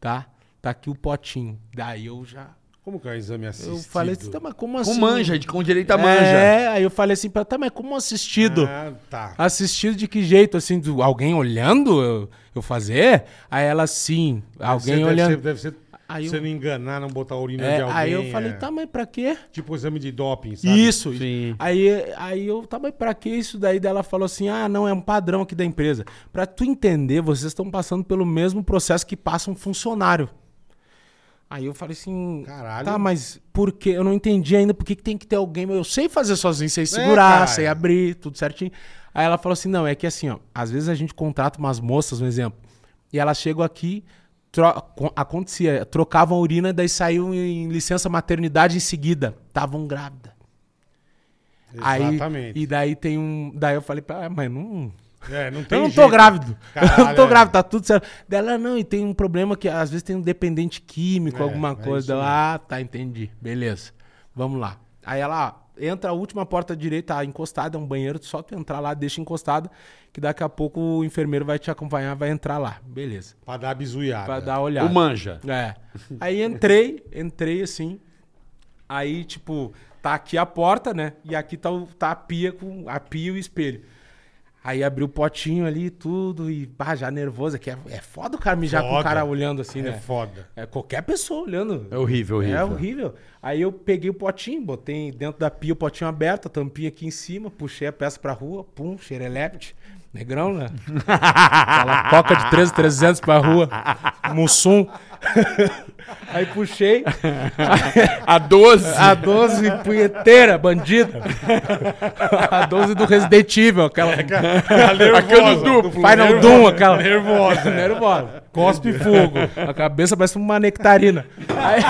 [SPEAKER 5] tá? Tá aqui o potinho. Daí eu já...
[SPEAKER 4] Como que é um exame assistido?
[SPEAKER 5] Eu falei assim, tá, mas como assim?
[SPEAKER 1] Com manja, de- com direito a manja.
[SPEAKER 5] É, aí eu falei assim pra ela, tá, mas como assistido?
[SPEAKER 4] Ah, tá.
[SPEAKER 5] Assistido de que jeito? Assim, do- alguém olhando eu, eu fazer? Aí ela, sim, alguém
[SPEAKER 4] Você
[SPEAKER 5] olhando.
[SPEAKER 4] Deve ser, deve ser
[SPEAKER 5] Aí eu-
[SPEAKER 4] você não enganar, não botar a urina
[SPEAKER 5] É,
[SPEAKER 4] de alguém.
[SPEAKER 5] aí eu falei,
[SPEAKER 4] é.
[SPEAKER 5] tá, mas pra quê?
[SPEAKER 4] Tipo exame de doping, sabe?
[SPEAKER 5] Isso.
[SPEAKER 1] Sim.
[SPEAKER 5] Aí, aí eu, tá, mas pra que isso? Daí dela falou assim, ah, não, é um padrão aqui da empresa. Pra tu entender, vocês estão passando pelo mesmo processo que passa um funcionário. Aí eu falei assim,
[SPEAKER 4] Caralho.
[SPEAKER 5] tá, mas por quê? Eu não entendi ainda por que, que tem que ter alguém. Eu sei fazer sozinho, sei
[SPEAKER 4] caralho.
[SPEAKER 5] segurar, sei abrir, tudo certinho. Aí ela falou assim, não, é que assim, ó, às vezes a gente contrata umas moças, um exemplo, e elas chegam aqui, tro- acon- acontecia, trocavam a urina, daí saiu em licença maternidade em seguida, estavam grávida. Aí,
[SPEAKER 4] Exatamente.
[SPEAKER 5] e daí tem um, daí eu falei, pra ela, mas não,
[SPEAKER 4] É, não
[SPEAKER 5] eu
[SPEAKER 4] tem
[SPEAKER 5] não tô
[SPEAKER 4] jeito.
[SPEAKER 5] grávido. eu não
[SPEAKER 4] Caralho,
[SPEAKER 5] tô
[SPEAKER 4] é.
[SPEAKER 5] grávido, tá tudo certo. Dela, não, e tem um problema que às vezes tem um dependente químico,
[SPEAKER 4] É,
[SPEAKER 5] alguma
[SPEAKER 4] é
[SPEAKER 5] coisa.
[SPEAKER 4] isso mesmo.
[SPEAKER 5] ah, tá, entendi. Beleza. Vamos lá. Aí ela ó, entra a última porta direita, ah, encostada, é um banheiro, só tu entrar lá, deixa encostada, que daqui a pouco o enfermeiro vai te acompanhar, vai entrar lá. Beleza.
[SPEAKER 4] Pra dar bisuiada.
[SPEAKER 5] Pra dar uma
[SPEAKER 3] Tá.
[SPEAKER 5] olhada.
[SPEAKER 1] O manja.
[SPEAKER 5] É. Aí entrei, entrei assim. Aí, tipo, tá aqui a porta, né? E aqui tá, o- tá a pia com a pia e o espelho. Aí abri o potinho ali e tudo, e bah, já nervoso aqui. É, é foda o cara mijar com
[SPEAKER 4] Foda.
[SPEAKER 5] o cara olhando assim,
[SPEAKER 4] É
[SPEAKER 5] né?
[SPEAKER 4] foda.
[SPEAKER 5] É qualquer pessoa olhando.
[SPEAKER 1] É horrível, horrível.
[SPEAKER 5] É horrível. Aí eu peguei o potinho, botei dentro da pia o potinho aberto, a tampinha aqui em cima, puxei a peça pra rua, pum, xerelepte. Negrão, né? Aquela coca de 13, 300 pra rua. Mussum. Aí puxei
[SPEAKER 1] A 12.
[SPEAKER 5] a 12 punheteira, bandida. A 12 do Resident Evil, aquela
[SPEAKER 1] A cano duplo.
[SPEAKER 5] Final Doom, aquela. Nervosa. Nervosa. Cospe fogo. A cabeça parece uma nectarina. Aí...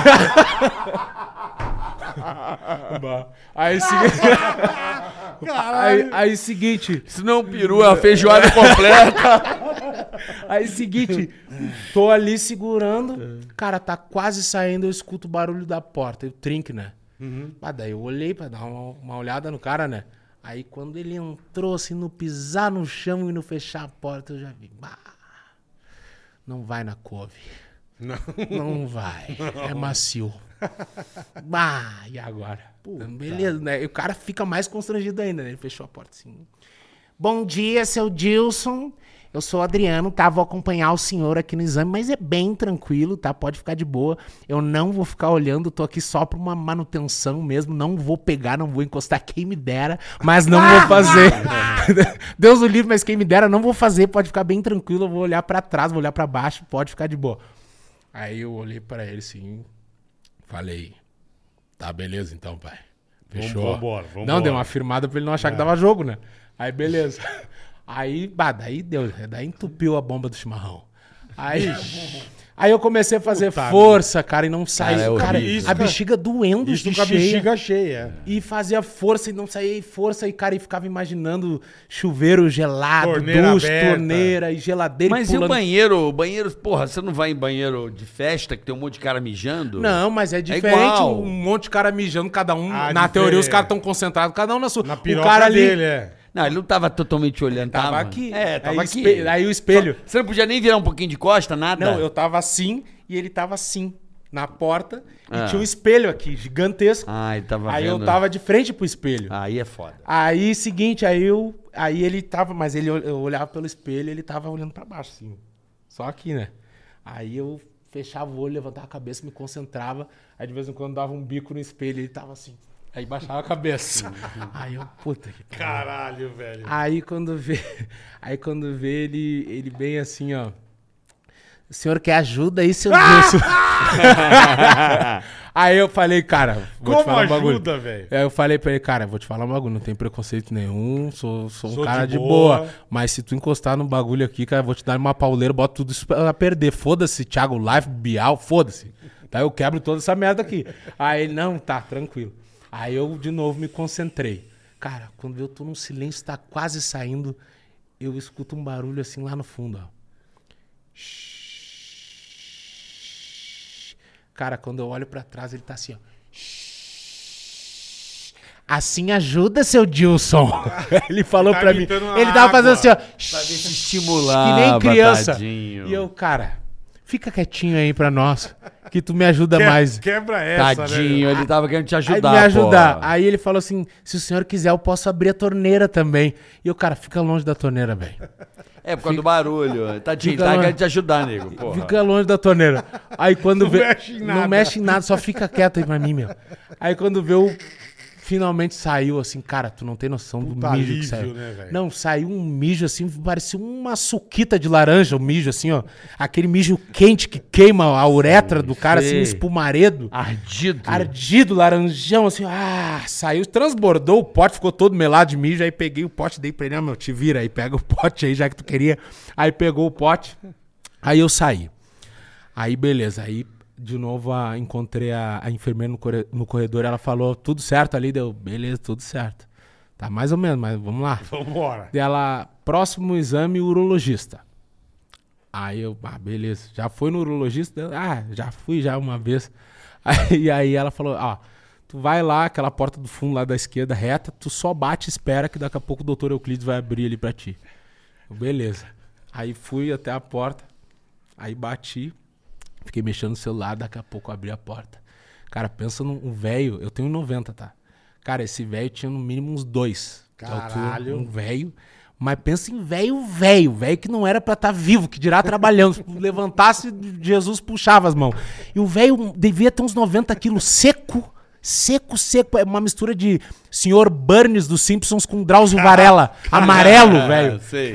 [SPEAKER 5] Bah. Aí, segui- aí, aí seguinte,
[SPEAKER 1] Se não, peru, a feijoada
[SPEAKER 3] É.
[SPEAKER 1] completa.
[SPEAKER 5] aí seguinte, tô ali segurando, cara, tá quase saindo, eu escuto o barulho da porta, e o trinque, né? Mas daí eu olhei pra dar uma, uma olhada no cara, né? Aí quando ele entrou, assim, no pisar no chão e no fechar a porta, eu já vi, bah, não vai na couve. Não. vai. É macio. Bah, e agora? Beleza, né? E o cara fica mais constrangido ainda, né? Ele fechou a porta assim. Bom dia, seu Dilson. Eu sou o Adriano, tá? Vou acompanhar o senhor aqui no exame, mas é bem tranquilo, tá? Pode ficar de boa. Eu não vou ficar olhando, tô aqui só pra uma manutenção mesmo. Não vou pegar, não vou encostar, quem me dera, mas não vou fazer. Deus o livre, mas quem me dera, não vou fazer. Pode ficar bem tranquilo, eu vou olhar pra trás, vou olhar pra baixo, pode ficar de boa. Aí eu olhei pra ele assim, falei: tá, beleza então, pai. Fechou.
[SPEAKER 4] vambora, vambora.
[SPEAKER 5] Não, deu uma firmada pra ele não achar
[SPEAKER 4] É.
[SPEAKER 5] que dava jogo, né? Aí beleza. Aí, bah, daí deu, né? daí entupiu a bomba do chimarrão. Aí, aí eu comecei a fazer força, cara, e não saía.
[SPEAKER 3] Cara, é
[SPEAKER 5] Cara,
[SPEAKER 3] horrível.
[SPEAKER 5] a bexiga doendo
[SPEAKER 4] Isso
[SPEAKER 5] de
[SPEAKER 4] com a
[SPEAKER 5] cheia.
[SPEAKER 4] bexiga cheia.
[SPEAKER 5] E fazia força e não saía e força, e cara, e ficava imaginando chuveiro gelado,
[SPEAKER 4] Torneira
[SPEAKER 5] duche,
[SPEAKER 4] aberta.
[SPEAKER 5] torneira e geladeira
[SPEAKER 3] Mas
[SPEAKER 5] e
[SPEAKER 3] e o
[SPEAKER 5] pulando.
[SPEAKER 3] banheiro? O banheiro, porra, você não vai em banheiro de festa que tem um monte de cara mijando?
[SPEAKER 5] Não, mas é diferente.
[SPEAKER 3] igual.
[SPEAKER 5] um monte de cara mijando, cada um.
[SPEAKER 4] Ah,
[SPEAKER 5] na
[SPEAKER 4] diferente.
[SPEAKER 5] teoria, os caras estão concentrados, cada um na sua.
[SPEAKER 4] Na
[SPEAKER 5] o
[SPEAKER 4] piroca
[SPEAKER 5] cara ali.
[SPEAKER 4] dele, é.
[SPEAKER 3] Não, ele não tava totalmente olhando. Tava,
[SPEAKER 5] Tava aqui.
[SPEAKER 3] É, tava
[SPEAKER 5] aí,
[SPEAKER 3] aqui.
[SPEAKER 5] espe- aí o espelho.
[SPEAKER 3] Você não podia nem virar um pouquinho de costa, nada?
[SPEAKER 5] Não, eu tava assim e ele tava assim, na porta.
[SPEAKER 3] Ah.
[SPEAKER 5] E tinha um espelho aqui, gigantesco.
[SPEAKER 3] Ah, ele tava
[SPEAKER 5] aí
[SPEAKER 3] vendo.
[SPEAKER 5] eu tava de frente pro espelho.
[SPEAKER 3] Aí é foda.
[SPEAKER 5] Aí, seguinte, aí eu. Aí ele tava. Mas ele ol- eu olhava pelo espelho ele tava olhando pra baixo, assim. Só aqui, né? Aí eu fechava o olho, levantava a cabeça, me concentrava. Aí de vez em quando dava um bico no espelho ele tava assim. Aí baixava a cabeça.
[SPEAKER 3] Uhum.
[SPEAKER 5] aí eu, puta que pariu.
[SPEAKER 4] Caralho, velho.
[SPEAKER 5] Aí quando vê. Aí quando vê ele, ele bem assim, ó. O senhor quer ajuda aí, seu Wilson? aí eu falei, cara, vou te
[SPEAKER 4] Como
[SPEAKER 5] falar um bagulho.
[SPEAKER 4] ajuda, velho?
[SPEAKER 5] Aí eu falei pra ele, cara, vou te falar um bagulho, não tem preconceito nenhum, sou, sou um
[SPEAKER 4] Sou
[SPEAKER 5] cara
[SPEAKER 4] de
[SPEAKER 5] de boa.
[SPEAKER 4] boa.
[SPEAKER 5] Mas se tu encostar no bagulho aqui, cara, vou te dar uma pauleira, boto tudo isso pra perder. Foda-se, Thiago Life, Bial, foda-se. Tá, eu quebro toda essa merda aqui. Aí ele, não, tá, tranquilo. Aí eu, de novo, me concentrei. Cara, quando eu tô num silêncio, tá quase saindo, eu escuto um barulho assim lá no fundo, ó. Cara, quando eu olho pra trás, ele tá assim, ó. Assim ajuda, seu Dilson. ele falou
[SPEAKER 4] Tá
[SPEAKER 5] pra mim.
[SPEAKER 4] imitando uma
[SPEAKER 5] Ele tava fazendo assim, ó.
[SPEAKER 3] Estimulava,
[SPEAKER 5] que nem criança.
[SPEAKER 3] tadinho.
[SPEAKER 5] E eu, cara, fica quietinho aí pra nós, que tu me ajuda
[SPEAKER 4] Que-
[SPEAKER 5] mais.
[SPEAKER 4] Quebra essa, né,
[SPEAKER 3] Tadinho, ele tava querendo te
[SPEAKER 5] né? Aí
[SPEAKER 3] ajudar,
[SPEAKER 5] me ajudar.
[SPEAKER 3] pô.
[SPEAKER 5] Aí ele falou assim: se o senhor quiser, eu posso abrir a torneira também. E eu, cara, fica longe da torneira, velho.
[SPEAKER 3] É, por causa do barulho. Tadinho, ele
[SPEAKER 5] Fica
[SPEAKER 3] tava
[SPEAKER 5] lá.
[SPEAKER 3] querendo te ajudar, nego, porra.
[SPEAKER 5] Fica longe da torneira. Aí quando
[SPEAKER 4] Não
[SPEAKER 5] vê.
[SPEAKER 4] mexe em nada.
[SPEAKER 5] Não mexe em nada, só fica quieto aí pra mim, meu. Aí quando vê o. Finalmente saiu assim, cara, tu não tem noção
[SPEAKER 4] Puta
[SPEAKER 5] do mijo
[SPEAKER 4] alívio,
[SPEAKER 5] que saiu.
[SPEAKER 4] né, velho?
[SPEAKER 5] não, saiu um mijo assim, parecia uma suquita de laranja, o mijo assim, ó. Aquele mijo quente que queima a uretra do cara, assim, um espumaredo.
[SPEAKER 4] Ah,
[SPEAKER 3] Ardido.
[SPEAKER 5] Ardido, laranjão, assim, ah, saiu, transbordou o pote, ficou todo melado de mijo, aí peguei o pote, dei pra ele, ah, meu, te vira aí, pega o pote aí, já que tu queria. Aí pegou o pote, aí eu saí. Aí, beleza, aí de novo a- encontrei a, a enfermeira no, corre- no corredor, ela falou, tudo certo ali, deu, beleza, tudo certo. Tá mais ou menos, mas vamos lá.
[SPEAKER 4] velho. Vambora.
[SPEAKER 5] Dela, próximo exame, urologista. Aí eu, ah, beleza. Já foi no urologista? Ah, já fui já uma vez. Aí, e aí ela falou, ó, tu vai lá, aquela porta do fundo lá da esquerda, reta, tu só bate e espera que daqui a pouco o doutor Euclides vai abrir ali pra ti. Eu, Beleza. Aí fui até a porta, aí bati, fiquei mexendo no celular, daqui a pouco abri a porta. Cara, pensa num um velho, eu tenho 90, tá? Cara, esse velho tinha no mínimo uns dois. de altura,
[SPEAKER 4] Caralho.
[SPEAKER 5] Um velho. Mas pensa em velho, velho, velho que não era pra estar vivo, que dirá trabalhando. Se levantasse, Jesus puxava as mãos. E o velho devia ter uns 90 quilos seco Seco, seco. É uma mistura de Sr. Burns dos Simpsons com Drauzio Varela.
[SPEAKER 3] Ah,
[SPEAKER 5] Amarelo, velho.
[SPEAKER 1] Sei.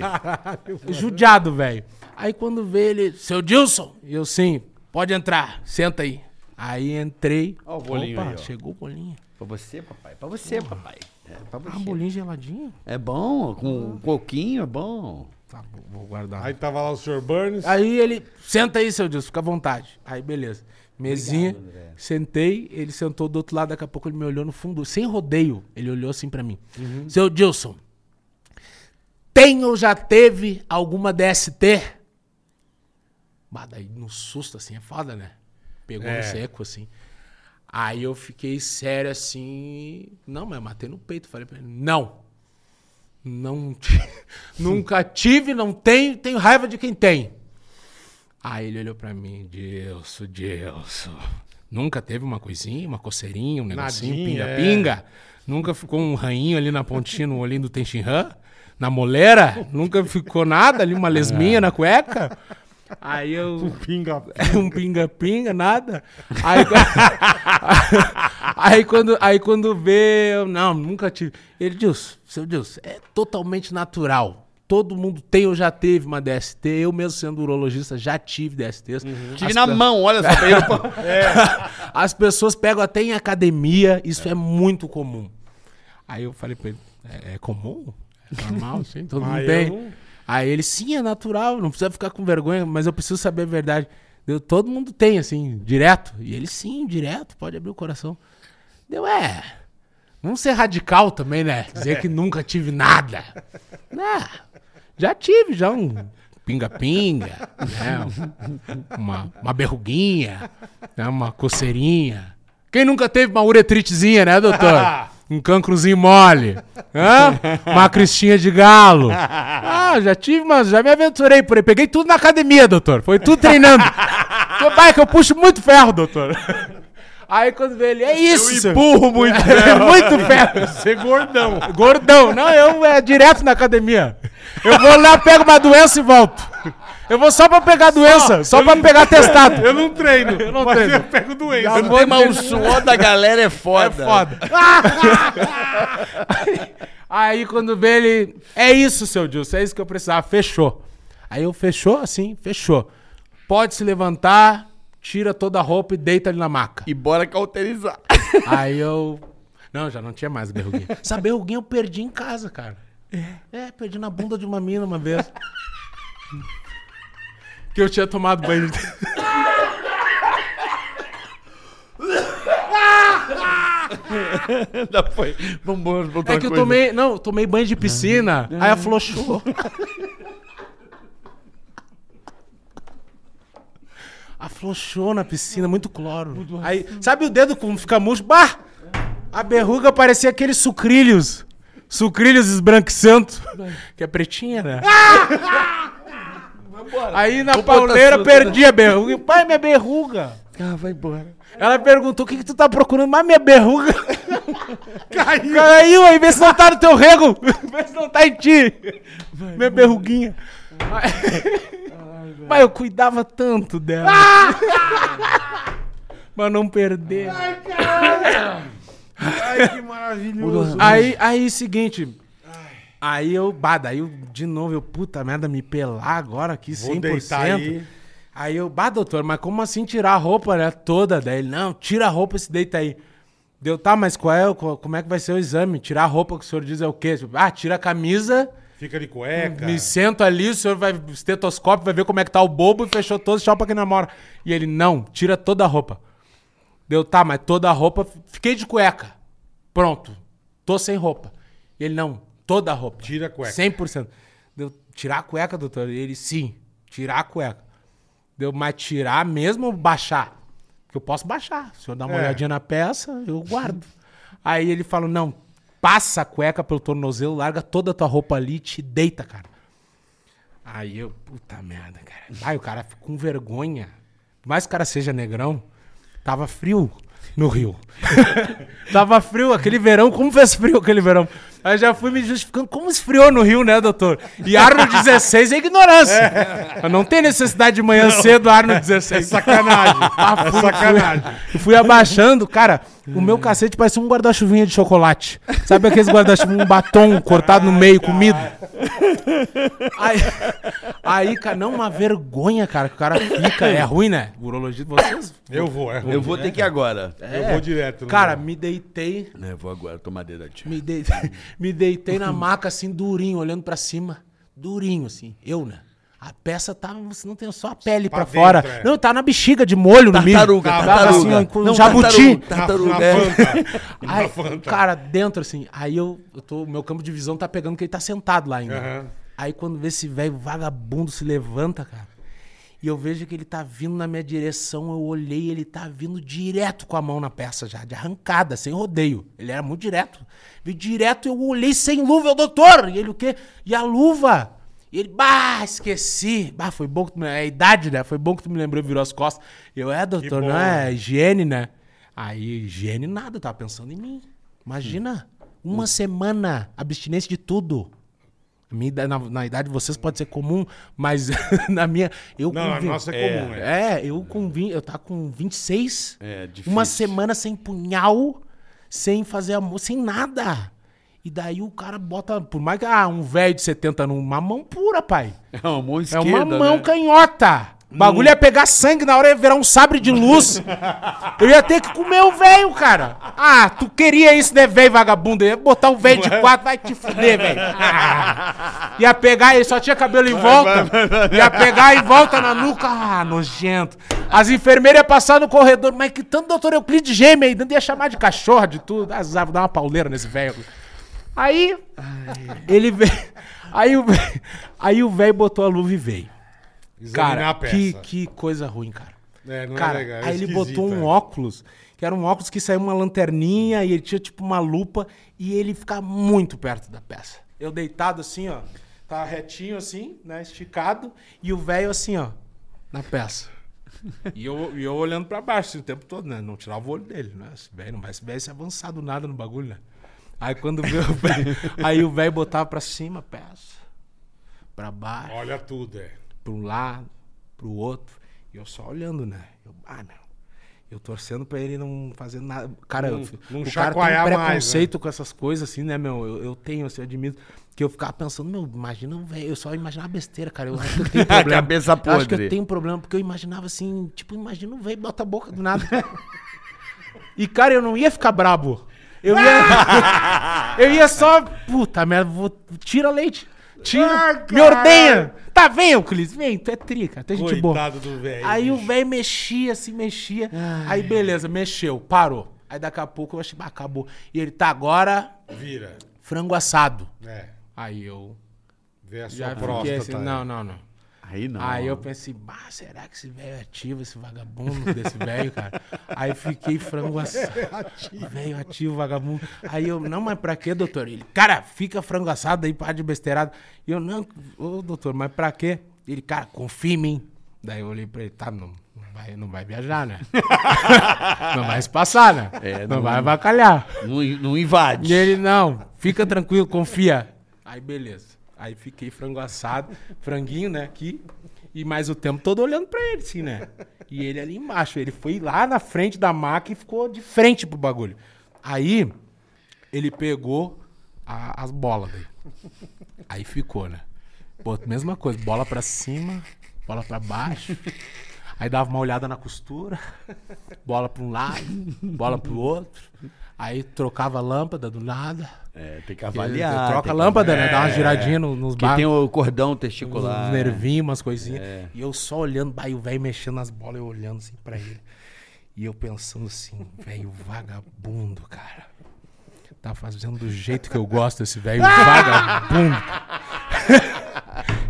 [SPEAKER 5] Judiado, velho. Aí quando vê ele, seu Dilson, e eu sim, pode entrar, senta aí. Aí entrei.
[SPEAKER 1] Ó o bolinho aí, ó.
[SPEAKER 5] chegou o bolinho.
[SPEAKER 3] Pra você, papai. Pra você, papai. É, pra
[SPEAKER 5] Ah,
[SPEAKER 3] você.
[SPEAKER 5] bolinho geladinho?
[SPEAKER 3] É bom, com um coquinho é bom.
[SPEAKER 5] Tá, vou- vou guardar.
[SPEAKER 4] Aí tava lá o Sr. Burns.
[SPEAKER 5] Aí ele, senta aí, seu Deus, fica à vontade. Aí, beleza. Mesinha, sentei, ele sentou do outro lado, daqui a pouco ele me olhou no fundo, sem rodeio, ele olhou assim pra mim. Seu Dilson, tem ou já teve alguma DST? Bah, daí no susto assim, é foda, né? Pegou
[SPEAKER 4] É.
[SPEAKER 5] no seco assim. Aí eu fiquei sério assim, não, mas eu matei no peito, falei pra ele, não. Não ti- nunca tive, não tenho, tenho raiva de quem tem. Aí ele olhou pra mim, Dilson, Dilson. Nunca teve uma coisinha, uma coceirinha, um negocinho,
[SPEAKER 4] Nadinha, é.
[SPEAKER 5] pinga-pinga? Nunca ficou um rainho ali na pontinha, no olhinho do Tenshinhan? Na moleira? Nunca ficou nada ali, uma
[SPEAKER 4] É.
[SPEAKER 5] lesminha na cueca? Aí eu...
[SPEAKER 4] Pinga.
[SPEAKER 5] um pinga-pinga, nada. Aí, quan- aí, quando, aí quando vê, eu, não, nunca tive. Ele diz, seu Deus, é totalmente natural. Todo mundo tem ou já teve uma DST. Eu mesmo sendo urologista já tive DSTs.
[SPEAKER 1] Tive
[SPEAKER 5] As
[SPEAKER 1] na
[SPEAKER 5] pe-
[SPEAKER 1] mão, olha só. pra ele, pô.
[SPEAKER 5] É. As pessoas pegam até em academia, isso é, muito comum. Aí eu falei pra ele, é, é comum? É normal, sim, todo
[SPEAKER 4] Mas
[SPEAKER 5] mundo
[SPEAKER 4] eu
[SPEAKER 5] tem.
[SPEAKER 4] não-
[SPEAKER 5] Aí ele, sim, é natural, não precisa ficar com vergonha, mas eu preciso saber a verdade. Deu, todo mundo tem, assim, direto. E ele, sim, direto, pode abrir o coração. Deu, é. Vamos ser radical também, né? Dizer que nunca tive nada. Né? Já tive, já um pinga-pinga, né? Uma, uma berruguinha, né? uma coceirinha. Quem nunca teve uma uretritezinha, né, doutor? Um cancrozinho mole. Hã? Uma cristinha de galo. Ah, já tive, mas já me aventurei por aí. Peguei tudo na academia, doutor. Foi tudo treinando. Seu pai, que eu puxo muito ferro, doutor. Aí quando vê ele, é isso. seu-
[SPEAKER 1] Empurro muito.
[SPEAKER 5] é muito ferro.
[SPEAKER 4] Você é gordão.
[SPEAKER 5] Gordão. Não, eu é direto na academia. Eu vou lá, pego uma doença e volto. Eu vou só pra pegar doença, só pra pegar testado.
[SPEAKER 4] Eu não treino. Eu
[SPEAKER 5] não
[SPEAKER 4] mas
[SPEAKER 5] treino.
[SPEAKER 4] eu pego doença.
[SPEAKER 5] Já
[SPEAKER 4] Não
[SPEAKER 5] vou-
[SPEAKER 4] vou...
[SPEAKER 1] Tem, mas o suor da galera é
[SPEAKER 5] É
[SPEAKER 1] foda.
[SPEAKER 5] foda. Aí quando vê ele. É isso, seu Dilson, é isso que eu precisava. Fechou. Aí eu fechou assim, fechou. Pode se levantar, tira toda a roupa e deita ali na maca.
[SPEAKER 1] E bora cauterizar.
[SPEAKER 5] Aí eu. Não, já não tinha mais berruguinha. Essa berruguinha eu perdi em casa, cara. É. É, perdi na bunda de uma mina uma vez. que eu tinha tomado banho.
[SPEAKER 1] Ainda foi. Vamos embora pra outra
[SPEAKER 5] É que eu
[SPEAKER 1] coisa.
[SPEAKER 5] tomei. Não, eu tomei banho de piscina. Aí aflochou. Aflochou na piscina, muito cloro. Aí, sabe o dedo como fica murcho? Bah! A berruga parecia aqueles sucrilhos. Sucrilhos esbranquiçantos. Que é pretinha, né? Aí na pauleira perdi a berruga. Pai, minha berruga!
[SPEAKER 1] Ah, vai embora.
[SPEAKER 5] Ela perguntou o que, que tu tá procurando, mas minha berruga. Caiu. Caiu aí, vê se não tá no teu rego. Vê se não tá em ti. minha berruguinha. Mas... mas eu cuidava tanto dela.
[SPEAKER 4] Ah!
[SPEAKER 5] mas não perder.
[SPEAKER 4] Ai, que maravilhoso.
[SPEAKER 5] Aí, aí, seguinte. Aí eu, bah, daí eu, de novo, eu, puta merda, me pelar agora aqui 100%.
[SPEAKER 4] Vou deitar aí.
[SPEAKER 5] Aí eu, bah, doutor, mas como assim tirar a roupa, né, toda? Daí ele, não, tira a roupa e se deita aí. Deu, tá, mas qual é, o- co- como é que vai ser o exame? Tirar a roupa que o senhor diz é o quê? Tipo, Ah, tira a camisa,
[SPEAKER 4] Fica de cueca.
[SPEAKER 5] me sento ali, o senhor vai, estetoscópio, vai ver como é que tá o bobo e fechou todos, tchau pra quem namora. E ele, não, tira toda a roupa. Deu, tá, mas toda a roupa, fiquei de cueca. Pronto, tô sem roupa. E ele, não, toda a roupa.
[SPEAKER 4] Tira a cueca.
[SPEAKER 5] 100%. Deu, tirar a cueca, doutor? E ele, sim, tirar a cueca. Deu, mas tirar mesmo ou baixar? Porque eu posso baixar. Se eu dar uma
[SPEAKER 4] É.
[SPEAKER 5] olhadinha na peça, eu guardo. Aí ele falou, não, passa a cueca pelo tornozelo, larga toda a tua roupa ali e te deita, cara. Aí eu, puta merda, cara. Aí o cara fica com vergonha. Por mais que o cara seja negrão, tava frio. no Rio. Tava frio aquele verão, como fez frio aquele verão? Aí já fui me justificando como esfriou no Rio, né, doutor? E ar no 16 é ignorância. Não tem necessidade de manhã cedo ar no 16. É sacanagem. Ah, fui, sacanagem. Fui, fui abaixando, cara, o meu cacete parecia um guarda-chuvinha de chocolate. Sabe aqueles guarda-chuvinha, um batom cortado no meio, comido? Aí, aí, cara, não uma vergonha, cara, que o cara fica. É ruim, né? Urologia de vocês.
[SPEAKER 4] Eu vou, é.
[SPEAKER 3] Eu vou ter que ir agora.
[SPEAKER 4] Eu vou direto. não
[SPEAKER 5] É. Cara,
[SPEAKER 4] dá.
[SPEAKER 5] me deitei,
[SPEAKER 3] É, vou agora tomar dedante.
[SPEAKER 5] me, dei, me deitei na maca assim, durinho, olhando pra cima. Durinho, assim. Eu, né? A peça tá. Você não tem só a pele
[SPEAKER 4] Pra
[SPEAKER 5] pra, fora.
[SPEAKER 4] dentro, é.
[SPEAKER 5] Não, tá na bexiga de molho no milho.
[SPEAKER 3] Tartaruga,
[SPEAKER 5] Tava
[SPEAKER 3] tartaruga.
[SPEAKER 5] Assim, ó, com
[SPEAKER 3] Não,
[SPEAKER 5] jabuti.
[SPEAKER 4] na,
[SPEAKER 3] tartaruga,
[SPEAKER 4] na
[SPEAKER 3] é.
[SPEAKER 4] Fanta. Na
[SPEAKER 5] Aí,
[SPEAKER 4] Fanta.
[SPEAKER 5] cara, dentro assim. Aí eu, eu tô, meu campo de visão tá pegando que ele tá sentado lá ainda.
[SPEAKER 4] Aham.
[SPEAKER 5] Aí quando vê esse velho vagabundo se levanta, cara. E eu vejo que ele tá vindo na minha direção, eu olhei, ele tá vindo direto com a mão na peça já, de arrancada, sem rodeio. Ele era muito direto. Veio direto, eu olhei sem luva, eu, doutor! E ele o quê? E a luva? E ele, bah, esqueci. Bah, foi bom que tu me... É a idade, né? Foi bom que tu me lembrou, virou as costas. Eu, é, doutor,
[SPEAKER 4] bom,
[SPEAKER 5] não
[SPEAKER 4] né?
[SPEAKER 5] é? É, higiene, né? Aí, higiene nada, eu tava pensando em mim. Imagina, uma semana, abstinência de tudo. A minha ida- na, na idade de vocês pode ser comum, mas na minha. Eu
[SPEAKER 4] Não, a
[SPEAKER 5] vi-
[SPEAKER 4] nossa é comum, é.
[SPEAKER 5] É, eu com vin- eu tava com 26.
[SPEAKER 3] É, difícil.
[SPEAKER 5] Uma semana sem punhal, sem fazer amor, sem nada. E daí o cara bota, por mais que ah, um velho de 70 numa mão pura, pai.
[SPEAKER 3] É uma mão
[SPEAKER 5] É
[SPEAKER 3] esquerda,
[SPEAKER 5] uma mão
[SPEAKER 3] né? Hum.
[SPEAKER 5] canhota. O bagulho é pegar sangue na hora ia virar um sabre de luz. Eu ia ter que comer o velho, cara. Ah, tu queria isso, né, velho vagabundo? Eu ia botar o velho de quatro, vai te fuder, velho. Ah. Ia pegar, ele só tinha cabelo em volta. Ia pegar em volta na nuca. Ah, nojento. As enfermeiras iam passar no corredor. Mas que tanto doutor Euclides geme aí, dentro ia chamar de cachorro, de tudo. Azar, vou dar uma pauleira nesse velho. Aí, ele veio. Aí o, ve- aí o velho botou a luva e veio.
[SPEAKER 4] Examinar
[SPEAKER 5] Cara,
[SPEAKER 4] a peça.
[SPEAKER 5] que, que coisa ruim, cara.
[SPEAKER 4] É, não é
[SPEAKER 5] cara,
[SPEAKER 4] legal, é
[SPEAKER 5] aí ele
[SPEAKER 4] esquisito,
[SPEAKER 5] botou um
[SPEAKER 4] é.
[SPEAKER 5] óculos, que era um óculos que saiu uma lanterninha e ele tinha tipo uma lupa e ele ficava muito perto da peça. Eu deitado assim, ó, tava retinho assim, né, esticado, e o velho assim, ó, na peça. E eu, e eu olhando pra baixo assim, o tempo todo, né? Não tirava o olho dele, né? Esse velho não vai esse velho se avançar do nada no bagulho, né? Aí quando veio o velho, aí o velho botava pra cima a peça, pra baixo
[SPEAKER 4] Olha tudo, é.
[SPEAKER 5] para um lado, para o outro, e eu só olhando, né? Eu, ah, meu. Eu torcendo pra ele não fazer nada. Cara,
[SPEAKER 4] Não-
[SPEAKER 5] eu fi-
[SPEAKER 4] não
[SPEAKER 5] o cara tem um
[SPEAKER 4] chacoalhar mais, né?
[SPEAKER 5] preconceito com essas coisas, assim, né, meu? Eu, eu tenho, assim, eu admito. Que eu ficava pensando, meu, imagina, um velho. Eu só imaginava besteira, cara. Eu acho que eu tenho problema.
[SPEAKER 1] Cabeça
[SPEAKER 5] Eu acho que eu
[SPEAKER 1] podre.
[SPEAKER 5] tenho um problema, porque eu imaginava assim, tipo, imagina um velho bota a boca do nada. e, cara, eu não ia ficar brabo. Eu ia. eu ia só. Puta merda, vou, tira leite. Tira. me ordenha. Tá, vem, Euclides, vem. Tu é trica, tu é gente boa.
[SPEAKER 4] Coitado do velho.
[SPEAKER 5] Aí o
[SPEAKER 4] bicho.
[SPEAKER 5] velho mexia, se mexia. Aí beleza, mexeu, parou. Aí daqui a pouco eu achei, "Bah, acabou. E ele tá agora
[SPEAKER 4] Vira.
[SPEAKER 5] frango assado.
[SPEAKER 4] É.
[SPEAKER 5] Aí eu
[SPEAKER 4] Vê a
[SPEAKER 5] já
[SPEAKER 4] sua
[SPEAKER 5] fiquei assim,
[SPEAKER 4] próstata.
[SPEAKER 5] não, não, não.
[SPEAKER 3] Aí não.
[SPEAKER 5] Aí Ah, eu pensei, bah, será que esse velho ativa esse vagabundo desse velho, cara? Aí fiquei frango assado. Velho É ativo, vagabundo. Aí eu, não, mas pra quê, doutor? Ele, cara, fica frango assado aí, para de besteirada. E eu, não, ô doutor, mas pra quê? Ele, cara, confia em mim. Daí eu olhei pra ele, tá, não, não, vai, não vai viajar, né? não vai se passar, né? não, vai avacalhar.
[SPEAKER 3] Não, não invade.
[SPEAKER 5] E ele, não, fica tranquilo, confia. Aí, beleza. Aí fiquei frango assado, franguinho, né, aqui. E mais o tempo todo olhando pra ele, assim, né? E ele ali embaixo. Ele foi lá na frente da maca e ficou de frente pro bagulho. Aí, ele pegou a- as bolas daí. Aí ficou, né? Pô, mesma coisa, bola pra cima, bola pra baixo. Aí dava uma olhada na costura, bola pra um lado, bola pro outro. Aí trocava a lâmpada do nada.
[SPEAKER 3] É, tem que
[SPEAKER 5] Que
[SPEAKER 3] avaliar.
[SPEAKER 5] troca
[SPEAKER 3] tem
[SPEAKER 5] a
[SPEAKER 3] É,
[SPEAKER 5] lâmpada, né? Dá uma giradinha no- nos
[SPEAKER 3] Que, que
[SPEAKER 5] barcos.
[SPEAKER 3] tem um- Ah, é. o cordão
[SPEAKER 5] Uns
[SPEAKER 3] testicular.
[SPEAKER 5] nervinhos, umas coisinhas. E eu só olhando, bah, e o velho mexendo nas bolas, eu olhando assim pra ele. E eu pensando assim, velho vagabundo, cara. Tá fazendo do jeito que eu gosto esse velho um vagabundo.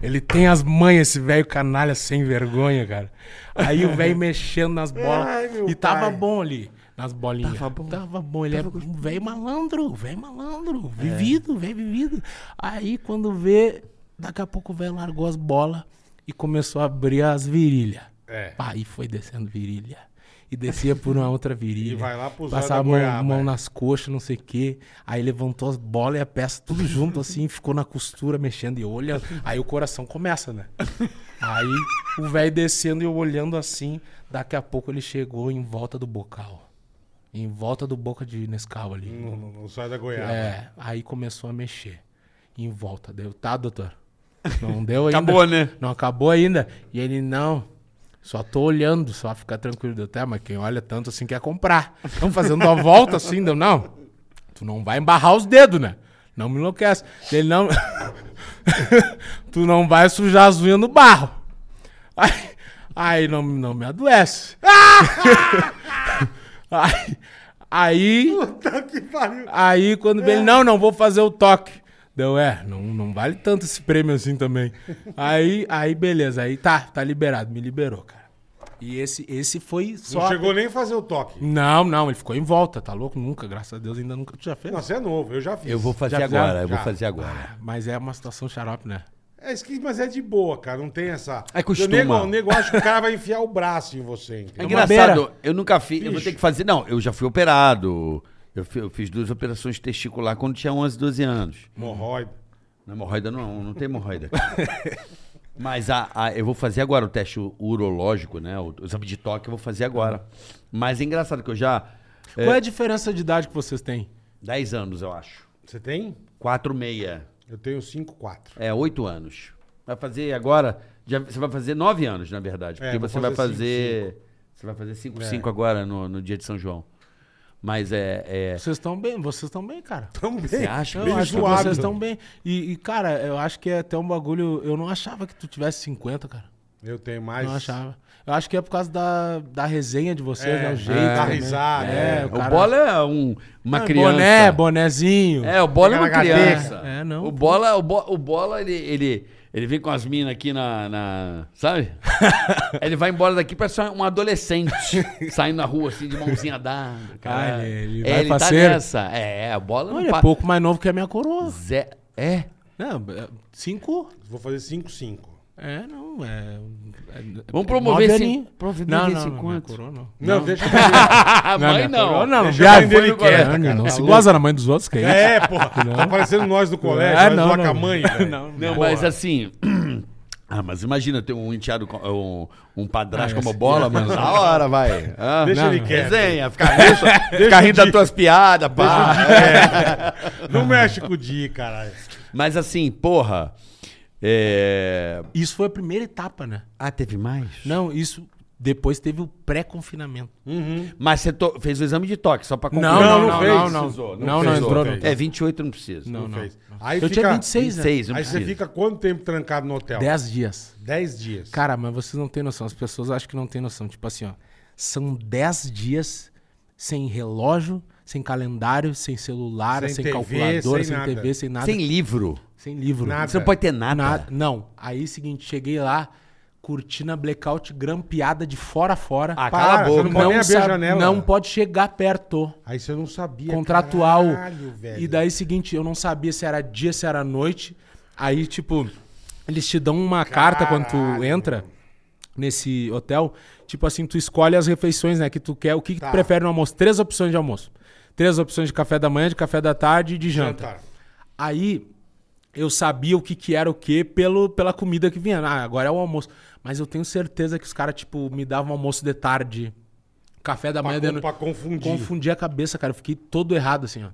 [SPEAKER 5] Ele tem as mães, esse velho canalha sem vergonha, cara. Aí o velho mexendo nas bolas. e tava bom ali, nas bolinhas. Tava bom. Tava É. bom. Ele é um velho malandro, velho malandro. Vivido, velho vivido. Aí quando vê, daqui a pouco o velho largou as bolas e começou a abrir as virilhas.
[SPEAKER 4] É.
[SPEAKER 5] Aí foi descendo virilha. e descia por uma outra virilha.
[SPEAKER 4] E vai lá pro Zé
[SPEAKER 5] Passava
[SPEAKER 4] da
[SPEAKER 5] a mão,
[SPEAKER 4] Goiaba,
[SPEAKER 5] mão
[SPEAKER 4] é.
[SPEAKER 5] nas coxas, não sei o quê. Aí levantou as bolas e a peça tudo junto, assim, ficou na costura, mexendo e olhando. Aí o coração começa, né? Aí o velho descendo e eu olhando assim. Daqui a pouco ele chegou em volta do bocal. Em volta do boca de Nescau ali.
[SPEAKER 4] Não, não- não sai da goiaba.
[SPEAKER 5] É, aí começou a mexer. Em volta. Deu, tá, doutor? Não deu ainda.
[SPEAKER 1] Acabou, né?
[SPEAKER 5] Não acabou ainda. E ele, não. Só tô olhando, só fica tranquilo. Deu, tá, mas quem olha tanto assim quer comprar. Estamos fazendo uma volta assim, deu, não. Tu não vai embarrar os dedos, né? Não me enlouquece. Ele, não. tu não vai sujar as unhas no barro. Aí, aí não, não me adoece. aí, aí
[SPEAKER 4] Puta que pariu.
[SPEAKER 5] Aí quando vem, ele, não, não vou fazer o toque. Deu, é, não, não vale tanto esse prêmio assim também. aí, aí, beleza, aí tá, tá liberado, me liberou, cara. E esse, esse foi só.
[SPEAKER 4] Não chegou nem a fazer o toque.
[SPEAKER 5] Não, não, ele ficou em volta, tá louco? Nunca, graças a Deus, ainda nunca. Tu já fez?
[SPEAKER 4] Não, você é novo, eu já fiz.
[SPEAKER 3] Eu vou fazer
[SPEAKER 5] Já
[SPEAKER 3] agora,
[SPEAKER 5] fizeram?
[SPEAKER 3] eu vou
[SPEAKER 4] Já.
[SPEAKER 3] fazer agora.
[SPEAKER 5] Mas é uma situação xarope, né?
[SPEAKER 4] É esquisito, mas é de boa, cara. Não tem essa.
[SPEAKER 3] É costuma.
[SPEAKER 4] O nego, o nego acha que o cara vai enfiar o braço em você,
[SPEAKER 3] É
[SPEAKER 4] entendeu?
[SPEAKER 3] engraçado, eu nunca fiz, eu vou ter que fazer. Não, eu já fui operado. Eu fi- eu fiz duas operações testicular quando tinha 11, 12 anos.
[SPEAKER 4] Hemorroida.
[SPEAKER 3] Não, é hemorroida não, não tem hemorroida. Mas a, a- eu vou fazer agora o teste urológico, né? O, o exame de toque eu vou fazer agora. Mas é engraçado que eu já. É,
[SPEAKER 5] Qual é a diferença de idade que vocês têm?
[SPEAKER 3] 10 anos, eu acho.
[SPEAKER 4] Você tem?
[SPEAKER 3] 4, meia.
[SPEAKER 4] Eu tenho 5, 4.
[SPEAKER 3] É, 8 anos. Vai fazer agora. já- você vai fazer 9 anos, na verdade.
[SPEAKER 4] É,
[SPEAKER 3] Porque
[SPEAKER 4] vou
[SPEAKER 3] você vai
[SPEAKER 4] fazer cinco, É.
[SPEAKER 3] fazer. Você vai fazer 5, 5 agora no, no dia de São João. Mas é- é
[SPEAKER 5] Vocês estão bem, vocês estão bem, cara.
[SPEAKER 4] Também.
[SPEAKER 3] Você acha?
[SPEAKER 5] Eu
[SPEAKER 4] Bem
[SPEAKER 5] acho que
[SPEAKER 4] suave.
[SPEAKER 5] vocês estão bem. E, e, cara, eu acho que é até um bagulho. Eu não achava que tu tivesse 50, cara.
[SPEAKER 4] Eu tenho mais.
[SPEAKER 5] Não achava. Eu acho que é por causa da, da resenha de vocês,
[SPEAKER 4] É,
[SPEAKER 5] né? O jeito.
[SPEAKER 4] da
[SPEAKER 5] né?
[SPEAKER 4] risada, é.
[SPEAKER 5] o
[SPEAKER 3] O,
[SPEAKER 5] cara-
[SPEAKER 3] Bola é um, uma
[SPEAKER 5] Ah,
[SPEAKER 3] criança.
[SPEAKER 5] Boné, bonezinho.
[SPEAKER 3] É, o Bola é uma
[SPEAKER 4] Aquela
[SPEAKER 3] criança.
[SPEAKER 5] cabeça. É, não.
[SPEAKER 3] O Bola, o Bo- o Bola, ele, ele, ele vem com as minas aqui na, na- Sabe? ele vai embora daqui pra ser um adolescente. saindo na rua, assim, de mãozinha dada. Cara.
[SPEAKER 5] Ah, ele- ele
[SPEAKER 3] é,
[SPEAKER 5] vai
[SPEAKER 3] ele tá
[SPEAKER 5] parceiro.
[SPEAKER 3] nessa. É, o Bola
[SPEAKER 5] Não,
[SPEAKER 3] não,
[SPEAKER 5] ele é
[SPEAKER 3] pa-
[SPEAKER 5] pouco mais novo que a minha coroa.
[SPEAKER 3] Zé- É?
[SPEAKER 5] Não, é cinco?
[SPEAKER 4] Vou fazer 5, 5.
[SPEAKER 5] É, não, é... é-
[SPEAKER 3] Vamos promover
[SPEAKER 5] nove
[SPEAKER 3] esse-
[SPEAKER 5] aninhos.
[SPEAKER 3] promover esse
[SPEAKER 5] Não, não, não, minha
[SPEAKER 3] encontro.
[SPEAKER 5] coroa não.
[SPEAKER 4] Não, deixa eu ver.
[SPEAKER 3] A mãe
[SPEAKER 5] minha
[SPEAKER 3] não.
[SPEAKER 5] coroa não.
[SPEAKER 4] Deixa
[SPEAKER 5] Viado,
[SPEAKER 4] a mãe dele
[SPEAKER 5] foi no
[SPEAKER 4] quieta,
[SPEAKER 5] colégio,
[SPEAKER 4] cara.
[SPEAKER 5] Não é, se
[SPEAKER 4] Tá
[SPEAKER 5] goza na mãe dos outros, que é isso?
[SPEAKER 4] É, porra. Tá parecendo nós do colégio,
[SPEAKER 5] É,
[SPEAKER 4] nós
[SPEAKER 5] não,
[SPEAKER 4] lá
[SPEAKER 5] não.
[SPEAKER 4] com a mãe. velho.
[SPEAKER 5] Não,
[SPEAKER 3] Não, mas assim. Ah, mas imagina ter um enteado, com- um, um padrasto
[SPEAKER 5] Ah,
[SPEAKER 3] como
[SPEAKER 5] esse-
[SPEAKER 3] bola, mano. Da hora, vai. Ah.
[SPEAKER 4] é assim, Deixa
[SPEAKER 5] Não,
[SPEAKER 4] ele
[SPEAKER 5] não.
[SPEAKER 4] quieto.
[SPEAKER 3] Resenha, ficar rindo, ficar rindo das tuas piadas, pá. É.
[SPEAKER 4] Não mexe com o Di, caralho.
[SPEAKER 3] Mas assim, porra. É...
[SPEAKER 5] Isso foi a primeira etapa, né?
[SPEAKER 3] Ah, teve mais?
[SPEAKER 5] Não, isso... Depois teve o pré-confinamento.
[SPEAKER 4] Uhum.
[SPEAKER 3] Mas você to- fez o exame de toque, só pra concluir.
[SPEAKER 5] Não,
[SPEAKER 4] não,
[SPEAKER 5] não,
[SPEAKER 4] não
[SPEAKER 5] não,
[SPEAKER 4] fez,
[SPEAKER 5] não, não.
[SPEAKER 4] precisou, não
[SPEAKER 5] Não, não
[SPEAKER 4] fez,
[SPEAKER 5] entrou,
[SPEAKER 4] não
[SPEAKER 5] não.
[SPEAKER 4] fez.
[SPEAKER 3] É, 28 não precisa.
[SPEAKER 5] Não, não.
[SPEAKER 4] fez. Aí
[SPEAKER 5] Eu
[SPEAKER 4] fica-
[SPEAKER 5] tinha 26, né?
[SPEAKER 3] 26, não
[SPEAKER 4] Aí você
[SPEAKER 3] precisa.
[SPEAKER 4] fica quanto tempo trancado no hotel?
[SPEAKER 5] 10 dias.
[SPEAKER 4] 10 dias.
[SPEAKER 5] Cara, mas vocês não têm noção. As pessoas acham que não têm noção. Tipo assim, ó. São 10 dias sem relógio, sem calendário, sem celular,
[SPEAKER 4] Sem
[SPEAKER 5] sem,
[SPEAKER 4] TV, sem
[SPEAKER 5] calculadora, sem,
[SPEAKER 4] nada.
[SPEAKER 5] TV, sem nada.
[SPEAKER 3] Sem livro.
[SPEAKER 5] sem livro.
[SPEAKER 4] Nada.
[SPEAKER 3] Você não pode ter nada.
[SPEAKER 5] Nada. Não. Aí, seguinte, cheguei lá, cortina blackout, grampeada de fora a fora.
[SPEAKER 3] Ah,
[SPEAKER 4] Para,
[SPEAKER 3] cala a
[SPEAKER 4] você
[SPEAKER 3] boca.
[SPEAKER 4] não pode nem abrir a
[SPEAKER 5] sabe-
[SPEAKER 4] janela.
[SPEAKER 5] não pode chegar perto.
[SPEAKER 4] Aí você não sabia.
[SPEAKER 5] Contratual.
[SPEAKER 4] Caralho, velho.
[SPEAKER 5] E daí, seguinte, eu não sabia se era dia, se era noite. Aí, tipo, eles te dão uma carta quando tu
[SPEAKER 4] Caralho.
[SPEAKER 5] entra nesse hotel. Tipo assim, tu escolhe as refeições, né? Que tu quer, o que, que
[SPEAKER 4] Tá.
[SPEAKER 5] tu prefere no almoço. Três opções de almoço. Três opções de café da manhã, de café da tarde e de janta.
[SPEAKER 4] Jantar.
[SPEAKER 5] Aí eu sabia o que, que era o que pelo, pela comida que vinha. Ah, agora é o almoço. Mas eu tenho certeza que os caras, tipo, me davam almoço de tarde, café da manhã,
[SPEAKER 4] Pra,
[SPEAKER 5] de noite.
[SPEAKER 4] pra confundir.
[SPEAKER 5] Confundi a cabeça, cara. Eu fiquei todo errado, assim, ó.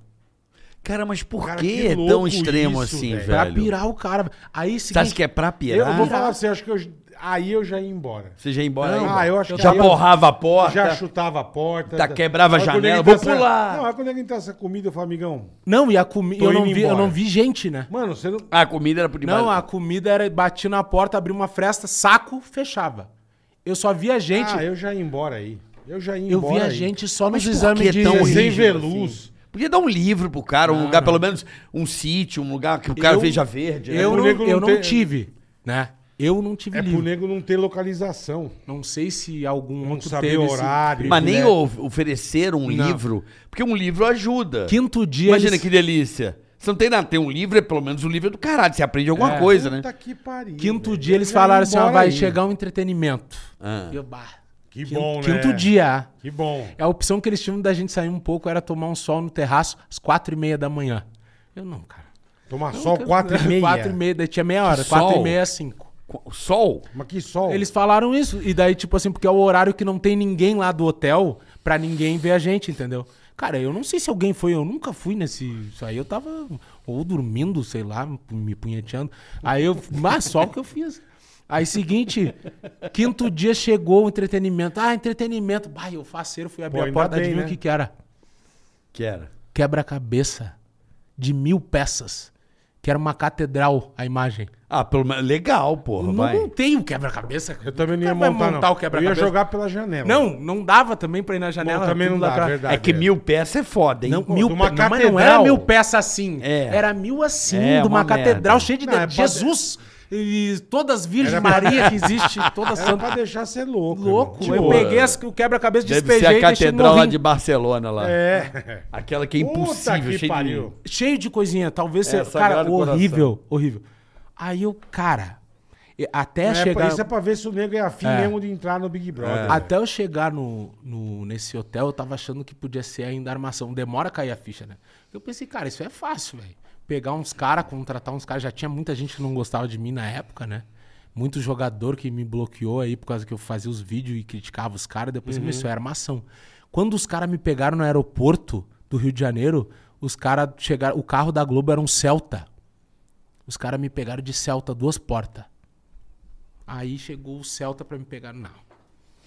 [SPEAKER 3] Cara, mas por
[SPEAKER 4] Cara, que
[SPEAKER 3] que é
[SPEAKER 4] louco
[SPEAKER 3] tão extremo
[SPEAKER 4] isso,
[SPEAKER 3] assim,
[SPEAKER 4] velho.
[SPEAKER 3] velho?
[SPEAKER 5] Pra pirar o cara. Aí,
[SPEAKER 3] Você acha
[SPEAKER 5] seguinte,
[SPEAKER 3] que é pra
[SPEAKER 4] Eu,
[SPEAKER 3] pirar?
[SPEAKER 4] vou falar pra você, acho que eu, aí eu já ia embora.
[SPEAKER 3] Você já ia embora
[SPEAKER 4] Não,
[SPEAKER 3] ainda?
[SPEAKER 4] ah, eu acho que
[SPEAKER 3] Já
[SPEAKER 4] aí eu-
[SPEAKER 3] porrava a porta.
[SPEAKER 4] Já chutava a porta.
[SPEAKER 3] Tá, quebrava a
[SPEAKER 4] Olha quando ele
[SPEAKER 3] janela, vou
[SPEAKER 4] entra essa-
[SPEAKER 3] pular.
[SPEAKER 4] Não, é quando ele entra essa comida, eu falo, amigão.
[SPEAKER 5] Não, e a comida.
[SPEAKER 4] Tô
[SPEAKER 5] Eu, não
[SPEAKER 4] indo
[SPEAKER 5] vi- eu
[SPEAKER 4] embora.
[SPEAKER 5] não vi gente, né?
[SPEAKER 4] Mano, você não.
[SPEAKER 3] Ah, a comida era por debaixo.
[SPEAKER 5] Não, a comida era batia na porta, abria uma fresta, saco, fechava. Eu só via gente.
[SPEAKER 4] Ah,
[SPEAKER 5] eu
[SPEAKER 4] eu já ia embora aí. Eu já ia embora.
[SPEAKER 5] via
[SPEAKER 4] aí.
[SPEAKER 5] gente só
[SPEAKER 3] Mas
[SPEAKER 5] nos
[SPEAKER 3] por
[SPEAKER 5] exames
[SPEAKER 3] que
[SPEAKER 5] de.
[SPEAKER 3] tão
[SPEAKER 4] Sem
[SPEAKER 3] rígido,
[SPEAKER 4] ver luz.
[SPEAKER 3] Podia dar um livro pro cara, um lugar, pelo menos um sítio, um lugar que o cara
[SPEAKER 5] Eu-
[SPEAKER 3] veja verde. né?
[SPEAKER 5] Eu,
[SPEAKER 4] pro
[SPEAKER 5] não,
[SPEAKER 4] É nego não
[SPEAKER 5] eu não
[SPEAKER 4] ter-
[SPEAKER 5] tive, né? Eu não tive
[SPEAKER 4] É pro
[SPEAKER 5] livro.
[SPEAKER 4] nego não ter localização.
[SPEAKER 5] Não sei se algum
[SPEAKER 4] Não
[SPEAKER 5] outro
[SPEAKER 4] saber
[SPEAKER 5] teve esse-
[SPEAKER 4] horário.
[SPEAKER 3] Mas nem
[SPEAKER 4] né?
[SPEAKER 3] of- oferecer um livro, porque um livro ajuda.
[SPEAKER 5] Quinto dia.
[SPEAKER 3] Imagina
[SPEAKER 5] eles-
[SPEAKER 3] que delícia. Você não tem nada, tem um livro, é pelo menos um livro é do caralho, você aprende alguma
[SPEAKER 5] É.
[SPEAKER 3] coisa, né?
[SPEAKER 4] Puta que pariu.
[SPEAKER 5] Quinto
[SPEAKER 4] velho.
[SPEAKER 5] dia eles
[SPEAKER 4] Eu já ia
[SPEAKER 5] falaram assim: ó,
[SPEAKER 4] embora
[SPEAKER 5] vai
[SPEAKER 4] aí.
[SPEAKER 5] chegar um entretenimento.
[SPEAKER 3] Ah.
[SPEAKER 5] E eu, bah,
[SPEAKER 4] Que
[SPEAKER 5] Quinto,
[SPEAKER 4] bom, né?
[SPEAKER 5] quinto dia.
[SPEAKER 4] Que bom.
[SPEAKER 5] A opção que eles tinham da gente sair um pouco era tomar um sol no terraço às quatro e meia da manhã. Eu não, cara.
[SPEAKER 4] Tomar sol 4 Ah, e meia.
[SPEAKER 5] Quatro e meia, daí tinha meia hora. Quatro e
[SPEAKER 3] sol?
[SPEAKER 5] meia, cinco.
[SPEAKER 3] Co- Sol?
[SPEAKER 4] Mas que sol.
[SPEAKER 5] Eles falaram isso. E daí, tipo assim, porque é o horário que não tem ninguém lá do hotel pra ninguém ver a gente, entendeu? Cara, eu não sei se alguém foi, eu nunca fui nesse. Isso aí eu tava ou dormindo, sei lá, me punheteando. Aí eu. Mas só o que eu fiz. Aí, seguinte, quinto dia chegou o entretenimento. Ah, entretenimento. Bah, eu faceiro, fui abrir
[SPEAKER 4] Pô,
[SPEAKER 5] a
[SPEAKER 4] ainda
[SPEAKER 5] porta,
[SPEAKER 4] bem,
[SPEAKER 5] adivinha
[SPEAKER 4] né?
[SPEAKER 5] o que que era?
[SPEAKER 3] Que era.
[SPEAKER 5] Quebra-cabeça de mil peças. Que era uma catedral, a imagem.
[SPEAKER 3] Ah, pelo menos. Legal, porra,
[SPEAKER 5] Não,
[SPEAKER 3] vai.
[SPEAKER 5] não tem o quebra-cabeça. cara.
[SPEAKER 4] Eu também não ia
[SPEAKER 5] Nunca vai
[SPEAKER 4] montar, não.
[SPEAKER 5] o
[SPEAKER 4] eu ia
[SPEAKER 5] quebra-cabeça.
[SPEAKER 4] jogar pela janela.
[SPEAKER 5] Não, não dava também pra ir na janela.
[SPEAKER 4] Bom, também
[SPEAKER 5] tudo
[SPEAKER 4] não
[SPEAKER 5] lá
[SPEAKER 4] dá,
[SPEAKER 5] atrás.
[SPEAKER 4] verdade.
[SPEAKER 3] É que mil peças é foda, hein?
[SPEAKER 5] Não,
[SPEAKER 4] Pô,
[SPEAKER 5] mil
[SPEAKER 4] de uma
[SPEAKER 5] pe- não, mas não era
[SPEAKER 4] catedral.
[SPEAKER 5] mil peças assim.
[SPEAKER 3] É.
[SPEAKER 5] Era mil assim,
[SPEAKER 3] É,
[SPEAKER 5] de uma,
[SPEAKER 3] uma
[SPEAKER 5] catedral
[SPEAKER 3] merda.
[SPEAKER 5] cheia de
[SPEAKER 4] Não, é pra-
[SPEAKER 5] Jesus e todas as Virgens
[SPEAKER 4] Era pra-
[SPEAKER 5] Maria que existe, todas
[SPEAKER 4] Era
[SPEAKER 5] santas.
[SPEAKER 4] pra deixar ser louco.
[SPEAKER 5] Louco. é
[SPEAKER 4] irmão.
[SPEAKER 5] eu
[SPEAKER 4] Tipo,
[SPEAKER 5] peguei as, o quebra-cabeça,
[SPEAKER 3] Deve
[SPEAKER 5] despejei
[SPEAKER 3] ser a
[SPEAKER 5] e deixei no
[SPEAKER 3] catedral lá
[SPEAKER 5] rim.
[SPEAKER 3] de Barcelona lá.
[SPEAKER 4] É.
[SPEAKER 3] Aquela que é
[SPEAKER 4] Puta
[SPEAKER 3] impossível,
[SPEAKER 4] que
[SPEAKER 3] cheia
[SPEAKER 4] pariu.
[SPEAKER 3] de.
[SPEAKER 5] cheio de coisinha. Talvez
[SPEAKER 3] É,
[SPEAKER 5] seja. Cara,
[SPEAKER 3] Sagrado Coração.
[SPEAKER 5] horrível, horrível. Aí eu, cara, e- até
[SPEAKER 4] É,
[SPEAKER 5] chegar. É.
[SPEAKER 4] pra- Isso é pra ver se o nego é afim mesmo de entrar no Big Brother. velho.
[SPEAKER 5] Até eu chegar no, no- nesse hotel, eu tava achando que podia ser ainda armação. Demora a cair a ficha, né? Eu pensei, cara, isso é fácil, velho. Pegar uns caras, contratar uns caras. Já tinha muita gente que não gostava de mim na época, né? Muito jogador que me bloqueou aí por causa que eu fazia os vídeos e criticava os caras. Depois eu pensei, isso é armação. Quando os caras me pegaram no aeroporto do Rio de Janeiro, os caras chegaram. O carro da Globo era um Celta. Os caras me pegaram de Celta, duas portas. Aí chegou o Celta pra me pegar. Não.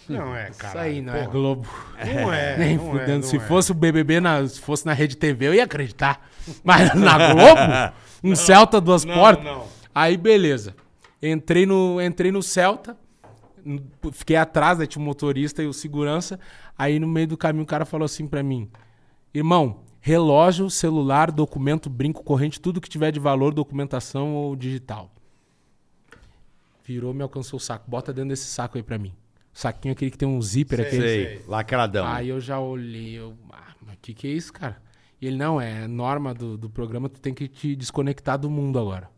[SPEAKER 4] Não é,
[SPEAKER 5] Isso
[SPEAKER 4] cara.
[SPEAKER 5] aí não é
[SPEAKER 4] Porra,
[SPEAKER 5] Globo.
[SPEAKER 4] Não é.
[SPEAKER 5] Nem
[SPEAKER 4] não é,
[SPEAKER 5] fudendo.
[SPEAKER 4] não
[SPEAKER 5] se
[SPEAKER 4] é.
[SPEAKER 5] fosse o BBB, na, se fosse na Rede TV, eu ia acreditar. Mas na Globo, um Celta, duas
[SPEAKER 4] não,
[SPEAKER 5] portas.
[SPEAKER 4] não.
[SPEAKER 5] Aí, beleza. Entrei no, entrei no Celta, n- fiquei atrás, né, tinha o motorista e o segurança. Aí, no meio do caminho, o cara falou assim pra mim: Irmão, relógio, celular, documento, brinco, corrente, tudo que tiver de valor, documentação ou digital. Virou, me alcançou o saco. Bota dentro desse saco aí pra mim. Saquinho aquele que tem um zíper aquele.
[SPEAKER 3] Sei,
[SPEAKER 4] Então.
[SPEAKER 3] lacradão.
[SPEAKER 5] Aí eu já olhei, eu, ah, mas o que, que é isso, cara? E ele, não, é norma do, do programa, tu tem que te desconectar do mundo agora.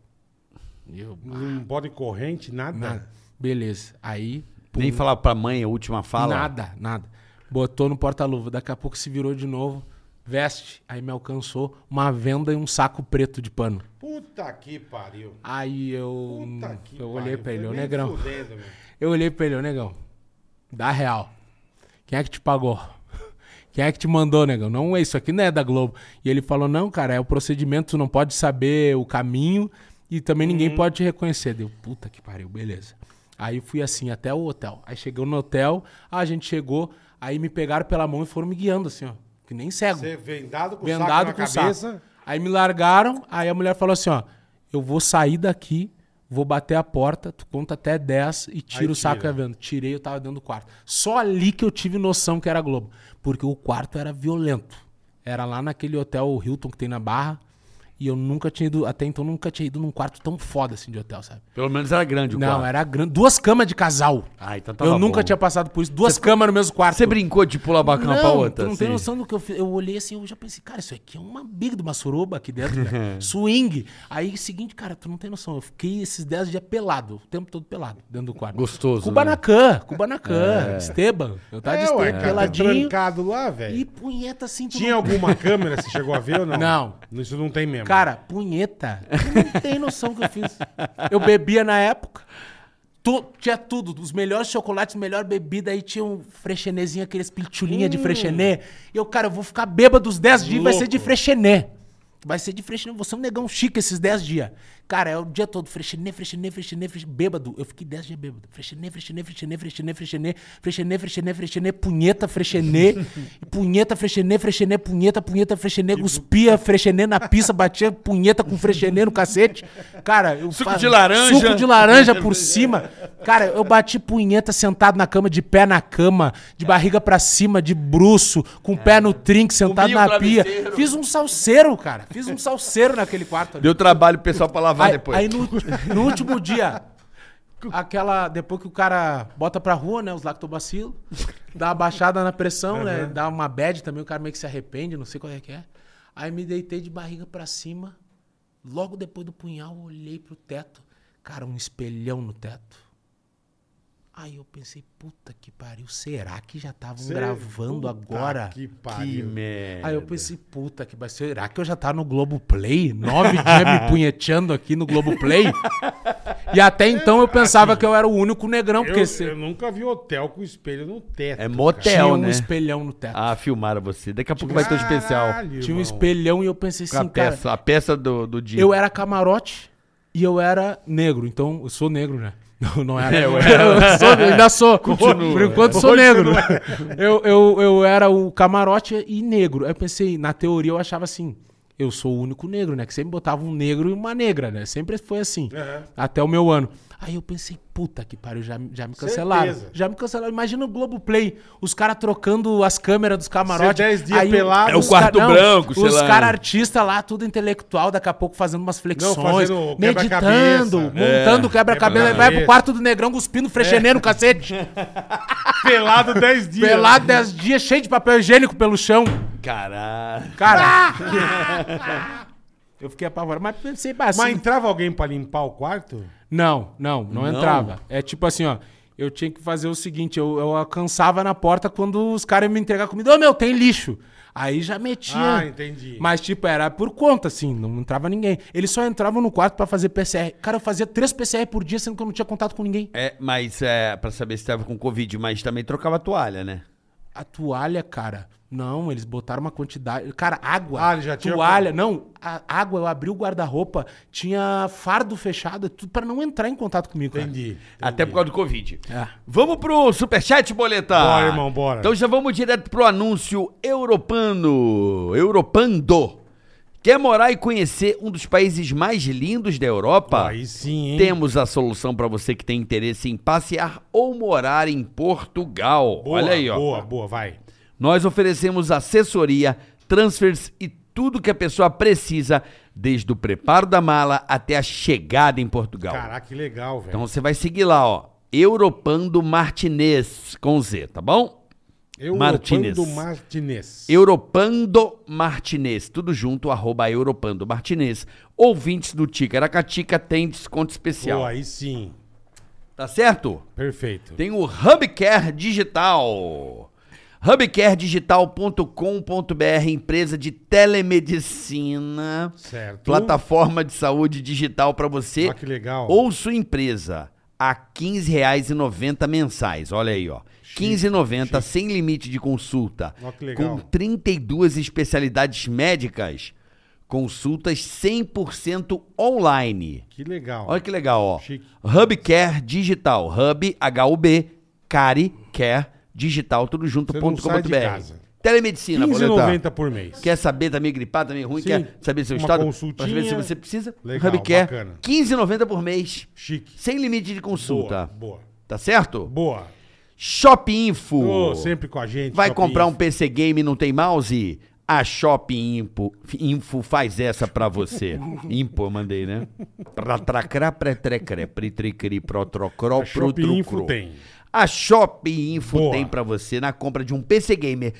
[SPEAKER 5] E Eu, ah,
[SPEAKER 4] Não pode corrente, nada.
[SPEAKER 5] nada. Beleza. Aí,
[SPEAKER 3] Nem falar pra mãe a última
[SPEAKER 4] Tá
[SPEAKER 3] fala.
[SPEAKER 5] nada, nada. Botou no porta-luva, daqui a pouco se virou de novo, veste. Aí me alcançou uma venda e um saco preto de pano.
[SPEAKER 4] Puta que pariu.
[SPEAKER 5] Aí eu,
[SPEAKER 4] Puta que
[SPEAKER 5] eu olhei
[SPEAKER 4] pariu.
[SPEAKER 5] pra ele,
[SPEAKER 4] Foi
[SPEAKER 5] ô
[SPEAKER 4] nem
[SPEAKER 5] negrão.
[SPEAKER 4] fudendo, meu.
[SPEAKER 5] Eu olhei pra ele, ô negão, dá real. Quem é que te pagou? Quem é que te mandou, negão? Não é isso aqui, não é da Globo. E ele falou: não, cara, é o procedimento, tu não pode saber o caminho e também ninguém pode te reconhecer. Deu, puta que pariu, beleza. Aí fui assim até o hotel. Aí chegou no hotel, a gente chegou, aí me pegaram pela mão e foram me guiando assim, ó. Que nem cego
[SPEAKER 4] Você vendado com
[SPEAKER 5] vendado
[SPEAKER 4] saco
[SPEAKER 5] com
[SPEAKER 4] na cabeça.
[SPEAKER 5] saco. Aí me largaram, aí a mulher falou assim, ó, eu vou sair daqui, vou bater a porta, tu conta até 10 e tira
[SPEAKER 4] Aí
[SPEAKER 5] o saco
[SPEAKER 4] tira.
[SPEAKER 5] da venda. Tirei, eu tava dentro do quarto. Só ali que eu tive noção que era Globo, porque o quarto era violento. Era lá naquele hotel o Hilton que tem na Barra, e eu nunca tinha ido, até então nunca tinha ido num quarto tão foda assim de hotel, sabe?
[SPEAKER 3] Pelo menos era grande o
[SPEAKER 5] Não,
[SPEAKER 3] quarto.
[SPEAKER 5] era grande, duas camas de casal.
[SPEAKER 3] Ah, então tava
[SPEAKER 5] eu nunca
[SPEAKER 3] bom.
[SPEAKER 5] tinha passado por isso, duas camas no mesmo quarto.
[SPEAKER 3] Você brincou de pular bacana pra outra?
[SPEAKER 5] Tu não tem
[SPEAKER 3] assim?
[SPEAKER 5] noção do que eu fiz. Eu olhei assim, eu já pensei, cara, isso aqui é uma big de uma suruba aqui dentro, velho. Swing. Aí, seguinte, cara, tu não tem noção. Eu fiquei esses 10 dias pelado, o tempo todo pelado, dentro do quarto.
[SPEAKER 3] Gostoso, né? É.
[SPEAKER 5] Kubanacan, Kubanacan, Esteban. Eu tava Tá
[SPEAKER 4] É, ué,
[SPEAKER 5] de Esteban,
[SPEAKER 4] cara,
[SPEAKER 5] peladinho.
[SPEAKER 4] trancado lá, velho.
[SPEAKER 5] E punheta assim. tu
[SPEAKER 4] Tinha
[SPEAKER 5] não-
[SPEAKER 4] alguma câmera, você chegou a ver ou não?
[SPEAKER 5] Não.
[SPEAKER 4] Isso não tem mesmo.
[SPEAKER 5] Cara, punheta. Tu não tem noção do que eu fiz. Eu bebia na época. tu- tinha tudo, os melhores chocolates, melhor bebida, aí tinha um frechenezinho, aqueles pitulinha
[SPEAKER 3] Hum.
[SPEAKER 5] de frechenê. E eu, cara, eu vou ficar bêbado os 10 dias, vai ser de
[SPEAKER 4] Louco.
[SPEAKER 5] frechenê. Vai ser de frechenê, você é um negão chique esses 10 dias. Cara, é o dia todo, frechenê, frechenê, frechenê, frechenê, bêbado. Eu fiquei 10 dias bêbado. Frechenê, frechenê, frechenê, frechenê, frechenê, frechenê, frechenê, frechenê, punheta, frechenê, punheta, frechenê, frechenê, punheta, punheta, frechenê, cuspia, frechenê na pista, batia punheta com frechenê no cacete. Cara, eu
[SPEAKER 3] Suco
[SPEAKER 5] fa-
[SPEAKER 3] de laranja.
[SPEAKER 5] Suco de laranja por cima. Cara, eu bati punheta sentado na cama, de pé na cama, de barriga pra cima, de bruço, com o pé no trinque, sentado
[SPEAKER 3] Comi o
[SPEAKER 5] na pia.
[SPEAKER 3] travesseiro.
[SPEAKER 5] Fiz um salseiro, cara. Fiz um salseiro naquele quarto ali.
[SPEAKER 3] Deu trabalho pro pessoal pra lavar
[SPEAKER 5] Aí,
[SPEAKER 3] depois.
[SPEAKER 5] aí no, no último dia, aquela. Depois que o cara bota pra rua, né? Os lactobacilos, dá uma baixada na pressão, né? Dá uma bad também, o cara meio que se arrepende, não sei qual é que é. Aí me deitei de barriga pra cima. Logo depois do punhal, olhei pro teto. Cara, um espelhão no teto. Aí eu pensei, puta que pariu, será que já estavam
[SPEAKER 4] Cê- é
[SPEAKER 5] gravando
[SPEAKER 4] Puta
[SPEAKER 5] agora?
[SPEAKER 4] Que
[SPEAKER 3] Que
[SPEAKER 4] pariu.
[SPEAKER 3] merda.
[SPEAKER 5] Aí eu pensei, puta que pariu, será que eu já tava no Globoplay? Nove dias me punheteando aqui no Globoplay? e até então eu pensava que eu era o único negrão, porque
[SPEAKER 4] eu,
[SPEAKER 5] cê-
[SPEAKER 4] eu nunca vi hotel com espelho no teto.
[SPEAKER 3] É
[SPEAKER 4] cara.
[SPEAKER 3] motel,
[SPEAKER 5] tinha um
[SPEAKER 3] né?
[SPEAKER 5] espelhão no teto.
[SPEAKER 3] Ah, filmaram você. Daqui a pouco vai ter um especial.
[SPEAKER 4] Caralho,
[SPEAKER 5] tinha um
[SPEAKER 4] irmão.
[SPEAKER 5] espelhão e eu pensei
[SPEAKER 3] Com a
[SPEAKER 5] assim, cara,
[SPEAKER 3] peça, a peça do, do dia.
[SPEAKER 5] eu era camarote e eu era negro, então eu sou negro, né? Não, não
[SPEAKER 4] É,
[SPEAKER 5] era. eu, sou, eu ainda sou. Por enquanto sou negro. Eu, eu, eu era o camarote e negro. Aí eu pensei, na teoria eu achava assim, eu sou o único negro, né? Que sempre botava um negro e uma negra, né? Sempre foi assim.
[SPEAKER 4] Aham.
[SPEAKER 5] Até o meu ano. Aí eu pensei, puta que pariu, já, já me cancelaram.
[SPEAKER 4] Certeza.
[SPEAKER 5] Já me cancelaram. Imagina o Globoplay, os caras trocando as câmeras dos camarotes.
[SPEAKER 4] Você dez dias
[SPEAKER 5] aí o-
[SPEAKER 4] pelado.
[SPEAKER 5] os
[SPEAKER 4] É o
[SPEAKER 5] ca-
[SPEAKER 2] quarto
[SPEAKER 5] não,
[SPEAKER 2] branco, sei
[SPEAKER 5] Os
[SPEAKER 2] lá. né?
[SPEAKER 5] caras artista lá, tudo intelectual, daqui a pouco fazendo umas flexões,
[SPEAKER 4] fazendo quebra-cabeça. É.
[SPEAKER 5] meditando, montando o quebra-cabeça,
[SPEAKER 4] Quebra-cabeça.
[SPEAKER 5] vai pro quarto do negrão cuspindo frecheneiro, cacete,
[SPEAKER 4] Pelado 10 dias.
[SPEAKER 5] pelado 10 dias, cheio de papel higiênico pelo chão.
[SPEAKER 3] Caralho.
[SPEAKER 5] Cara, eu fiquei apavorado, mas pensei, bah, assim,
[SPEAKER 4] Mas então entrava alguém pra limpar o quarto?
[SPEAKER 5] não, não, não, entrava. É tipo assim, ó, eu tinha que fazer o seguinte, eu, eu alcançava na porta quando os caras iam me entregar comida, ô meu, tem lixo. Aí já metia.
[SPEAKER 4] Ah, entendi.
[SPEAKER 5] Mas, tipo, era por conta, assim, não entrava ninguém. Eles só entravam no quarto pra fazer PCR. Cara, eu fazia três PCR por dia, sendo que eu não tinha contato com ninguém.
[SPEAKER 3] É, mas é pra saber se tava com Covid, mas também trocava a toalha, né?
[SPEAKER 5] A toalha, cara, não, eles botaram uma quantidade. Cara, água.
[SPEAKER 4] Ah, ele já tinha-
[SPEAKER 5] toalha, não. A água, eu abri o guarda-roupa, tinha fardo fechado, é tudo pra não entrar em contato comigo, cara.
[SPEAKER 4] Entendi.
[SPEAKER 3] Até por causa do Covid.
[SPEAKER 5] É.
[SPEAKER 3] Vamos pro superchat, boleta.
[SPEAKER 4] Bora, irmão, bora.
[SPEAKER 5] tipo,
[SPEAKER 3] Então já vamos direto pro anúncio europano. Europando. Quer morar e conhecer um dos países mais lindos da Europa?
[SPEAKER 4] Aí sim, hein?
[SPEAKER 3] Temos a solução para você que tem interesse em passear ou morar em Portugal.
[SPEAKER 4] Boa,
[SPEAKER 3] Olha aí, ó.
[SPEAKER 4] Boa, boa, vai.
[SPEAKER 3] Nós oferecemos assessoria, transfers e tudo que a pessoa precisa, desde o preparo da mala até a chegada em Portugal.
[SPEAKER 4] Caraca, que legal, velho.
[SPEAKER 3] Então você vai seguir lá, ó. Europando Martinez com Z, tá bom?
[SPEAKER 4] Eu
[SPEAKER 3] Martinez.
[SPEAKER 4] Pando Martinez.
[SPEAKER 3] Europando Martinez, tudo junto, arroba Europando Martinez. Ouvintes do Ticaracatica tem desconto especial.
[SPEAKER 4] Boa, aí sim.
[SPEAKER 3] Tá certo?
[SPEAKER 4] Perfeito.
[SPEAKER 3] Tem o Hubcare Digital. Hubcaredigital.com.br, empresa de telemedicina,
[SPEAKER 4] Certo.
[SPEAKER 3] plataforma de saúde digital para você
[SPEAKER 4] Ó, que legal.
[SPEAKER 3] ou sua empresa a R$ 15,90 mensais. Olha aí, ó. R$ 15,90 sem limite de consulta.
[SPEAKER 4] Ó, que legal.
[SPEAKER 3] Com 32 especialidades médicas. Consultas 100% online.
[SPEAKER 4] Que legal.
[SPEAKER 3] Olha que legal, ó.
[SPEAKER 4] Chique.
[SPEAKER 3] Hub Care Digital. Hub, H-U-B, Care, Care, Digital, tudo junto,
[SPEAKER 4] Você não
[SPEAKER 3] ponto com
[SPEAKER 4] sai
[SPEAKER 3] ponto
[SPEAKER 4] de
[SPEAKER 3] BR.
[SPEAKER 4] casa.
[SPEAKER 3] Telemedicina, boletar.
[SPEAKER 4] 15,90 por mês.
[SPEAKER 3] Quer saber, tá meio gripado, tá meio ruim,
[SPEAKER 4] Sim.
[SPEAKER 3] quer saber seu
[SPEAKER 4] Uma
[SPEAKER 3] estado?
[SPEAKER 4] consultinha.
[SPEAKER 3] Pra saber se você precisa.
[SPEAKER 4] Legal,
[SPEAKER 3] Hub Care,
[SPEAKER 4] bacana.
[SPEAKER 3] 15,90 por mês,
[SPEAKER 4] Chique.
[SPEAKER 3] sem limite de consulta.
[SPEAKER 4] Boa.
[SPEAKER 3] Tá certo?
[SPEAKER 4] Boa. boa.
[SPEAKER 3] Shop Info.
[SPEAKER 4] Ô, sempre com a gente.
[SPEAKER 3] Uh. Vai
[SPEAKER 4] Shopping
[SPEAKER 3] comprar um
[SPEAKER 4] Info.
[SPEAKER 3] PC Game e não tem mouse? A Shop Info, Info faz essa pra você. Impo, eu mandei, né? Pratracrá, pretrecré, pritricri, protrocró,
[SPEAKER 4] A Shopping Info
[SPEAKER 3] protrucro.
[SPEAKER 4] tem.
[SPEAKER 3] A Shop Info
[SPEAKER 4] Boa.
[SPEAKER 3] tem pra você na compra de um PC Gamer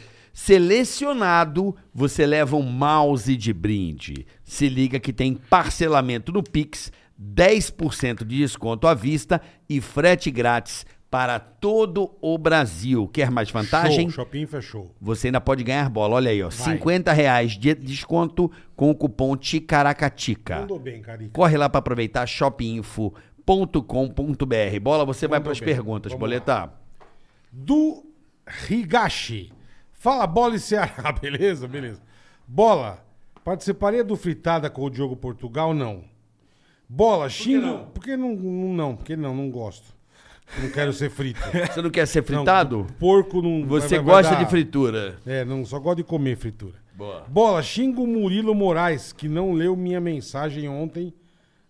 [SPEAKER 3] selecionado, você leva um mouse de brinde. Se liga que tem parcelamento no Pix, 10% de desconto à vista e frete grátis para todo o Brasil. Quer mais vantagem?
[SPEAKER 4] Show. Shopping Info é show.
[SPEAKER 3] Você ainda pode ganhar bola. Olha aí, ó.
[SPEAKER 4] Vai.
[SPEAKER 3] 50 reais de desconto com o cupom Ticaracatica.
[SPEAKER 4] Mandou bem, Carica.
[SPEAKER 3] Corre lá para aproveitar shopinfo.com.br. Bola, você vai para
[SPEAKER 4] Mandou
[SPEAKER 3] as
[SPEAKER 4] bem.
[SPEAKER 3] perguntas,
[SPEAKER 4] Vamos
[SPEAKER 3] Boleta.
[SPEAKER 4] do Higashi. Fala bola e Ceará, beleza? Beleza. Bola, participaria do Fritada com o Diogo Portugal? Não. Bola, xingo. Porque não, não, não, porque não, não gosto. Não quero ser frito.
[SPEAKER 3] Você não quer ser
[SPEAKER 4] Não,
[SPEAKER 3] fritado?
[SPEAKER 4] porco não.
[SPEAKER 3] Você
[SPEAKER 4] vai- vai- vai
[SPEAKER 3] gosta
[SPEAKER 4] dar-
[SPEAKER 3] de fritura.
[SPEAKER 4] É, não, só gosto de comer fritura.
[SPEAKER 3] Boa.
[SPEAKER 4] Bola, xingo Murilo Moraes, que não leu minha mensagem ontem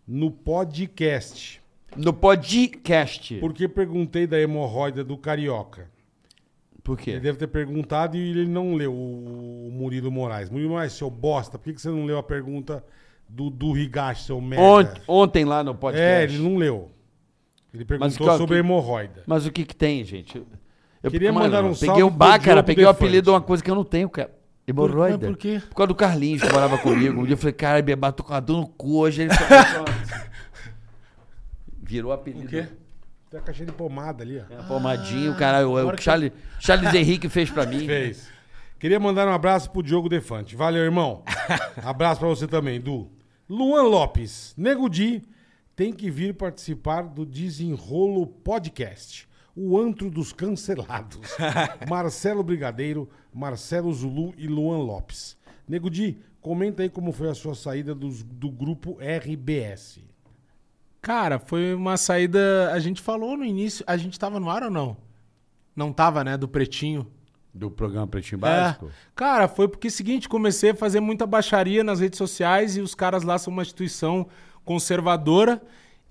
[SPEAKER 4] no podcast.
[SPEAKER 3] No podcast.
[SPEAKER 4] Porque perguntei da hemorroida do carioca.
[SPEAKER 3] Por
[SPEAKER 4] Ele
[SPEAKER 3] quê?
[SPEAKER 4] deve ter perguntado e ele não leu o o Murilo Moraes. Murilo Moraes, seu bosta, por que que você não leu a pergunta do, do Higashi, seu merda?
[SPEAKER 3] Ont- ontem lá no é podcast.
[SPEAKER 4] né? É, ele não leu. Ele perguntou
[SPEAKER 3] qual-
[SPEAKER 4] sobre a
[SPEAKER 3] que-
[SPEAKER 4] hemorroida.
[SPEAKER 3] Mas o que que tem, gente? Eu
[SPEAKER 4] Queria
[SPEAKER 3] mano,
[SPEAKER 4] mandar um salve
[SPEAKER 3] Peguei o
[SPEAKER 4] pro
[SPEAKER 3] bar, cara.
[SPEAKER 4] Diogo
[SPEAKER 3] Peguei o
[SPEAKER 4] Defante.
[SPEAKER 3] apelido de uma coisa que eu não tenho, cara. Hemorroida.
[SPEAKER 5] mas por quê?
[SPEAKER 3] Por causa do Carlinhos, que morava comigo. Um dia eu falei, cara, Bebá, tô com a dor no cu hoje. Ele falou, "Nossa." Virou apelido.
[SPEAKER 5] quê?
[SPEAKER 4] Tem a caixinha de pomada ali, ó.
[SPEAKER 3] A pomadinha, o cara, É o, o
[SPEAKER 4] que-
[SPEAKER 3] Charles, Charles Henrique fez pra mim.
[SPEAKER 4] Fez. Queria mandar um abraço pro Diogo Defante. Valeu, irmão. Abraço pra você também, Du. Luan Lopes, Nego Di, tem que vir participar do Desenrolo Podcast. O antro dos cancelados. Marcelo Brigadeiro, Marcelo Zulu e Luan Lopes. Nego Di, comenta aí como foi a sua saída dos- do grupo RBS.
[SPEAKER 5] Cara, foi uma saída. A gente falou no início. A gente tava no ar ou não? Não tava, né? Do Pretinho.
[SPEAKER 3] Do programa Pretinho
[SPEAKER 5] É. Cara, foi porque é o seguinte, comecei a fazer muita baixaria nas redes sociais e os caras lá são uma instituição conservadora.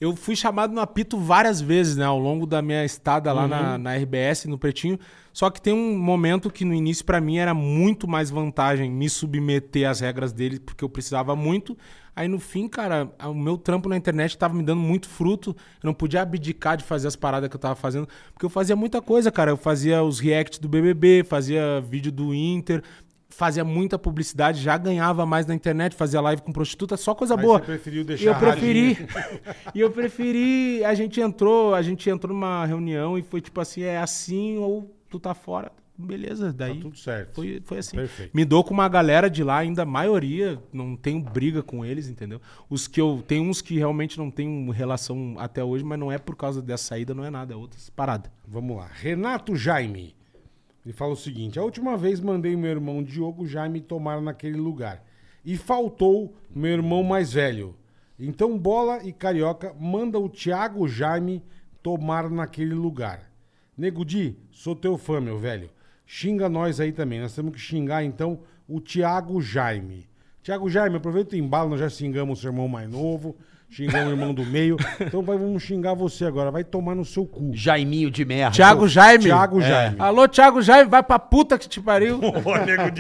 [SPEAKER 5] Eu fui chamado no apito várias vezes, né, ao longo da minha estada lá na, na RBS, no Pretinho. Só que tem um momento que no início pra mim era muito mais vantagem me submeter às regras dele, porque eu precisava muito. Aí no fim, cara, o meu trampo na internet tava me dando muito fruto. Eu não podia abdicar de fazer as paradas que eu tava fazendo. Porque eu fazia muita coisa, cara. Eu fazia os react do BBB, fazia vídeo do Inter, fazia muita publicidade, já ganhava mais na internet, fazia live com prostituta, só coisa
[SPEAKER 4] Aí
[SPEAKER 5] boa.
[SPEAKER 4] você preferiu deixar
[SPEAKER 5] e eu
[SPEAKER 4] a rarinha.
[SPEAKER 5] preferi. e eu preferi. A gente entrou, a gente entrou numa reunião e foi tipo assim: é assim ou tu tá fora. Beleza, daí.
[SPEAKER 4] Tá tudo certo.
[SPEAKER 5] Foi, foi assim.
[SPEAKER 4] Perfeito.
[SPEAKER 5] Me dou com uma galera de lá, ainda a maioria, não tenho briga com eles, entendeu? Os que eu. Tem uns que realmente não tenho relação até hoje, mas não é por causa dessa saída, não é nada, é outras paradas.
[SPEAKER 4] Vamos lá. Renato Jaime. Ele fala o seguinte: a última vez mandei meu irmão Diogo Jaime tomar naquele lugar. E faltou meu irmão mais velho. Então, bola e carioca, manda o Thiago Jaime tomar naquele lugar. Nego Di, sou teu fã, meu velho. Xinga nós aí também. Nós temos que xingar, então, o Thiago Jaime. Thiago Jaime, aproveita o embalo, nós já xingamos o seu irmão mais novo, xingamos o irmão do meio. Então, vai, vamos xingar você agora. Vai tomar no seu cu.
[SPEAKER 3] Jaiminho de merda.
[SPEAKER 5] Thiago Jaime.
[SPEAKER 4] Thiago Jaime.
[SPEAKER 5] Alô, Thiago Jaime, vai pra puta que te pariu.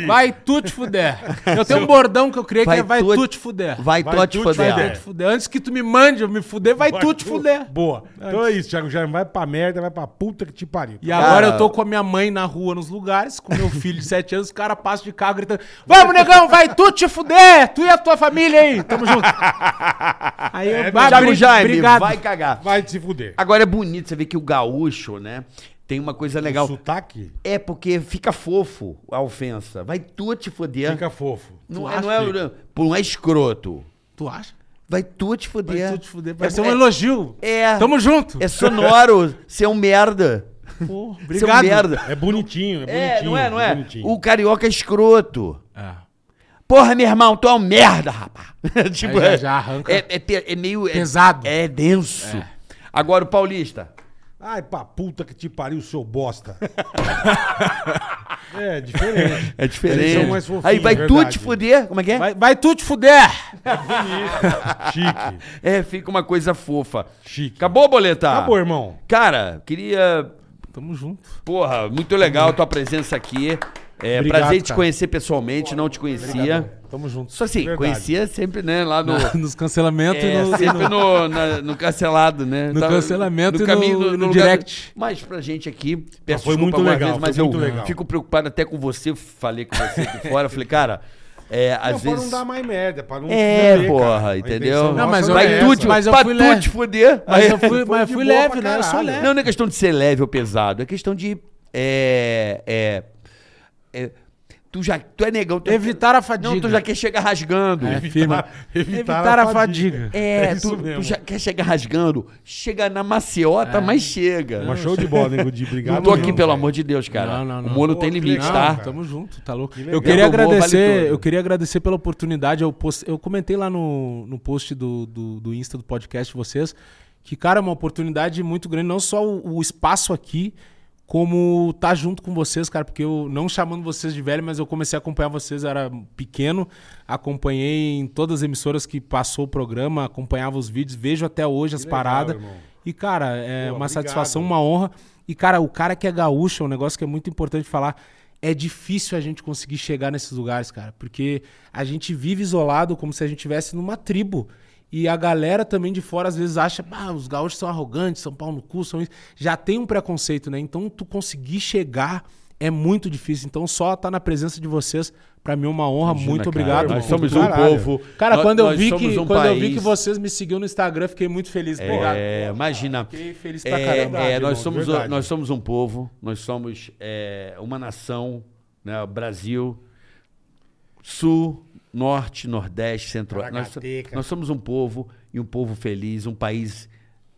[SPEAKER 5] Vai tu te fuder. Eu tenho um bordão que eu criei que é vai tu te fuder.
[SPEAKER 3] Vai,
[SPEAKER 4] Vai
[SPEAKER 3] tu te
[SPEAKER 4] tu te
[SPEAKER 3] foder.
[SPEAKER 5] Vai te fuder. Antes que tu me mande eu me fuder, vai, tu te fuder.
[SPEAKER 4] Boa. Então é isso, Thiago Jaime. Vai pra merda, vai pra puta que te pariu.
[SPEAKER 5] E agora
[SPEAKER 3] Cara.
[SPEAKER 5] eu tô com a minha mãe na rua, nos lugares, com meu filho de 7 anos, os caras passam de carro gritando: Vamos, negão, vai tu te fuder! Tu e a tua família aí, tamo junto. É, Aí eu
[SPEAKER 3] Thiago
[SPEAKER 5] bri-
[SPEAKER 3] Jaime,
[SPEAKER 5] obrigado.
[SPEAKER 3] vai cagar.
[SPEAKER 4] Vai te se fuder.
[SPEAKER 3] Agora é bonito você ver que o gaúcho, né? Tem uma coisa legal.
[SPEAKER 4] Sotaque?
[SPEAKER 3] É porque fica fofo a ofensa. Vai tu te foder.
[SPEAKER 4] Fica fofo.
[SPEAKER 3] Não,
[SPEAKER 5] Tu
[SPEAKER 3] é,
[SPEAKER 5] acha,
[SPEAKER 3] não, é, não, não é escroto.
[SPEAKER 5] Tu acha?
[SPEAKER 3] Vai tu te
[SPEAKER 5] Vai
[SPEAKER 3] foder.
[SPEAKER 5] tu te fuder. Vai
[SPEAKER 3] é,
[SPEAKER 5] ser um elogio.
[SPEAKER 3] É.
[SPEAKER 5] Tamo junto.
[SPEAKER 3] É sonoro. Você é um merda.
[SPEAKER 5] Pô,
[SPEAKER 3] Você
[SPEAKER 5] obrigado.
[SPEAKER 3] é um merda.
[SPEAKER 4] É bonitinho, é bonitinho.
[SPEAKER 3] É, não é, não é?
[SPEAKER 4] bonitinho.
[SPEAKER 3] O carioca é escroto.
[SPEAKER 5] É.
[SPEAKER 3] Porra, meu irmão, tu é um merda, rapaz. Tipo,
[SPEAKER 5] Aí já- já arranca.
[SPEAKER 3] É, é pe- é meio. é-
[SPEAKER 5] Pesado.
[SPEAKER 3] É, denso. Agora o paulista.
[SPEAKER 4] Ai, pra puta que te pariu, seu bosta. é, diferente.
[SPEAKER 3] É
[SPEAKER 4] Eles são mais fofinhos,
[SPEAKER 3] Aí vai tu
[SPEAKER 4] verdade.
[SPEAKER 3] te fuder. Como é que é?
[SPEAKER 5] Vai, vai tu te fuder!
[SPEAKER 4] Chique.
[SPEAKER 3] É, fica uma coisa fofa.
[SPEAKER 4] Chique.
[SPEAKER 3] Acabou, boletar?
[SPEAKER 4] Acabou, irmão.
[SPEAKER 3] Cara, queria.
[SPEAKER 5] Tamo junto.
[SPEAKER 3] Porra, muito legal a tua presença aqui. É,
[SPEAKER 4] Obrigado,
[SPEAKER 3] prazer te
[SPEAKER 4] cara.
[SPEAKER 3] conhecer pessoalmente, não te conhecia.
[SPEAKER 5] Tamo junto.
[SPEAKER 3] Só assim,
[SPEAKER 4] Verdade.
[SPEAKER 3] conhecia sempre, né? Lá no.
[SPEAKER 5] Nos cancelamentos
[SPEAKER 3] É,
[SPEAKER 5] e no.
[SPEAKER 3] sempre no, na- no cancelado, né?
[SPEAKER 5] No cancelamento e no- e no
[SPEAKER 3] lugar-
[SPEAKER 5] direct.
[SPEAKER 3] Mas pra gente aqui, peço
[SPEAKER 4] foi
[SPEAKER 3] desculpa
[SPEAKER 4] muito
[SPEAKER 3] alguma
[SPEAKER 4] legal,
[SPEAKER 3] vez, mas
[SPEAKER 4] foi
[SPEAKER 3] eu
[SPEAKER 4] muito legal.
[SPEAKER 3] fico preocupado até com você, falei com você aqui fora, falei, cara, é, às
[SPEAKER 4] pra
[SPEAKER 3] vezes...
[SPEAKER 4] não dar mais merda, pra não
[SPEAKER 3] É,
[SPEAKER 4] fuder,
[SPEAKER 3] porra,
[SPEAKER 4] cara. A
[SPEAKER 3] entendeu?
[SPEAKER 4] intenção
[SPEAKER 5] Não,
[SPEAKER 4] nossa
[SPEAKER 5] mas eu-
[SPEAKER 4] não
[SPEAKER 3] Vai
[SPEAKER 4] é
[SPEAKER 3] tu,
[SPEAKER 4] essa.
[SPEAKER 3] te,
[SPEAKER 5] Mas eu
[SPEAKER 3] pra
[SPEAKER 5] fui
[SPEAKER 3] tu
[SPEAKER 5] leve.
[SPEAKER 3] te fuder.
[SPEAKER 5] Mas
[SPEAKER 3] Aí-
[SPEAKER 5] eu fui, mas eu
[SPEAKER 4] de
[SPEAKER 5] fui
[SPEAKER 4] boa pra
[SPEAKER 5] leve, né? Eu sou
[SPEAKER 4] caralho.
[SPEAKER 5] leve.
[SPEAKER 3] Não, não é questão de ser leve ou pesado, é questão de... É, é, é, tu já... Tu é negão. Tu
[SPEAKER 5] Evitar a fadiga.
[SPEAKER 3] Não, tu já quer chegar rasgando.
[SPEAKER 5] É, firme.
[SPEAKER 4] Evitar
[SPEAKER 5] Evitar
[SPEAKER 4] a
[SPEAKER 5] a fadiga.
[SPEAKER 3] É,
[SPEAKER 4] É isso
[SPEAKER 3] tu, tu
[SPEAKER 4] mesmo.
[SPEAKER 3] já quer chegar rasgando. Chega na
[SPEAKER 5] É.
[SPEAKER 3] maciota, mas chega.
[SPEAKER 4] Mas show de bola, nego de obrigado.
[SPEAKER 3] Não tô aqui,
[SPEAKER 4] mesmo,
[SPEAKER 3] pelo
[SPEAKER 4] velho.
[SPEAKER 3] amor de Deus, cara.
[SPEAKER 5] Não, não,
[SPEAKER 3] O
[SPEAKER 5] não.
[SPEAKER 3] mono
[SPEAKER 4] Pô,
[SPEAKER 3] tem
[SPEAKER 4] que
[SPEAKER 3] limite,
[SPEAKER 4] legal,
[SPEAKER 3] tá?
[SPEAKER 5] Não, tamo junto, tá louco.
[SPEAKER 4] legal.
[SPEAKER 5] Eu queria
[SPEAKER 3] Meu amor, vale
[SPEAKER 5] agradecer,
[SPEAKER 3] tudo.
[SPEAKER 5] eu queria agradecer pela oportunidade. Eu, post- eu comentei lá no, no post do, do, do Insta do podcast de vocês que, cara, é uma oportunidade muito grande, não só o, o espaço aqui, como tá junto com vocês, cara, porque eu não chamando vocês de velho, mas eu comecei a acompanhar vocês, eu era pequeno, acompanhei em todas as emissoras que passou o programa, acompanhava os vídeos, vejo até hoje as
[SPEAKER 4] legal,
[SPEAKER 5] paradas.
[SPEAKER 4] irmão.
[SPEAKER 5] E, cara, é
[SPEAKER 4] Pô,
[SPEAKER 5] uma
[SPEAKER 4] obrigado.
[SPEAKER 5] satisfação, uma honra. E, cara, o cara que é gaúcho, é um negócio que é muito importante falar. É difícil a gente conseguir chegar nesses lugares, cara, porque a gente vive isolado como se a gente estivesse numa tribo. E a galera também de fora às vezes acha, ah, os gaúchos são arrogantes, são pau no cu, são isso. Já tem um preconceito, né? Então tu conseguir chegar É muito difícil. Então, só estar na presença de vocês, pra mim é uma honra.
[SPEAKER 3] né,
[SPEAKER 5] muito obrigado.
[SPEAKER 1] Nós
[SPEAKER 5] por
[SPEAKER 1] somos
[SPEAKER 5] tudo.
[SPEAKER 1] um
[SPEAKER 4] Caralho.
[SPEAKER 1] povo.
[SPEAKER 5] Cara,
[SPEAKER 1] Nós-
[SPEAKER 5] quando, eu
[SPEAKER 1] nós
[SPEAKER 5] vi,
[SPEAKER 1] somos
[SPEAKER 5] que,
[SPEAKER 1] um
[SPEAKER 5] quando eu vi que
[SPEAKER 1] país-
[SPEAKER 5] vocês me seguiram no Instagram, fiquei muito feliz. Obrigado.
[SPEAKER 3] É, imagina.
[SPEAKER 5] Fiquei feliz pra
[SPEAKER 3] É,
[SPEAKER 5] caramba.
[SPEAKER 3] é,
[SPEAKER 4] irmão,
[SPEAKER 3] nós, somos,
[SPEAKER 4] verdade.
[SPEAKER 3] nós somos um povo, nós somos é, uma nação, né? Brasil, Sul, Norte, Nordeste, Centro-Oeste. Nós, so-
[SPEAKER 4] Caracateca.
[SPEAKER 3] nós somos um povo e um povo feliz, um país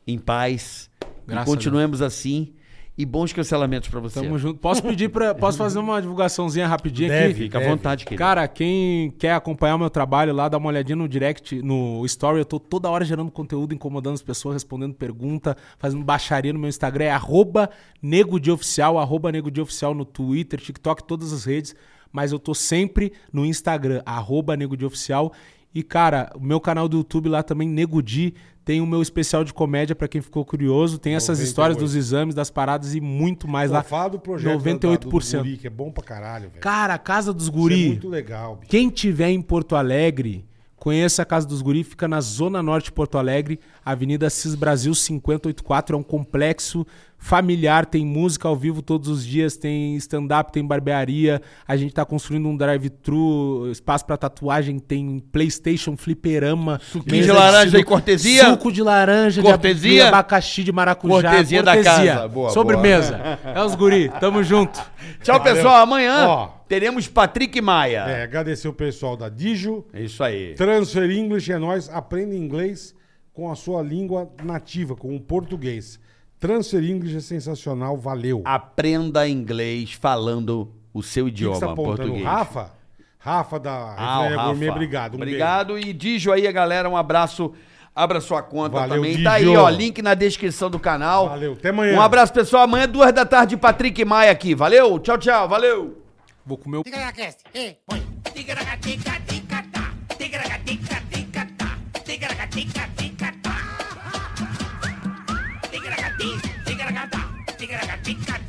[SPEAKER 3] em paz.
[SPEAKER 5] Graças
[SPEAKER 3] e continuemos assim. E bons cancelamentos pra você.
[SPEAKER 5] Tamo junto. Posso pedir pra. Posso fazer uma divulgaçãozinha rapidinha aqui?
[SPEAKER 4] Deve,
[SPEAKER 3] Fica à vontade, querido.
[SPEAKER 5] Cara, quem quer acompanhar o meu trabalho lá, dá uma olhadinha no direct, no story. Eu tô toda hora gerando conteúdo, incomodando as pessoas, respondendo pergunta, fazendo baixaria no meu Instagram. É arroba negodioficial, arroba negodioficial no Twitter, TikTok, todas as redes. Mas eu tô sempre no Instagram, arroba negodioficial. E, cara, o meu canal do YouTube lá também, Negudi, tem o meu especial de comédia pra quem ficou curioso. Tem essas
[SPEAKER 4] 98.
[SPEAKER 5] histórias dos exames, das paradas e muito mais lá.
[SPEAKER 4] Pô, fala do projeto
[SPEAKER 5] 98%.
[SPEAKER 4] da- do Guri, que é bom pra caralho, velho.
[SPEAKER 5] Cara, Casa dos
[SPEAKER 4] Isso
[SPEAKER 5] Guri.
[SPEAKER 4] É muito legal, bicho.
[SPEAKER 5] Quem tiver em Porto Alegre, conheça a Casa dos Guri, fica na Zona Norte de Porto Alegre, Avenida Cis Brasil 584. É um complexo familiar, tem música ao vivo todos os dias, tem stand-up, tem barbearia. A gente tá construindo um drive-thru, espaço pra tatuagem, tem Playstation, fliperama.
[SPEAKER 1] Suquinho de
[SPEAKER 5] mesa
[SPEAKER 1] laranja
[SPEAKER 5] sinuca,
[SPEAKER 1] e cortesia.
[SPEAKER 5] Suco de laranja, de
[SPEAKER 1] Cortesia.
[SPEAKER 5] ab- de abacaxi, de maracujá.
[SPEAKER 1] Cortesia da casa. Boa,
[SPEAKER 5] Sobremesa. É os guri, tamo junto.
[SPEAKER 3] Tchau, pessoal. Amanhã
[SPEAKER 4] Ó.
[SPEAKER 3] teremos Patrick Maia.
[SPEAKER 4] É, agradecer o pessoal da Dijo.
[SPEAKER 3] É isso aí.
[SPEAKER 5] Então-
[SPEAKER 4] Transfer English é nós. Aprenda inglês com a sua língua nativa, com o português. Transfer English é sensacional, valeu.
[SPEAKER 3] Aprenda inglês falando o seu
[SPEAKER 4] O que
[SPEAKER 3] idioma
[SPEAKER 4] você tá apontando?
[SPEAKER 3] português.
[SPEAKER 5] Ah,
[SPEAKER 4] Rafa? Rafa da
[SPEAKER 3] Ah,
[SPEAKER 4] Refraia
[SPEAKER 3] o Rafa.
[SPEAKER 4] Gourmet, obrigado. Um
[SPEAKER 3] obrigado. E Dijo aí, galera, um abraço. Abra sua conta
[SPEAKER 4] Valeu,
[SPEAKER 3] também.
[SPEAKER 4] Dijo.
[SPEAKER 3] Tá aí, ó, link na descrição do canal.
[SPEAKER 4] Valeu, até amanhã.
[SPEAKER 3] Um abraço, pessoal. Amanhã, duas da tarde, Patrick Maia aqui. Valeu, tchau, tchau, valeu.
[SPEAKER 5] Vou comer o
[SPEAKER 6] Tigaracast, ei, põe. Tigaracatica, ticatá. Tigaracatica, ticatá. Tigaracatica, ticatá. Tigaracati, tigaracatá. Tigaracatica,